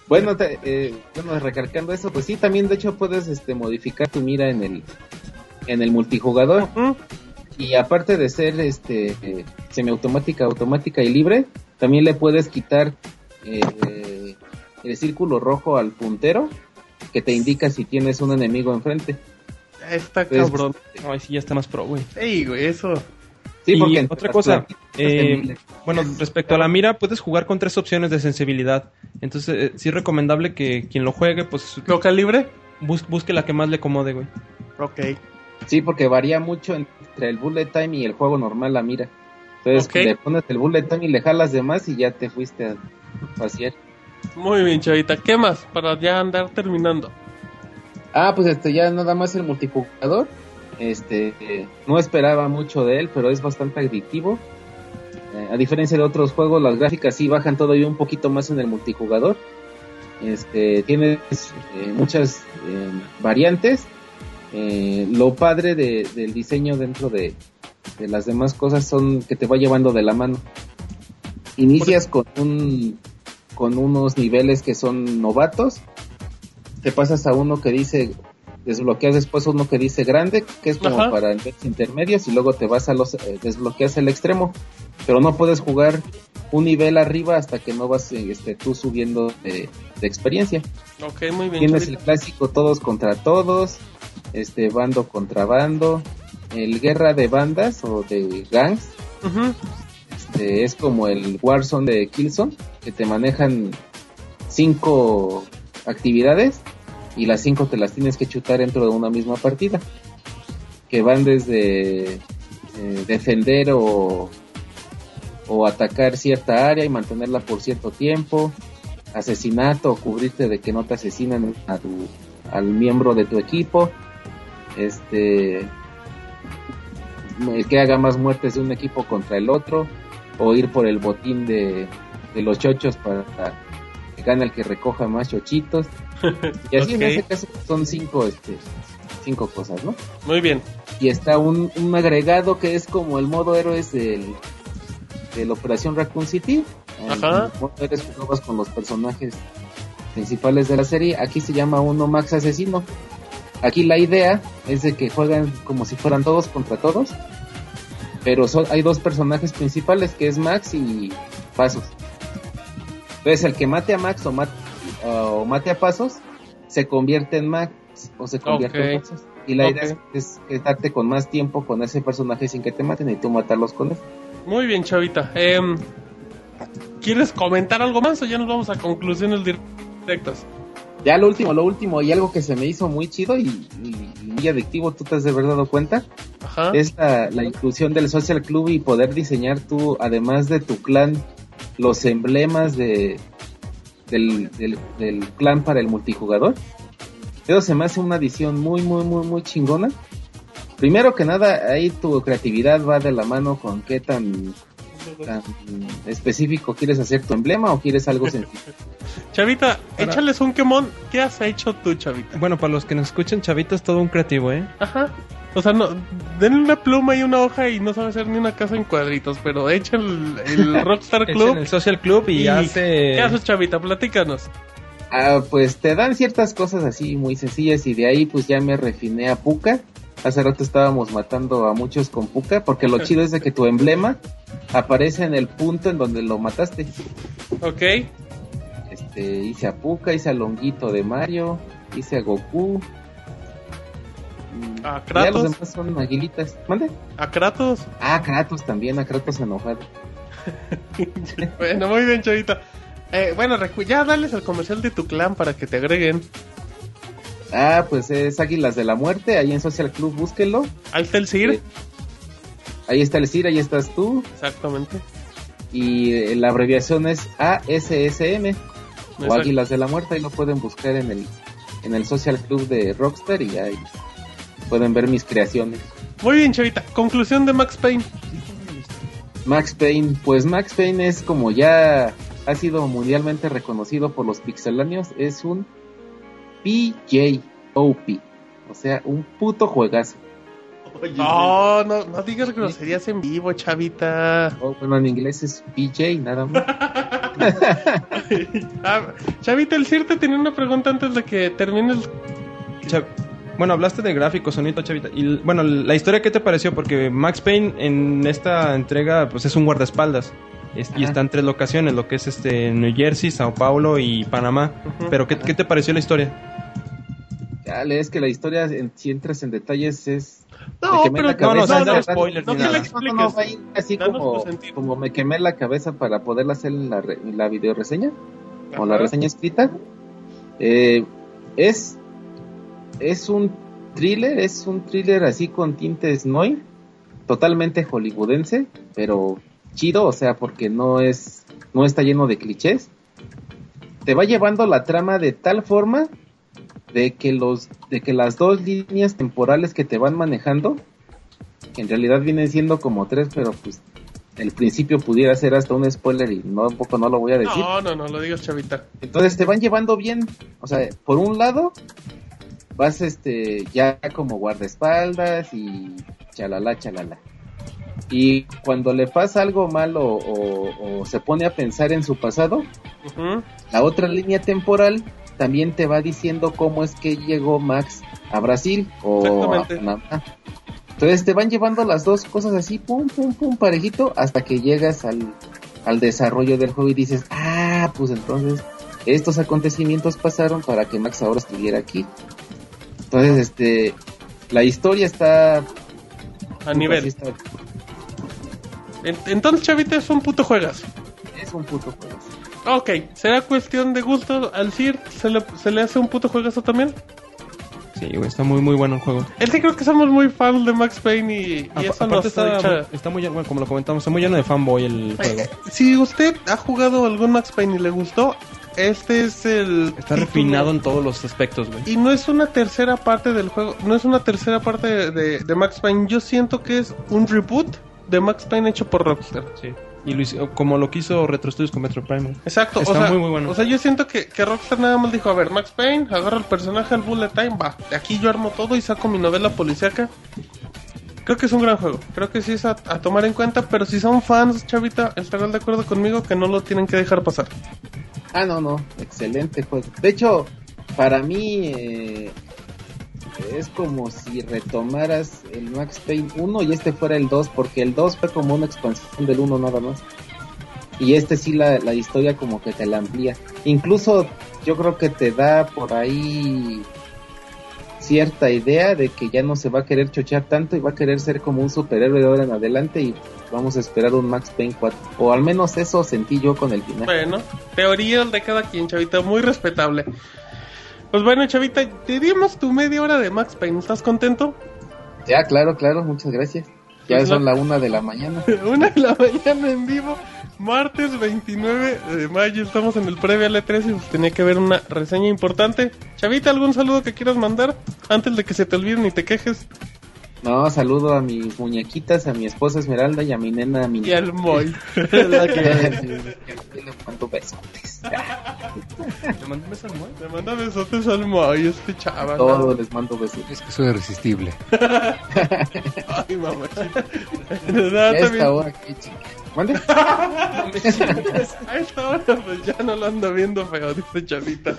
Bueno, te- eh, bueno, recalcando eso, pues sí, también de hecho puedes este, modificar tu mira en el, en el multijugador.
Ujú.
Y aparte de ser este, eh, semiautomática, automática y libre, también le puedes quitar eh, el círculo rojo al puntero que te indica si tienes un enemigo enfrente.
Está
Pues,
cabrón.
Ay, sí, ya está más pro, güey.
Ey, güey, eso.
Sí,
Y
porque
otra
las
cosa,
plantitas
eh,
en-
Bueno, respecto a la mira, puedes jugar con tres opciones de sensibilidad. Entonces, eh, sí es recomendable que quien lo juegue, pues
¿Lo calibre?
bus- busque la que más le acomode, güey.
Ok.
Sí, porque varía mucho entre el bullet time y el juego normal, la mira. Entonces
Ok.
le pones el bullet time y le jalas de más y ya te fuiste a pasear.
Muy bien, chavita. ¿Qué más? Para ya andar terminando.
Ah, pues este ya nada más el multijugador. Este, eh, no esperaba mucho de él, pero es bastante adictivo. Eh, a diferencia de otros juegos, las gráficas sí bajan todavía un poquito más en el multijugador. Este, tienes eh, muchas eh, variantes. Eh, lo padre de- del diseño dentro de, de las demás cosas son que te va llevando de la mano. Inicias con un con unos niveles que son novatos, te pasas a uno que dice desbloqueas después uno que dice grande, que es como
Ajá.
para niveles intermedios y luego te vas a los eh, desbloqueas el extremo, pero no puedes jugar un nivel arriba hasta que no vas eh, este, tú subiendo de- de experiencia.
Ok, muy bien,
Tienes el
chavita.
clásico todos contra todos, este bando contra bando, el guerra de bandas o de gangs,
Ujú.
este, es como el Warzone de Killzone, que te manejan cinco actividades y las cinco te las tienes que chutar dentro de una misma partida, que van desde eh, defender o, o atacar cierta área y mantenerla por cierto tiempo, asesinato o cubrirte de que no te asesinan a tu- al miembro de tu equipo, este el que haga más muertes de un equipo contra el otro, o ir por el botín de, de los chochos para que gana el que recoja más chochitos. Y así
Ok.
en este caso son cinco, este, cinco cosas, ¿no?
Muy bien.
Y está un, un agregado que es como el modo héroes del, de la Operación Raccoon City. El
Ajá.
modo héroes que juegas con los personajes principales de la serie. Aquí se llama uno Max Asesino. Aquí la idea es de que juegan como si fueran todos contra todos. Pero son- hay dos personajes principales que es Max y Pasos. Entonces el que mate a Max o, mat- o mate a Pasos se convierte en Max o se convierte en
Ok.
Pasos. Y la
Ok.
idea es, es darte con más tiempo con ese personaje sin que te maten y tú matarlos con él.
Muy bien, chavita. Em, ¿Quieres comentar algo más o ya nos vamos a conclusiones directas?
Ya lo último, lo último, y algo que se me hizo muy chido y, y- y muy adictivo, tú te has de haber dado cuenta,
Ajá.
es la, la inclusión del social club y poder diseñar tú, además de tu clan, los emblemas de, del, del- del clan para el multijugador. Eso se me hace una adición muy, muy, muy, muy chingona. Primero que nada, ahí tu creatividad va de la mano con qué tan, tan específico quieres hacer tu emblema o quieres algo sencillo.
Chavita,
Ahora-
échales un quemón. ¿Qué has hecho tú, chavita?
Bueno, para los que nos escuchan, Chavita es todo un creativo, ¿eh?
Ajá. O sea, no, denle una pluma y una hoja y no sabe hacer ni una casa en cuadritos, pero echa el,
[laughs]
el Rockstar
Es
Club.
en el Social Club y,
Y-
hace...
¿Qué haces, chavita? Platícanos.
Ah, pues te dan ciertas cosas así muy sencillas y de ahí pues ya me refiné a Puka. Hace rato estábamos matando a muchos con Puka porque lo chido es de que tu emblema aparece en el punto en donde lo mataste.
Ok.
Este, hice a Puka, hice a Longuito de Mario, hice a Goku. Mm,
¿A
Ya los
Kratos?
demás son aguilitas. ¿Mande?
¿A Kratos?
Ah, Kratos también, a Kratos enojado.
Bueno, Pues, muy bien, chavita. Eh, bueno, recu- ya dales el comercial de tu clan para que te agreguen.
Ah, pues es Águilas de la Muerte, ahí en Social Club, búsquenlo.
Ahí está el
[laughs]
CIR.
Sí. Ahí está el Cir, ahí estás tú.
Exactamente.
y eh, la abreviación es ASSM o
Exacto.
Águilas de la Muerte, ahí lo pueden buscar en el en el social club de Rockstar y ahí pueden ver mis creaciones.
Muy bien, chavita. Conclusión de Max Payne.
Max Payne, pues Max Payne es como ya ha sido mundialmente reconocido por los pixeláneos, es un PJOP, o sea, un puto juegazo.
No, no, no digas groserías en vivo, chavita.
O, Oh, bueno, en inglés es PJ, nada más.
[laughs] Ah, chavita, el CIR te tenía una pregunta antes de que termines.
Chav- Bueno, hablaste de gráficos, sonido, Chavita. Y l- bueno, la historia, ¿qué te pareció? Porque Max Payne en esta entrega, pues es un guardaespaldas. Es- y
Ajá.
está en tres locaciones, lo que es este New Jersey, Sao Paulo y Panamá.
Ujú.
Pero, ¿qué, qué te pareció la historia?
Dale, es que la historia, en- si entras en detalles, es
No,
quemé
pero
la cabeza.
No, no, no,
no,
spoilers
no
ni
que
nada.
le
No, no, no,
expliques.
va a ir así
Danos
como,
tu sentido.
como me quemé la cabeza para poder hacer la, re- la video reseña o la
Ajá.
reseña escrita. Eh, es, es un thriller, es un thriller así con tintes noir, totalmente hollywoodense, pero chido, o sea, porque no es, no está lleno de clichés. Te va llevando la trama de tal forma de que los, de que las dos líneas temporales que te van manejando que en realidad vienen siendo como tres, pero pues el principio pudiera ser hasta un spoiler y no, tampoco no lo voy a decir.
No, no, no, lo digas, chavita.
Entonces te van llevando bien, o sea, por un lado vas este ya como guardaespaldas y chalala chalala. Y cuando le pasa algo malo o- o se pone a pensar en su pasado,
Ujú.
la otra línea temporal también te va diciendo cómo es que llegó Max a Brasil o a
Exactamente. [laughs]
Panamá. Entonces te van llevando las dos cosas así, pum, pum, pum, parejito, hasta que llegas al, al desarrollo del juego y dices, ah, pues entonces estos acontecimientos pasaron para que Max ahora estuviera aquí. Entonces, este, la historia está...
A nivel.
Pues, está-
En- Entonces, chavita, es un puto juegas.
Es un puto juego.
Ok, será cuestión de gusto. Al CIR se le, se le hace un puto juegazo también.
Sí, güey, está muy, muy bueno el juego.
Es que creo que somos muy fans de Max Payne y, y
Apa-
eso nos
aparte
ha
está,
dicho-
está muy lleno, bueno, como lo comentamos, está muy lleno de fanboy el juego.
Eh, Si usted ha jugado algún Max Payne y le gustó, este es el.
Está
título.
refinado en todos los aspectos, güey.
Y no es una tercera parte del juego, no es una tercera parte de, de- de Max Payne. Yo siento que es un reboot de Max Payne hecho por Rockstar.
Sí. Y lo hizo- como lo quiso Retro Studios con Metro Prime.
Exacto,
Está
o sea,
muy, muy bueno.
o sea, yo siento que, que Rockstar nada más dijo, a ver, Max Payne, agarro el personaje, el bullet time, va, de aquí yo armo todo y saco mi novela policíaca. Creo que es un gran juego, creo que sí es a, a tomar en cuenta, pero si son fans, chavita, estarán de acuerdo conmigo que no lo tienen que dejar pasar.
Ah, no, no, excelente juego. De hecho, para mí, eh, es como si retomaras el Max Payne 1 y este fuera el 2, porque el 2 fue como una expansión del 1 nada más. Y este sí la, la historia como que te la amplía. Incluso yo creo que te da por ahí cierta idea de que ya no se va a querer chochar tanto y va a querer ser como un superhéroe de ahora en adelante y vamos a esperar un Max Payne 4. O al menos eso sentí yo con el final.
Bueno, teorías de cada quien, chavita, muy respetable. Pues bueno, chavita, te dimos tu media hora de Max Payne, ¿estás contento?
Ya, claro, claro, muchas gracias. Ya
Pues
son
no-
la una de la mañana.
[laughs] Una de la mañana en vivo, martes 29 de mayo, estamos en el previo L3 y pues tenía que haber una reseña importante. Chavita, ¿algún saludo que quieras mandar antes de que se te olviden y te quejes? [laughs]
No, saludo a mis muñequitas, a mi esposa Esmeralda y a mi nena. A mi
Y al
[laughs]
Moy. [laughs]
¿Cuánto beso?
¿Le mandé beso al Moy?
Le manda besotes al Moy, este chaval.
Todo les mando besos.
Es que soy irresistible.
[laughs] Ay, mamachita.
[laughs] Ya
No, también-
está ahora aquí, chica. ¿Mande?
A esta hora pues ya no lo anda viendo feo, dice Chavita.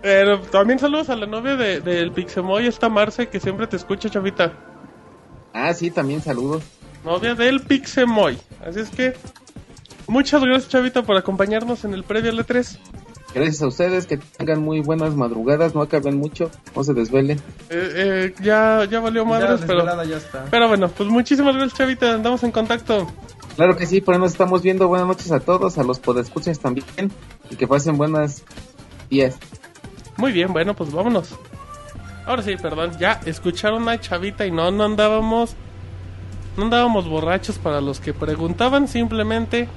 Pero también saludos a la novia de- del Pixemoy, esta Marce, que siempre te escucha, Chavita.
Ah, sí, también saludos.
Novia del Pixemoy. Así es que muchas gracias, Chavita, por acompañarnos en el previo L3.
Gracias a ustedes, que tengan muy buenas madrugadas, no acaben mucho, no se desvelen.
Eh, eh, ya, ya valió madres,
Ya,
pero,
desvelada, ya está.
pero bueno, pues muchísimas gracias, Chavita. Andamos en contacto.
Claro que sí, por ahí nos estamos viendo. Buenas noches a todos, a los podescuchas también, y que pasen buenas días.
Muy bien, bueno, pues vámonos. Ahora sí, perdón, ya escucharon a Chavita y no, no andábamos. No andábamos borrachos para los que preguntaban, simplemente.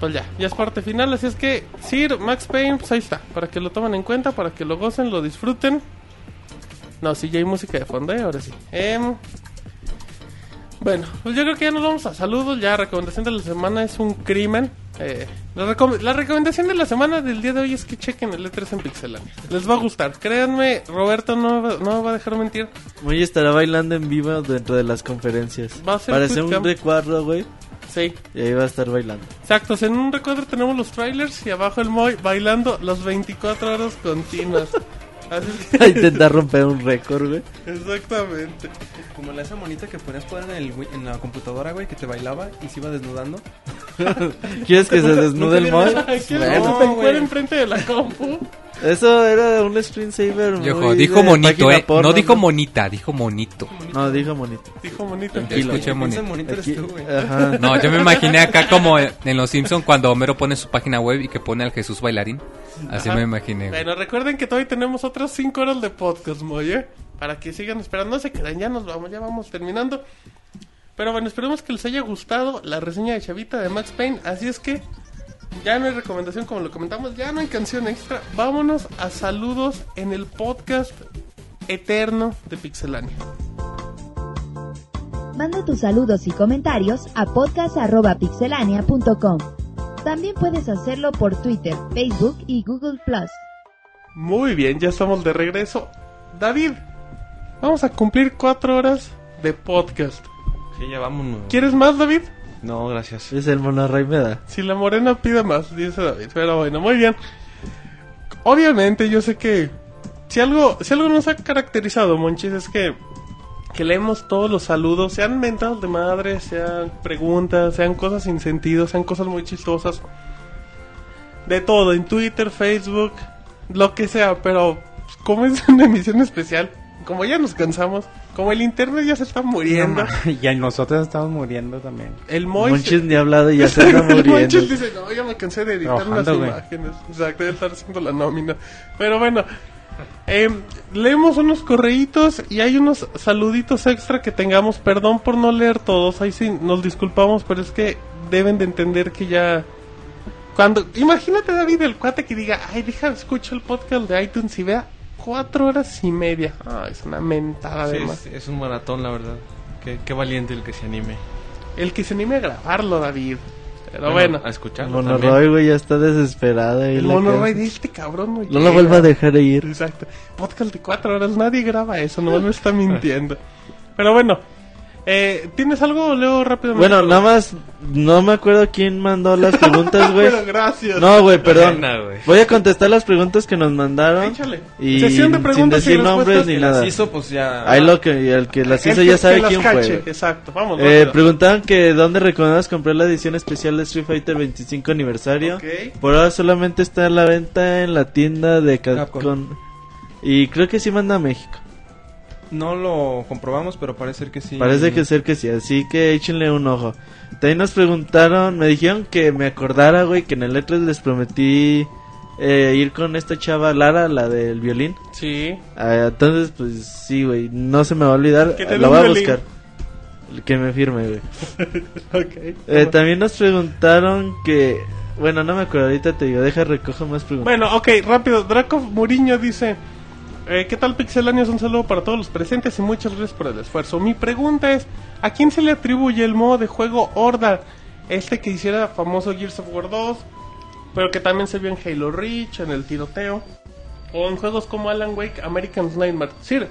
Pues ya, ya es parte final, así es que Sir Max Payne, pues ahí está, para que lo tomen en cuenta, para que lo gocen, lo disfruten. No, sí, ya hay música de fondo, ¿eh? ahora sí. Em, bueno, pues yo creo que ya nos vamos a saludos. Ya, recomendación de la semana es un crimen. Eh, la, recom- la recomendación de la semana del día de hoy es que chequen el E3 en Pixelania. Les va a gustar. Créanme, Roberto no, va- no me va a dejar mentir.
Moy estará bailando en vivo dentro de las conferencias.
Va a ser
Parece
bootcamp.
un recuadro, güey.
Sí,
Y ahí va a estar bailando.
exacto. En un recuadro tenemos los trailers y abajo el Moy bailando las 24 horas continuas. Así
[laughs]
es
A intentar romper un récord, güey.
que, exactamente.
Como la esa monita que ponías poner en, el, wi- en la computadora, güey, que te bailaba y se
[laughs]
iba desnudando.
¿Quieres que se desnude el Moy?
¿Quieres
Bueno.
que te encuere enfrente de la compu?
Eso era un screensaver. muy
Ojo,
de
dijo monito,
página
eh.
porno,
no dijo monita, dijo monito.
No, dijo monito.
Dijo bonito.
Yo escuché
Ese
monito.
monito eres
Aquí-
tú, güey.
Ajá.
No, yo me imaginé acá como en Los Simpson cuando Homero pone su página web y que pone al Jesús bailarín. Así
Ajá.
me imaginé. güey.
Bueno, recuerden que todavía tenemos otras 5 horas de podcast, Moy, ¿eh? Para que sigan esperando. No se queden, ya nos vamos, ya vamos terminando. Pero bueno, esperemos que les haya gustado la reseña de Chavita de Max Payne. Así es que ya no hay recomendación, como lo comentamos, ya no hay canción extra. Vámonos a saludos en el podcast eterno de Pixelania.
Manda tus saludos y comentarios a podcast.pixelania.com. También puedes hacerlo por Twitter, Facebook y Google Plus.
Muy bien, ya estamos de regreso. David, vamos a cumplir 4 horas de podcast.
Sí, ya vámonos.
¿Quieres más, David?
No, gracias.
Es el monorrey me da.
[laughs] Si la morena pide más, dice David. Pero bueno, muy bien. Obviamente, yo sé que si algo, si algo nos ha caracterizado, Monchis, es que, que leemos todos los saludos, sean mentados de madre, sean preguntas, sean cosas sin sentido, sean cosas muy chistosas. De todo, en Twitter, Facebook, lo que sea, pero pues, como es una emisión especial, como ya nos cansamos, como el internet ya se está muriendo,
[laughs]
Y a nosotros estamos muriendo también.
el Moy se-
Monchis ni ha hablado y ya
[laughs]
se está
el
muriendo.
Monchis dice, no, ya me cansé de editar las
Trabajando, güey.
imágenes. Exacto, de estar haciendo la nómina. Pero bueno, em, leemos unos correitos y hay unos saluditos extra que tengamos. Perdón por no leer todos, ahí sí nos disculpamos, pero es que deben de entender que ya... Cuando, imagínate David el cuate que diga, ay, deja, escucho el podcast de iTunes y vea cuatro horas y media. Ah, es una mentada
Sí,
de más.
es, es un maratón, la verdad. Qué, qué valiente el que se anime.
El que se anime a grabarlo, David. Pero bueno,
a
El
escucharlo. también.
monorrey, güey, ya está desesperado. ahí
el
le
mono
queda-
de este cabrón.
No
llega.
lo vuelva a dejar ir.
Exacto. Podcast de cuatro horas, nadie graba eso, no me está mintiendo. Pero bueno, Eh, ¿Tienes algo? Leo rápidamente.
Bueno, nada más, no me acuerdo quién mandó las
[laughs]
preguntas, güey.
Pero gracias.
No, güey, perdón.
Nena, güey.
Voy a contestar las preguntas que nos mandaron.
Échale.
Y
Sesión de
sin
preguntas y
decir nombres
respuestas
ni
que
nada.
las hizo, pues ya.
Ahí lo que, el que las hizo
El
ya
que-
sabe
que las
quién fue.
cache.
güey.
Exacto, vamos.
Eh,
rápido.
preguntaban que dónde recomendabas comprar la edición especial de Street Fighter 25 aniversario.
Ok.
Por ahora solamente está en la venta en la tienda de Capcom.
Capcom.
Y creo que sí manda a México.
No lo comprobamos, pero parece ser que sí.
Parece que ser que sí, así que échenle un ojo. También nos preguntaron, me dijeron que me acordara, güey, que en el E3 les prometí eh, ir con esta chava Lara, la del violín.
Sí.
Ah, entonces, pues sí, güey, no se me va a olvidar.
Que te dé
La
un
voy a
violín.
buscar. Que me firme, güey.
[laughs] Ok.
Eh, también nos preguntaron que. Bueno, no me acuerdo, ahorita te digo, deja recojo más preguntas.
Bueno, ok, rápido. Draco Muriño dice: eh, ¿Qué tal, Pixelanios? Un saludo para todos los presentes y muchas gracias por el esfuerzo. Mi pregunta es: ¿a quién se le atribuye el modo de juego Horda? Este que hiciera famoso Gears of War 2, pero que también se vio en Halo Reach, en el tiroteo, o en juegos como Alan Wake, American Nightmare. Sir,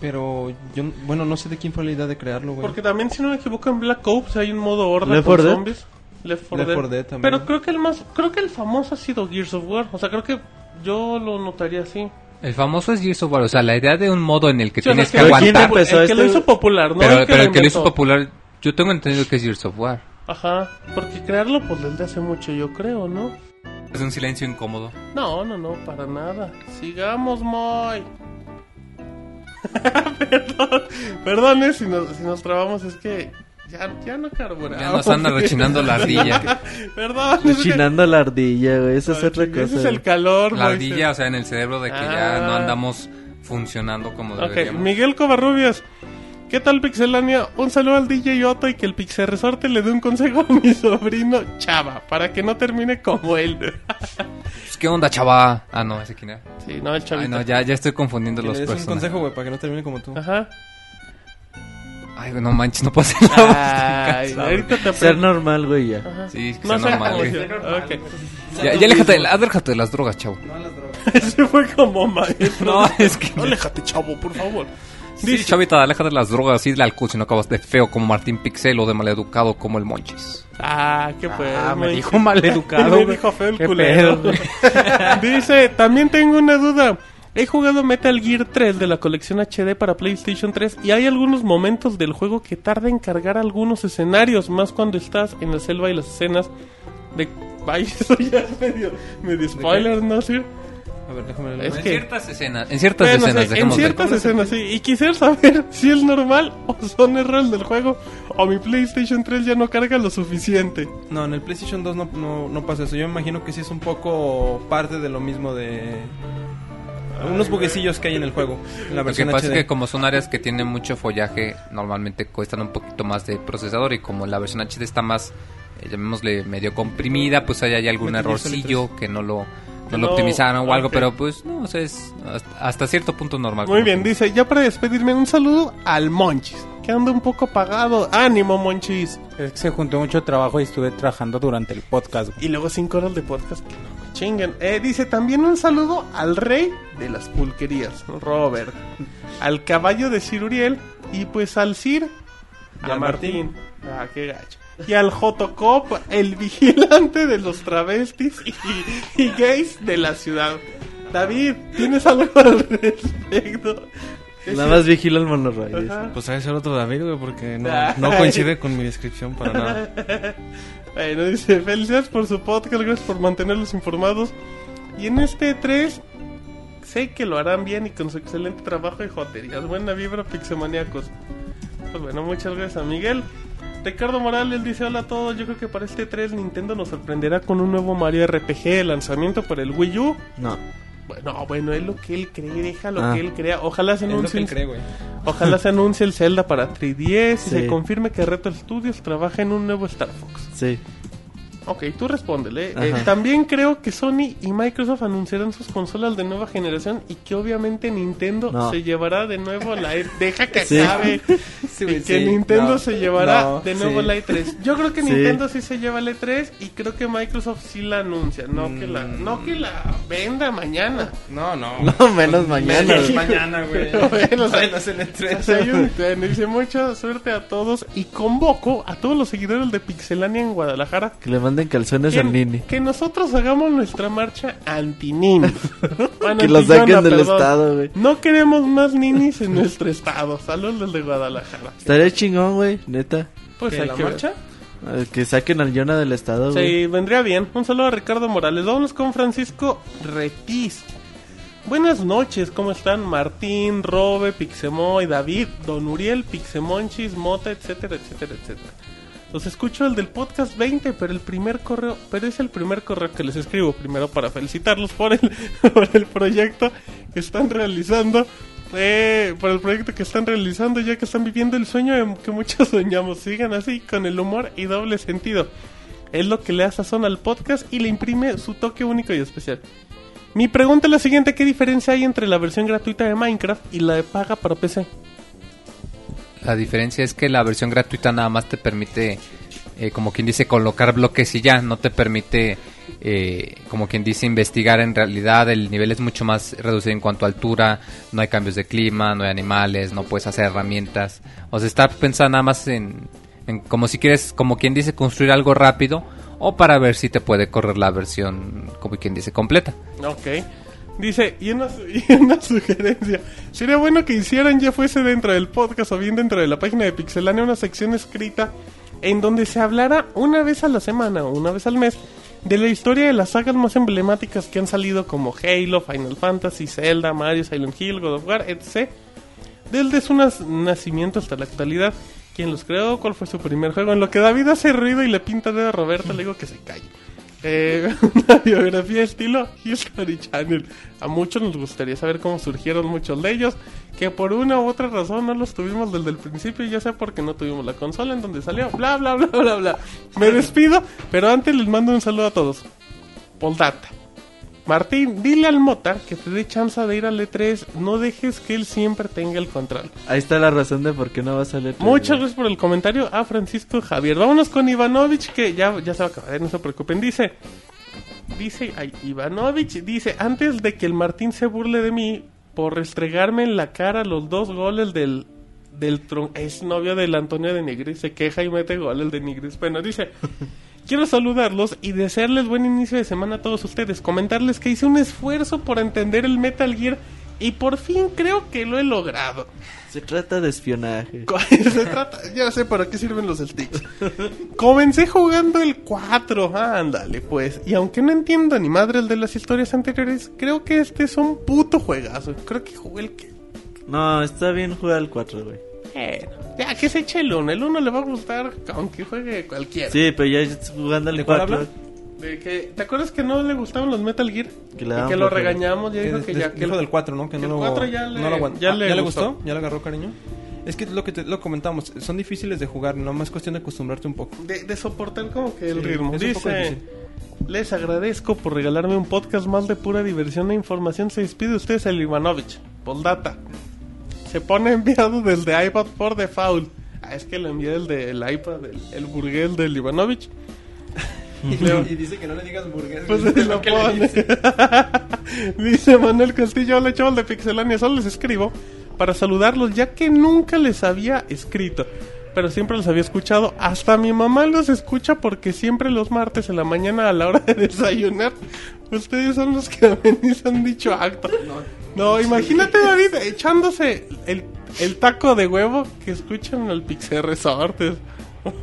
Pero yo, bueno, no sé de quién fue la idea de crearlo, güey.
porque también, si no me equivoco, en Black Ops hay un modo Horda
Left
con
4 Dead.
zombies. Left 4
Left
Dead.
4 Dead también.
Pero creo que el más, creo que el famoso ha sido Gears of War. O sea, creo que yo lo notaría así.
El famoso es Gears of War, o sea, la idea de un modo en el que
Sí, o sea,
tienes que
el
¿Pero quién
aguantar.
popu-
empezó
el que lo
este?
hizo popular, ¿no?
Pero, pero el que lo
inventó.
hizo popular, yo tengo entendido que es Gears of War.
Ajá, porque crearlo pues desde hace mucho yo creo, ¿no?
Es un silencio incómodo.
No, no, no, para nada. Sigamos, Moy. [laughs] perdón, perdón eh, si, nos, si nos trabamos, es que ya, ya no carburamos.
Ya nos anda rechinando la ardilla.
[laughs] Perdón. es que-
Rechinando la ardilla, güey, esa es
Ay,
otra
chinga,
cosa.
Ese es
güey.
el calor,
La
Moy,
ardilla, o sea, en el cerebro de que ya no
Ah.
andamos funcionando como
Ok,
deberíamos.
Miguel Covarrubias. ¿Qué tal, Pixelania? Un saludo al DJ Otto y que el Pixel Resorte le dé un consejo a mi [laughs] sobrino Chava para que no termine como él.
Pues, ¿Qué onda, chava? Ah, no, ese quién era.
Sí, no, el
Ay,
chavito.
no, ya, ya estoy confundiendo
Que
los
le des un
personajes.
consejo, güey, para que no termine como tú.
Ajá.
Ay, no manches, no pasa nada.
Ay, ahorita
Ser
te aprendo.
normal, güey, ya.
Ajá.
Sí, que sea
No sea
normal,
como
güey.
yo. Ok.
Ya, ya aléjate, de la- aléjate de las drogas, chavo.
[laughs] Ese fue como maestro.
No, es que-
Aléjate, chavo, por favor.
Sí, chavita, aléjate de las drogas y del alcohol si no acabas de feo como Martín Pixel o de maleducado como el Monchis.
Ah, qué pues.
Ah, me
muy-
dijo maleducado.
[laughs] me
güey.
dijo feo el
Qué
culero.
pedo, güey.
[laughs]
[laughs]
Dice, también tengo una duda. He jugado Metal Gear 3 de la colección HD para PlayStation 3 y hay algunos momentos del juego que tarda en cargar algunos escenarios, más cuando estás en la selva y las escenas de... [laughs] Ay, eso ya es medio, medio spoiler, ¿no, sir?
A ver, déjame leer.
Es
en
que-
ciertas escenas, en ciertas
Bueno,
escenas,
sí, en
dejemos de-
ciertas escenas, sí. Y quisiera saber [laughs] si es normal o son errores del juego o mi PlayStation 3 ya no carga lo suficiente.
No, en el PlayStation 2 no, no, no pasa eso. Yo me imagino que sí es un poco parte de lo mismo de. Unos buguecillos que hay en el juego. En
Lo que
la versión
pasa
HD.
es que como son áreas que tienen mucho follaje, normalmente cuestan un poquito más de procesador y como la versión HD está más, eh, llamémosle, medio comprimida, pues ahí hay algún
Metal Gear
errorcillo que no lo,
Que
no
no-
lo optimizaron o algo,
ok.
pero pues no, o sea, es hasta, hasta cierto punto normal.
Muy
Ah, como
bien,
que-
dice, ya para despedirme, un saludo al Monchis, que anda un poco apagado. Ánimo, Monchis.
Es que se juntó mucho trabajo y estuve trabajando durante el podcast. güey.
Y luego cinco horas de podcast que no me chingan. Eh, dice también un saludo al rey de las pulquerías, Robert. Al caballo de Sir Uriel. Y pues al Sir.
Y
a
al
Martín. Ah, qué gacho. Y al Jotocop, el vigilante de los travestis y, y gays de la ciudad. David, ¿tienes algo al [laughs] respecto?
Nada más vigila el monorrayo.
Ajá.
Pues ha de ser otro David, güey, porque no,
Ay.
no coincide con mi descripción para nada.
[laughs] Bueno, dice, felicidades por su podcast, gracias por mantenerlos informados. Y en este 3, sé que lo harán bien y con su excelente trabajo y joterías. Buena vibra, pixemaniacos. Pues bueno, muchas gracias a Miguel. Ricardo Morales dice, hola a todos, yo creo que para este 3 Nintendo nos sorprenderá con un nuevo Mario RPG, lanzamiento para el Wii U.
No.
Bueno, bueno, es lo que él cree, deja lo
Ah.
que él crea. Ojalá se
Es lo que
anuncie
él
un
cree, güey.
Ojalá se anuncie el Zelda para 3DS y
Sí.
se confirme que Retro Studios trabaja en un nuevo Star Fox.
Sí.
Ok, tú respóndele.
Ajá.
Eh, también creo que Sony y Microsoft anunciarán sus consolas de nueva generación y que obviamente Nintendo
No.
se llevará de nuevo
[laughs]
la E3. Deja que
Sí.
acabe. y que
sí,
Nintendo
no,
se llevará
no,
de nuevo
sí.
la E3. Yo creo que
Sí.
Nintendo sí se lleva la E3 y creo que Microsoft sí la anuncia. No, que, la, no que la venda mañana.
Mm. No, no.
[laughs] No, menos mañana.
Menos [laughs] mañana,
[laughs]
güey.
Bueno, o sea,
Apenas en el tren.
O sea, hay un tren. Dice mucha suerte a todos y convoco a todos los seguidores de Pixelania en Guadalajara
Que le manden calzones al
que,
Nini.
que nosotros hagamos nuestra marcha anti-nini.
[laughs]
Bueno,
Que lo
anti-yona,
saquen del
perdón.
estado, güey.
No queremos más ninis en nuestro estado. Saludos de Guadalajara.
Estaría chingón, güey, neta.
Pues
¿Que
hay
la
que ver.
marcha?
Eh, Que saquen al Yona del estado, güey.
Sí, vendría bien. Un saludo a Ricardo Morales. Vámonos con Francisco Repiz. Buenas noches, ¿cómo están? Martín, Robe, Pixemoy, David, Don Uriel, Pixemonchis, Mota, etcétera, etcétera, etcétera. Los escucho el del podcast 20, pero el primer correo, pero es el primer correo que les escribo primero para felicitarlos por el, [laughs] por el proyecto que están realizando. eh, por el proyecto que están realizando, ya que están viviendo el sueño de- que muchos [laughs] soñamos. Sigan así, con el humor y doble sentido. Es lo que le da sazón al podcast y le imprime su toque único y especial. Mi pregunta es la siguiente, ¿qué diferencia hay entre la versión gratuita de Minecraft y la de paga para PC?
La diferencia es que la versión gratuita nada más te permite, eh, como quien dice, colocar bloques y ya, no te permite, eh, como quien dice, investigar en realidad. El nivel es mucho más reducido en cuanto a altura, no hay cambios de clima, no hay animales, no puedes hacer herramientas. O sea, está pensada nada más en, en como si quieres, como quien dice, construir algo rápido o para ver si te puede correr la versión, como quien dice, completa.
Ok. Dice, y una, su- [laughs] y una sugerencia. Sería bueno que hicieran, ya fuese dentro del podcast o bien dentro de la página de Pixelania, una sección escrita en donde se hablara una vez a la semana o una vez al mes de la historia de las sagas más emblemáticas que han salido como Halo, Final Fantasy, Zelda, Mario, Silent Hill, God of War, etc. Desde su nas- nacimiento hasta la actualidad. ¿Quién los creó? ¿Cuál fue su primer juego? En lo que David hace ruido y le pinta de Roberto, le digo que se calle. Eh, [laughs] una biografía estilo History Channel. A muchos nos gustaría saber cómo surgieron muchos de ellos, que por una u otra razón no los tuvimos desde el principio, ya sea porque no tuvimos la consola en donde salió, bla, bla, [laughs] bla, bla, bla. Me despido, pero antes les mando un saludo a todos. Poldata. Martín, dile al Mota que te dé chance de ir al E3, no dejes que él siempre tenga el control.
Ahí está la razón de por qué no va a salir. [laughs]
Muchas gracias por el comentario a Francisco Javier. Vámonos con Ivanovich, que ya, ya se va a acabar, eh, no se preocupen. Dice, dice, ay, Ivanovich, dice, antes de que el Martín se burle de mí por restregarme en la cara los dos goles del, del tron- es novio del Antonio de Nigris, se queja y mete gol el de Nigris. Bueno, dice,
[laughs]
Quiero saludarlos y desearles buen inicio de semana a todos ustedes. Comentarles que hice un esfuerzo por entender el Metal Gear y por fin creo que lo he logrado.
Se trata de espionaje.
Co- [laughs] Se trata- ya sé para qué sirven los sticks. Comencé jugando el 4, ándale pues. Y aunque no entiendo ni madres de las historias anteriores, creo que este es un puto juegazo. Creo que jugué el que...
[laughs] No, está bien jugar al 4, güey.
Bueno, ya que se eche el 1, el 1 le va a gustar aunque juegue cualquiera.
Sí, pero ya es- jugando al
¿De cuál
4.
habla? De que- ¿Te acuerdas que no le gustaban los Metal Gear?
Que
Que,
le
y
daban
que lo
flojera.
regañamos, ya
Que
dijo
des-
que
des-
ya que
dijo
el-
del 4, ¿no?
que
Que, no
el
lo,
cuatro ya
no
le-
lo aguanta.
ya
Ah,
le
le
gustó.
gustó, ya le agarró cariño. Es que lo que te, lo comentamos, son difíciles de jugar, nomás es cuestión de acostumbrarte un poco.
de, de soportar como que el
Sí,
ritmo.
es un poco
Dice,
difícil.
les agradezco por regalarme un podcast más de pura diversión e información. Se despide ustedes el Ivanovich. Poldata. Se pone enviado desde iPad por default. Ah, es que le envié el del iPad, el, el burgués del [laughs] Ivanovich.
[laughs]
Y,
Leo.
y dice que no le digas burgués.
Pues
güey,
se [laughs]
es
lo
que le
pone.
dice.
Dice Manuel Castillo, hola chaval de Pixelania, solo les escribo para saludarlos ya que nunca les había escrito, pero siempre los había escuchado. Hasta mi mamá los escucha porque siempre los martes en la mañana a la hora de desayunar, ustedes son los que amenizan dicho acto. No, imagínate David echándose el, el taco de huevo que escuchan al Pixel Resortes. [laughs]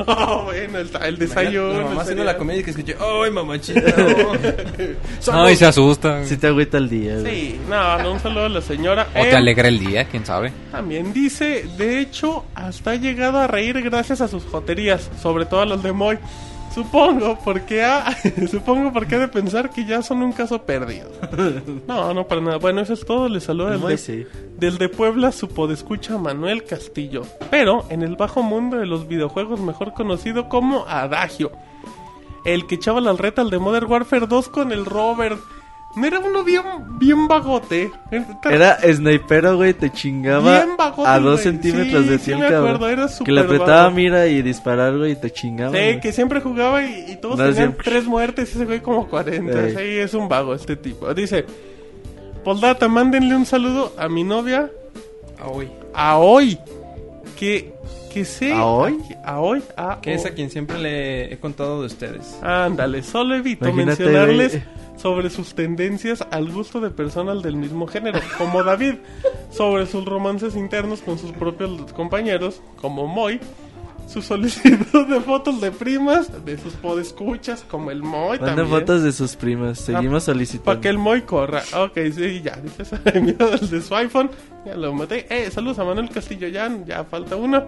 Oh, bueno, el, ta- el desayuno.
Mi mamá
el
haciendo la
cereal.
comida y que escuché,
[laughs]
¡ay, mamachita! no".
No, y se asustan.
Si te agüita el día, güey.
Sí, no, no, un saludo a la señora.
O te
Em,
alegra el día, quién sabe.
También dice, de hecho, hasta ha llegado a reír gracias a sus joterías, sobre todo a los de Moy. Supongo porque ha, [laughs] supongo porque ha de pensar que ya son un caso
[laughs]
perdido. No, no para nada. Bueno, eso es todo. Les saluda
El
el
Moy
de,
sí.
del de Puebla su podescucha Manuel Castillo, pero en el bajo mundo de los videojuegos mejor conocido como Adagio. el que echaba la reta al de Modern Warfare 2 con el Robert. No era uno bien, bien bagote.
Era snipero, güey, te chingaba
Bien bajote,
a dos
güey.
centímetros
Sí,
de
sí
ti el
me
cabrón.
acuerdo, era
que le
súper
apretaba
bajo.
mira y disparar, güey, y te chingaba.
Sí,
güey.
que siempre jugaba y, y todos
No,
tenían
siempre.
tres muertes y ese güey como 40.
Sí.
Sí, es un vago este tipo. Dice, Poldata, mándenle un saludo a mi novia,
Ah, güey.
a hoy. Que, que sé...
¿A hoy?
A hoy, a
Que es a
hoy.
quien siempre le he contado de ustedes.
Ándale, solo evito
Imagínate,
mencionarles
güey.
sobre sus tendencias al gusto de personas del mismo género, como David, sobre sus romances internos con sus propios compañeros, como Moy, su solicitud de fotos de primas, de sus podescuchas, como el Moy
Manda
también.
fotos de sus primas. Seguimos solicitando.
Para Ah, que el Moy corra. Ok, sí, ya. Dices, [laughs] miedo el de su iPhone. Ya lo maté. Eh, saludos a Manuel Castillo. Ya, ya falta uno.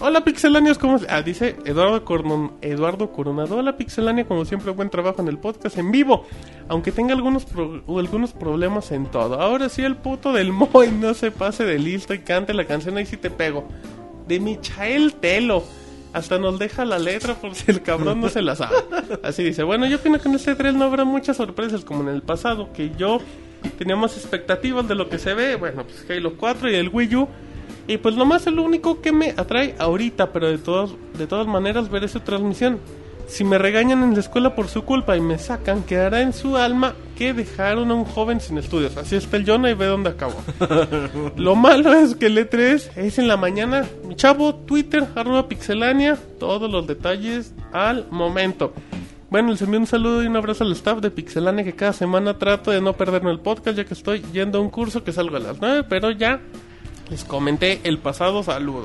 Hola, pixelanios. ¿Cómo se- Ah, dice Eduardo, Cornon- Eduardo Coronado. Hola, pixelania. Como siempre, buen trabajo en el podcast en vivo. Aunque tenga algunos, pro- o algunos problemas en todo. Ahora sí, el puto del Moy no se pase de listo y cante la canción. Ahí sí te pego. De Michael Telo. Hasta nos deja la letra por si el cabrón no se la sabe.
[laughs]
Así dice, bueno, yo opino que en este trail no habrá muchas sorpresas como en el pasado, que yo tenía más expectativas de lo que se ve, bueno, pues Halo 4 y el Wii U. Y pues nomás es lo único que me atrae ahorita, pero de todas, de todas maneras veré su transmisión. Si me regañan en la escuela por su culpa y me sacan, quedará en su alma que dejaron a un joven sin estudios. Así está el Jonah y ve dónde acabó. Lo malo es que el E3 es en la mañana. Mi chavo, Twitter, arroba pixelania. Todos los detalles al momento. Bueno, les envío un saludo y un abrazo al staff de Pixelania que cada semana trato de no perderme el podcast ya que estoy yendo a un curso que salgo a las 9, pero ya les comenté el pasado saludo.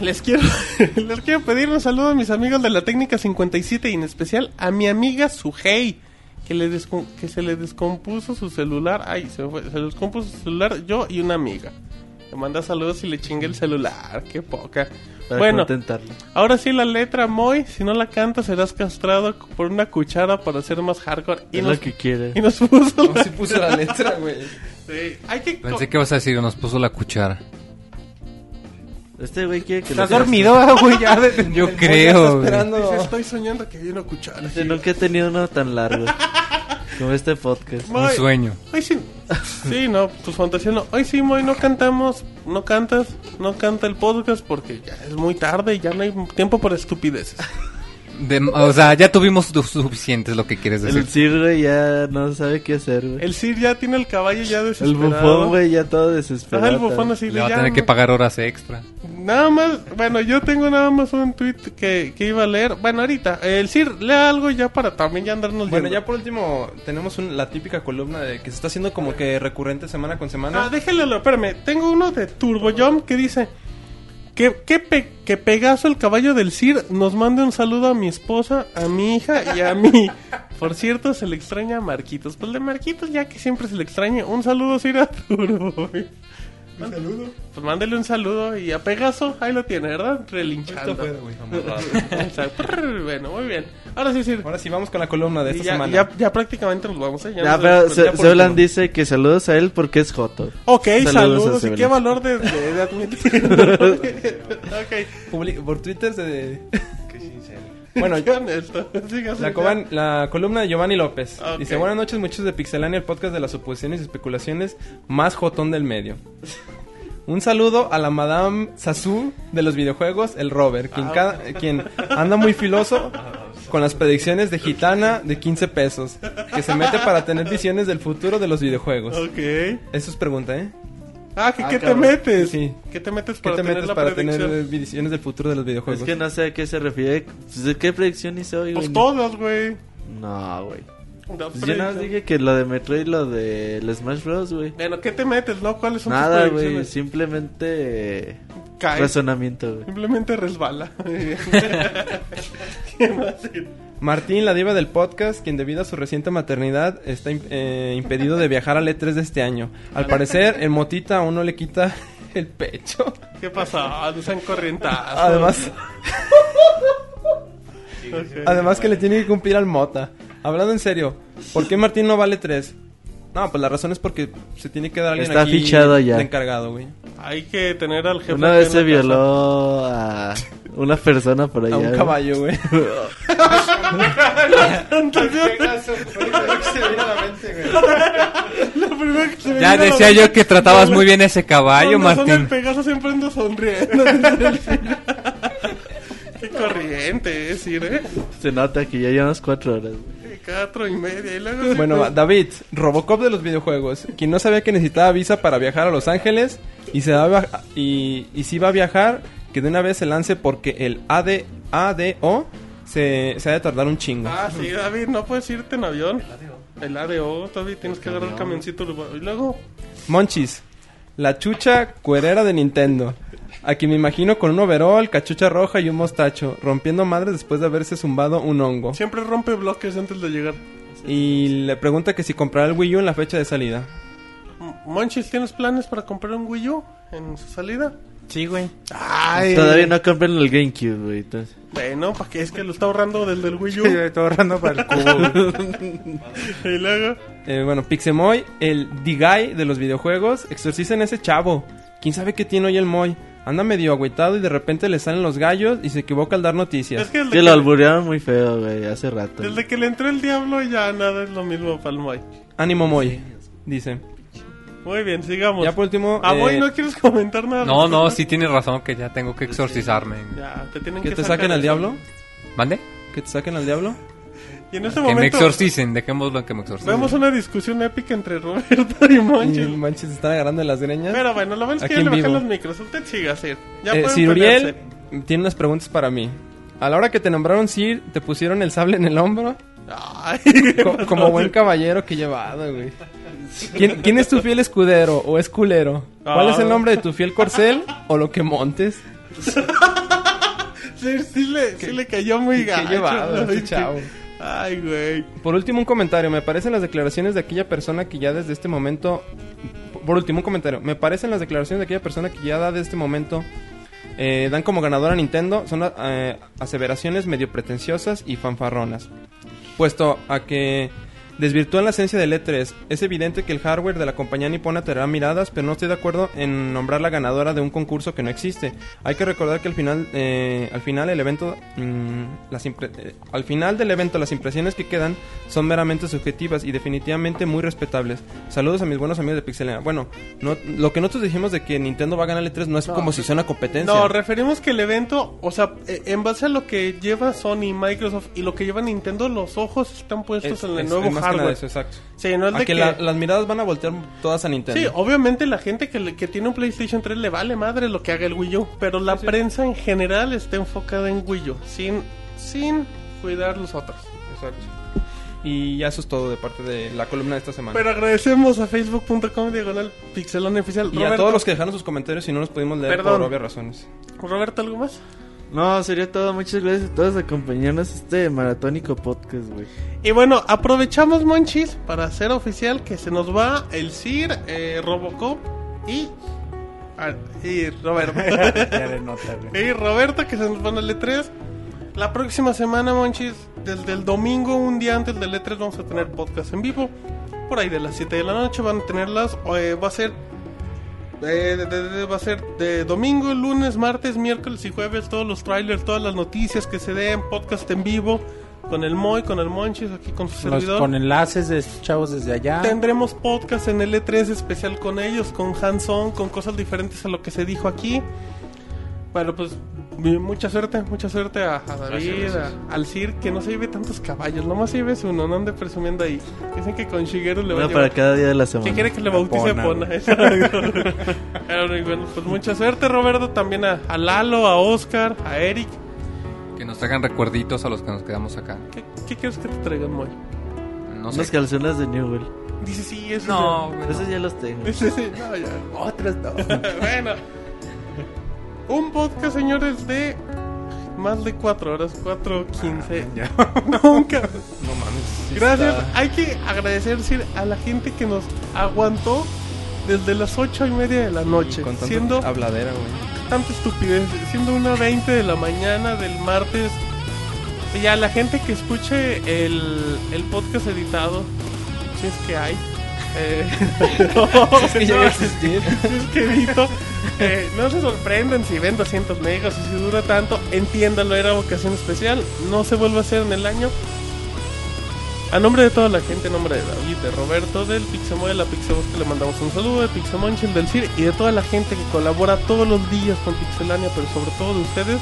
Les quiero, [laughs] les quiero pedir un saludo a mis amigos de la técnica 57 y en especial a mi amiga Sugei, que, le descom- que se le descompuso su celular. Ay, se, me fue, se le descompuso su celular yo y una amiga. Le manda saludos y le chingue el celular, qué poca.
Para
bueno,
contentarlo.
ahora sí la letra Moy, si no la cantas serás castrado por una cuchara para ser más hardcore. Y,
Es
nos,
lo que quiere.
y nos puso
No
la-
se puso la letra, güey.
Sí, hay que... co-
Pensé que vas a decir, nos puso la cuchara.
Este güey quiere que
Estás
lo-
dormido,
[laughs]
güey, ya.
[laughs]
de-
Yo
Está
creo. güey.
esperando.
Dice, estoy soñando que hay una cuchara.
Este, nunca he tenido uno tan largo como este podcast.
Un sueño.
Hoy sí. Sí, no, tus fantasías no. Hoy sí, Moy, no cantamos, no cantas, no canta el podcast porque ya es muy tarde y ya no hay tiempo por estupideces.
De- o sea, ya tuvimos lo suficiente, es lo que quieres decir.
El Sir, güey, ya no sabe qué hacer, güey.
El Sir ya tiene el caballo ya
El
desesperado.
bufón, güey, ya todo desesperado.
Ajá, el bufón así de
Le va a
ya,
tener que
no-
pagar horas extra.
Nada más, bueno, yo tengo nada más un tweet que, que iba a leer. Bueno, ahorita, el Sir, lea algo ya para también ya andarnos
Bueno,
yendo.
ya por último, tenemos un- la típica columna de que se está haciendo como que recurrente semana con semana.
Ah, déjenle, lo- espérame. Tengo uno de TurboJump que dice que, que, Pe- que Pegaso, el caballo del CIR, nos mande un saludo a mi esposa, a mi hija y a mí. Por cierto, se le extraña a Marquitos. Pues de Marquitos, ya que siempre se le extraña. Un saludo, CIR, a Turbo. Un saludo. Pues mándele un saludo y a Pegaso, ahí lo tiene, ¿verdad? Relinchando. [laughs] Exacto. bueno, muy bien. Ahora sí, Sir.
Ahora sí, vamos con la columna de
Y
esta
ya,
semana.
ya, ya prácticamente nos vamos, ¿eh?
Ya,
nos-
pero
ya
Se-
por
Seulan
último.
dice que saludos a él porque es Joto.
Ok,
Saludos
saludos,
a
y
Sebelius.
qué valor de, de- de
[laughs]
admitir. ok,
Publi- por Twitter de...
bueno, [laughs]
Bueno,
yo honesto. Sígase,
La,
ya.
coban- la columna de Giovanni López.
Ah, Ok.
Dice, buenas noches muchachos de Pixelania, el podcast de las suposiciones y especulaciones más jotón del medio. Un saludo a la Madame Sasu de los videojuegos, el Robert,
Ah,
quien, cada- quien anda muy filoso con las predicciones de Gitana de 15 pesos, que se mete para tener visiones del futuro de los videojuegos.
Ok.
Eso es pregunta, ¿eh?
Ah, que,
Ah,
¿qué te
cabrón.
metes?
Sí.
¿Qué te metes
¿Qué
Pues para
te
tener
metes
la
para tener
predicción?
eh, visiones del futuro de los videojuegos?
Es que no sé a qué se refiere. Pues, ¿Qué predicción hice hoy, güey?
Pues todas, güey.
No, güey.
La
Pues yo nada más
predicción.
dije que lo de Metroid y lo del Smash Bros, güey.
Bueno, ¿qué te metes, no? ¿Cuáles son
Nada,
tus
güey.
predicciones?
Simplemente. eh,
Cae.
Razonamiento, güey.
Simplemente
[laughs]
resbala. [laughs] ¿Qué más?
Martín, la diva del podcast, quien debido a su reciente maternidad está im- eh, impedido de viajar al E3 de este año. Al parecer, el motita aún no le quita [laughs] el pecho.
¿Qué pasa? Ah, No sean corrientadas. [laughs]
Además, además que le tiene que cumplir al mota. Hablando en serio, ¿por qué Martín no vale 3? No, pues la razón es porque se tiene que dar alguien
Está
aquí
fichado ya.
de encargado, güey.
Hay que tener al jefe.
Una
acá
vez
en
se
la casa.
violó a una persona por allá.
A un
güey.
caballo, güey.
[laughs]
Ya decía yo que tratabas muy bien ese caballo,
El
Martín.
Pegaso siempre anda sonriendo. [laughs] Qué corriente es ir, ¿eh?
[laughs] Se nota que ya llevamos cuatro horas. güey.
Cuatro y media. Y luego
Bueno,
[laughs]
va, David, Robocop de los videojuegos. Quien no sabía que necesitaba visa para viajar a Los Ángeles y se daba y, y si va a viajar, que de una vez se lance porque el AD, ADO se, se ha de tardar un chingo.
Ah, sí, David, no puedes irte en avión. El ADO, David, tienes que agarrar el camioncito. urbano. Y luego,
Monchis, la chucha cuerera de Nintendo. A quien me imagino con un overall, cachucha roja y un mostacho, rompiendo madres después de haberse zumbado un hongo.
siempre rompe bloques antes de llegar.
Y le pregunta que si comprará el Wii U en la fecha de salida.
M- Monchis, ¿tienes planes para comprar un Wii U en su salida?
Sí, güey.
Ay,
Todavía no compran el GameCube, güey. entonces.
Bueno, para que es que lo está ahorrando del del
[laughs]
Wii U.
Todo ahorrando para el cubo. güey.
[laughs] y luego,
Eh, bueno, Pixemoy, el D-Guy de los videojuegos, exorcicen a ese chavo. ¿Quién sabe qué tiene hoy el Moy? Anda medio agüitado y de repente le salen los gallos y se equivoca al dar
es
noticias.
que desde
Que
que,
lo alburearon muy feo, güey, hace rato.
desde que le entró el diablo ya nada es lo mismo para el Moy.
Ánimo Moy, dice.
Muy bien, sigamos.
Ya por último,
Ah,
eh,
Moy, ¿no quieres comentar nada?
No,
al
no,
respecto?
sí tienes razón que ya tengo que exorcizarme.
Ya, te tienen que,
que te
sacar
saquen al
eso.
diablo.
¿Mande?
Que te saquen al diablo.
Y [laughs] en este
Que me
momento
exorcicen, dejémoslo en que me exorcicen.
vemos una discusión épica entre
[laughs]
Roberto y
Y
Monchis.
manches, se están agarrando de las greñas.
Pero bueno, lo bueno es que
Aquí
ya le
en
bajan
vivo.
los micros. Usted siga, Sir. Ya
Eh,
pueden
Sir Uriel
pelearse.
tiene unas preguntas para mí. A la hora que te nombraron Sir, ¿te pusieron el sable en el hombro?
Ay, [laughs]
Co- como buen caballero que llevado, güey. ¿Quién, quién es tu fiel escudero o es culero? ¿Cuál
Ah.
es el nombre de tu fiel corcel o lo que montes?
Sir, sí le, sí le cayó muy
Qué
gacho.
llevado
Ay,
este chavo.
Ay, güey.
Por último, un comentario. Me parecen las declaraciones de aquella persona que ya desde este momento. Por último, un comentario. Me parecen las declaraciones de aquella persona que ya da de este momento. eh, dan como ganadora a Nintendo. Son eh, aseveraciones medio pretenciosas y fanfarronas. Puesto a que desvirtúan la esencia del E3. Es evidente que el hardware de la compañía nipona atraerá miradas, pero no estoy de acuerdo en nombrar la ganadora de un concurso que no existe. Hay que recordar que al final, eh, al final el evento, mm, las impre- eh, al final del evento las impresiones que quedan son meramente subjetivas y definitivamente muy respetables. Saludos a mis buenos amigos de Pixelena. Bueno, no, lo que nosotros dijimos de que Nintendo va a ganar el E3 no es como si sea una competencia.
No, referimos que el evento, o sea, eh, en base a lo que lleva Sony, Microsoft y lo que lleva Nintendo, los ojos están puestos
es,
en el
es-
nuevo
es más que nada
hardware.
eso, exacto.
Sí, no es
A
de
que
que...
la- las miradas van a voltear todas a Nintendo.
Sí, obviamente la gente que, le- que tiene un PlayStation 3 le vale madre lo que haga el Wii U, pero la prensa en general está enfocada en Wii U, sin, sin cuidar los otros.
Exacto. Y ya eso es todo de parte de la columna de esta semana.
Pero agradecemos a facebook.com diagonal pixelón oficial.
y
Roberto,
a todos los que dejaron sus comentarios y no los pudimos leer
Perdón.
por obvias razones.
Roberto, ¿algo más?
No, sería todo. Muchas gracias a todos por acompañarnos a este maratónico podcast, güey.
Y bueno, aprovechamos, Monchis, para hacer oficial que se nos va el CIR, eh, Robocop y. ah, y Roberto. [laughs]
Ya le nota, güey.
y Roberto, que se nos van al E3. La próxima semana, Monchis, desde el domingo, un día antes del E3, vamos a tener podcast en vivo. Por ahí de las 7 de la noche van a tenerlas. eh, va a ser. eh, de- de- de- va a ser de domingo, lunes, martes, miércoles y jueves. Todos los trailers, todas las noticias que se den, podcast en vivo. Con el Moy, con el Monchis, aquí con su
Los-
servidor.
con enlaces de estos chavos desde allá.
Tendremos podcast en L3 especial con ellos, con Hanson, con cosas diferentes a lo que se dijo aquí. Bueno, pues mi- mucha suerte, mucha suerte a, a David,
Gracias, gracias.
a- al Sir, que no se lleve tantos caballos, nomás se lleve uno, no ande presumiendo ahí. Dicen que con Shigeru le va a
Una para
llevar.
cada día de la
Que
semana.
quiere que le bautice
Pona,
Pona. [laughs]
güey.
exacto. Pero, bueno, pues mucha suerte Roberto, también a, a Lalo, a Oscar, a Eric.
Que nos traigan recuerditos a los que nos quedamos acá.
¿Qué, qué quieres que te traigan, Moy?
No
Unas
sé.
calzones de Newell.
Dice sí, eso.
No, güey.
Esos ya los tengo.
Sí, sí, no, ya.
Otros no.
[laughs] bueno. Un podcast, señores, de más de 4 horas, [laughs] 4.15. Nunca.
No mames.
Gracias. Hay que agradecer Sir, a la gente que nos aguantó desde las 8 y media de la noche.
Con tanta
Siendo
habladera, güey.
tanta estupidez. Siendo una 20 de la mañana del martes. Y a la gente que escuche el, el podcast editado, si es que hay. Eh, [laughs]
es
que llegué a es que Vito, eh, no se sorprendan si ven 200 megas o si dura tanto. Entiéndanlo, era ocasión especial. No se vuelve a hacer en el año. A nombre de toda la gente, a nombre de David, de Roberto, del Pixamoy, de la Pixabot, que le mandamos un saludo, de Pixamonchil, del CIR y de toda la gente que colabora todos los días con Pixelania, pero sobre todo de ustedes,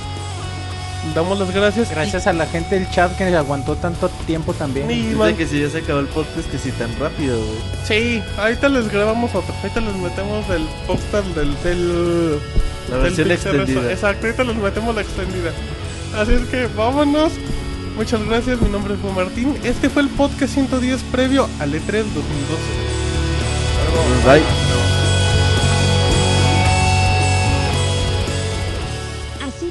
damos las gracias.
Gracias a la gente del chat que aguantó tanto tiempo también.
Y, y
Dice
man-
que si ya se acabó el podcast, que si tan rápido, güey.
Sí, ahorita les grabamos otro. Ahorita les metemos el postal del. del
La
del
versión
Pixar,
extendida.
Exacto, ahorita les metemos la extendida. Así es que vámonos. Muchas gracias, mi nombre fue Martín. Este fue el podcast 110 previo al E E3 2012.
Bye.
Así